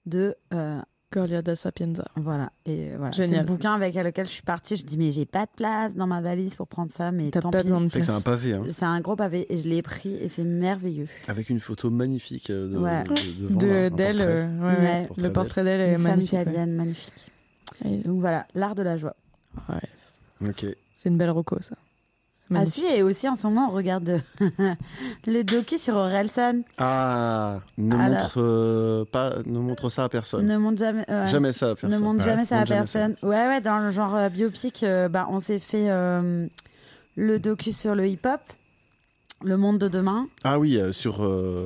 [SPEAKER 1] de euh,
[SPEAKER 4] Corlia da Sapienza.
[SPEAKER 1] voilà, et voilà.
[SPEAKER 4] Génial.
[SPEAKER 1] C'est le bouquin avec lequel je suis partie. Je dis, mais j'ai pas de place dans ma valise pour prendre ça, mais
[SPEAKER 4] T'as
[SPEAKER 1] tant
[SPEAKER 4] pas
[SPEAKER 1] pis.
[SPEAKER 4] besoin de
[SPEAKER 3] C'est vrai que c'est un
[SPEAKER 4] place.
[SPEAKER 3] pavé. hein.
[SPEAKER 1] C'est un gros pavé et je l'ai pris et c'est merveilleux.
[SPEAKER 3] Avec une photo magnifique euh, de,
[SPEAKER 1] Ouais.
[SPEAKER 3] de- de- devant, là,
[SPEAKER 4] De-
[SPEAKER 3] un
[SPEAKER 4] D'elle,
[SPEAKER 3] portrait.
[SPEAKER 4] euh, ouais,
[SPEAKER 1] Ouais.
[SPEAKER 4] ouais,
[SPEAKER 3] Portrait
[SPEAKER 4] le portrait d'elle est
[SPEAKER 1] Une femme
[SPEAKER 4] magnifique. ouais.
[SPEAKER 1] italienne, magnifique.
[SPEAKER 4] Et-
[SPEAKER 1] Donc voilà, l'art de la joie. Ah
[SPEAKER 4] ouais.
[SPEAKER 3] Ok.
[SPEAKER 4] C'est une belle roco, ça. C'est
[SPEAKER 1] Ah
[SPEAKER 4] magnifique.
[SPEAKER 1] si, et aussi en ce moment, on regarde le docu sur Orelsan.
[SPEAKER 3] Ah, ne
[SPEAKER 1] Ah là.
[SPEAKER 3] montre euh, pas, ne montre ça à personne.
[SPEAKER 1] Ne monte jamais. ouais.
[SPEAKER 3] Jamais ça à
[SPEAKER 1] Ne
[SPEAKER 3] personne.
[SPEAKER 1] montre
[SPEAKER 2] Ouais,
[SPEAKER 1] jamais ça à
[SPEAKER 3] montre jamais ça.
[SPEAKER 1] personne. Ouais, ouais, dans le genre euh, biopic, euh, bah, on s'est fait euh, le docu sur le hip-hop, le monde de demain.
[SPEAKER 3] Ah oui, euh, sur euh,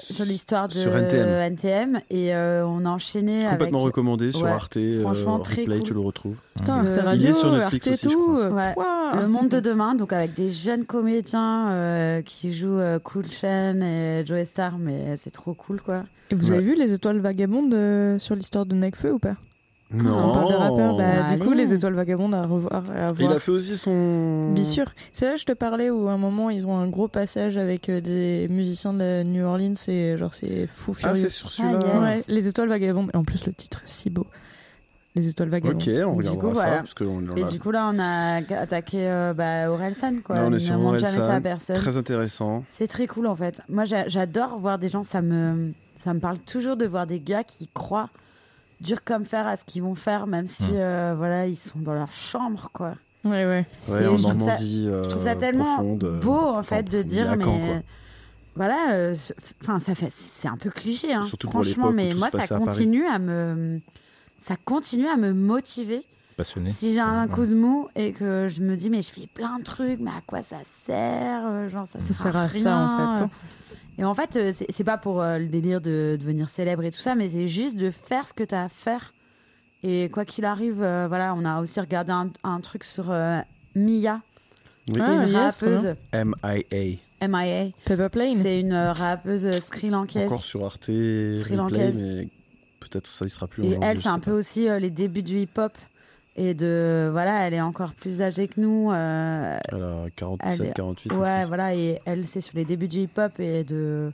[SPEAKER 1] sur l'histoire de
[SPEAKER 3] sur NTM.
[SPEAKER 1] NTM. et euh, on a enchaîné avec
[SPEAKER 3] complètement recommandé sur
[SPEAKER 1] Ouais,
[SPEAKER 3] Arte. euh,
[SPEAKER 1] franchement, très
[SPEAKER 3] replay,
[SPEAKER 1] cool.
[SPEAKER 3] tu le retrouves.
[SPEAKER 4] Putain,
[SPEAKER 1] Il
[SPEAKER 4] Arte
[SPEAKER 1] est
[SPEAKER 4] Radio,
[SPEAKER 3] sur Netflix
[SPEAKER 4] Arte
[SPEAKER 3] aussi, je
[SPEAKER 4] tout.
[SPEAKER 3] crois.
[SPEAKER 4] euh,
[SPEAKER 1] Ouais.
[SPEAKER 4] pouah.
[SPEAKER 1] le monde de demain donc avec des jeunes comédiens euh, qui jouent euh, Cool Chen et Joe Star mais c'est trop cool quoi
[SPEAKER 4] Et vous
[SPEAKER 3] Ouais.
[SPEAKER 4] avez vu les étoles vagabondes euh, sur l'histoire de Nekfeu ou pas Parce qu'on parle de rappeurs, bah,
[SPEAKER 1] Allez.
[SPEAKER 4] du coup, les étoiles vagabondes à revoir et à
[SPEAKER 3] Et il
[SPEAKER 4] voir.
[SPEAKER 3] a fait aussi son.
[SPEAKER 4] Bien sûr. C'est là que je te parlais où à un moment ils ont un gros passage avec euh, des musiciens de la New Orleans et genre c'est fou
[SPEAKER 3] Ah,
[SPEAKER 4] furieux.
[SPEAKER 3] c'est sur celui-là.
[SPEAKER 1] Ah,
[SPEAKER 4] Ouais, les étoiles vagabondes. Et en plus le titre est si beau. Les étoiles vagabondes.
[SPEAKER 3] Ok, on
[SPEAKER 1] Du
[SPEAKER 3] regardera
[SPEAKER 1] coup,
[SPEAKER 3] ça
[SPEAKER 1] voilà.
[SPEAKER 3] parce qu'on en
[SPEAKER 1] et
[SPEAKER 3] a
[SPEAKER 1] du coup là on a attaqué euh, bah, Orelsan quoi
[SPEAKER 3] Là, on est
[SPEAKER 1] ne
[SPEAKER 3] sur
[SPEAKER 1] montre jamais
[SPEAKER 3] Orelsan,
[SPEAKER 1] ça à personne
[SPEAKER 3] très intéressant.
[SPEAKER 1] c'est très cool en fait moi j'a- j'adore voir des gens ça me ça me parle toujours de voir des gars qui croient dur comme fer à ce qu'ils vont faire même si
[SPEAKER 2] Mm.
[SPEAKER 3] Mmh.
[SPEAKER 1] euh, voilà ils sont dans leur chambre quoi
[SPEAKER 4] Ouais, ouais.
[SPEAKER 3] Ouais,
[SPEAKER 1] Et
[SPEAKER 3] en
[SPEAKER 1] je trouve ça-
[SPEAKER 3] Normandie, euh,
[SPEAKER 1] Je trouve ça tellement
[SPEAKER 3] profonde, euh,
[SPEAKER 1] beau en
[SPEAKER 3] enfin,
[SPEAKER 1] fait de
[SPEAKER 3] profonde, mais
[SPEAKER 1] dire
[SPEAKER 3] à
[SPEAKER 1] mais
[SPEAKER 3] Caen, quoi.
[SPEAKER 1] voilà euh, c'est- enfin ça fait c'est un peu cliché hein,
[SPEAKER 3] Surtout pour
[SPEAKER 1] franchement
[SPEAKER 3] l'époque où
[SPEAKER 1] mais
[SPEAKER 3] tout se
[SPEAKER 1] moi
[SPEAKER 3] passait
[SPEAKER 1] ça
[SPEAKER 3] à Paris.
[SPEAKER 1] continue à me ça continue à me motiver
[SPEAKER 2] Passionné.
[SPEAKER 1] si j'ai un
[SPEAKER 2] Ouais.
[SPEAKER 1] coup de mou et que je me dis mais je fais plein de trucs mais à quoi ça sert Euh, genre ça,
[SPEAKER 4] Ça sert à
[SPEAKER 1] rien.
[SPEAKER 4] ça en fait. hein.
[SPEAKER 1] et en fait euh, c'est- c'est pas pour euh, le délire de devenir célèbre et tout ça mais c'est juste de faire ce que t'as à faire et quoi qu'il arrive euh, voilà on a aussi regardé un, un truc sur euh, Mia
[SPEAKER 3] Oui.
[SPEAKER 1] c'est
[SPEAKER 4] Ah,
[SPEAKER 1] une
[SPEAKER 4] yes, trop bien.
[SPEAKER 1] rappeuse
[SPEAKER 3] MIA.
[SPEAKER 1] MIA
[SPEAKER 4] Peppa Plane.
[SPEAKER 1] c'est une euh, rappeuse sri lankaise.
[SPEAKER 3] Encore sur Arte, replay,
[SPEAKER 1] Lankaise.
[SPEAKER 3] mais peut-être ça, il sera plus en
[SPEAKER 1] Et
[SPEAKER 3] janvier,
[SPEAKER 1] elle,
[SPEAKER 3] je
[SPEAKER 1] c'est
[SPEAKER 3] sais
[SPEAKER 1] un peu aussi euh, les débuts du hip-hop. Et de. Voilà, elle est encore plus âgée que nous. euh,
[SPEAKER 3] Elle a
[SPEAKER 1] Elle
[SPEAKER 3] 47,
[SPEAKER 1] est-
[SPEAKER 3] 48. un truc
[SPEAKER 1] ouais,
[SPEAKER 3] comme ça.
[SPEAKER 1] voilà. Et elle, c'est sur les débuts du hip-hop et de.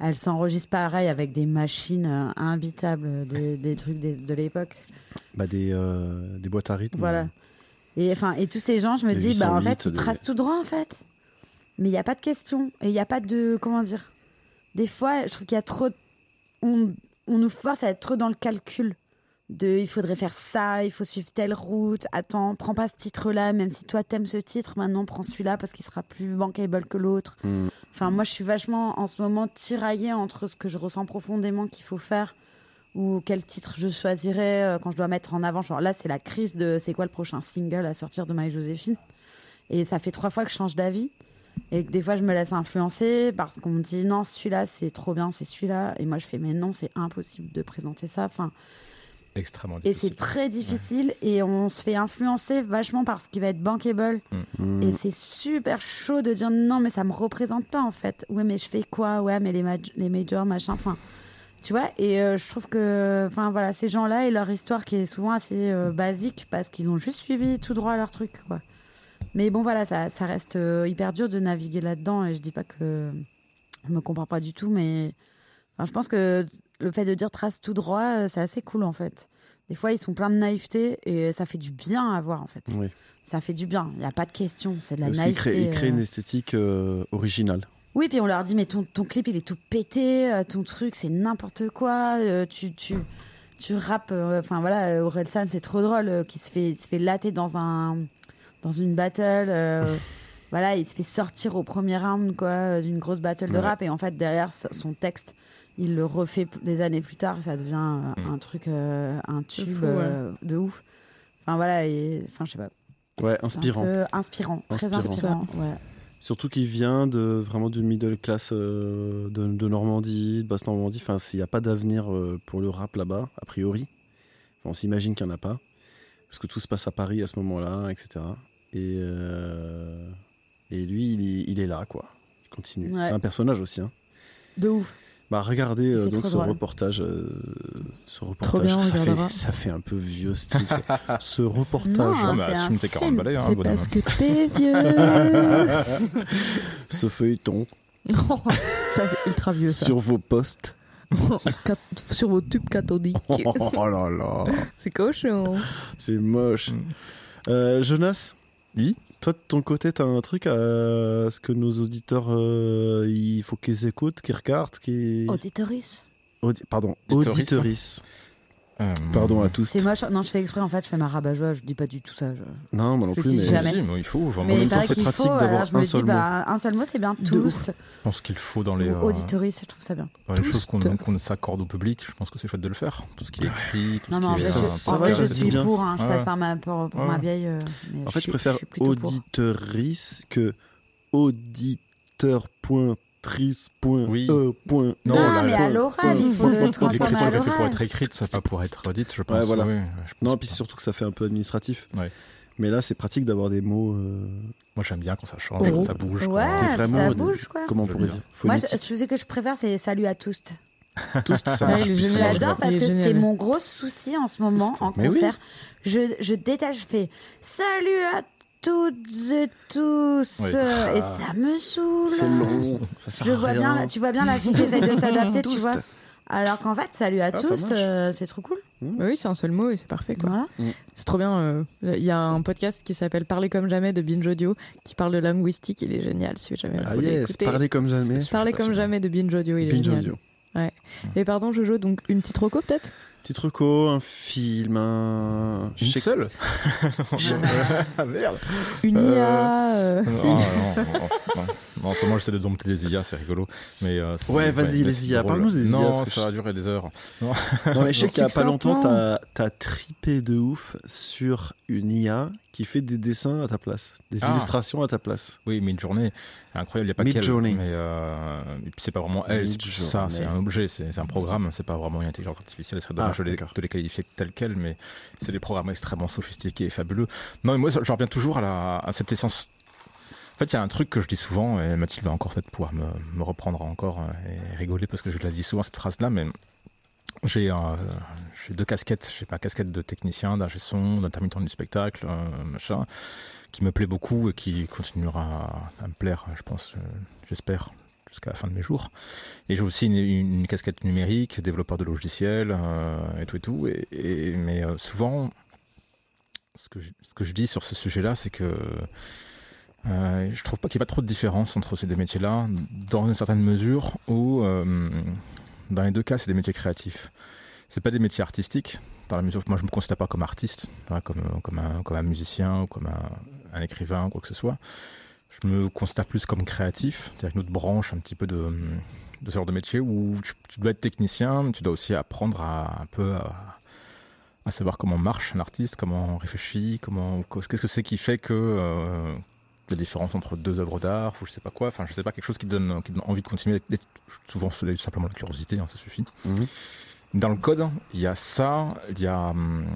[SPEAKER 1] Elle s'enregistre pareil avec des machines euh, imbitables, des, des trucs des- de, l'époque.
[SPEAKER 3] bah, des, euh, des boîtes à rythme.
[SPEAKER 1] Voilà. Et, enfin, et tous ces gens, je me
[SPEAKER 3] Des
[SPEAKER 1] dis, bah, en
[SPEAKER 3] 808,
[SPEAKER 1] fait, ils
[SPEAKER 3] des-
[SPEAKER 1] tracent tout droit, en fait. Mais il n'y a pas de question. Et il n'y a pas de. Comment dire Des fois, je trouve qu'il y a trop. On, on nous force à être trop dans le calcul. De il faudrait faire ça, il faut suivre telle route. Attends, prends pas ce titre-là, même si toi t'aimes ce titre, maintenant prends celui-là parce qu'il sera plus bankable que l'autre.
[SPEAKER 3] Mm.
[SPEAKER 1] Enfin, moi, je suis vachement en ce moment tiraillée entre ce que je ressens profondément qu'il faut faire ou quel titre je choisirais euh, quand je dois mettre en avant. Genre là, c'est la crise de c'est quoi le prochain single à sortir de Marie-Joséphine. Et ça fait trois fois que je change d'avis et que des fois, je me laisse influencer parce qu'on me dit non, celui-là, c'est trop bien, c'est celui-là. Et moi, je fais mais non, c'est impossible de présenter ça. Enfin,
[SPEAKER 2] Extrêmement
[SPEAKER 1] et
[SPEAKER 2] difficile.
[SPEAKER 1] c'est très difficile et on se fait influencer vachement par ce qui va être bankable.
[SPEAKER 3] Mm.
[SPEAKER 1] Et c'est super chaud de dire non, mais ça me représente pas en fait. Ouais, mais je fais quoi Ouais, mais les, ma- les majors, machin. Enfin, tu vois, et euh, je trouve que enfin voilà, ces gens-là et leur histoire qui est souvent assez euh, basique parce qu'ils ont juste suivi tout droit leur truc, quoi. Mais bon, voilà, ça, ça reste euh, hyper dur de naviguer là-dedans et je dis pas que je me compare pas du tout, mais enfin, je pense que le fait de dire trace tout droit, euh, c'est assez cool en fait. Des fois, ils sont pleins de naïveté et ça fait du bien à voir en fait.
[SPEAKER 3] Mm. Oui.
[SPEAKER 1] Ça fait du bien, il n'y a pas de question, c'est de la
[SPEAKER 3] Et aussi, il crée,
[SPEAKER 1] naïveté.
[SPEAKER 3] il crée
[SPEAKER 1] euh.
[SPEAKER 3] une esthétique euh, originale.
[SPEAKER 1] Oui, puis on leur dit, mais ton, ton clip, il est tout pété, euh, ton truc, c'est n'importe quoi, euh, tu, tu, tu rappes, euh, enfin voilà, euh, Orelsan, c'est trop drôle, euh, qui se fait, il se fait latter dans, un, dans une battle, euh, voilà, il se fait sortir au premier round, quoi, euh, d'une grosse battle de
[SPEAKER 3] Ouais.
[SPEAKER 1] rap, et en fait, derrière, so- son texte, il le refait p- des années plus tard, ça devient euh,
[SPEAKER 3] Mm.
[SPEAKER 1] un truc, euh, un tube
[SPEAKER 4] fou, ouais.
[SPEAKER 1] euh, de ouf. Enfin voilà, et, enfin je sais pas.
[SPEAKER 3] Ouais,
[SPEAKER 1] c'est un
[SPEAKER 3] inspirant.
[SPEAKER 1] peu inspirant, très
[SPEAKER 3] Inspirant.
[SPEAKER 1] inspirant, ouais.
[SPEAKER 3] Surtout qu'il vient de vraiment d'une middle class euh, de, de Normandie, de basse Normandie. Enfin, il n'y a pas d'avenir euh, pour le rap là-bas, a priori. Enfin, on s'imagine qu'il n'y en a pas. Parce que tout se passe à Paris à ce moment-là, etc. Et, euh, et lui, il, est- il est là, quoi. Il continue.
[SPEAKER 1] Ouais.
[SPEAKER 3] C'est un personnage aussi. hein.
[SPEAKER 1] De ouf.
[SPEAKER 3] Bah, regardez euh,
[SPEAKER 1] Il fait
[SPEAKER 3] donc
[SPEAKER 1] trop
[SPEAKER 3] ce
[SPEAKER 1] drôle.
[SPEAKER 3] reportage. euh, ce
[SPEAKER 4] Trop
[SPEAKER 3] reportage,
[SPEAKER 4] bien, on
[SPEAKER 3] ça,
[SPEAKER 4] regardera.
[SPEAKER 3] fait, ça fait un peu vieux style. ça. ce reportage.
[SPEAKER 1] Non,
[SPEAKER 2] mais
[SPEAKER 1] c'est un
[SPEAKER 2] assume tes 40
[SPEAKER 1] film,
[SPEAKER 2] balais, hein,
[SPEAKER 4] C'est
[SPEAKER 2] bonhomme.
[SPEAKER 4] parce que t'es vieux.
[SPEAKER 3] ce feuilleton
[SPEAKER 4] Non, ça c'est ultra vieux ça.
[SPEAKER 3] sur vos postes.
[SPEAKER 4] Cat- sur vos tubes cathodiques.
[SPEAKER 3] Oh là là,
[SPEAKER 4] C'est cochon.
[SPEAKER 3] c'est moche.
[SPEAKER 2] Mm.
[SPEAKER 3] Euh, Jonas,
[SPEAKER 2] Oui
[SPEAKER 3] toi de ton côté, t'as un truc à ce que nos auditeurs, euh, il faut qu'ils écoutent, qu'ils regardent, qu'ils.
[SPEAKER 1] Auditoris.
[SPEAKER 3] Audi- Pardon,
[SPEAKER 2] Auditoris.
[SPEAKER 3] auditoris.
[SPEAKER 2] Euh,
[SPEAKER 3] Pardon à tous.
[SPEAKER 1] C'est moche. Non, je fais exprès en fait, je fais ma rabat joie, je dis pas du tout ça. je-
[SPEAKER 3] Non, moi non
[SPEAKER 1] Je
[SPEAKER 3] plus,
[SPEAKER 1] dis
[SPEAKER 3] mais.
[SPEAKER 1] jamais.
[SPEAKER 2] si, mais il faut. vraiment.
[SPEAKER 1] Mais
[SPEAKER 3] même
[SPEAKER 1] il
[SPEAKER 3] temps,
[SPEAKER 1] paraît
[SPEAKER 3] c'est
[SPEAKER 1] qu'il
[SPEAKER 3] pratique
[SPEAKER 1] faut,
[SPEAKER 3] d'avoir
[SPEAKER 1] alors je
[SPEAKER 3] un
[SPEAKER 1] me
[SPEAKER 3] seul
[SPEAKER 1] dis,
[SPEAKER 3] mot.
[SPEAKER 1] bah, un seul mot c'est bien,
[SPEAKER 4] De ouf.
[SPEAKER 1] toast,
[SPEAKER 2] Je pense qu'il faut dans les,
[SPEAKER 1] ou
[SPEAKER 2] euh,
[SPEAKER 1] auditoris, je trouve ça bien.
[SPEAKER 2] dans les choses qu'on
[SPEAKER 4] Toast.
[SPEAKER 2] qu'on s'accorde au public. Je pense que c'est chouette de le faire. Tout ce qui est écrit, tout
[SPEAKER 1] Non, mais en
[SPEAKER 2] ce qui
[SPEAKER 1] vrai, je,
[SPEAKER 2] est.
[SPEAKER 3] ça,
[SPEAKER 1] en
[SPEAKER 2] euh,
[SPEAKER 3] ça
[SPEAKER 1] vrai,
[SPEAKER 3] va, ça
[SPEAKER 1] je
[SPEAKER 3] se dit
[SPEAKER 1] suis
[SPEAKER 3] bien.
[SPEAKER 1] pour, hein, je
[SPEAKER 2] Ouais,
[SPEAKER 1] passe
[SPEAKER 2] ouais.
[SPEAKER 1] par ma, pour, pour
[SPEAKER 2] Ouais,
[SPEAKER 1] ma
[SPEAKER 2] ouais.
[SPEAKER 1] vieille. euh, mais
[SPEAKER 3] En fait, je
[SPEAKER 1] suis-
[SPEAKER 3] préfère
[SPEAKER 1] suis plutôt pour.
[SPEAKER 3] auditoris que auditeur.tris.e.e.
[SPEAKER 2] Oui.
[SPEAKER 1] Non,
[SPEAKER 2] Non, là,
[SPEAKER 1] mais
[SPEAKER 2] là.
[SPEAKER 1] à l'oral, il faut le
[SPEAKER 2] L'écrit
[SPEAKER 1] transformer à
[SPEAKER 2] est fait pour
[SPEAKER 1] l'oral.
[SPEAKER 2] être écrite, ça pas pour être dite, je pense.
[SPEAKER 3] voilà.
[SPEAKER 2] oui, je pense
[SPEAKER 3] Non,
[SPEAKER 2] pas.
[SPEAKER 3] puis surtout que ça fait un peu administratif.
[SPEAKER 2] Ouais.
[SPEAKER 3] Mais là, c'est pratique d'avoir des mots. euh,
[SPEAKER 2] Moi, j'aime bien quand ça change,
[SPEAKER 4] Oh.
[SPEAKER 2] quand ça bouge.
[SPEAKER 1] Ouais,
[SPEAKER 2] quand-
[SPEAKER 1] Ah, puis
[SPEAKER 3] vraiment
[SPEAKER 1] ça
[SPEAKER 3] des-
[SPEAKER 1] bouge quoi.
[SPEAKER 3] comment on
[SPEAKER 2] Je
[SPEAKER 3] pourrait
[SPEAKER 2] veux
[SPEAKER 3] dire
[SPEAKER 1] Moi, je,
[SPEAKER 3] Phonétique.
[SPEAKER 1] ce que je préfère, c'est salut à tous.
[SPEAKER 3] Tous, ça
[SPEAKER 4] Ouais,
[SPEAKER 3] marche
[SPEAKER 4] il est
[SPEAKER 3] plus, ça
[SPEAKER 4] génial.
[SPEAKER 3] marche
[SPEAKER 1] J'adore
[SPEAKER 3] pas.
[SPEAKER 1] parce
[SPEAKER 4] Il est
[SPEAKER 1] que c'est
[SPEAKER 4] génial.
[SPEAKER 1] mon gros souci en ce moment en
[SPEAKER 3] Mais oui.
[SPEAKER 1] concert. Je, je déteste, je fais salut à toutes et tous
[SPEAKER 2] Oui.
[SPEAKER 1] euh, et ça me saoule.
[SPEAKER 3] Ah. C'est long. Ça sert
[SPEAKER 1] Je
[SPEAKER 3] à
[SPEAKER 1] vois
[SPEAKER 3] rien.
[SPEAKER 1] bien, tu vois bien la fille qui essaie de s'adapter, tu
[SPEAKER 3] Tous.
[SPEAKER 1] vois. Alors qu'en fait, salut à
[SPEAKER 3] Ah, ça
[SPEAKER 1] tous,
[SPEAKER 3] marche. Bah,
[SPEAKER 1] euh, c'est trop cool.
[SPEAKER 4] Bah oui, c'est un seul mot et c'est parfait quoi.
[SPEAKER 1] Voilà.
[SPEAKER 4] C'est trop bien. euh, Il y a un podcast qui s'appelle Parler comme jamais de Binge Audio qui parle de linguistique. Il est génial si jamais vous
[SPEAKER 3] Ah
[SPEAKER 4] voulez
[SPEAKER 3] yes,
[SPEAKER 4] écouter.
[SPEAKER 3] parler comme jamais.
[SPEAKER 4] Parler comme jamais de Binge Audio. Il est
[SPEAKER 3] Binge
[SPEAKER 4] génial.
[SPEAKER 3] audio.
[SPEAKER 4] Et pardon Jojo, donc une petite reco peut-être
[SPEAKER 3] Petit reco, un film, un.
[SPEAKER 2] Une
[SPEAKER 3] Shake-
[SPEAKER 2] seule
[SPEAKER 3] Shake- Ah, merde Oh.
[SPEAKER 4] Une
[SPEAKER 2] Euh,
[SPEAKER 4] IA. euh,
[SPEAKER 2] non, non, non, non. Non, en ce moment, j'essaie de dompter des IA, c'est rigolo. Mais, euh, c'est-
[SPEAKER 3] Ouais, vas-y,
[SPEAKER 2] mais
[SPEAKER 3] les
[SPEAKER 2] c'est
[SPEAKER 3] IA,
[SPEAKER 2] drôle.
[SPEAKER 3] parle-nous des IA,
[SPEAKER 2] Non,
[SPEAKER 3] parce que
[SPEAKER 2] ça
[SPEAKER 3] je-
[SPEAKER 2] va durer des heures.
[SPEAKER 3] Non, mais je sais qu'il y a pas
[SPEAKER 4] Succinctement.
[SPEAKER 3] longtemps, t'as as tripé de ouf sur une IA qui fait des dessins à ta place, des
[SPEAKER 2] Ah.
[SPEAKER 3] illustrations à ta place.
[SPEAKER 2] Oui, Midjourney, incroyable, il n'y a pas qu'elle.
[SPEAKER 3] Midjourney.
[SPEAKER 2] Mais euh, et puis c'est pas vraiment elle, c'est plus
[SPEAKER 3] Midjourney.
[SPEAKER 2] ça, c'est un objet, c'est c'est un programme, c'est pas vraiment une intelligence artificielle, ce serait dommage
[SPEAKER 3] Ah,
[SPEAKER 2] de les-
[SPEAKER 3] d'accord.
[SPEAKER 2] de les qualifier tels quels, mais c'est des programmes extrêmement sophistiqués et fabuleux. Non, mais moi, ça- je reviens toujours à, la, à cette essence. En fait, il y a un truc que je dis souvent, et Mathilde va encore peut-être pouvoir me, me reprendre encore euh, et rigoler parce que je la dis souvent cette phrase-là, mais j'ai euh, j'ai deux casquettes. J'ai ma casquette de technicien, d'ingé son, d'intermittent du spectacle, euh, machin, qui me plaît beaucoup et qui continuera à, à me plaire, je pense, euh, j'espère, jusqu'à la fin de mes jours. Et j'ai aussi une, une casquette numérique, développeur de logiciels euh, et tout et tout. Et, et- mais euh, souvent, ce que, je, ce que je dis sur ce sujet-là, c'est que euh, je trouve pas qu'il y ait pas trop de différence entre ces deux métiers-là, dans une certaine mesure où euh, dans les deux cas, c'est des métiers créatifs. C'est pas des métiers artistiques, dans la mesure où moi je me considère pas comme artiste, hein, comme, comme, un, comme un musicien ou comme un, un écrivain, quoi que ce soit. Je me considère plus comme créatif, c'est-à-dire une autre branche un petit peu de, de ce genre de métier où tu, tu dois être technicien, mais tu dois aussi apprendre à, un peu à, à savoir comment marche un artiste, comment on réfléchit, comment qu'est-ce que c'est qui fait que euh, la différence entre deux œuvres d'art ou je sais pas quoi, enfin je sais pas quelque chose qui donne, qui donne envie de continuer. d'être- Souvent c'est simplement la curiosité, hein, ça suffit.
[SPEAKER 3] Mhm.
[SPEAKER 2] Dans le code, il y a ça, il y a. hum,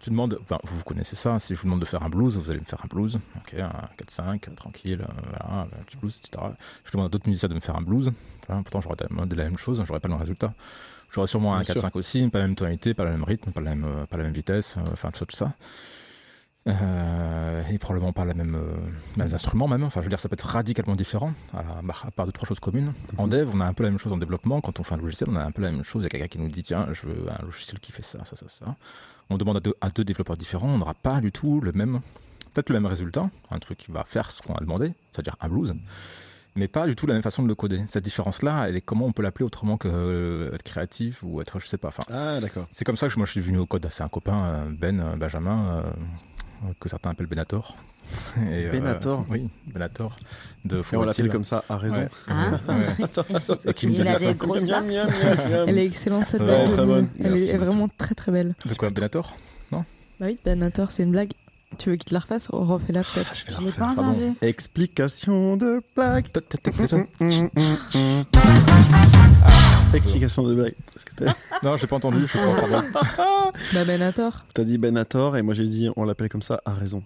[SPEAKER 2] Tu demandes, enfin, vous connaissez ça, si je vous demande de faire un blues, vous allez me faire un blues, ok, un 4-5, euh, tranquille, euh, voilà, un petit blues, etc. Je demande à d'autres musiciens de me faire un blues, voilà, pourtant j'aurais demandé la même chose, hein, j'aurais pas le même résultat. J'aurais sûrement un
[SPEAKER 3] Bien sûr.
[SPEAKER 2] 4-5 aussi, pas la même tonalité, pas le même rythme, pas la même, euh, pas la même vitesse, euh, enfin tout ça, tout ça. Euh, et probablement pas la même, euh, même instrument même. Enfin, je veux dire, ça peut être radicalement différent, à, bah, à part deux trois choses communes.
[SPEAKER 3] Mhm.
[SPEAKER 2] En dev, on a un peu la même chose en développement. Quand on fait un logiciel, on a un peu la même chose. Il y a quelqu'un qui nous dit tiens, je veux un logiciel qui fait ça, ça, ça, ça. On demande à deux, à deux développeurs différents, on n'aura pas du tout le même, peut-être le même résultat, un truc qui va faire ce qu'on a demandé, c'est-à-dire un blues, mais pas du tout la même façon de le coder. Cette différence-là, elle est comment on peut l'appeler autrement que euh, être créatif ou être, je sais pas. Enfin,
[SPEAKER 3] Ah, d'accord.
[SPEAKER 2] c'est comme ça que je- moi je suis venu au code. C'est un copain, euh, Ben, euh, Benjamin, euh, que certains appellent Benator. Et, euh,
[SPEAKER 3] Benator
[SPEAKER 2] Oui, Benator. De
[SPEAKER 3] Et on l'appelle
[SPEAKER 2] Faut-il.
[SPEAKER 3] comme ça à raison.
[SPEAKER 2] Ouais.
[SPEAKER 1] Hein
[SPEAKER 2] Ouais. Et qui me
[SPEAKER 1] Il
[SPEAKER 2] disait
[SPEAKER 1] a
[SPEAKER 2] ça.
[SPEAKER 1] des grosses
[SPEAKER 3] Miam, miam,
[SPEAKER 1] marques.
[SPEAKER 3] miam, miam.
[SPEAKER 4] Elle est excellente cette
[SPEAKER 2] Ouais,
[SPEAKER 4] blague.
[SPEAKER 3] euh, très
[SPEAKER 4] Denis.
[SPEAKER 3] bonne.
[SPEAKER 4] Elle
[SPEAKER 3] Merci,
[SPEAKER 4] est
[SPEAKER 3] Mathilde.
[SPEAKER 4] vraiment très très belle.
[SPEAKER 2] C'est quoi Benator
[SPEAKER 4] Bah oui, Benator, c'est une blague. Tu veux qu'il te la refasse Refais-la peut-être.
[SPEAKER 2] Je vais
[SPEAKER 1] Je
[SPEAKER 2] la
[SPEAKER 1] l'ai
[SPEAKER 2] refaire,
[SPEAKER 1] pas
[SPEAKER 2] pardon.
[SPEAKER 1] entendu.
[SPEAKER 3] Explication de blague. Explication de blague. Parce que t'as-
[SPEAKER 2] Non, je l'ai pas entendu. Je crois, pardon.
[SPEAKER 3] Ah,
[SPEAKER 4] Bah Benator.
[SPEAKER 3] T'as dit Benator et moi j'ai dit on l'appelle comme ça à raison.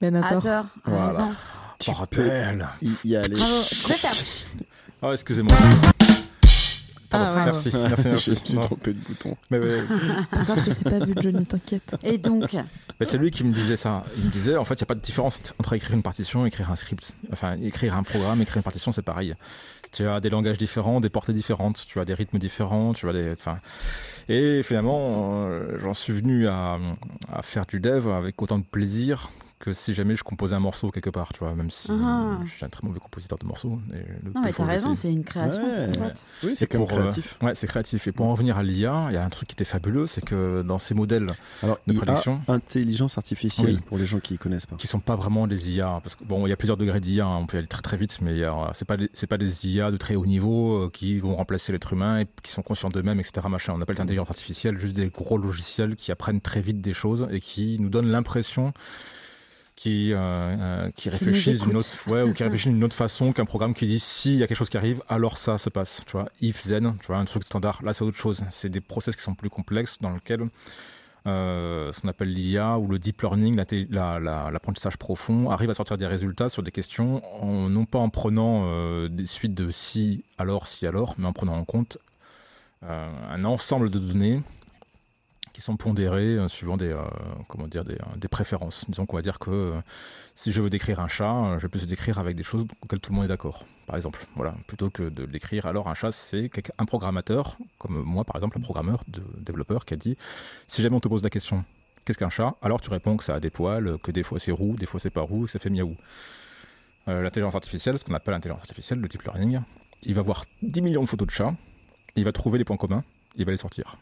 [SPEAKER 4] Benator.
[SPEAKER 1] Attends,
[SPEAKER 3] Voilà.
[SPEAKER 1] raison.
[SPEAKER 2] Tu rappelles.
[SPEAKER 3] Il y a les.
[SPEAKER 1] Bravo. Tu peux faire. pfff
[SPEAKER 2] Ah, excusez-moi. Pardon.
[SPEAKER 4] Ah, ouais.
[SPEAKER 2] Merci, merci,
[SPEAKER 3] Je
[SPEAKER 2] merci.
[SPEAKER 3] me suis
[SPEAKER 2] Non,
[SPEAKER 3] trompé de bouton.
[SPEAKER 2] mais, mais-
[SPEAKER 4] Attends, je te sais pas vu, Johnny, t'inquiète.
[SPEAKER 1] Et donc,
[SPEAKER 2] mais c'est lui qui me disait ça. Il me disait, en fait, il n'y a pas de différence entre écrire une partition et écrire un script. Enfin, écrire un programme, écrire une partition, c'est pareil. Tu as des langages différents, des portées différentes, tu as des rythmes différents, tu as des. Enfin, et finalement, euh, j'en suis venu à, à faire du dev avec autant de plaisir que si jamais je composais un morceau quelque part, tu vois, même si
[SPEAKER 1] Ah.
[SPEAKER 2] euh, je suis un très mauvais compositeur de morceaux. et le
[SPEAKER 1] non
[SPEAKER 2] peu
[SPEAKER 1] mais t'as
[SPEAKER 2] fois où
[SPEAKER 1] raison,
[SPEAKER 2] j'essaie-
[SPEAKER 1] c'est une création
[SPEAKER 3] Ouais.
[SPEAKER 1] complète.
[SPEAKER 3] Oui, c'est
[SPEAKER 2] Et
[SPEAKER 3] quand même
[SPEAKER 2] pour, euh,
[SPEAKER 3] créatif.
[SPEAKER 2] Ouais, c'est créatif. Et pour en revenir à l'IA, il y a un truc qui était fabuleux, c'est que dans ces modèles
[SPEAKER 3] Alors,
[SPEAKER 2] de
[SPEAKER 3] IA,
[SPEAKER 2] prédiction,
[SPEAKER 3] intelligence artificielle
[SPEAKER 2] Oui.
[SPEAKER 3] pour les gens qui connaissent pas.
[SPEAKER 2] qui sont pas vraiment des IA, parce que bon, il y a plusieurs degrés d'IA, hein, on peut y aller très très vite, mais il y a- c'est pas des- c'est pas des IA de très haut niveau euh, qui vont remplacer l'être humain et qui sont conscients d'eux-mêmes, etc. Machin. On appelle l'intelligence artificielle juste des gros logiciels qui apprennent très vite des choses et qui nous donnent l'impression qui, euh, euh, qui réfléchissent d'une
[SPEAKER 1] écoutent.
[SPEAKER 2] autre, ouais, ou qui réfléchissent d'une autre façon qu'un programme qui dit s'il y a quelque chose qui arrive, alors ça se passe. Tu vois, if then, tu vois, un truc standard. Là, c'est autre chose. C'est des process qui sont plus complexes dans lesquels euh, ce qu'on appelle l'IA ou le deep learning, l'apprentissage la la- l'apprentissage profond, arrive à sortir des résultats sur des questions, en- non pas en prenant euh, des suites de si, alors, si, alors, mais en prenant en compte euh, un ensemble de données qui sont pondérées euh, suivant des, euh, comment dire, des, euh, des préférences. Disons qu'on va dire que euh, si je veux décrire un chat, euh, je peux se décrire avec des choses auxquelles tout le monde est d'accord, par exemple. Voilà, plutôt que de l'écrire. Alors un chat, c'est quelqu'un- un programmateur, comme moi par exemple, un programmeur, de, développeur, qui a dit si jamais on te pose la question, qu'est-ce qu'un chat Alors tu réponds que ça a des poils, que des fois c'est roux, des fois c'est pas roux, et que ça fait miaou. Euh, l'intelligence artificielle, ce qu'on appelle l'intelligence artificielle, le deep learning, il va voir 10 millions de photos de chats, il va trouver les points communs, il va les sortir.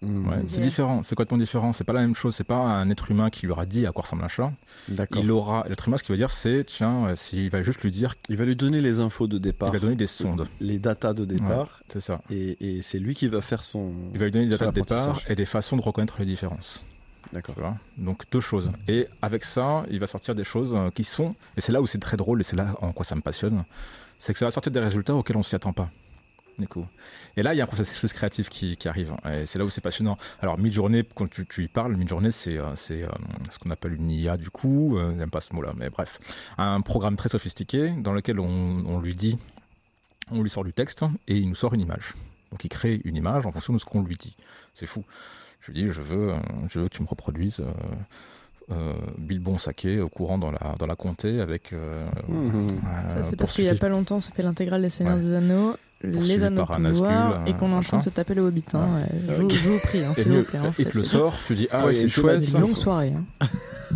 [SPEAKER 3] Mmh,
[SPEAKER 2] Ouais, C'est
[SPEAKER 1] Ok.
[SPEAKER 2] différent, c'est complètement différent, c'est pas la même chose, c'est pas un être humain qui lui aura dit à quoi ressemble un chat.
[SPEAKER 3] D'accord.
[SPEAKER 2] Il
[SPEAKER 3] Il...
[SPEAKER 2] aura, l'être humain, ce qu'il va dire, c'est tiens, euh, s'il va juste lui dire,
[SPEAKER 3] va lui donner les infos de
[SPEAKER 2] il
[SPEAKER 3] départ,
[SPEAKER 2] va donner des sondes,
[SPEAKER 3] les datas de départ,
[SPEAKER 2] c'est ça.
[SPEAKER 3] et, et c'est lui qui va faire son.
[SPEAKER 2] Il va lui donner des
[SPEAKER 3] Sur
[SPEAKER 2] dates de départ
[SPEAKER 3] l'apprentissage.
[SPEAKER 2] et des façons de reconnaître les différences.
[SPEAKER 3] D'accord.
[SPEAKER 2] Tu vois Donc deux choses. Et avec ça, il va sortir des choses euh, qui sont, et c'est là où c'est très drôle, et c'est là en quoi ça me passionne, c'est que ça va sortir des résultats auxquels on s'y attend pas. Du coup. Et là, il y a un processus créatif qui, qui arrive. hein, Et c'est là où c'est passionnant. Alors, mid-journée, quand tu, tu y parles, mid-journée, c'est euh, c'est, euh, ce qu'on appelle une IA, du coup. Euh, J'aime pas ce mot-là, mais bref. Un programme très sophistiqué dans lequel on, on lui dit, on lui sort du texte et il nous sort une image. Donc, il crée une image en fonction de ce qu'on lui dit. C'est fou. Je lui dis, je veux, euh, je veux que tu me reproduises euh, euh, Bilbon Saké au courant dans la, dans la comté avec. euh,
[SPEAKER 3] Mhm.
[SPEAKER 2] euh,
[SPEAKER 4] Hmm. Ça, c'est parce qu'il n'y a
[SPEAKER 2] poursuivi-
[SPEAKER 4] pas longtemps, ça fait l'intégrale des Seigneurs
[SPEAKER 2] Ouais.
[SPEAKER 4] des Anneaux,
[SPEAKER 2] Poursuivi
[SPEAKER 4] les Anneaux
[SPEAKER 2] par
[SPEAKER 4] de
[SPEAKER 2] un Nazgûl,
[SPEAKER 4] pouvoir,
[SPEAKER 2] un
[SPEAKER 4] et qu'on est en train de se
[SPEAKER 2] machin.
[SPEAKER 4] taper le Hobbit. hein, ouais. Je, vous- je vous prie, hein,
[SPEAKER 2] Et
[SPEAKER 4] s'il vous
[SPEAKER 2] le-
[SPEAKER 4] plaît. hein,
[SPEAKER 2] et te le
[SPEAKER 4] c'est-
[SPEAKER 2] sort, tu dis ah,
[SPEAKER 3] Ouais,
[SPEAKER 2] ouais,
[SPEAKER 3] c'est
[SPEAKER 2] c'est
[SPEAKER 3] une
[SPEAKER 2] chouette,
[SPEAKER 4] C'est
[SPEAKER 2] ça.
[SPEAKER 4] une longue soirée. hein.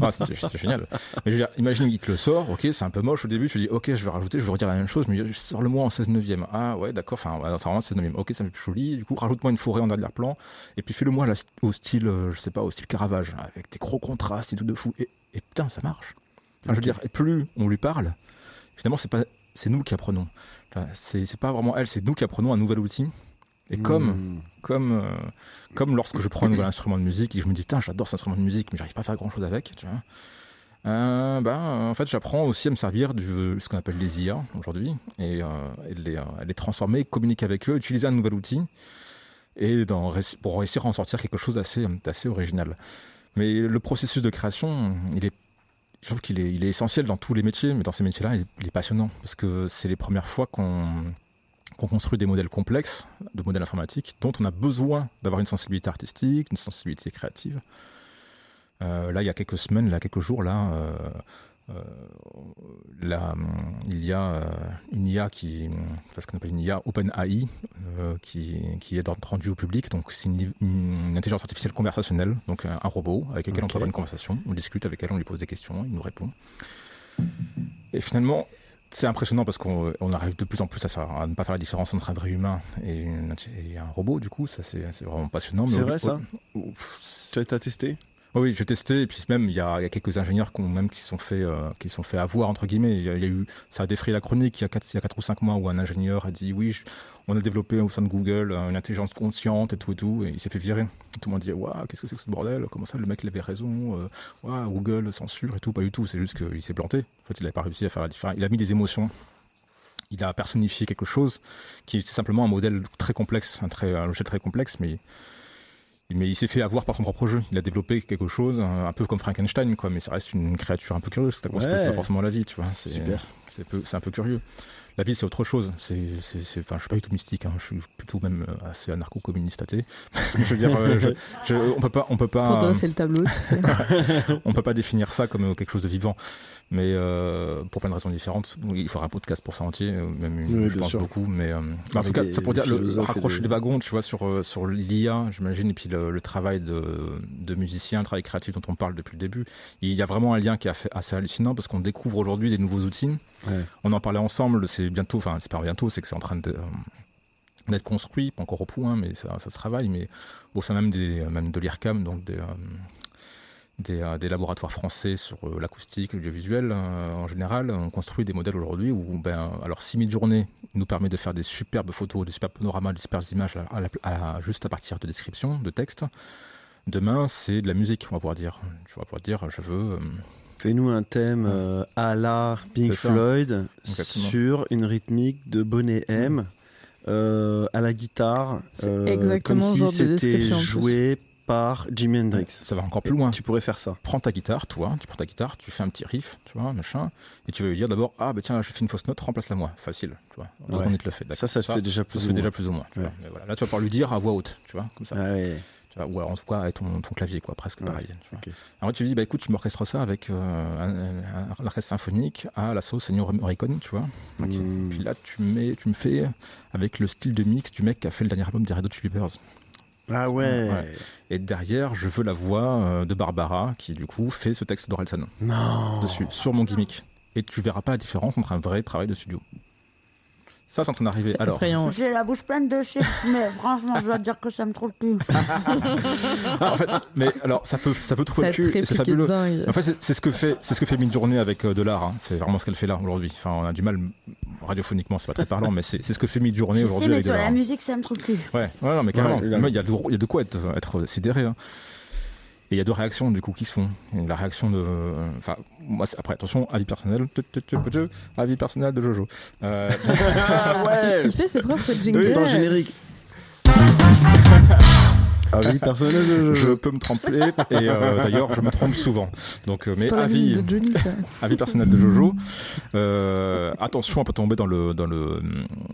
[SPEAKER 2] Ah, c'était c'était génial. Mais je veux dire, imagine qu'il te le sort, ok, c'est un peu moche au début, tu dis ok, je vais rajouter, je vais redire la même chose, mais sors le moi en 16 neuvième. Ah ouais, d'accord, enfin, ouais, c'est vraiment 16 neuvième. Ok, ça me fait plus joli, du coup, rajoute-moi une forêt en arrière-plan, et puis fais-le moi là, au style, euh, je sais pas, au style Caravage, avec des gros contrastes et tout de fou. Et, et putain, ça marche. Enfin, je veux dire, et plus on lui parle, finalement, c'est pas, c'est nous qui apprenons. Enfin, C'est c'est pas vraiment elle, c'est nous qui apprenons un nouvel outil. Et comme
[SPEAKER 3] Mhm.
[SPEAKER 2] comme, euh, comme lorsque je prends un nouvel instrument de musique et que je me dis putain j'adore cet instrument de musique mais j'arrive pas à faire grand chose avec tu vois Euh, ben, euh, en fait j'apprends aussi à me servir de ce qu'on appelle les IA aujourd'hui et, euh, et de les, euh, les transformer communiquer avec eux utiliser un nouvel outil et d'en réuss- pour réussir à en sortir quelque chose d'assez d'assez original mais le processus de création il est je trouve qu'il est, il est essentiel dans tous les métiers, mais dans ces métiers-là, il est- il est passionnant parce que c'est les premières fois qu'on qu'on construit des modèles complexes de modèles informatiques dont on a besoin d'avoir une sensibilité artistique, une sensibilité créative. Euh, là, il y a quelques semaines, là, quelques jours, là, euh, euh, là, hum, il y a euh, une IA qui, hum, enfin, ce qu'on appelle une IA OpenAI, euh, qui, qui est rendue au public. Donc, c'est une, une intelligence artificielle conversationnelle, donc euh, un, un robot avec lequel on
[SPEAKER 3] Ok.
[SPEAKER 2] peut avoir une conversation, on discute avec elle, on lui pose des questions, il nous répond. Et finalement, c'est impressionnant parce qu'on euh, on arrive de plus en plus à, faire- à ne pas faire la différence entre un vrai humain et, une- et un robot, du coup, ça c'est c'est vraiment passionnant. mais
[SPEAKER 3] C'est
[SPEAKER 2] au-
[SPEAKER 3] vrai
[SPEAKER 2] au-
[SPEAKER 3] ça
[SPEAKER 2] au- oh, pff,
[SPEAKER 3] Tu as t'as testé
[SPEAKER 2] oui, Oui, j'ai testé, et puis même, il y a, il y a quelques ingénieurs qui ont- même qui se sont fait, euh, qui se sont fait avoir, entre guillemets. Il y a, il y a eu, ça a défrayé la chronique il y a 4, ou 5 mois où un ingénieur a dit Oui, je- on a développé au sein de Google euh, une intelligence consciente et tout et tout, et il s'est fait virer. Tout le monde dit Waouh, qu'est-ce que c'est que ce bordel Comment ça, le mec, il avait raison euh, Waouh, Google censure et tout, pas du tout, c'est juste qu'il s'est planté. En fait, il n'avait pas réussi à faire la différence. Il a mis des émotions. Il a personnifié quelque chose qui est simplement un modèle très complexe, un, très, un logiciel très complexe, mais mais il s'est fait avoir par son propre jeu. Il a développé quelque chose, euh, un peu comme Frankenstein, quoi. Mais ça reste une créature un peu curieuse. C'est à quoi se
[SPEAKER 3] Ouais.
[SPEAKER 2] passe pas forcément la vie, tu vois. C'est-
[SPEAKER 3] Super.
[SPEAKER 2] C'est peu- c'est un peu curieux. La vie, c'est autre chose. C'est, c'est, c'est- enfin, je suis pas du tout mystique. hein. Je suis plutôt même euh, assez anarcho-communiste athée. je veux dire, euh, je- je- on peut pas, on peut pas.
[SPEAKER 4] Pour dresser le tableau, tu sais.
[SPEAKER 2] On peut pas définir ça comme euh, quelque chose de vivant, mais euh, pour plein de raisons différentes. Oui, Il faudra un podcast pour ça entier, euh, même une-
[SPEAKER 3] Oui, bien
[SPEAKER 2] je pense
[SPEAKER 3] sûr.
[SPEAKER 2] beaucoup. Mais euh, mais en
[SPEAKER 3] Avec
[SPEAKER 2] tout cas,
[SPEAKER 3] des-
[SPEAKER 2] c'est pour
[SPEAKER 3] des
[SPEAKER 2] dire le- le
[SPEAKER 3] philosophes et
[SPEAKER 2] raccrocher les
[SPEAKER 3] des-
[SPEAKER 2] wagons, tu vois, sur euh, sur l'IA, j'imagine, et puis le, le travail de, de musicien, le travail créatif dont on parle depuis le début. Il y a vraiment un lien qui est affa- assez hallucinant parce qu'on découvre aujourd'hui des nouveaux outils.
[SPEAKER 3] Ouais.
[SPEAKER 2] On en parlait ensemble. C'est bientôt, enfin, c'est pas bientôt, c'est que c'est en train de euh, d'être construit, pas encore au point, mais ça, ça se travaille. Mais au sein même, des, même de l'IRCAM, donc des, euh, des, euh, des laboratoires français sur euh, l'acoustique, l'audiovisuel euh, en général, on construit des modèles aujourd'hui où, ben, alors, 6 000 journées nous permet de faire des superbes photos, des superbes panoramas, des superbes images à la- à la- juste à partir de descriptions, de textes. Demain, c'est de la musique, on va pouvoir dire. Tu vas pouvoir dire, je veux. euh,
[SPEAKER 3] Fais-nous un thème euh, à la Pink
[SPEAKER 2] C'est ça.
[SPEAKER 3] Floyd
[SPEAKER 2] Exactement.
[SPEAKER 3] sur une rythmique de Bonnet
[SPEAKER 2] Mmh.
[SPEAKER 3] M euh, à la guitare,
[SPEAKER 4] C'est
[SPEAKER 3] euh,
[SPEAKER 4] exactement
[SPEAKER 3] comme
[SPEAKER 4] le
[SPEAKER 3] si
[SPEAKER 4] genre de
[SPEAKER 3] c'était
[SPEAKER 4] description, en plus.
[SPEAKER 3] joué par Jimi Hendrix.
[SPEAKER 2] ça va encore plus loin.
[SPEAKER 3] Tu pourrais faire ça.
[SPEAKER 2] prends ta guitare, toi, tu prends ta guitare, tu fais un petit riff, tu vois, machin, et tu vas lui dire d'abord, ah bah tiens, j'ai fait une fausse note, remplace-la moi, facile, tu vois.
[SPEAKER 3] Ouais.
[SPEAKER 2] Donc on te le fait, d'accord.
[SPEAKER 3] Ça, ça te fait déjà
[SPEAKER 2] ça se
[SPEAKER 3] plus. ou
[SPEAKER 2] fait
[SPEAKER 3] moins.
[SPEAKER 2] déjà plus ou moins. tu vois.
[SPEAKER 3] Ouais.
[SPEAKER 2] Mais voilà. Là, tu vas pouvoir lui dire à voix haute, tu vois, comme ça.
[SPEAKER 3] Ah ouais.
[SPEAKER 2] Tu vois, Bah, ou alors, en tout cas, avec ton, ton clavier, quoi, presque
[SPEAKER 3] Ouais.
[SPEAKER 2] pareil. Tu vois.
[SPEAKER 3] Ok.
[SPEAKER 2] Alors, tu lui dis, bah écoute, tu m'orchestres ça avec euh, un, un- un orchestre symphonique à la sauce Seigneur Morricone, tu vois. Ok.
[SPEAKER 3] Mm.
[SPEAKER 2] Puis là, tu, mets, tu me fais avec le style de mix du mec qui a fait le dernier album des Red Hot Chili Peppers.
[SPEAKER 3] Ah ouais.
[SPEAKER 2] Ouais. Et derrière, je veux la voix euh, de Barbara qui, du coup, fait ce texte d'Orelsan
[SPEAKER 3] Non.
[SPEAKER 2] dessus, sur mon gimmick. Et tu verras pas la différence entre un vrai travail de studio. Ça, c'est en train d'arriver.
[SPEAKER 4] C'est
[SPEAKER 2] Alors,
[SPEAKER 4] effrayant. ouais.
[SPEAKER 1] J'ai la bouche pleine de chips, mais franchement, je dois dire que ça me trouve le
[SPEAKER 3] Ah,
[SPEAKER 1] cul.
[SPEAKER 2] en fait, mais alors, ça peut, ça peut trouver
[SPEAKER 4] Ça
[SPEAKER 2] le cul, et
[SPEAKER 4] a
[SPEAKER 2] c'est
[SPEAKER 4] très piqué de
[SPEAKER 2] fabuleux.
[SPEAKER 4] dingue.
[SPEAKER 2] En fait, c'est- c'est ce que fait, c'est ce que fait Midjourney avec euh, de l'art. hein. C'est vraiment ce qu'elle fait là aujourd'hui. Enfin, on a du mal radiophoniquement, c'est pas très parlant, mais c'est c'est ce que fait Midjourney
[SPEAKER 1] Je sais,
[SPEAKER 2] aujourd'hui
[SPEAKER 1] mais
[SPEAKER 2] avec de
[SPEAKER 1] sur
[SPEAKER 2] l'art.
[SPEAKER 1] la musique, ça me trouve le cul.
[SPEAKER 2] Ouais, ouais, non, mais carrément.
[SPEAKER 3] Ouais,
[SPEAKER 2] Mais
[SPEAKER 3] évidemment.
[SPEAKER 2] il, y a de, il y a de quoi être, être sidéré. hein. Et il y a deux réactions du coup qui se font. Et La réaction de. Enfin, moi, c'est- après, attention, avis personnel. Tut, tut, tut, tut, Avis personnel de Jojo. Euh,
[SPEAKER 3] Ah ouais.
[SPEAKER 4] Il fait ses propres
[SPEAKER 3] Oui,
[SPEAKER 4] jingles.
[SPEAKER 3] Dans le générique. Avis personnel de
[SPEAKER 2] Je
[SPEAKER 3] jeu.
[SPEAKER 2] peux me tromper et euh, d'ailleurs je me trompe souvent. Donc, euh,
[SPEAKER 4] C'est
[SPEAKER 2] mais
[SPEAKER 4] pas la vie
[SPEAKER 2] avis,
[SPEAKER 4] de Johnny, ça.
[SPEAKER 2] avis personnel de Jojo. Euh, attention à pas tomber dans le dans le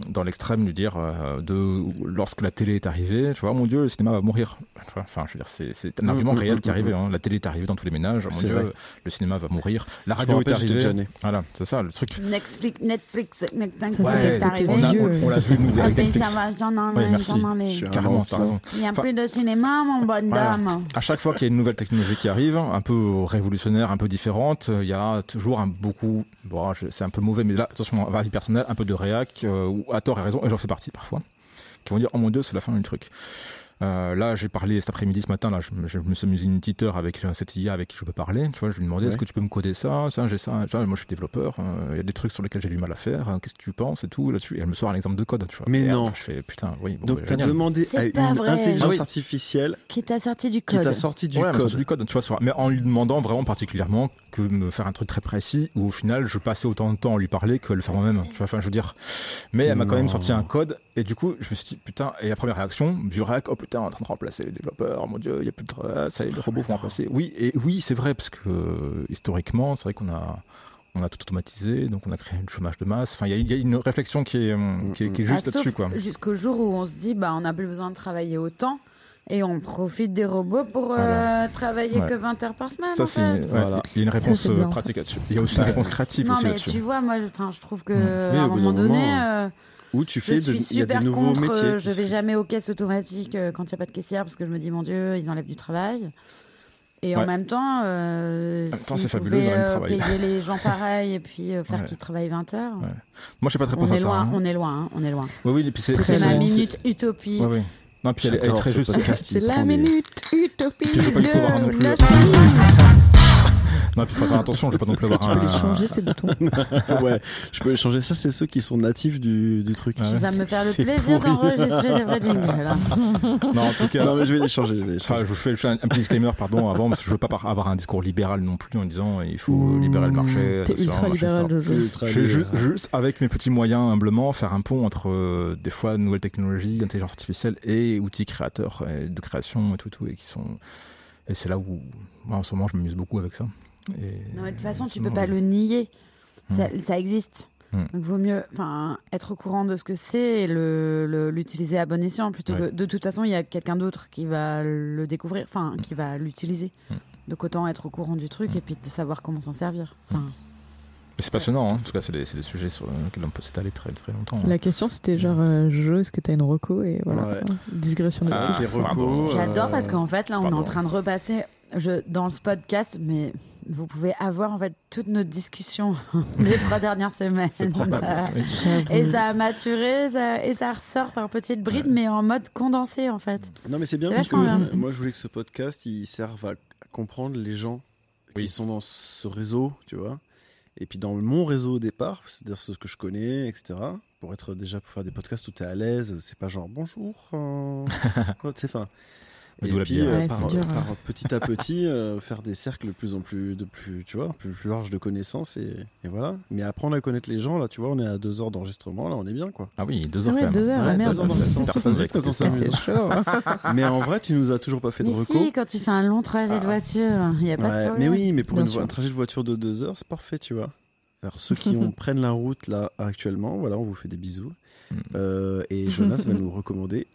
[SPEAKER 2] dans l'extrême du dire euh, de lorsque la télé est arrivée, tu vois, mon Dieu, le cinéma va mourir. Tu vois, Enfin, je veux dire, c'est c'est un
[SPEAKER 3] Mm,
[SPEAKER 2] argument
[SPEAKER 3] mm,
[SPEAKER 2] réel
[SPEAKER 3] mm,
[SPEAKER 2] qui est arrivé. hein. La télé est arrivée dans tous les ménages. Mon
[SPEAKER 3] C'est
[SPEAKER 2] Dieu,
[SPEAKER 3] vrai.
[SPEAKER 2] le cinéma va mourir. La
[SPEAKER 3] Je me
[SPEAKER 2] radio est
[SPEAKER 3] rappelle, j'étais
[SPEAKER 2] arrivée.
[SPEAKER 3] déjà né.
[SPEAKER 2] Voilà, c'est ça le truc.
[SPEAKER 1] Netflix, Netflix, Netflix,
[SPEAKER 4] Ça,
[SPEAKER 1] Netflix,
[SPEAKER 4] Ouais,
[SPEAKER 1] c'est
[SPEAKER 4] t'es
[SPEAKER 2] on
[SPEAKER 1] arrivé.
[SPEAKER 2] l'a-
[SPEAKER 4] vieux.
[SPEAKER 2] on- on l'a vu nous
[SPEAKER 1] Ah,
[SPEAKER 2] avec
[SPEAKER 1] mais
[SPEAKER 2] Netflix.
[SPEAKER 1] ça va, j'en
[SPEAKER 2] Oui,
[SPEAKER 1] ai,
[SPEAKER 2] merci.
[SPEAKER 1] j'en ai.
[SPEAKER 3] Je suis un
[SPEAKER 2] Carrément, t'as
[SPEAKER 3] ancien.
[SPEAKER 2] raison.
[SPEAKER 1] Il n'y a plus de cinéma, mon bonne
[SPEAKER 2] Voilà.
[SPEAKER 1] dame.
[SPEAKER 2] À chaque fois qu'il y a une nouvelle technologie qui arrive, un peu révolutionnaire, un peu différente, euh, il y a toujours un beaucoup. bon, je- c'est un peu mauvais, mais là, attention, à vie personnelle, un peu de réac, euh, ou à tort et raison, et j'en fais partie parfois, qui vont dire Oh mon dieu, c'est la fin du truc. Euh, là, j'ai parlé cet après-midi, ce matin, là, je, je me suis mis une petite heure avec euh, cette IA avec qui je peux parler. Tu vois, je lui ai demandé
[SPEAKER 3] Ouais.
[SPEAKER 2] Est-ce que tu peux me coder ça Ça, j'ai ça. ça, moi, je suis développeur. euh, Il y a des trucs sur lesquels j'ai du mal à faire. euh, Qu'est-ce que tu penses et tout là-dessus Et elle me sort un exemple de code. Tu vois.
[SPEAKER 3] Mais
[SPEAKER 2] Et, euh,
[SPEAKER 3] non.
[SPEAKER 2] Je fais Putain, oui. Bon,
[SPEAKER 3] Donc
[SPEAKER 2] bah,
[SPEAKER 3] t'as
[SPEAKER 2] génial.
[SPEAKER 3] demandé
[SPEAKER 1] C'est
[SPEAKER 3] à
[SPEAKER 1] pas
[SPEAKER 3] une
[SPEAKER 1] vrai.
[SPEAKER 2] Ah
[SPEAKER 3] intelligence
[SPEAKER 2] oui.
[SPEAKER 3] artificielle
[SPEAKER 1] Qui t'a sorti du
[SPEAKER 3] qui
[SPEAKER 1] code.
[SPEAKER 3] t'a sorti du
[SPEAKER 2] Ouais, mais ça, c'est
[SPEAKER 3] code.
[SPEAKER 2] du code, tu vois, sur- mais en lui demandant vraiment particulièrement que me faire un truc très précis où au final je passais autant de temps à lui parler que à le faire moi-même. Tu vois, enfin, je veux dire. Mais elle m'a quand même
[SPEAKER 3] Non.
[SPEAKER 2] sorti un code et du coup, je me suis dit putain. Et la première réaction, du réac, oh putain, on est en train de remplacer les développeurs. Mon dieu, il y a plus de tra- ça, y est, les robots vont remplacer. Oui, et oui, c'est vrai parce que euh, historiquement, c'est vrai qu'on a on a tout automatisé, donc on a créé le chômage de masse. Enfin, il y a- il y, a une réflexion qui est, hum, qui est, qui est juste
[SPEAKER 1] Ah, sauf
[SPEAKER 2] là-dessus, quoi.
[SPEAKER 1] Jusqu'au jour où on se dit, bah, on n'a plus besoin de travailler autant et on profite des robots pour euh,
[SPEAKER 2] Voilà.
[SPEAKER 1] travailler
[SPEAKER 2] Ouais.
[SPEAKER 1] que 20 heures par semaine.
[SPEAKER 2] Ça,
[SPEAKER 1] en
[SPEAKER 2] c'est
[SPEAKER 1] fait.
[SPEAKER 2] ouais,
[SPEAKER 3] Voilà.
[SPEAKER 2] il y a une réponse
[SPEAKER 4] c'est bien,
[SPEAKER 2] euh,
[SPEAKER 4] ça.
[SPEAKER 2] pratique là-dessus. Il y a aussi une
[SPEAKER 3] Ouais.
[SPEAKER 2] réponse créative
[SPEAKER 1] Non,
[SPEAKER 2] aussi
[SPEAKER 1] mais
[SPEAKER 2] là-dessus. Mm.
[SPEAKER 1] tu vois, moi, je, enfin, je trouve que
[SPEAKER 2] Ouais.
[SPEAKER 3] Oui,
[SPEAKER 1] à
[SPEAKER 3] au
[SPEAKER 1] un
[SPEAKER 3] bout
[SPEAKER 1] moment
[SPEAKER 3] d'un
[SPEAKER 1] donné,
[SPEAKER 3] moment,
[SPEAKER 1] euh,
[SPEAKER 3] Où tu
[SPEAKER 1] je
[SPEAKER 3] fais de-
[SPEAKER 1] suis
[SPEAKER 3] il y a des
[SPEAKER 1] super
[SPEAKER 3] nouveaux
[SPEAKER 1] contre.
[SPEAKER 3] métiers.
[SPEAKER 1] euh,
[SPEAKER 3] qui
[SPEAKER 1] je
[SPEAKER 3] se
[SPEAKER 1] vais
[SPEAKER 3] font.
[SPEAKER 1] jamais aux caisses automatiques euh, quand il n'y a pas de caissière parce que je me dis, mon Dieu, ils enlèvent du travail. Et en
[SPEAKER 2] Ouais.
[SPEAKER 1] même temps, euh,
[SPEAKER 2] même temps,
[SPEAKER 1] s'ils
[SPEAKER 2] c'est fabuleux
[SPEAKER 1] pouvaient,
[SPEAKER 2] d'enlever le
[SPEAKER 1] euh,
[SPEAKER 2] travail.
[SPEAKER 1] payer les gens pareil et puis euh, faire
[SPEAKER 2] Ouais.
[SPEAKER 1] qu'ils travaillent 20 heures.
[SPEAKER 2] Ouais. Moi, j'ai pas de
[SPEAKER 1] On
[SPEAKER 2] réponse à
[SPEAKER 1] est,
[SPEAKER 2] ça.
[SPEAKER 1] loin,
[SPEAKER 2] hein.
[SPEAKER 1] on est loin, hein, on est loin.
[SPEAKER 2] Oui, oui, et puis c'est
[SPEAKER 4] C'est
[SPEAKER 1] C'est
[SPEAKER 2] c'est-
[SPEAKER 1] ma
[SPEAKER 4] vraiment-
[SPEAKER 1] minute utopie.
[SPEAKER 2] Ouais, ouais. Non, puis elle, est- elle est
[SPEAKER 3] J'adore
[SPEAKER 2] très
[SPEAKER 3] ce
[SPEAKER 2] juste.
[SPEAKER 3] podcast, il
[SPEAKER 4] C'est la
[SPEAKER 3] prend des-
[SPEAKER 4] minute utopie
[SPEAKER 2] Puis je veux pas du tout avoir non
[SPEAKER 4] de
[SPEAKER 2] plus. hein.
[SPEAKER 4] la Chine.
[SPEAKER 2] Non, puis faut faire attention, je vais pas non plus
[SPEAKER 4] Est-ce que
[SPEAKER 2] avoir
[SPEAKER 4] tu peux
[SPEAKER 2] un.
[SPEAKER 4] les changer ces
[SPEAKER 2] Ah.
[SPEAKER 4] boutons
[SPEAKER 3] ouais, je peux changer ça. C'est ceux qui sont natifs du, du truc.
[SPEAKER 2] Ah
[SPEAKER 1] Tu
[SPEAKER 2] ouais.
[SPEAKER 1] vas me faire le
[SPEAKER 3] C'est
[SPEAKER 1] plaisir
[SPEAKER 3] pourri.
[SPEAKER 1] d'enregistrer des vrais jingles. hein.
[SPEAKER 2] Ah, Non, en tout cas.
[SPEAKER 3] Non, mais je vais les changer. Je vais les
[SPEAKER 2] Enfin,
[SPEAKER 3] changer.
[SPEAKER 2] je vous fais je fais un, un petit disclaimer, pardon, avant, parce que je veux pas par- avoir un discours libéral non plus en disant il faut
[SPEAKER 3] Ouh.
[SPEAKER 2] libérer le marché.
[SPEAKER 4] Mmh. T'es
[SPEAKER 2] attention,
[SPEAKER 4] ultra
[SPEAKER 2] machin,
[SPEAKER 4] libéral,
[SPEAKER 2] etc.
[SPEAKER 4] Jojo.
[SPEAKER 3] Ultra
[SPEAKER 2] Je vais
[SPEAKER 3] libre.
[SPEAKER 2] juste, juste, avec mes petits moyens humblement, faire un pont entre euh, des fois nouvelles technologies, intelligence artificielle et outils créateurs euh, de création et tout, tout, et qui sont. Et c'est là où, moi, en ce moment, je m'amuse beaucoup avec ça. Et-
[SPEAKER 1] Non, mais de toute façon, tu
[SPEAKER 2] sinon,
[SPEAKER 1] peux pas
[SPEAKER 2] je-
[SPEAKER 1] le nier.
[SPEAKER 2] Ben, Hmm.
[SPEAKER 1] Ça, ça existe.
[SPEAKER 2] Hmm.
[SPEAKER 1] Donc, vaut mieux enfin, être au courant de ce que c'est et le- le- l'utiliser à bon escient plutôt
[SPEAKER 2] Ouais.
[SPEAKER 1] que. De toute façon, il y a quelqu'un d'autre qui va le découvrir, enfin, qui va l'utiliser.
[SPEAKER 2] Hmm.
[SPEAKER 1] Donc, autant être au courant du truc et puis de savoir comment s'en servir. Enfin,
[SPEAKER 2] Mais C'est passionnant, hein. en tout cas, c'est des, c'est des sujets sur lesquels on peut s'étaler très, très longtemps. hein.
[SPEAKER 4] La question c'était genre euh, Jojo, est-ce que t'as une reco Et voilà,
[SPEAKER 3] Ouais.
[SPEAKER 4] digression de
[SPEAKER 3] Ah,
[SPEAKER 4] ouf.
[SPEAKER 3] les recos, euh,
[SPEAKER 1] J'adore parce qu'en fait, là, on est
[SPEAKER 2] pardon.
[SPEAKER 1] en train de repasser je, dans ce podcast, mais vous pouvez avoir en fait toutes nos discussions des trois dernières semaines.
[SPEAKER 2] C'est probable. Ah bah, oui.
[SPEAKER 1] Et
[SPEAKER 3] Mmh.
[SPEAKER 1] ça a maturé ça- et ça ressort par petites brides, mais en mode condensé en fait.
[SPEAKER 3] Non, mais c'est bien
[SPEAKER 1] C'est
[SPEAKER 3] parce que
[SPEAKER 1] vachement
[SPEAKER 4] bien.
[SPEAKER 3] moi, je voulais que ce podcast il serve à à comprendre les gens qui
[SPEAKER 2] Oui.
[SPEAKER 3] sont dans ce réseau, tu vois. Et puis dans mon réseau au départ, c'est-à-dire ce que je connais, etc. Pour être déjà pour faire des podcasts où t'es à l'aise, c'est pas genre bonjour, euh, ouais, c'est fin. Et
[SPEAKER 2] D'où la
[SPEAKER 3] puis
[SPEAKER 2] bière.
[SPEAKER 3] euh,
[SPEAKER 4] Ouais,
[SPEAKER 3] par,
[SPEAKER 4] c'est dur,
[SPEAKER 3] par
[SPEAKER 4] hein.
[SPEAKER 3] petit à petit, euh, faire des cercles de plus en plus de plus, tu vois, plus, plus large de connaissances et, et voilà. Mais apprendre à connaître les gens, là, tu vois, on est à deux heures d'enregistrement, là, on est bien quoi.
[SPEAKER 2] Ah oui, deux
[SPEAKER 4] Ah
[SPEAKER 2] heures
[SPEAKER 4] ouais,
[SPEAKER 2] quand même.
[SPEAKER 4] deux heures, ah
[SPEAKER 3] Ouais,
[SPEAKER 4] merde.
[SPEAKER 3] deux heures d'enregistrement, ça
[SPEAKER 2] Personne
[SPEAKER 3] passe
[SPEAKER 2] va
[SPEAKER 3] vite quand on
[SPEAKER 2] écouter ça.
[SPEAKER 4] Ça fait
[SPEAKER 3] s'amuse.
[SPEAKER 4] chaud. hein.
[SPEAKER 3] Mais en vrai, tu nous as toujours pas fait de
[SPEAKER 1] Mais
[SPEAKER 3] recours.
[SPEAKER 1] si, quand tu fais un long trajet
[SPEAKER 3] Ah.
[SPEAKER 1] de voiture, il n'y a pas
[SPEAKER 3] Ouais,
[SPEAKER 1] de problème.
[SPEAKER 3] mais oui, mais pour
[SPEAKER 4] Bien
[SPEAKER 3] une
[SPEAKER 4] sûr.
[SPEAKER 3] vo- un trajet de voiture de deux heures, c'est parfait, tu vois. Alors, ceux qui ont, prennent la route là actuellement, voilà, on vous fait des bisous.
[SPEAKER 2] Mm.
[SPEAKER 3] Euh, et Jonas va nous recommander.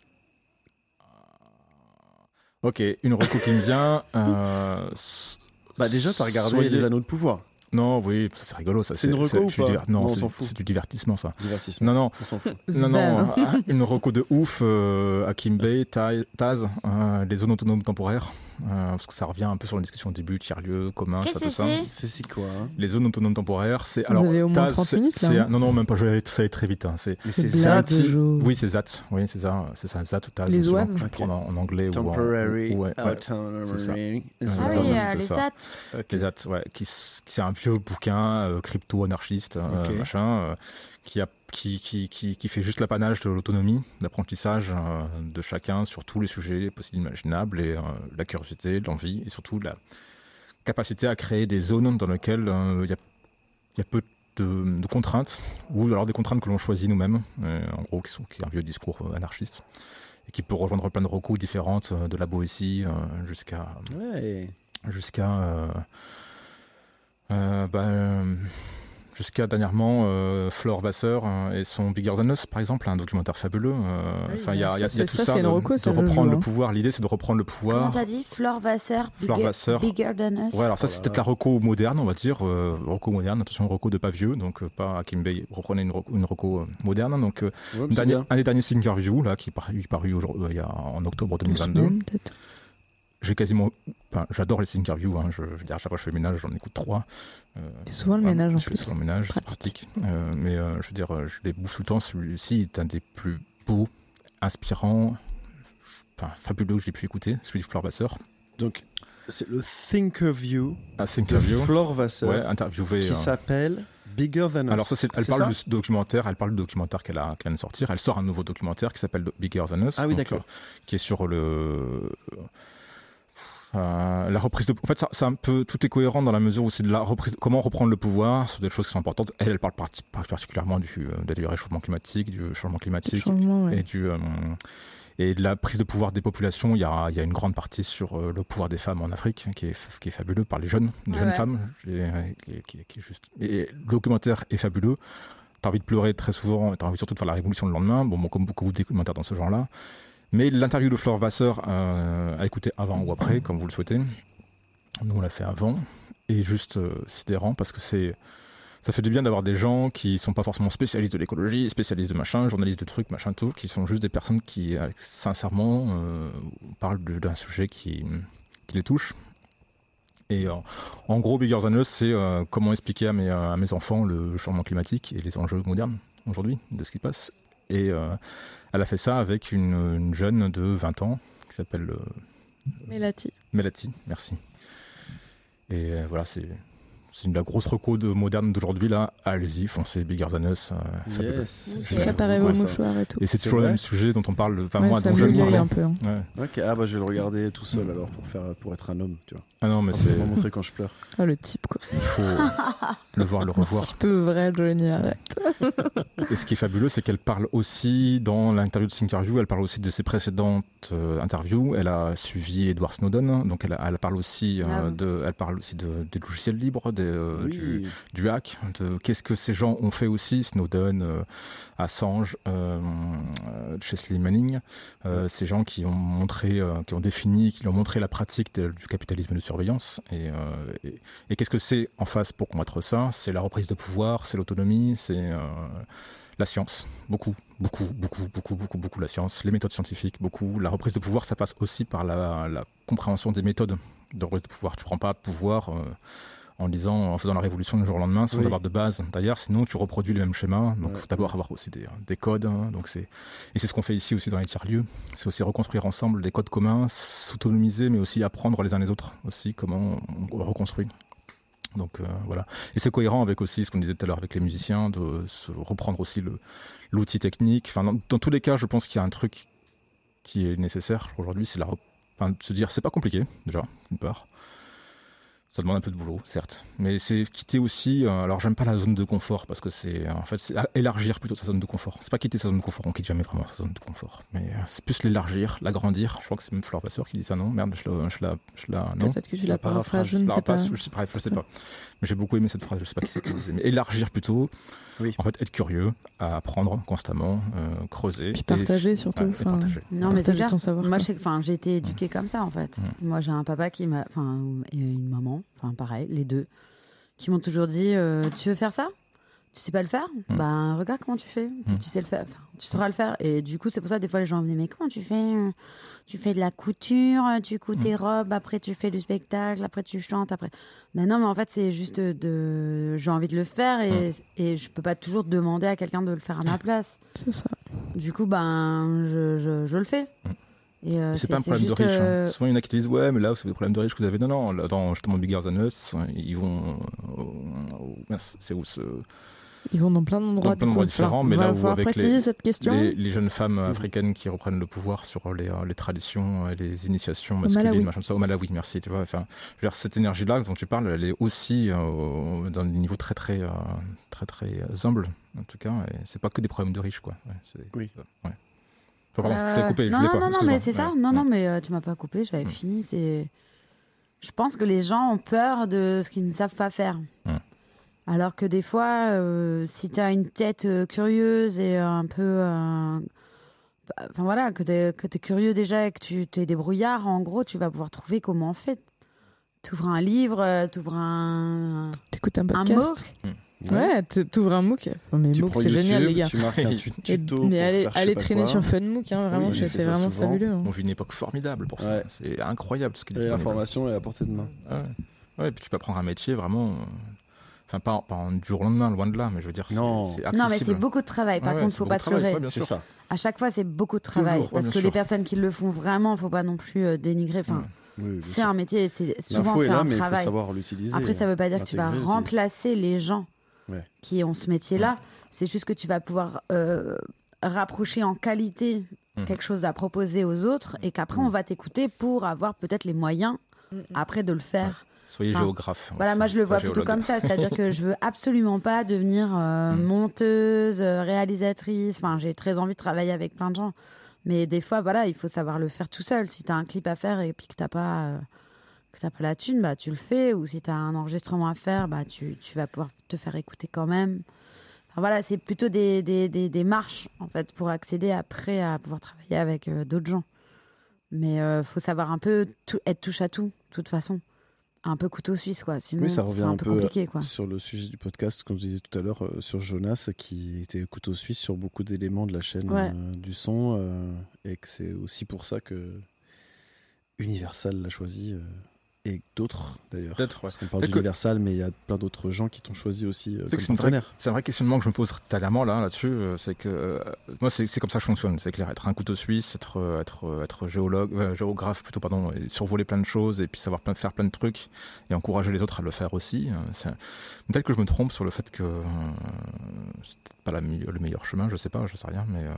[SPEAKER 2] Ok, une reco qui me vient. euh, s-
[SPEAKER 3] Bah, déjà, t'as regardé
[SPEAKER 2] soyez-
[SPEAKER 3] Les Anneaux de Pouvoir.
[SPEAKER 2] Non, oui, ça, c'est rigolo. ça,
[SPEAKER 3] C'est une reco ou
[SPEAKER 2] du
[SPEAKER 3] pas
[SPEAKER 2] diver- Non,
[SPEAKER 3] Non, on
[SPEAKER 2] c'est-
[SPEAKER 3] s'en fout.
[SPEAKER 2] C'est du divertissement, ça.
[SPEAKER 3] Divertissement.
[SPEAKER 2] Non, non,
[SPEAKER 3] On s'en fout.
[SPEAKER 2] non,
[SPEAKER 4] Zbam.
[SPEAKER 2] non. ah, une reco de ouf. Euh, Hakim Bey, Ta- Taz, euh, les zones autonomes temporaires. euh, parce que ça revient un peu sur la discussion au début, tiers-lieu, commun, Ah, ça,
[SPEAKER 1] Qu'est-ce que
[SPEAKER 2] tout ça.
[SPEAKER 1] c'est
[SPEAKER 3] C'est si quoi hein
[SPEAKER 2] Les zones autonomes temporaires, c'est.
[SPEAKER 4] Vous
[SPEAKER 2] alors,
[SPEAKER 4] avez au moins
[SPEAKER 2] Taz,
[SPEAKER 4] 30
[SPEAKER 2] c'est-
[SPEAKER 4] minutes, là,
[SPEAKER 2] c'est-
[SPEAKER 4] hein.
[SPEAKER 2] Non, non, même pas, je vais aller- ça va aller très vite. hein, c'est
[SPEAKER 3] Mais c'est
[SPEAKER 4] Blague de
[SPEAKER 3] Zati.
[SPEAKER 4] Jojo.
[SPEAKER 2] Oui, c'est ZAT. Oui, c'est ça. C'est ça, ZAT ou TAS.
[SPEAKER 4] Les
[SPEAKER 2] selon
[SPEAKER 4] OAV.
[SPEAKER 2] que Je
[SPEAKER 3] Ok.
[SPEAKER 2] prends en en anglais ou en.
[SPEAKER 3] Temporary.
[SPEAKER 2] ou- ouais, ouais. c'est ça.
[SPEAKER 3] Autonomous.
[SPEAKER 2] Ah
[SPEAKER 1] Ah
[SPEAKER 2] C'est
[SPEAKER 1] oui,
[SPEAKER 2] ça,
[SPEAKER 1] euh,
[SPEAKER 2] c'est
[SPEAKER 1] les
[SPEAKER 2] ça.
[SPEAKER 1] SAT.
[SPEAKER 2] Les ZAT, ouais, qui, s- qui c'est un vieux bouquin euh, crypto-anarchiste, euh,
[SPEAKER 3] Ok.
[SPEAKER 2] machin, euh, qui, a, qui, qui, qui, qui fait juste l'apanage de l'autonomie, d'apprentissage euh, de chacun sur tous les sujets possibles et imaginables, et euh, la curiosité, l'envie, et surtout la capacité à créer des zones dans lesquelles euh, il y, a, il y a peu de, de contraintes, ou alors des contraintes que l'on choisit nous-mêmes, euh, en gros, qui, sont, qui est un vieux discours euh, anarchiste. et qui peut rejoindre plein de recos différentes, euh, de la Boétie euh, jusqu'à
[SPEAKER 3] Ouais.
[SPEAKER 2] jusqu'à euh, euh, bah, euh, jusqu'à dernièrement euh, Flore Vasseur euh, et son Bigger Than Us par exemple un documentaire fabuleux Euh,
[SPEAKER 4] Oui,
[SPEAKER 2] enfin il y
[SPEAKER 4] bah,
[SPEAKER 2] a, il y a-
[SPEAKER 4] ça,
[SPEAKER 2] il y a
[SPEAKER 4] c'est-
[SPEAKER 2] tout
[SPEAKER 4] ça,
[SPEAKER 2] ça,
[SPEAKER 4] c'est
[SPEAKER 2] de,
[SPEAKER 4] une reco,
[SPEAKER 2] de
[SPEAKER 4] ça, je
[SPEAKER 2] reprendre
[SPEAKER 4] joue,
[SPEAKER 2] le
[SPEAKER 4] hein.
[SPEAKER 2] pouvoir l'idée c'est de reprendre le pouvoir
[SPEAKER 1] Comment t'as dit Flore Vasseur,
[SPEAKER 2] Flore
[SPEAKER 1] bigger,
[SPEAKER 2] Vasseur.
[SPEAKER 1] bigger than us.
[SPEAKER 2] Ouais, alors ça,
[SPEAKER 3] Oh là
[SPEAKER 2] c'est peut-être
[SPEAKER 3] là.
[SPEAKER 2] la reco moderne, on va dire. euh, reco moderne, attention, reco de pas vieux, donc euh, pas Hakim Bey, reprenez une reco, une reco, euh, moderne. Donc, euh,
[SPEAKER 3] Ouais, mais c'est
[SPEAKER 2] dernier-
[SPEAKER 3] bien.
[SPEAKER 2] un des derniers Singer View, là, qui est paru, il est paru aujourd'hui- euh, il y a, en octobre
[SPEAKER 4] Une
[SPEAKER 2] 2022.
[SPEAKER 4] semaine, peut-être.
[SPEAKER 2] J'ai quasiment. Enfin, j'adore les Singer View, hein, je, je veux dire, à chaque fois que je fais le ménage, j'en écoute trois. Euh,
[SPEAKER 4] Fais souvent le
[SPEAKER 2] voilà,
[SPEAKER 4] ménage en
[SPEAKER 2] je fais
[SPEAKER 4] plus.
[SPEAKER 2] souvent le ménage, c'est pratique. Euh, mais euh, je veux dire, euh, je les bouffe tout le temps. Celui-ci est un des plus beaux, inspirants, enfin, fabuleux que j'ai pu écouter, celui de Flore Vasseur.
[SPEAKER 3] Donc, c'est le Think of You
[SPEAKER 2] Un
[SPEAKER 3] de
[SPEAKER 2] Singer View.
[SPEAKER 3] Flore Vasseur
[SPEAKER 2] Ouais, interviewé.
[SPEAKER 3] qui
[SPEAKER 2] euh,
[SPEAKER 3] s'appelle Bigger Than Us.
[SPEAKER 2] Alors ça, c'est, elle
[SPEAKER 3] C'est
[SPEAKER 2] parle
[SPEAKER 3] ça
[SPEAKER 2] du documentaire, elle parle du documentaire qu'elle, a, qu'elle vient de sortir. Elle sort un nouveau documentaire qui s'appelle Bigger Than Us.
[SPEAKER 3] Ah oui,
[SPEAKER 2] donc,
[SPEAKER 3] d'accord.
[SPEAKER 2] euh, qui est sur le euh, la reprise de. En fait, ça, c'est un peu tout est cohérent dans la mesure où c'est de la reprise. Comment reprendre le pouvoir sur des choses qui sont importantes. Elle, elle parle parti- par- particulièrement du, euh, du réchauffement climatique, du changement
[SPEAKER 4] Petit
[SPEAKER 2] climatique
[SPEAKER 4] changement, ouais.
[SPEAKER 2] et du euh, et de la prise de pouvoir des populations, il y a, il y a une grande partie sur euh, le pouvoir des femmes en Afrique hein, qui est, f- qui est fabuleux par les jeunes, les
[SPEAKER 1] Ouais,
[SPEAKER 2] jeunes
[SPEAKER 1] ouais.
[SPEAKER 2] femmes. J'ai- euh, Qui, est- qui est- qui est juste... Et le documentaire est fabuleux. T'as envie de pleurer très souvent, t'as envie surtout de faire la révolution le lendemain, bon, bon, comme beaucoup de documentaires dans ce genre-là. Mais l'interview de Flore Vasseur euh, à écouter avant ou après, comme vous le souhaitez. Nous, on l'a fait avant. Et juste euh, sidérant parce que c'est. Ça fait du bien d'avoir des gens qui sont pas forcément spécialistes de l'écologie, spécialistes de machin, journalistes de trucs, machin tout, qui sont juste des personnes qui, euh, sincèrement, euh, parlent de- d'un sujet qui, qui les touche. Et euh, en gros, Bigger Than Us, c'est euh, comment expliquer à mes, à mes enfants le changement climatique et les enjeux modernes aujourd'hui de ce qui se passe. Et euh, elle a fait ça avec une, une jeune de 20 ans qui s'appelle euh,
[SPEAKER 4] Melati.
[SPEAKER 2] Melati, merci. Et euh, voilà, c'est c'est une de la grosse reco de moderne d'aujourd'hui là. Allez-y, foncez, Bigger Than Us, euh, fabuleux.
[SPEAKER 3] Yes.
[SPEAKER 2] C'est-
[SPEAKER 4] Préparez vos
[SPEAKER 3] Ouais, ça.
[SPEAKER 4] mouchoirs et tout.
[SPEAKER 2] Et c'est
[SPEAKER 3] C'est
[SPEAKER 2] toujours le
[SPEAKER 3] vrai
[SPEAKER 2] même sujet dont on parle. Enfin,
[SPEAKER 4] Ouais,
[SPEAKER 2] moi,
[SPEAKER 4] ça
[SPEAKER 2] dont
[SPEAKER 4] me
[SPEAKER 2] je
[SPEAKER 4] gueule
[SPEAKER 2] parle.
[SPEAKER 4] un peu. hein.
[SPEAKER 2] Ouais.
[SPEAKER 3] Ok, ah bah je vais le regarder tout seul alors pour faire pour être un homme, tu vois.
[SPEAKER 2] Ah non, mais
[SPEAKER 3] Pour
[SPEAKER 2] c'est
[SPEAKER 3] me montrer quand je pleure.
[SPEAKER 4] Ah, le type, quoi.
[SPEAKER 2] il faut le voir, le
[SPEAKER 4] Un
[SPEAKER 2] revoir.
[SPEAKER 4] petit peu vrai, Johnny, arrête.
[SPEAKER 2] Et ce qui est fabuleux, c'est qu'elle parle aussi, dans l'interview de Sinkerview, elle parle aussi de ses précédentes euh, interviews. Elle a suivi Edward Snowden, donc elle, elle parle aussi, euh,
[SPEAKER 1] Ah oui.
[SPEAKER 2] de, elle parle aussi de, des logiciels libres, des, euh,
[SPEAKER 3] oui.
[SPEAKER 2] du, du hack, de qu'est-ce que ces gens ont fait aussi, Snowden, euh, Assange, euh, euh, Chesley Manning, euh, ces gens qui ont montré, euh, qui ont défini, qui ont montré la pratique de- du capitalisme de surveillance. Et, euh, et, et qu'est-ce que c'est en face pour combattre ça C'est la reprise de pouvoir, c'est l'autonomie, c'est euh, la science, beaucoup, beaucoup, beaucoup, beaucoup, beaucoup, beaucoup la science, les méthodes scientifiques, beaucoup. La reprise de pouvoir, ça passe aussi par la, la compréhension des méthodes de reprise de pouvoir. Tu prends pas pouvoir euh, en disant, en faisant la révolution du jour au lendemain sans
[SPEAKER 3] Oui.
[SPEAKER 2] avoir de base. D'ailleurs, sinon tu reproduis les mêmes schémas. hein. Donc
[SPEAKER 3] Ouais.
[SPEAKER 2] d'abord avoir aussi des, des codes. hein. donc c'est et c'est ce qu'on fait ici aussi dans les tiers-lieux. C'est aussi reconstruire ensemble des codes communs, s'autonomiser, mais aussi apprendre les uns les autres aussi comment on reconstruit. Donc euh, voilà. Et c'est cohérent avec aussi ce qu'on disait tout à l'heure avec les musiciens, de se reprendre aussi le- l'outil technique. Enfin, dans, dans tous les cas, je pense qu'il y a un truc qui est nécessaire aujourd'hui, c'est la re- enfin, de se dire c'est pas compliqué déjà d'une part. Ça demande un peu de boulot, certes, mais c'est quitter aussi. euh, alors, j'aime pas la zone de confort parce que c'est euh, en fait c'est à- élargir plutôt sa zone de confort. C'est pas quitter sa zone de confort, on quitte jamais vraiment sa zone de confort, mais euh, c'est plus l'élargir, l'agrandir. Je crois que c'est même Flore Vasseur qui dit ça, non Merde, je la, je la, je la- non
[SPEAKER 4] Peut-être que tu l'as pas
[SPEAKER 3] paraphrase,
[SPEAKER 4] je ne
[SPEAKER 2] la
[SPEAKER 4] sais pas.
[SPEAKER 2] repasse, je sais pas, je sais pas. Mais j'ai beaucoup aimé cette phrase, je sais pas qui c'est qui l'a dit, mais élargir plutôt.
[SPEAKER 3] Oui.
[SPEAKER 2] En fait, être curieux, à apprendre constamment, euh, creuser.
[SPEAKER 4] Puis
[SPEAKER 2] et-
[SPEAKER 4] partager surtout.
[SPEAKER 2] Ouais, et
[SPEAKER 4] enfin,
[SPEAKER 2] partager.
[SPEAKER 1] Non, mais c'est
[SPEAKER 4] partager
[SPEAKER 1] clair.
[SPEAKER 4] ton savoir.
[SPEAKER 1] Moi, je sais que- enfin, j'ai été éduquée comme ça, en fait. Moi, j'ai un papa qui m'a, enfin, et une maman, enfin, pareil, les deux, qui m'ont toujours dit, euh, tu veux faire ça Tu sais pas le faire
[SPEAKER 2] Mm.
[SPEAKER 1] Ben, regarde comment tu fais. Puis
[SPEAKER 2] Mm.
[SPEAKER 1] Tu sais le faire. Enfin, tu sauras le faire. Et du coup, c'est pour ça, des fois, les gens me disent, mais comment tu fais euh, Tu fais de la couture, euh, tu couds
[SPEAKER 2] Mm.
[SPEAKER 1] tes robes, après tu fais du spectacle, après tu chantes, après. Ben non, mais en fait, c'est juste de, j'ai envie de le faire et, et je peux pas toujours demander à quelqu'un de le faire à ma place.
[SPEAKER 4] C'est ça.
[SPEAKER 1] Du coup, ben, je, je, je le fais. Et, euh,
[SPEAKER 2] Mm. C'est pas un problème de
[SPEAKER 1] juste,
[SPEAKER 2] riche. hein.
[SPEAKER 1] euh,
[SPEAKER 2] Souvent, il y en a qui disent Ouais, mais là, c'est des problèmes de riches que vous avez. Non, non, là, dans justement Bigger Than Us, euh, ils vont. au- au- mince, c'est où ce.
[SPEAKER 4] Ils vont dans plein d'endroits
[SPEAKER 2] Dans plein d'endroits
[SPEAKER 4] du coup, il va
[SPEAKER 2] différents,
[SPEAKER 4] falloir-
[SPEAKER 2] mais là
[SPEAKER 4] va
[SPEAKER 2] où
[SPEAKER 4] falloir
[SPEAKER 2] avec les-
[SPEAKER 4] préciser cette question.
[SPEAKER 2] Les, les jeunes femmes africaines qui reprennent le pouvoir sur les, euh, les traditions et les initiations
[SPEAKER 4] Malawi.
[SPEAKER 2] masculines, machin, tout ça, au Malawi, merci. Tu vois, enfin, je veux dire, cette énergie-là dont tu parles, elle est aussi euh, dans des niveaux très, très, euh, très, très, humble, en tout cas. et C'est pas que des problèmes de riches, quoi. Ouais, c'est-
[SPEAKER 3] Oui.
[SPEAKER 2] ouais. Enfin, pardon, je
[SPEAKER 1] Euh,
[SPEAKER 2] t'ai coupé, je
[SPEAKER 1] non,
[SPEAKER 2] voulais
[SPEAKER 1] non,
[SPEAKER 2] pas,
[SPEAKER 1] non, non,
[SPEAKER 2] excuse-moi.
[SPEAKER 1] mais c'est ça.
[SPEAKER 2] Ouais,
[SPEAKER 1] Non,
[SPEAKER 2] ouais. Mm.
[SPEAKER 1] non, mais euh, tu m'as pas coupé, j'avais fini. C'est. Je pense que les gens ont peur de ce qu'ils ne savent pas faire.
[SPEAKER 2] Mm.
[SPEAKER 1] Alors que des fois, euh, si tu as une tête euh, curieuse et euh, un peu. euh, bah, Enfin voilà, que tu es, curieux déjà et que tu es débrouillard, en gros, tu vas pouvoir trouver comment on fait. Tu ouvres un livre, euh, tu ouvres un.
[SPEAKER 4] T'écoutes un
[SPEAKER 1] Un
[SPEAKER 4] podcast
[SPEAKER 1] MOOC
[SPEAKER 4] Ouais, t- t'ouvres un MOOC. Oh, mais MOOC, c'est génial, les gars.
[SPEAKER 3] Tu marques un tu-
[SPEAKER 4] Et-
[SPEAKER 3] tuto.
[SPEAKER 4] mais
[SPEAKER 3] pour
[SPEAKER 4] allez,
[SPEAKER 3] faire je sais
[SPEAKER 4] allez
[SPEAKER 3] pas
[SPEAKER 4] traîner
[SPEAKER 3] quoi.
[SPEAKER 4] sur Funmook, hein, vraiment,
[SPEAKER 3] Oui, j'ai
[SPEAKER 4] c'est
[SPEAKER 3] fait
[SPEAKER 4] c'est
[SPEAKER 3] ça
[SPEAKER 4] vraiment
[SPEAKER 3] souvent.
[SPEAKER 4] fabuleux. hein.
[SPEAKER 2] On vit une époque formidable pour ça.
[SPEAKER 3] Ouais.
[SPEAKER 2] C'est incroyable ce qui est
[SPEAKER 3] Et
[SPEAKER 2] disponible.
[SPEAKER 3] l'information est à portée de main.
[SPEAKER 2] Ouais. Ouais, et puis tu peux apprendre un métier vraiment. euh, Enfin, pas, pas en- du jour au lendemain, loin de là, mais je veux dire, c'est
[SPEAKER 3] Non.
[SPEAKER 2] c'est
[SPEAKER 1] Non, mais c'est
[SPEAKER 2] accessible.
[SPEAKER 1] beaucoup de travail. Par
[SPEAKER 2] Ouais,
[SPEAKER 1] contre,
[SPEAKER 2] c'est
[SPEAKER 1] faut
[SPEAKER 2] beaucoup
[SPEAKER 1] pas
[SPEAKER 2] de
[SPEAKER 1] se
[SPEAKER 2] travail,
[SPEAKER 1] leurrer.
[SPEAKER 2] ouais, bien
[SPEAKER 3] C'est
[SPEAKER 2] sûr.
[SPEAKER 3] ça.
[SPEAKER 1] À chaque fois, c'est beaucoup de travail.
[SPEAKER 2] Toujours, ouais,
[SPEAKER 1] parce
[SPEAKER 2] bien
[SPEAKER 1] que
[SPEAKER 2] sûr.
[SPEAKER 1] les personnes qui le font vraiment, faut pas non plus euh, dénigrer. Enfin,
[SPEAKER 2] Ouais.
[SPEAKER 3] Oui, oui, bien
[SPEAKER 1] c'est
[SPEAKER 3] sûr.
[SPEAKER 1] un métier, c'est souvent
[SPEAKER 3] L'info est
[SPEAKER 1] c'est
[SPEAKER 3] là,
[SPEAKER 1] un
[SPEAKER 3] mais il faut
[SPEAKER 1] travail.
[SPEAKER 3] savoir l'utiliser.
[SPEAKER 1] Après, ça veut pas dire que tu vas
[SPEAKER 3] l'intégrer, l'utiliser.
[SPEAKER 1] remplacer les gens
[SPEAKER 3] Ouais.
[SPEAKER 1] qui ont ce métier-là. C'est juste que tu vas pouvoir euh, rapprocher en qualité
[SPEAKER 2] Mhm.
[SPEAKER 1] quelque chose à proposer aux autres et qu'après on va t'écouter pour avoir peut-être les moyens après de le faire.
[SPEAKER 2] Soyez
[SPEAKER 1] Enfin,
[SPEAKER 2] géographe. ouais,
[SPEAKER 1] Hein. Voilà,
[SPEAKER 2] c'est-
[SPEAKER 1] moi je le
[SPEAKER 2] pas
[SPEAKER 1] vois plutôt
[SPEAKER 2] géologue.
[SPEAKER 1] comme ça, c'est-à-dire que je veux absolument pas devenir euh,
[SPEAKER 2] Mm.
[SPEAKER 1] monteuse, euh, réalisatrice. Enfin, j'ai très envie de travailler avec plein de gens, mais des fois, voilà, il faut savoir le faire tout seul. Si t'as un clip à faire et puis que t'as pas euh, que t'as pas la thune, bah tu le fais. Ou si t'as un enregistrement à faire, bah tu, tu vas pouvoir te faire écouter quand même. Enfin, voilà, c'est plutôt des, des, des, des marches en fait pour accéder après à pouvoir travailler avec euh, d'autres gens. Mais euh, faut savoir un peu tout- être touche à tout, de toute façon. Un peu couteau suisse, quoi. Sinon,
[SPEAKER 3] Oui, ça revient
[SPEAKER 1] c'est un,
[SPEAKER 3] un
[SPEAKER 1] peu,
[SPEAKER 3] peu,
[SPEAKER 1] compliqué, quoi.
[SPEAKER 3] Sur le sujet du podcast, comme je disais tout à l'heure, euh, sur Jonas, qui était couteau suisse sur beaucoup d'éléments de la chaîne
[SPEAKER 1] Ouais.
[SPEAKER 3] euh, du son, euh, et que c'est aussi pour ça que Universal l'a choisi, euh, et d'autres d'ailleurs.
[SPEAKER 2] Peut-être, ouais.
[SPEAKER 3] On parle
[SPEAKER 2] Peut-être que-
[SPEAKER 3] d'Universal, mais il y a plein d'autres gens qui t'ont choisi aussi
[SPEAKER 2] Tu
[SPEAKER 3] euh,
[SPEAKER 2] sais
[SPEAKER 3] comme
[SPEAKER 2] que c'est une vraie-
[SPEAKER 3] partenaire.
[SPEAKER 2] C'est un vrai questionnement que je me pose totalement là, là-dessus. euh, c'est que euh, moi, c'est c'est comme ça que je fonctionne, c'est clair. Être un couteau suisse, être, euh, être, euh, être géologue, euh, géographe plutôt, pardon, et survoler plein de choses et puis savoir plein, faire plein de trucs et encourager les autres à le faire aussi. euh, c'est- Peut-être que je me trompe sur le fait que euh, c'est peut-être pas la meille- le meilleur chemin, je sais pas, je sais rien, mais. euh,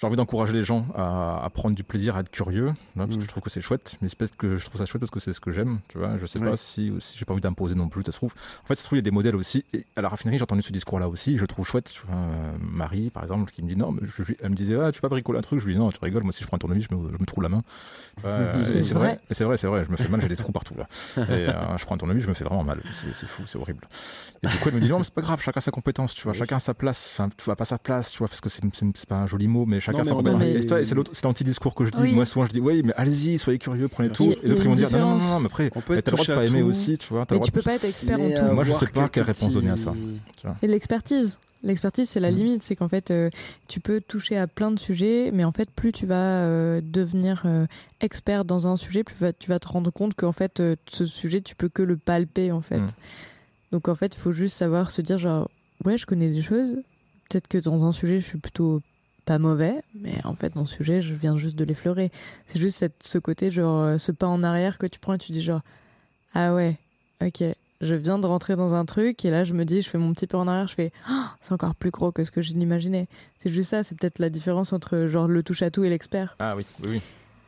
[SPEAKER 2] J'ai envie d'encourager les gens à, à prendre du plaisir, à être curieux, là, parce
[SPEAKER 3] Mm.
[SPEAKER 2] que je trouve que c'est chouette, mais c'est peut-être que je trouve ça chouette parce que c'est ce que j'aime, tu vois. Je sais
[SPEAKER 3] Ouais.
[SPEAKER 2] pas si, si j'ai pas envie d'imposer non plus, ça se trouve. En fait, ça se trouve, il y a des modèles aussi. Et à la raffinerie, j'ai entendu ce discours-là aussi. Je le trouve chouette. Tu vois, euh, Marie, par exemple, qui me dit non, mais je, je- elle me disait, ah, tu peux pas bricoler un truc. Je lui dis non, tu rigoles. Moi, si je prends un tournevis, je me, je me trouve la main. Euh,
[SPEAKER 4] C'est
[SPEAKER 2] et c'est vrai.
[SPEAKER 4] vrai.
[SPEAKER 2] Et c'est vrai, c'est vrai. Je me fais mal, j'ai des trous partout là. Et euh, je prends un tournevis, je me fais vraiment mal. C'est c'est fou, c'est horrible. Et du coup, elle me dit non, mais c'est pas grave. Chacun sa compétence, tu vois.
[SPEAKER 3] Oui.
[SPEAKER 2] Chacun sa place. Enfin, tu vois pas sa place, tu vois, parce que c'est c'est- c'est pas un joli mot, mais chacun
[SPEAKER 3] Non, mais
[SPEAKER 2] sa
[SPEAKER 3] on
[SPEAKER 2] compétence.
[SPEAKER 4] a des-
[SPEAKER 2] Et toi, c'est l'autre- c'est l'anti-discours que je dis.
[SPEAKER 1] Oui.
[SPEAKER 2] Moi, souvent, je dis oui, mais allez-y, soyez curieux, prenez
[SPEAKER 3] Il
[SPEAKER 2] tout.
[SPEAKER 4] y a-
[SPEAKER 2] Et d'autres ils vont
[SPEAKER 4] il y a
[SPEAKER 2] dire
[SPEAKER 4] une
[SPEAKER 2] non, non, non,
[SPEAKER 4] différence.
[SPEAKER 2] non, mais après,
[SPEAKER 3] On peut
[SPEAKER 2] mais
[SPEAKER 3] être
[SPEAKER 2] t'as le droit
[SPEAKER 3] touche
[SPEAKER 2] de
[SPEAKER 3] à
[SPEAKER 2] pas aimer
[SPEAKER 3] tout,
[SPEAKER 2] aussi, euh, tu vois. t'as
[SPEAKER 4] Mais
[SPEAKER 2] le
[SPEAKER 4] tu peux
[SPEAKER 2] droit de-
[SPEAKER 4] pas être expert en
[SPEAKER 3] mais
[SPEAKER 4] tout.
[SPEAKER 2] Moi, je
[SPEAKER 3] avoir
[SPEAKER 2] sais pas quelle
[SPEAKER 3] quelques
[SPEAKER 2] réponse donner à ça.
[SPEAKER 3] petits-
[SPEAKER 4] Et l'expertise. L'expertise, c'est la
[SPEAKER 2] Mhm.
[SPEAKER 4] limite. C'est qu'en fait, euh, tu peux toucher à plein de sujets, mais en fait, plus tu vas euh, devenir euh, expert dans un sujet, plus va- tu vas te rendre compte qu'en fait, euh, ce sujet, tu peux que le palper, en fait.
[SPEAKER 2] Mhm.
[SPEAKER 4] Donc, en fait, il faut juste savoir se dire, genre, ouais, je connais des choses. Peut-être que dans un sujet, je suis plutôt pas mauvais, mais en fait, mon sujet, je viens juste de l'effleurer. C'est juste cette- ce côté, genre, euh, ce pas en arrière que tu prends et tu dis, genre, ah ouais, ok, je viens de rentrer dans un truc et là, je me dis, je fais mon petit pas en arrière, je fais, Ah, c'est encore plus gros que ce que je l'imaginais. C'est juste ça, c'est peut-être la différence entre, genre, le touche-à-tout et l'expert.
[SPEAKER 2] Ah oui, oui, oui.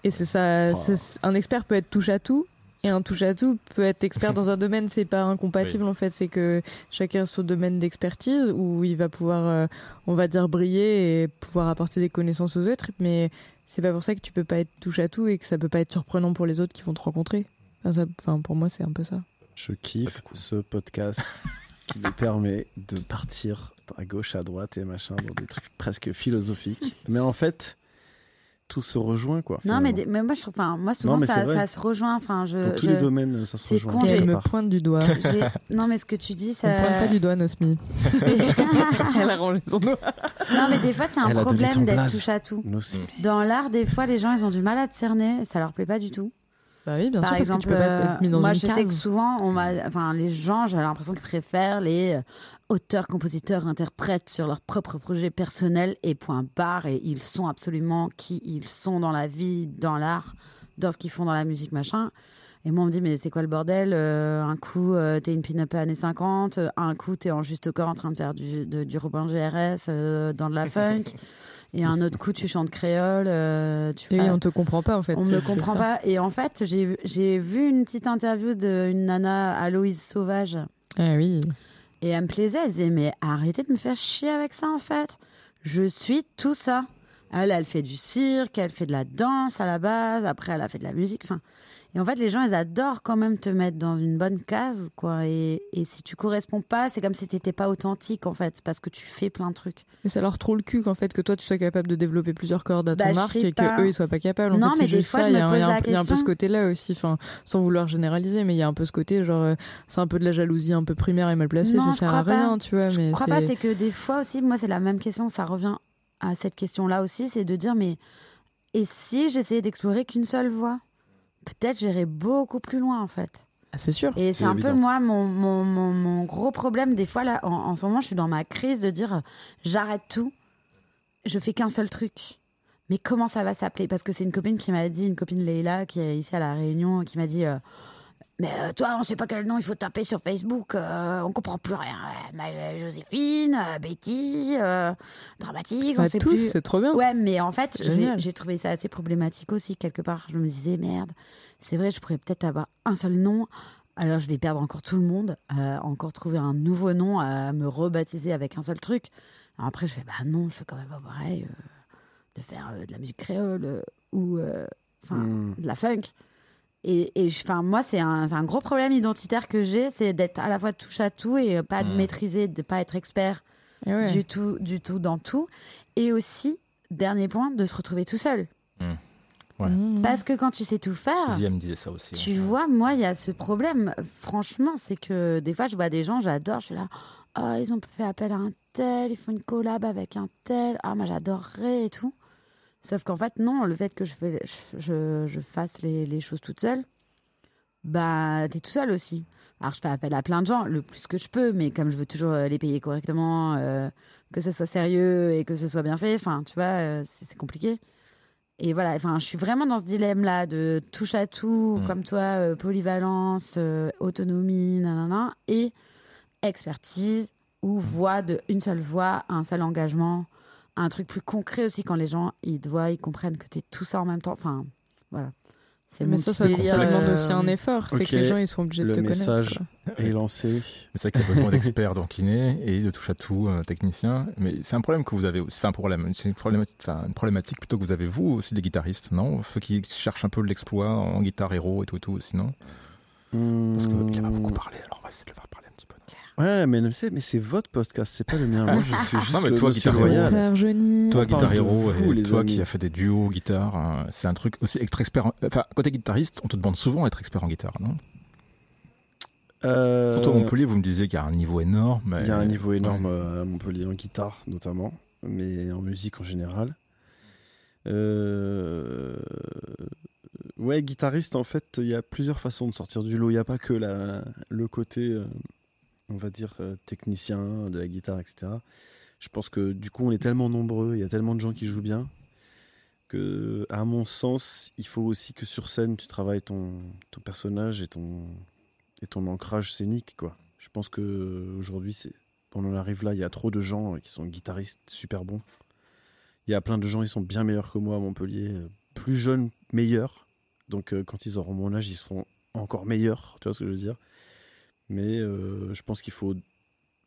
[SPEAKER 4] Et c'est ça,
[SPEAKER 3] Oh.
[SPEAKER 4] c'est- un expert peut être touche-à-tout. Et un touche-à-tout peut être expert dans un domaine, c'est pas incompatible en fait, c'est que chacun a son domaine d'expertise où il va pouvoir, euh, on va dire, briller et pouvoir apporter des connaissances aux autres, mais c'est pas pour ça que tu peux pas être touche-à-tout et que ça peut pas être surprenant pour les autres qui vont te rencontrer. Enfin, ça- enfin, pour moi, c'est un peu ça.
[SPEAKER 3] Je kiffe ce podcast qui nous permet de partir à gauche, à droite et machin dans des trucs presque philosophiques. Mais en fait, tout se rejoint quoi.
[SPEAKER 1] Non, mais,
[SPEAKER 3] finalement.
[SPEAKER 1] des- mais moi, je trouve, enfin, moi souvent,
[SPEAKER 3] Non, mais c'est
[SPEAKER 1] ça,
[SPEAKER 3] vrai.
[SPEAKER 1] ça se rejoint. Enfin, je,
[SPEAKER 3] dans tous
[SPEAKER 1] je-
[SPEAKER 3] les domaines, ça se
[SPEAKER 1] c'est
[SPEAKER 3] rejoint.
[SPEAKER 1] con,
[SPEAKER 4] Et
[SPEAKER 3] quelque
[SPEAKER 1] j'ai-
[SPEAKER 4] elle me
[SPEAKER 3] part.
[SPEAKER 4] pointe du doigt.
[SPEAKER 1] j'ai- non, mais ce que tu dis, ça.
[SPEAKER 4] Elle me pointe pas du doigt, Nosmi.
[SPEAKER 1] c'est-
[SPEAKER 4] Elle a rangé son doigt.
[SPEAKER 1] non, mais des fois, c'est un
[SPEAKER 3] Elle a donné ton
[SPEAKER 1] problème d'être
[SPEAKER 3] blaze.
[SPEAKER 1] touche à tout.
[SPEAKER 3] Nos-
[SPEAKER 1] Dans l'art, des fois, les gens, ils ont du mal à te cerner. Ça leur plaît pas du tout.
[SPEAKER 4] Bah oui, bien sûr,
[SPEAKER 1] Par
[SPEAKER 4] parce que
[SPEAKER 1] exemple,
[SPEAKER 4] tu peux pas être mis dans
[SPEAKER 1] euh, moi,
[SPEAKER 4] une
[SPEAKER 1] je sais que
[SPEAKER 4] case.
[SPEAKER 1] souvent, on m'a, enfin, les gens, j'ai l'impression qu'ils préfèrent les euh, auteurs, compositeurs, interprètes sur leur propre projet personnel et point barre. Et ils sont absolument qui ils sont dans la vie, dans l'art, dans ce qu'ils font dans la musique, machin. Et moi, on me dit, mais c'est quoi le bordel Euh, Un coup, euh, t'es une pin-up années 50, euh, un coup, t'es en juste corps en train de faire du, de- du Robin GRS euh, dans de la funk, et un autre coup, tu chantes créole, euh, tu
[SPEAKER 4] Et
[SPEAKER 1] vois.
[SPEAKER 4] oui, on te comprend pas en fait.
[SPEAKER 1] On ne
[SPEAKER 4] C'est-
[SPEAKER 1] me
[SPEAKER 4] c'est
[SPEAKER 1] comprend
[SPEAKER 4] ça.
[SPEAKER 1] pas. Et en fait, j'ai j'ai vu une petite interview d'une nana, Aloïse Sauvage,
[SPEAKER 4] Ah oui.
[SPEAKER 1] et elle me plaisait. Elle disait, mais arrêtez de me faire chier avec ça, en fait. Je suis tout ça. Elle, elle fait du cirque, elle fait de la danse à la base, après elle a fait de la musique. Enfin, et en fait, les gens, ils adorent quand même te mettre dans une bonne case, quoi. Et, et si tu corresponds pas, c'est comme si t'étais pas authentique, en fait, parce que tu fais plein de trucs.
[SPEAKER 4] Mais ça leur trop le cul qu'en fait que toi tu sois capable de développer plusieurs cordes à ton
[SPEAKER 1] Bah, je
[SPEAKER 4] arc
[SPEAKER 1] sais
[SPEAKER 4] et
[SPEAKER 1] pas.
[SPEAKER 4] que eux ils soient pas capables. En
[SPEAKER 1] Non,
[SPEAKER 4] fait,
[SPEAKER 1] mais
[SPEAKER 4] c'est
[SPEAKER 1] des
[SPEAKER 4] juste
[SPEAKER 1] fois,
[SPEAKER 4] ça,
[SPEAKER 1] je me
[SPEAKER 4] il y a un- il
[SPEAKER 1] pose
[SPEAKER 4] y a
[SPEAKER 1] la
[SPEAKER 4] un- il y a un peu
[SPEAKER 1] question.
[SPEAKER 4] ce côté-là aussi, enfin, sans vouloir généraliser, mais il y a un peu ce côté genre euh, c'est un peu de la jalousie un peu primaire et mal placée,
[SPEAKER 1] Non,
[SPEAKER 4] ça
[SPEAKER 1] je
[SPEAKER 4] sert à
[SPEAKER 1] crois pas.
[SPEAKER 4] rien, tu vois.
[SPEAKER 1] Je
[SPEAKER 4] mais
[SPEAKER 1] crois pas, c'est que des fois aussi, moi, c'est la même question, ça revient à cette question-là aussi, c'est de dire, mais et si j'essayais d'explorer qu'une seule voie Peut-être j'irais beaucoup plus loin, en fait.
[SPEAKER 4] Ah, c'est sûr.
[SPEAKER 1] Et
[SPEAKER 3] C'est
[SPEAKER 1] c'est un peu
[SPEAKER 3] évident.
[SPEAKER 1] moi mon, mon, mon, mon gros problème des fois là en, en ce moment je suis dans ma crise de dire euh, j'arrête tout, je fais qu'un seul truc. Mais comment ça va s'appeler Parce que c'est une copine qui m'a dit, une copine Leila qui est ici à la Réunion, qui m'a dit euh, mais euh, toi on sait pas quel nom il faut taper sur Facebook, euh, on comprend plus rien. Euh, ma- euh, Joséphine, euh, Betty, euh, dramatique, on
[SPEAKER 4] Bah,
[SPEAKER 1] sait
[SPEAKER 4] tous,
[SPEAKER 1] plus.
[SPEAKER 4] c'est trop bien.
[SPEAKER 1] Ouais, mais en fait, j'ai-
[SPEAKER 4] Génial.
[SPEAKER 1] j'ai trouvé ça assez problématique aussi, quelque part. Je me disais, merde, c'est vrai, je pourrais peut-être avoir un seul nom. Alors, je vais perdre encore tout le monde, euh, encore trouver un nouveau nom à me rebaptiser avec un seul truc. Alors après, je fais, bah non, je fais quand même pas pareil euh, de faire euh, de la musique créole euh, ou euh, enfin,
[SPEAKER 3] Hmm.
[SPEAKER 1] de la funk. Et, et je- enfin, moi, c'est un, c'est un gros problème identitaire que j'ai, c'est d'être à la fois touche à tout et euh, pas de
[SPEAKER 2] Mm.
[SPEAKER 1] maîtriser, de pas être expert
[SPEAKER 4] Et Eh ouais.
[SPEAKER 1] du tout, du tout dans tout. Et aussi, dernier point, de se retrouver tout seul.
[SPEAKER 2] Ouais.
[SPEAKER 4] Mmh.
[SPEAKER 1] Parce que quand tu sais tout
[SPEAKER 3] Ah.
[SPEAKER 1] faire,
[SPEAKER 2] Zia me disait ça aussi.
[SPEAKER 1] tu vois, moi, il y a ce problème. Franchement, c'est que des fois, je vois des gens, j'adore, je suis là, oh, ils ont fait appel à un tel, ils font une collab avec un tel, ah, moi, j'adorerais et tout. Sauf qu'en fait, non, le fait que je, fais, je, je- je fasse les, les choses toute seule, bah, t'es tout seul aussi. Alors, je fais appel à plein de gens, le plus que je peux, mais comme je veux toujours euh, les payer correctement, euh, que ce soit sérieux et que ce soit bien fait, enfin, tu vois, euh, c'est c'est compliqué. Et voilà, enfin, je suis vraiment dans ce dilemme-là de touche à tout,
[SPEAKER 2] Mm.
[SPEAKER 1] comme toi, euh, polyvalence, euh, autonomie, nanana, et expertise ou voix de une seule voix, un seul engagement, un truc plus concret aussi quand les gens ils te voient, ils comprennent que t'es tout ça en même temps. Enfin, voilà. C'est
[SPEAKER 4] Mais
[SPEAKER 1] mon
[SPEAKER 4] ça,
[SPEAKER 1] petit
[SPEAKER 4] ça
[SPEAKER 1] délire,
[SPEAKER 4] demande
[SPEAKER 1] euh,
[SPEAKER 4] aussi un effort. C'est
[SPEAKER 3] ok,
[SPEAKER 4] que les gens ils sont obligés
[SPEAKER 3] le
[SPEAKER 4] de te
[SPEAKER 3] message.
[SPEAKER 4] connaître.
[SPEAKER 3] Et lancé.
[SPEAKER 2] Mais c'est vrai qu'il y a besoin d'experts donc kiné et de touche à tout euh, technicien. Mais c'est un problème que vous avez aussi. Enfin, un problème. C'est une problématique, enfin, une problématique plutôt que vous avez vous aussi des guitaristes, non Ceux qui cherchent un peu l'exploit en guitare héros et tout et tout aussi, non Parce qu'il
[SPEAKER 3] Mmh.
[SPEAKER 2] n'a pas beaucoup parlé, alors on va essayer de le faire parler un petit peu.
[SPEAKER 3] Hum. Ouais, mais, c'est- mais c'est votre podcast, c'est pas le mien. Moi, je suis juste
[SPEAKER 2] Non, mais
[SPEAKER 3] le
[SPEAKER 2] toi,
[SPEAKER 3] monsieur
[SPEAKER 2] guitare héros.
[SPEAKER 3] royal.
[SPEAKER 2] Message.
[SPEAKER 4] Guitare, Johnny.
[SPEAKER 2] Toi,
[SPEAKER 3] On parle
[SPEAKER 2] guitare
[SPEAKER 3] de
[SPEAKER 2] héros,
[SPEAKER 3] vous,
[SPEAKER 2] et
[SPEAKER 3] Mmh. les
[SPEAKER 2] toi
[SPEAKER 3] amis.
[SPEAKER 2] qui as fait des duos guitare, euh, c'est un truc aussi extra expert. en- Enfin, quand t'es guitariste, on te demande souvent d'être expert en guitare, non
[SPEAKER 3] Euh,
[SPEAKER 2] Surtout à Montpellier, vous me disiez qu'il y a un niveau énorme. mais-
[SPEAKER 3] Il y a un niveau énorme euh, à Montpellier en guitare notamment, mais en musique en général. Euh, Ouais, guitariste, en fait, il y a plusieurs façons de sortir du lot. Il n'y a pas que la... le côté, euh, on va dire, euh, technicien de la guitare, etc. Je pense que du coup, on est tellement nombreux, il y a tellement de gens qui jouent bien, que, à mon sens, il faut aussi que sur scène, tu travailles ton, ton personnage et ton, et ton ancrage scénique, quoi. Je pense que euh, aujourd'hui, c'est on en arrive là, il y a trop de gens euh, qui sont guitaristes super bons. Il y a plein de gens, ils sont bien meilleurs que moi à Montpellier, euh, plus jeunes, meilleurs. Donc euh, quand ils auront mon âge, ils seront encore meilleurs, tu vois ce que je veux dire. Mais euh, je pense qu'il faut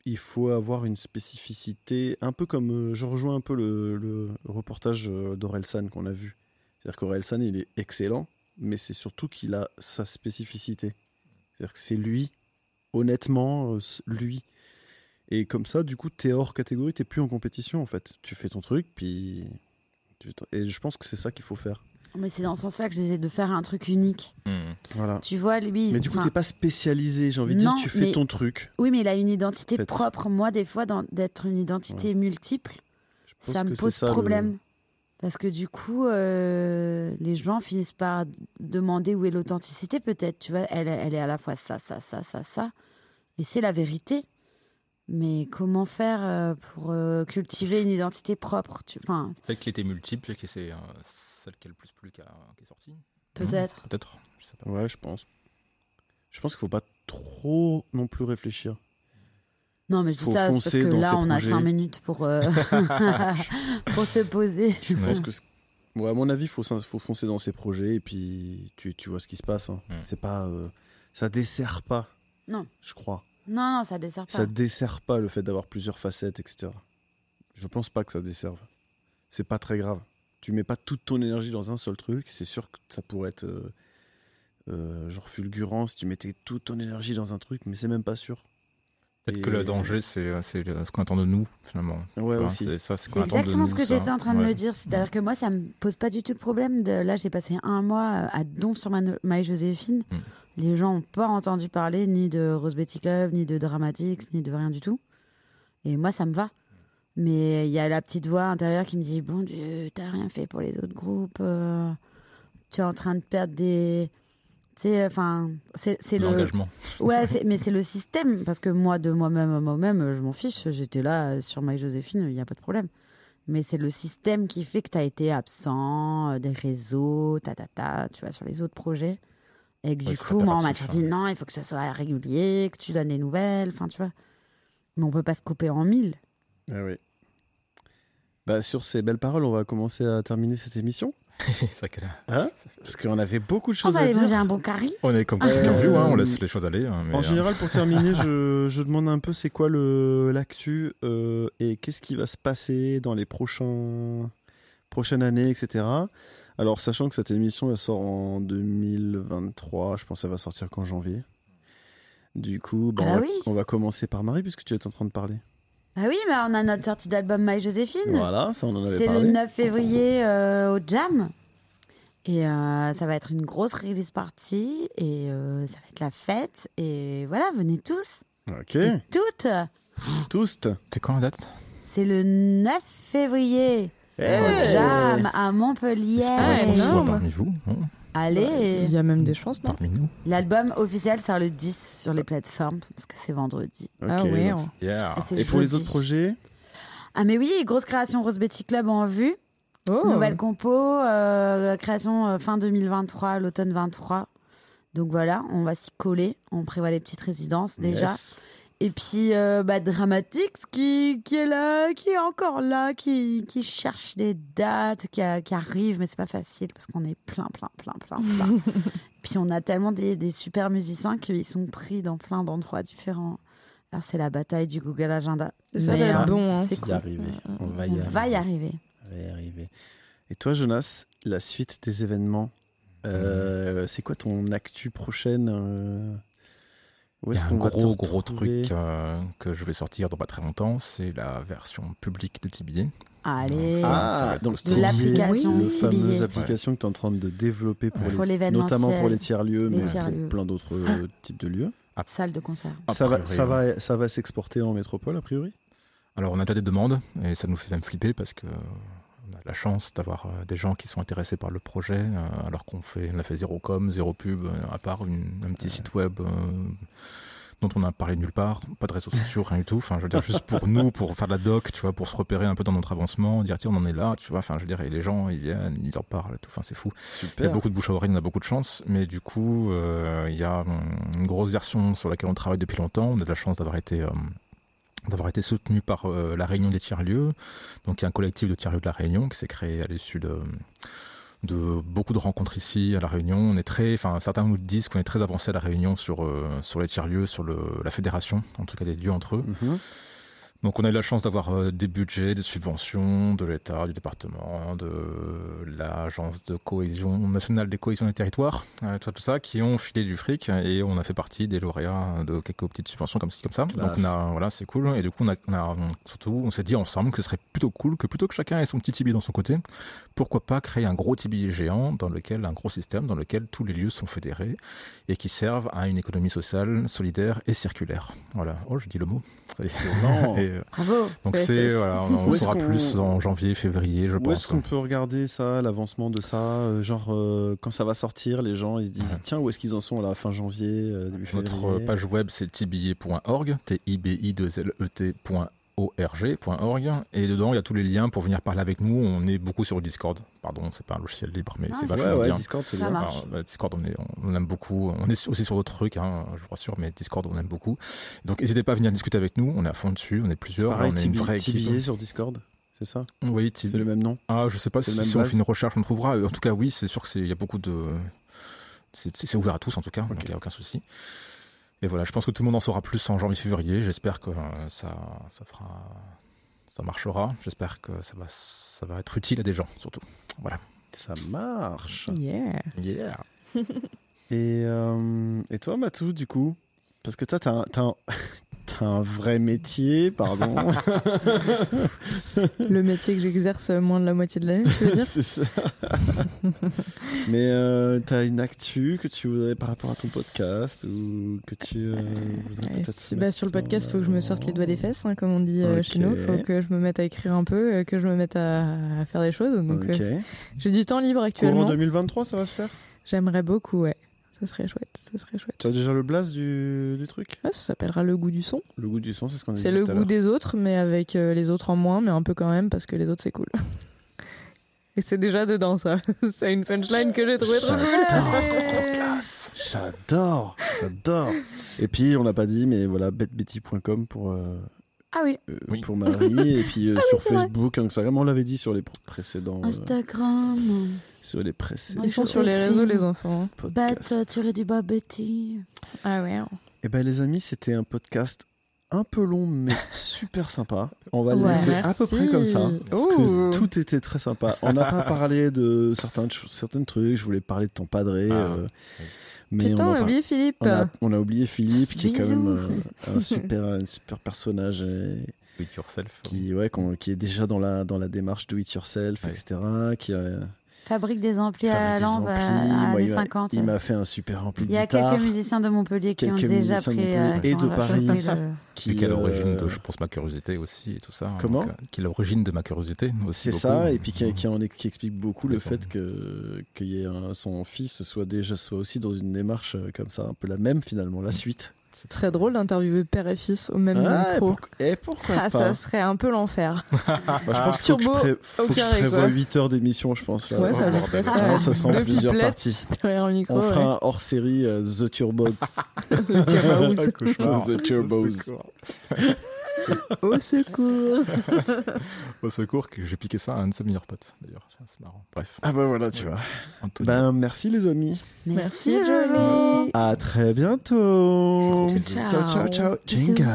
[SPEAKER 3] il faut avoir une spécificité, un peu comme euh, je rejoins un peu le, le reportage euh, d'Orelsan qu'on a vu. C'est-à-dire qu'Orelsan, il est excellent, mais c'est surtout qu'il a sa spécificité. C'est-à-dire que c'est lui, honnêtement, euh, c- lui. Et comme ça, du coup, t'es hors catégorie, t'es plus en compétition en fait. Tu fais ton truc, puis. tu te- Et je pense que c'est ça qu'il faut faire.
[SPEAKER 1] Mais c'est dans ce sens-là que j'essaie de faire un truc unique.
[SPEAKER 2] Mmh.
[SPEAKER 3] Voilà.
[SPEAKER 1] Tu vois, lui.
[SPEAKER 3] Mais du coup,
[SPEAKER 1] enfin,
[SPEAKER 3] t'es pas spécialisé, j'ai envie de
[SPEAKER 1] Non,
[SPEAKER 3] dire, tu fais
[SPEAKER 1] mais-
[SPEAKER 3] ton truc.
[SPEAKER 1] Oui, mais il a une identité
[SPEAKER 3] Faites.
[SPEAKER 1] propre. Moi, des fois, dans- d'être une identité multiple,
[SPEAKER 3] Je pense
[SPEAKER 1] ça me
[SPEAKER 3] que c'est
[SPEAKER 1] pose
[SPEAKER 3] le-
[SPEAKER 1] problème. Parce que du coup, euh, les gens finissent par demander où est l'authenticité, peut-être. Tu vois, elle, elle est à la fois ça, ça, ça, ça, ça. Et c'est la vérité. Mais comment faire euh, pour euh, cultiver une identité propre tu... Enfin,
[SPEAKER 2] Celle qui était multiple et qui c'est euh, celle qui a le plus plu qui, a- qui est sortie.
[SPEAKER 1] peut-être.
[SPEAKER 2] Mmh, Peut-être. Je sais pas.
[SPEAKER 3] Ouais, je pense. Je pense qu'il faut pas trop non plus réfléchir.
[SPEAKER 1] Non, mais je dis
[SPEAKER 3] Faut
[SPEAKER 1] ça c'est parce
[SPEAKER 3] foncer
[SPEAKER 1] que
[SPEAKER 3] dans
[SPEAKER 1] là,
[SPEAKER 3] ses
[SPEAKER 1] on a
[SPEAKER 3] projets.
[SPEAKER 1] cinq minutes pour, euh, pour se poser.
[SPEAKER 3] Je
[SPEAKER 2] Ouais.
[SPEAKER 3] pense que, c'est- ouais, à mon avis, faut, s'in- faut foncer dans ses projets et puis tu, tu vois ce qui se passe. hein.
[SPEAKER 2] Mm.
[SPEAKER 3] C'est pas, euh, ça dessert pas.
[SPEAKER 1] Non.
[SPEAKER 3] Je crois.
[SPEAKER 1] Non, non, ça dessert pas.
[SPEAKER 3] Ça dessert pas le fait d'avoir plusieurs facettes, etc. Je pense pas que ça desserve. c'est pas très grave. Tu mets pas toute ton énergie dans un seul truc, c'est sûr que ça pourrait être euh, euh, genre fulgurant si tu mettais toute ton énergie dans un truc, mais c'est même pas sûr.
[SPEAKER 2] Peut-être
[SPEAKER 3] Et-
[SPEAKER 2] que le danger, c'est euh, c'est ce qu'on attend de nous, finalement.
[SPEAKER 3] Ouais,
[SPEAKER 2] Tu vois,
[SPEAKER 3] aussi.
[SPEAKER 2] C'est ça, ce
[SPEAKER 1] C'est
[SPEAKER 2] qu'on attend de
[SPEAKER 1] exactement ce
[SPEAKER 2] nous,
[SPEAKER 1] que
[SPEAKER 2] ça.
[SPEAKER 1] j'étais en train de
[SPEAKER 2] Ouais. Mm.
[SPEAKER 1] me dire. C'est-à-dire que moi, ça me pose pas du tout de problème. De... Là, j'ai passé un mois euh, à Don sur Ma- Marie-Joséphine.
[SPEAKER 2] Mm.
[SPEAKER 1] Les gens n'ont pas entendu parler ni de Rose Betty Club, ni de Dramatics, ni de rien du tout. Et moi, ça me va. Mais il y a la petite voix intérieure qui me dit Bon Dieu, t'as rien fait pour les autres groupes. euh, tu es en train de perdre des. Tu sais, enfin, c'est c'est le.
[SPEAKER 2] L'engagement.
[SPEAKER 1] Ouais, c'est- mais c'est le système. Parce que moi, de moi-même à moi-même, je m'en fiche. J'étais là euh, sur Marie-Joséphine, il n'y a pas de problème. Mais c'est le système qui fait que tu as été absent euh, des réseaux, ta, ta, ta, tu vois, sur les autres projets. Et que
[SPEAKER 2] Ouais,
[SPEAKER 1] du
[SPEAKER 2] c'est
[SPEAKER 1] coup, moi, on m'a
[SPEAKER 2] impératif, hein.
[SPEAKER 1] toujours dit non, il faut que ce soit régulier, que tu donnes des nouvelles, enfin, tu vois. Mais on peut pas se couper en mille.
[SPEAKER 3] Ah oui. Bah, sur ces belles paroles, on va commencer à terminer cette émission.
[SPEAKER 2] C'est vrai qu'elle a-
[SPEAKER 3] Hein Parce qu'on avait beaucoup de
[SPEAKER 1] On
[SPEAKER 3] choses
[SPEAKER 1] va
[SPEAKER 3] à
[SPEAKER 1] aller
[SPEAKER 3] dire.
[SPEAKER 1] manger un bon curry.
[SPEAKER 2] On est comme
[SPEAKER 1] Euh,
[SPEAKER 2] c'est interview, hein, on laisse les choses aller. hein, mais,
[SPEAKER 3] En
[SPEAKER 2] euh,
[SPEAKER 3] général, pour terminer, je, je demande un peu c'est quoi le- l'actu euh, et qu'est-ce qui va se passer dans les prochains, prochaines années, etc. Alors, sachant que cette émission, elle sort en 2023, je pense qu'elle va sortir qu'en janvier. Du coup, bah,
[SPEAKER 1] Ah bah
[SPEAKER 3] on, va,
[SPEAKER 1] oui.
[SPEAKER 3] on va commencer par Marie, puisque tu es en train de parler.
[SPEAKER 1] Ah oui, bah, on a notre sortie d'album Marie-Joséphine.
[SPEAKER 3] Voilà, ça, on en avait
[SPEAKER 1] Mmh. C'est le
[SPEAKER 3] parlé.
[SPEAKER 1] 9 février euh, au Jam. Et euh, ça va être une grosse release party. Et euh, ça va être la fête. Et voilà, venez tous.
[SPEAKER 3] Ok,
[SPEAKER 1] et toutes.
[SPEAKER 3] tous.
[SPEAKER 2] C'est quand la date
[SPEAKER 1] C'est le 9 février au
[SPEAKER 3] Hey.
[SPEAKER 1] Jam à Montpellier.
[SPEAKER 2] C'est pas vrai qu'on soit
[SPEAKER 4] énorme.
[SPEAKER 2] parmi vous, hein,
[SPEAKER 1] Allez.
[SPEAKER 4] Il y a même des chances, non
[SPEAKER 2] parmi nous.
[SPEAKER 1] L'album officiel sort le 10 sur les plateformes parce que c'est vendredi.
[SPEAKER 3] Ok,
[SPEAKER 4] Ah ouais.
[SPEAKER 3] donc-
[SPEAKER 4] hein.
[SPEAKER 2] Yeah.
[SPEAKER 1] Et c'est
[SPEAKER 3] Et pour les
[SPEAKER 1] jeudi.
[SPEAKER 3] autres projets
[SPEAKER 1] Ah mais oui, grosse création Rose Betty Club en vue.
[SPEAKER 4] Oh.
[SPEAKER 1] Nouvelle compo, euh, création euh, fin 2023, l'automne 23. Donc voilà, on va s'y coller. On prévoit les petites résidences déjà.
[SPEAKER 3] Yes.
[SPEAKER 1] Et puis euh, bah, Dramatix qui, qui est là, qui est encore là, qui, qui cherche des dates, qui, a- qui arrive, mais c'est pas facile parce qu'on est plein, plein, plein, plein, plein. puis on a tellement des, des super musiciens qu'ils sont pris dans plein d'endroits différents. Là, c'est la bataille du Google Agenda.
[SPEAKER 4] C'est ça
[SPEAKER 1] Mais,
[SPEAKER 4] va
[SPEAKER 1] euh,
[SPEAKER 4] être bon. hein.
[SPEAKER 1] c'est
[SPEAKER 3] On
[SPEAKER 1] cool. Mmh,
[SPEAKER 3] va y arriver. On va y
[SPEAKER 1] On
[SPEAKER 3] arriver.
[SPEAKER 1] va y arriver.
[SPEAKER 3] On va y arriver. Et toi, Jonas, la suite des événements,
[SPEAKER 2] Mhm.
[SPEAKER 3] euh, c'est quoi ton actu prochaine euh, Où
[SPEAKER 2] Il y
[SPEAKER 3] est-ce
[SPEAKER 2] a un
[SPEAKER 3] qu'on va
[SPEAKER 2] gros,
[SPEAKER 3] te
[SPEAKER 2] gros
[SPEAKER 3] retrouver
[SPEAKER 2] truc euh, que je vais sortir dans pas très longtemps. C'est la version publique de Tibier.
[SPEAKER 1] Allez.
[SPEAKER 2] Ça, ça va
[SPEAKER 3] Ah,
[SPEAKER 2] être
[SPEAKER 3] donc
[SPEAKER 2] costaud.
[SPEAKER 1] De l'application
[SPEAKER 3] Le
[SPEAKER 1] Tibier.
[SPEAKER 3] fameuse application que tu es en train de développer pour,
[SPEAKER 2] Ouais.
[SPEAKER 3] les-
[SPEAKER 1] Pour l'événementiel.
[SPEAKER 3] notamment pour les tiers-lieux,
[SPEAKER 1] les
[SPEAKER 3] mais
[SPEAKER 1] tiers-lieux.
[SPEAKER 3] pour plein d'autres euh, types de lieux.
[SPEAKER 1] Salle de concert.
[SPEAKER 2] A
[SPEAKER 3] Ça va,
[SPEAKER 2] priori,
[SPEAKER 3] ça
[SPEAKER 2] ouais.
[SPEAKER 3] va, ça va s'exporter en métropole, a priori
[SPEAKER 2] Alors on a déjà des demandes et ça nous fait même flipper parce que euh, on a la chance d'avoir euh, des gens qui sont intéressés par le projet euh, alors qu'on fait on a fait zéro com, zéro pub euh, à part une- un petit site web euh, dont on a parlé nulle part, pas de réseaux sociaux, rien du tout. Enfin, je veux dire juste pour nous, pour faire de la doc, tu vois, pour se repérer un peu dans notre avancement, dire tiens on en est là, tu vois. Enfin, je veux dire et les gens ils viennent, ils en parlent, et tout. Enfin, c'est fou. Il y a
[SPEAKER 3] Super.
[SPEAKER 2] beaucoup de bouche à oreille, on a beaucoup de chance, mais du coup, euh, il y a hum, une grosse version sur laquelle on travaille depuis longtemps. On a de la chance d'avoir été, euh, d'avoir été soutenu par euh, la Réunion des tiers-lieux. Donc, il y a un collectif de tiers-lieux de la Réunion qui s'est créé à l'issue de de beaucoup de rencontres ici à la Réunion. On est très, enfin certains nous disent qu'on est très avancé à la Réunion sur euh, sur les tiers-lieux, sur le, la fédération, en tout cas des lieux entre eux.
[SPEAKER 3] Mhm.
[SPEAKER 2] Donc on a eu la chance d'avoir euh, des budgets, des subventions de l'État, du département, de l'agence de cohésion nationale des cohésions des territoires, euh, tout, ça, tout ça, qui ont filé du fric et on a fait partie des lauréats de quelques petites subventions comme ci comme ça.
[SPEAKER 3] Classe.
[SPEAKER 2] Donc on a, voilà, c'est cool. Et du coup on a, on a- surtout on s'est dit ensemble que ce serait plutôt cool que plutôt que chacun ait son petit tibi dans son côté, pourquoi pas créer un gros tibi géant dans lequel un gros système dans lequel tous les lieux sont fédérés et qui servent à une économie sociale, solidaire et circulaire. Voilà. Oh, je dis le mot.
[SPEAKER 3] Excellent.
[SPEAKER 2] Et, euh,
[SPEAKER 1] Bravo.
[SPEAKER 2] donc
[SPEAKER 4] PSS.
[SPEAKER 2] c'est voilà, on
[SPEAKER 3] Où
[SPEAKER 2] on
[SPEAKER 3] est-ce
[SPEAKER 2] saura
[SPEAKER 3] qu'on-
[SPEAKER 2] plus en janvier, février, je
[SPEAKER 3] Où
[SPEAKER 2] pense.
[SPEAKER 3] est-ce qu'on peut regarder ça, l'avancement de ça euh, Genre, euh, quand ça va sortir, les gens ils se disent tiens, où est-ce qu'ils en sont là, fin janvier, euh, début février
[SPEAKER 2] Notre euh, page web c'est tibier.org, t i b i 2 l e et dedans il y a tous les liens pour venir parler avec nous. On est beaucoup sur Discord. Pardon, c'est pas un logiciel libre, mais
[SPEAKER 1] Ah,
[SPEAKER 2] c'est
[SPEAKER 1] c'est-
[SPEAKER 2] vachement
[SPEAKER 3] Ouais, ouais,
[SPEAKER 2] bien.
[SPEAKER 3] Discord, c'est
[SPEAKER 1] Ça
[SPEAKER 3] bien.
[SPEAKER 1] marche.
[SPEAKER 2] Alors, bah, Discord, on, est- on aime beaucoup. On est su- aussi sur d'autres trucs, hein, je vous rassure, mais Discord, on aime beaucoup. Donc, n'hésitez pas à venir discuter avec nous. On est à fond dessus, on est
[SPEAKER 3] C'est
[SPEAKER 2] plusieurs.
[SPEAKER 3] pareil,
[SPEAKER 2] on est une vraie
[SPEAKER 3] Tibi-
[SPEAKER 2] équipe. hein.
[SPEAKER 3] Tibier sur Discord, c'est ça
[SPEAKER 2] Oui, Tibi-
[SPEAKER 3] C'est le même nom
[SPEAKER 2] Ah, je sais pas
[SPEAKER 3] C'est
[SPEAKER 2] si,
[SPEAKER 3] le même
[SPEAKER 2] si on
[SPEAKER 3] base
[SPEAKER 2] fait une recherche, on trouvera. En tout cas, oui, c'est sûr que c'est il y a beaucoup de. C'est c'est ouvert à tous, en tout cas, donc
[SPEAKER 3] Ok.
[SPEAKER 2] il n'y a aucun souci. Et voilà, je pense que tout le monde en saura plus en janvier-février. J'espère que euh, ça, ça fera. ça marchera. J'espère que ça va, ça va être utile à des gens, surtout. Voilà.
[SPEAKER 3] Ça marche.
[SPEAKER 4] Yeah.
[SPEAKER 2] Yeah. Mm.
[SPEAKER 3] Et, euh, et toi, Matou, du coup Parce que toi, t'as un, t'as un- t'as un vrai métier, pardon.
[SPEAKER 4] Le métier que j'exerce euh, moins de la moitié de l'année, tu veux dire
[SPEAKER 3] C'est ça. Mais euh, t'as une actu que tu voudrais par rapport à ton podcast ou que tu euh, voudrais
[SPEAKER 4] Ouais,
[SPEAKER 3] peut-être
[SPEAKER 4] si-
[SPEAKER 3] mettre
[SPEAKER 4] bah, sur le podcast,
[SPEAKER 3] en
[SPEAKER 4] faut que je me sorte les doigts des
[SPEAKER 3] avant
[SPEAKER 4] fesses, hein, comme on dit euh, chez nous.
[SPEAKER 3] Ok.
[SPEAKER 4] Faut que je me mette à écrire un peu, euh, que je me mette à, à faire des choses. Donc,
[SPEAKER 3] Ok.
[SPEAKER 4] euh, c'est- j'ai du temps libre
[SPEAKER 3] Courant
[SPEAKER 4] actuellement.
[SPEAKER 3] 2023, ça va se faire
[SPEAKER 4] J'aimerais beaucoup, ouais. Ça serait chouette, ça serait chouette.
[SPEAKER 3] Tu as déjà le blast du, du truc
[SPEAKER 4] Ouais, ça s'appellera le goût du son.
[SPEAKER 3] Le goût du son, c'est ce qu'on a dit
[SPEAKER 4] C'est le
[SPEAKER 3] tout à
[SPEAKER 4] goût
[SPEAKER 3] l'heure.
[SPEAKER 4] des autres, mais avec euh, les autres en moins, mais un peu quand même, parce que les autres, c'est cool. Et c'est déjà dedans, ça. c'est une punchline que j'ai trouvée trop
[SPEAKER 3] J'adore.
[SPEAKER 4] cool.
[SPEAKER 3] J'adore, j'adore. Et puis on l'a pas dit, mais voilà, betbetty.com pour euh,
[SPEAKER 1] Ah oui,
[SPEAKER 3] euh,
[SPEAKER 2] Oui.
[SPEAKER 3] pour Marie et puis euh,
[SPEAKER 4] Ah,
[SPEAKER 3] sur
[SPEAKER 1] c'est vrai.
[SPEAKER 3] Facebook, Instagram, on l'avait dit sur les pr- précédents, euh,
[SPEAKER 1] Instagram,
[SPEAKER 3] sur les précédents.
[SPEAKER 4] Ils sont sur les réseaux, les enfants. hein.
[SPEAKER 3] podcasts.
[SPEAKER 1] bête tiré du bas Betty.
[SPEAKER 4] Ah ouais.
[SPEAKER 3] Eh ben les amis, c'était un podcast un peu long mais super sympa. On va
[SPEAKER 1] Ouais. Oh.
[SPEAKER 3] le laisser à peu près comme ça. Parce
[SPEAKER 4] Ouh.
[SPEAKER 3] que tout était très sympa. On n'a pas parlé de certains ch- certaines trucs. Je voulais parler de ton padré,
[SPEAKER 2] Ah,
[SPEAKER 3] euh,
[SPEAKER 2] oui.
[SPEAKER 3] mais
[SPEAKER 4] Putain,
[SPEAKER 3] on, en
[SPEAKER 4] on a
[SPEAKER 3] par-
[SPEAKER 4] oublié Philippe.
[SPEAKER 3] on a- on a oublié Philippe qui est quand même
[SPEAKER 1] Bisous.
[SPEAKER 3] euh, un super un super personnage. et-
[SPEAKER 2] Do it yourself.
[SPEAKER 3] qui, ouais, qu'on- qui est déjà dans la, dans la démarche do it yourself,
[SPEAKER 2] Ouais.
[SPEAKER 3] etc. Qui, euh,
[SPEAKER 1] Fabrique des amplis à
[SPEAKER 3] fabrique
[SPEAKER 1] la
[SPEAKER 3] des
[SPEAKER 1] lampe
[SPEAKER 3] amplis.
[SPEAKER 1] à à
[SPEAKER 3] Moi, il
[SPEAKER 1] années
[SPEAKER 3] m'a-
[SPEAKER 1] 50.
[SPEAKER 3] Il m'a fait un super ampli
[SPEAKER 1] Il
[SPEAKER 3] de
[SPEAKER 1] y a
[SPEAKER 3] guitare.
[SPEAKER 1] quelques musiciens de Montpellier qui ont
[SPEAKER 3] Quelques
[SPEAKER 1] déjà
[SPEAKER 3] musiciens de
[SPEAKER 1] pris.
[SPEAKER 3] Montpellier
[SPEAKER 1] euh,
[SPEAKER 3] et
[SPEAKER 1] qui
[SPEAKER 3] de
[SPEAKER 1] ont
[SPEAKER 3] Paris.
[SPEAKER 1] chopé le-
[SPEAKER 3] qui,
[SPEAKER 2] Puis quelle origine
[SPEAKER 3] euh,
[SPEAKER 2] de, je pense, ma curiosité aussi et tout ça.
[SPEAKER 3] Comment
[SPEAKER 2] Donc, euh, Quelle origine de ma curiosité aussi
[SPEAKER 3] C'est
[SPEAKER 2] beaucoup.
[SPEAKER 3] ça, et puis qui, qui en est- qui explique beaucoup le
[SPEAKER 2] Mais ça-
[SPEAKER 3] fait que qu'il y ait un- son fils soit déjà soit aussi dans une démarche euh, comme ça, un peu la même finalement, la suite.
[SPEAKER 4] Ce serait drôle d'interviewer père et fils au même
[SPEAKER 3] Ah, et,
[SPEAKER 4] micro.
[SPEAKER 3] pour- et pourquoi
[SPEAKER 4] Ah,
[SPEAKER 3] pas
[SPEAKER 4] ça serait un peu l'enfer.
[SPEAKER 3] Bah, Je pense qu'il faut que je,
[SPEAKER 4] Turbo
[SPEAKER 3] pré- faut
[SPEAKER 4] au
[SPEAKER 3] que je
[SPEAKER 4] carré,
[SPEAKER 3] prévoie
[SPEAKER 4] quoi.
[SPEAKER 3] 8 heures d'émission, je pense. là.
[SPEAKER 4] ouais, ça va
[SPEAKER 2] oh, bordel.
[SPEAKER 4] faire ça.
[SPEAKER 3] Ouais, ça sera en
[SPEAKER 4] Deux
[SPEAKER 3] plusieurs
[SPEAKER 4] pipelettes
[SPEAKER 3] parties.
[SPEAKER 4] derrière le micro.
[SPEAKER 3] On fera un hors-série euh, The Turbo.
[SPEAKER 4] ouais. Tiens, Maous.
[SPEAKER 2] Le cauchemar.
[SPEAKER 3] The Turbos.
[SPEAKER 2] Au secours.
[SPEAKER 4] Au secours.
[SPEAKER 2] Au secours, que j'ai piqué ça à un de ses meilleurs potes, d'ailleurs. C'est marrant. Bref,
[SPEAKER 3] ah bah voilà, tu vois.
[SPEAKER 2] Anthony.
[SPEAKER 3] Ben merci les amis.
[SPEAKER 1] Merci,
[SPEAKER 4] Merci,
[SPEAKER 1] Jolie.
[SPEAKER 3] À très bientôt.
[SPEAKER 1] Ciao.
[SPEAKER 3] Ciao ciao ciao.
[SPEAKER 1] Bisous.
[SPEAKER 3] Jingle.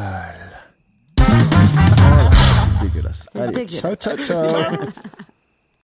[SPEAKER 3] Voilà, c'est dégueulasse.
[SPEAKER 1] C'est
[SPEAKER 3] Allez,
[SPEAKER 1] dégueulasse.
[SPEAKER 3] ciao ciao ciao.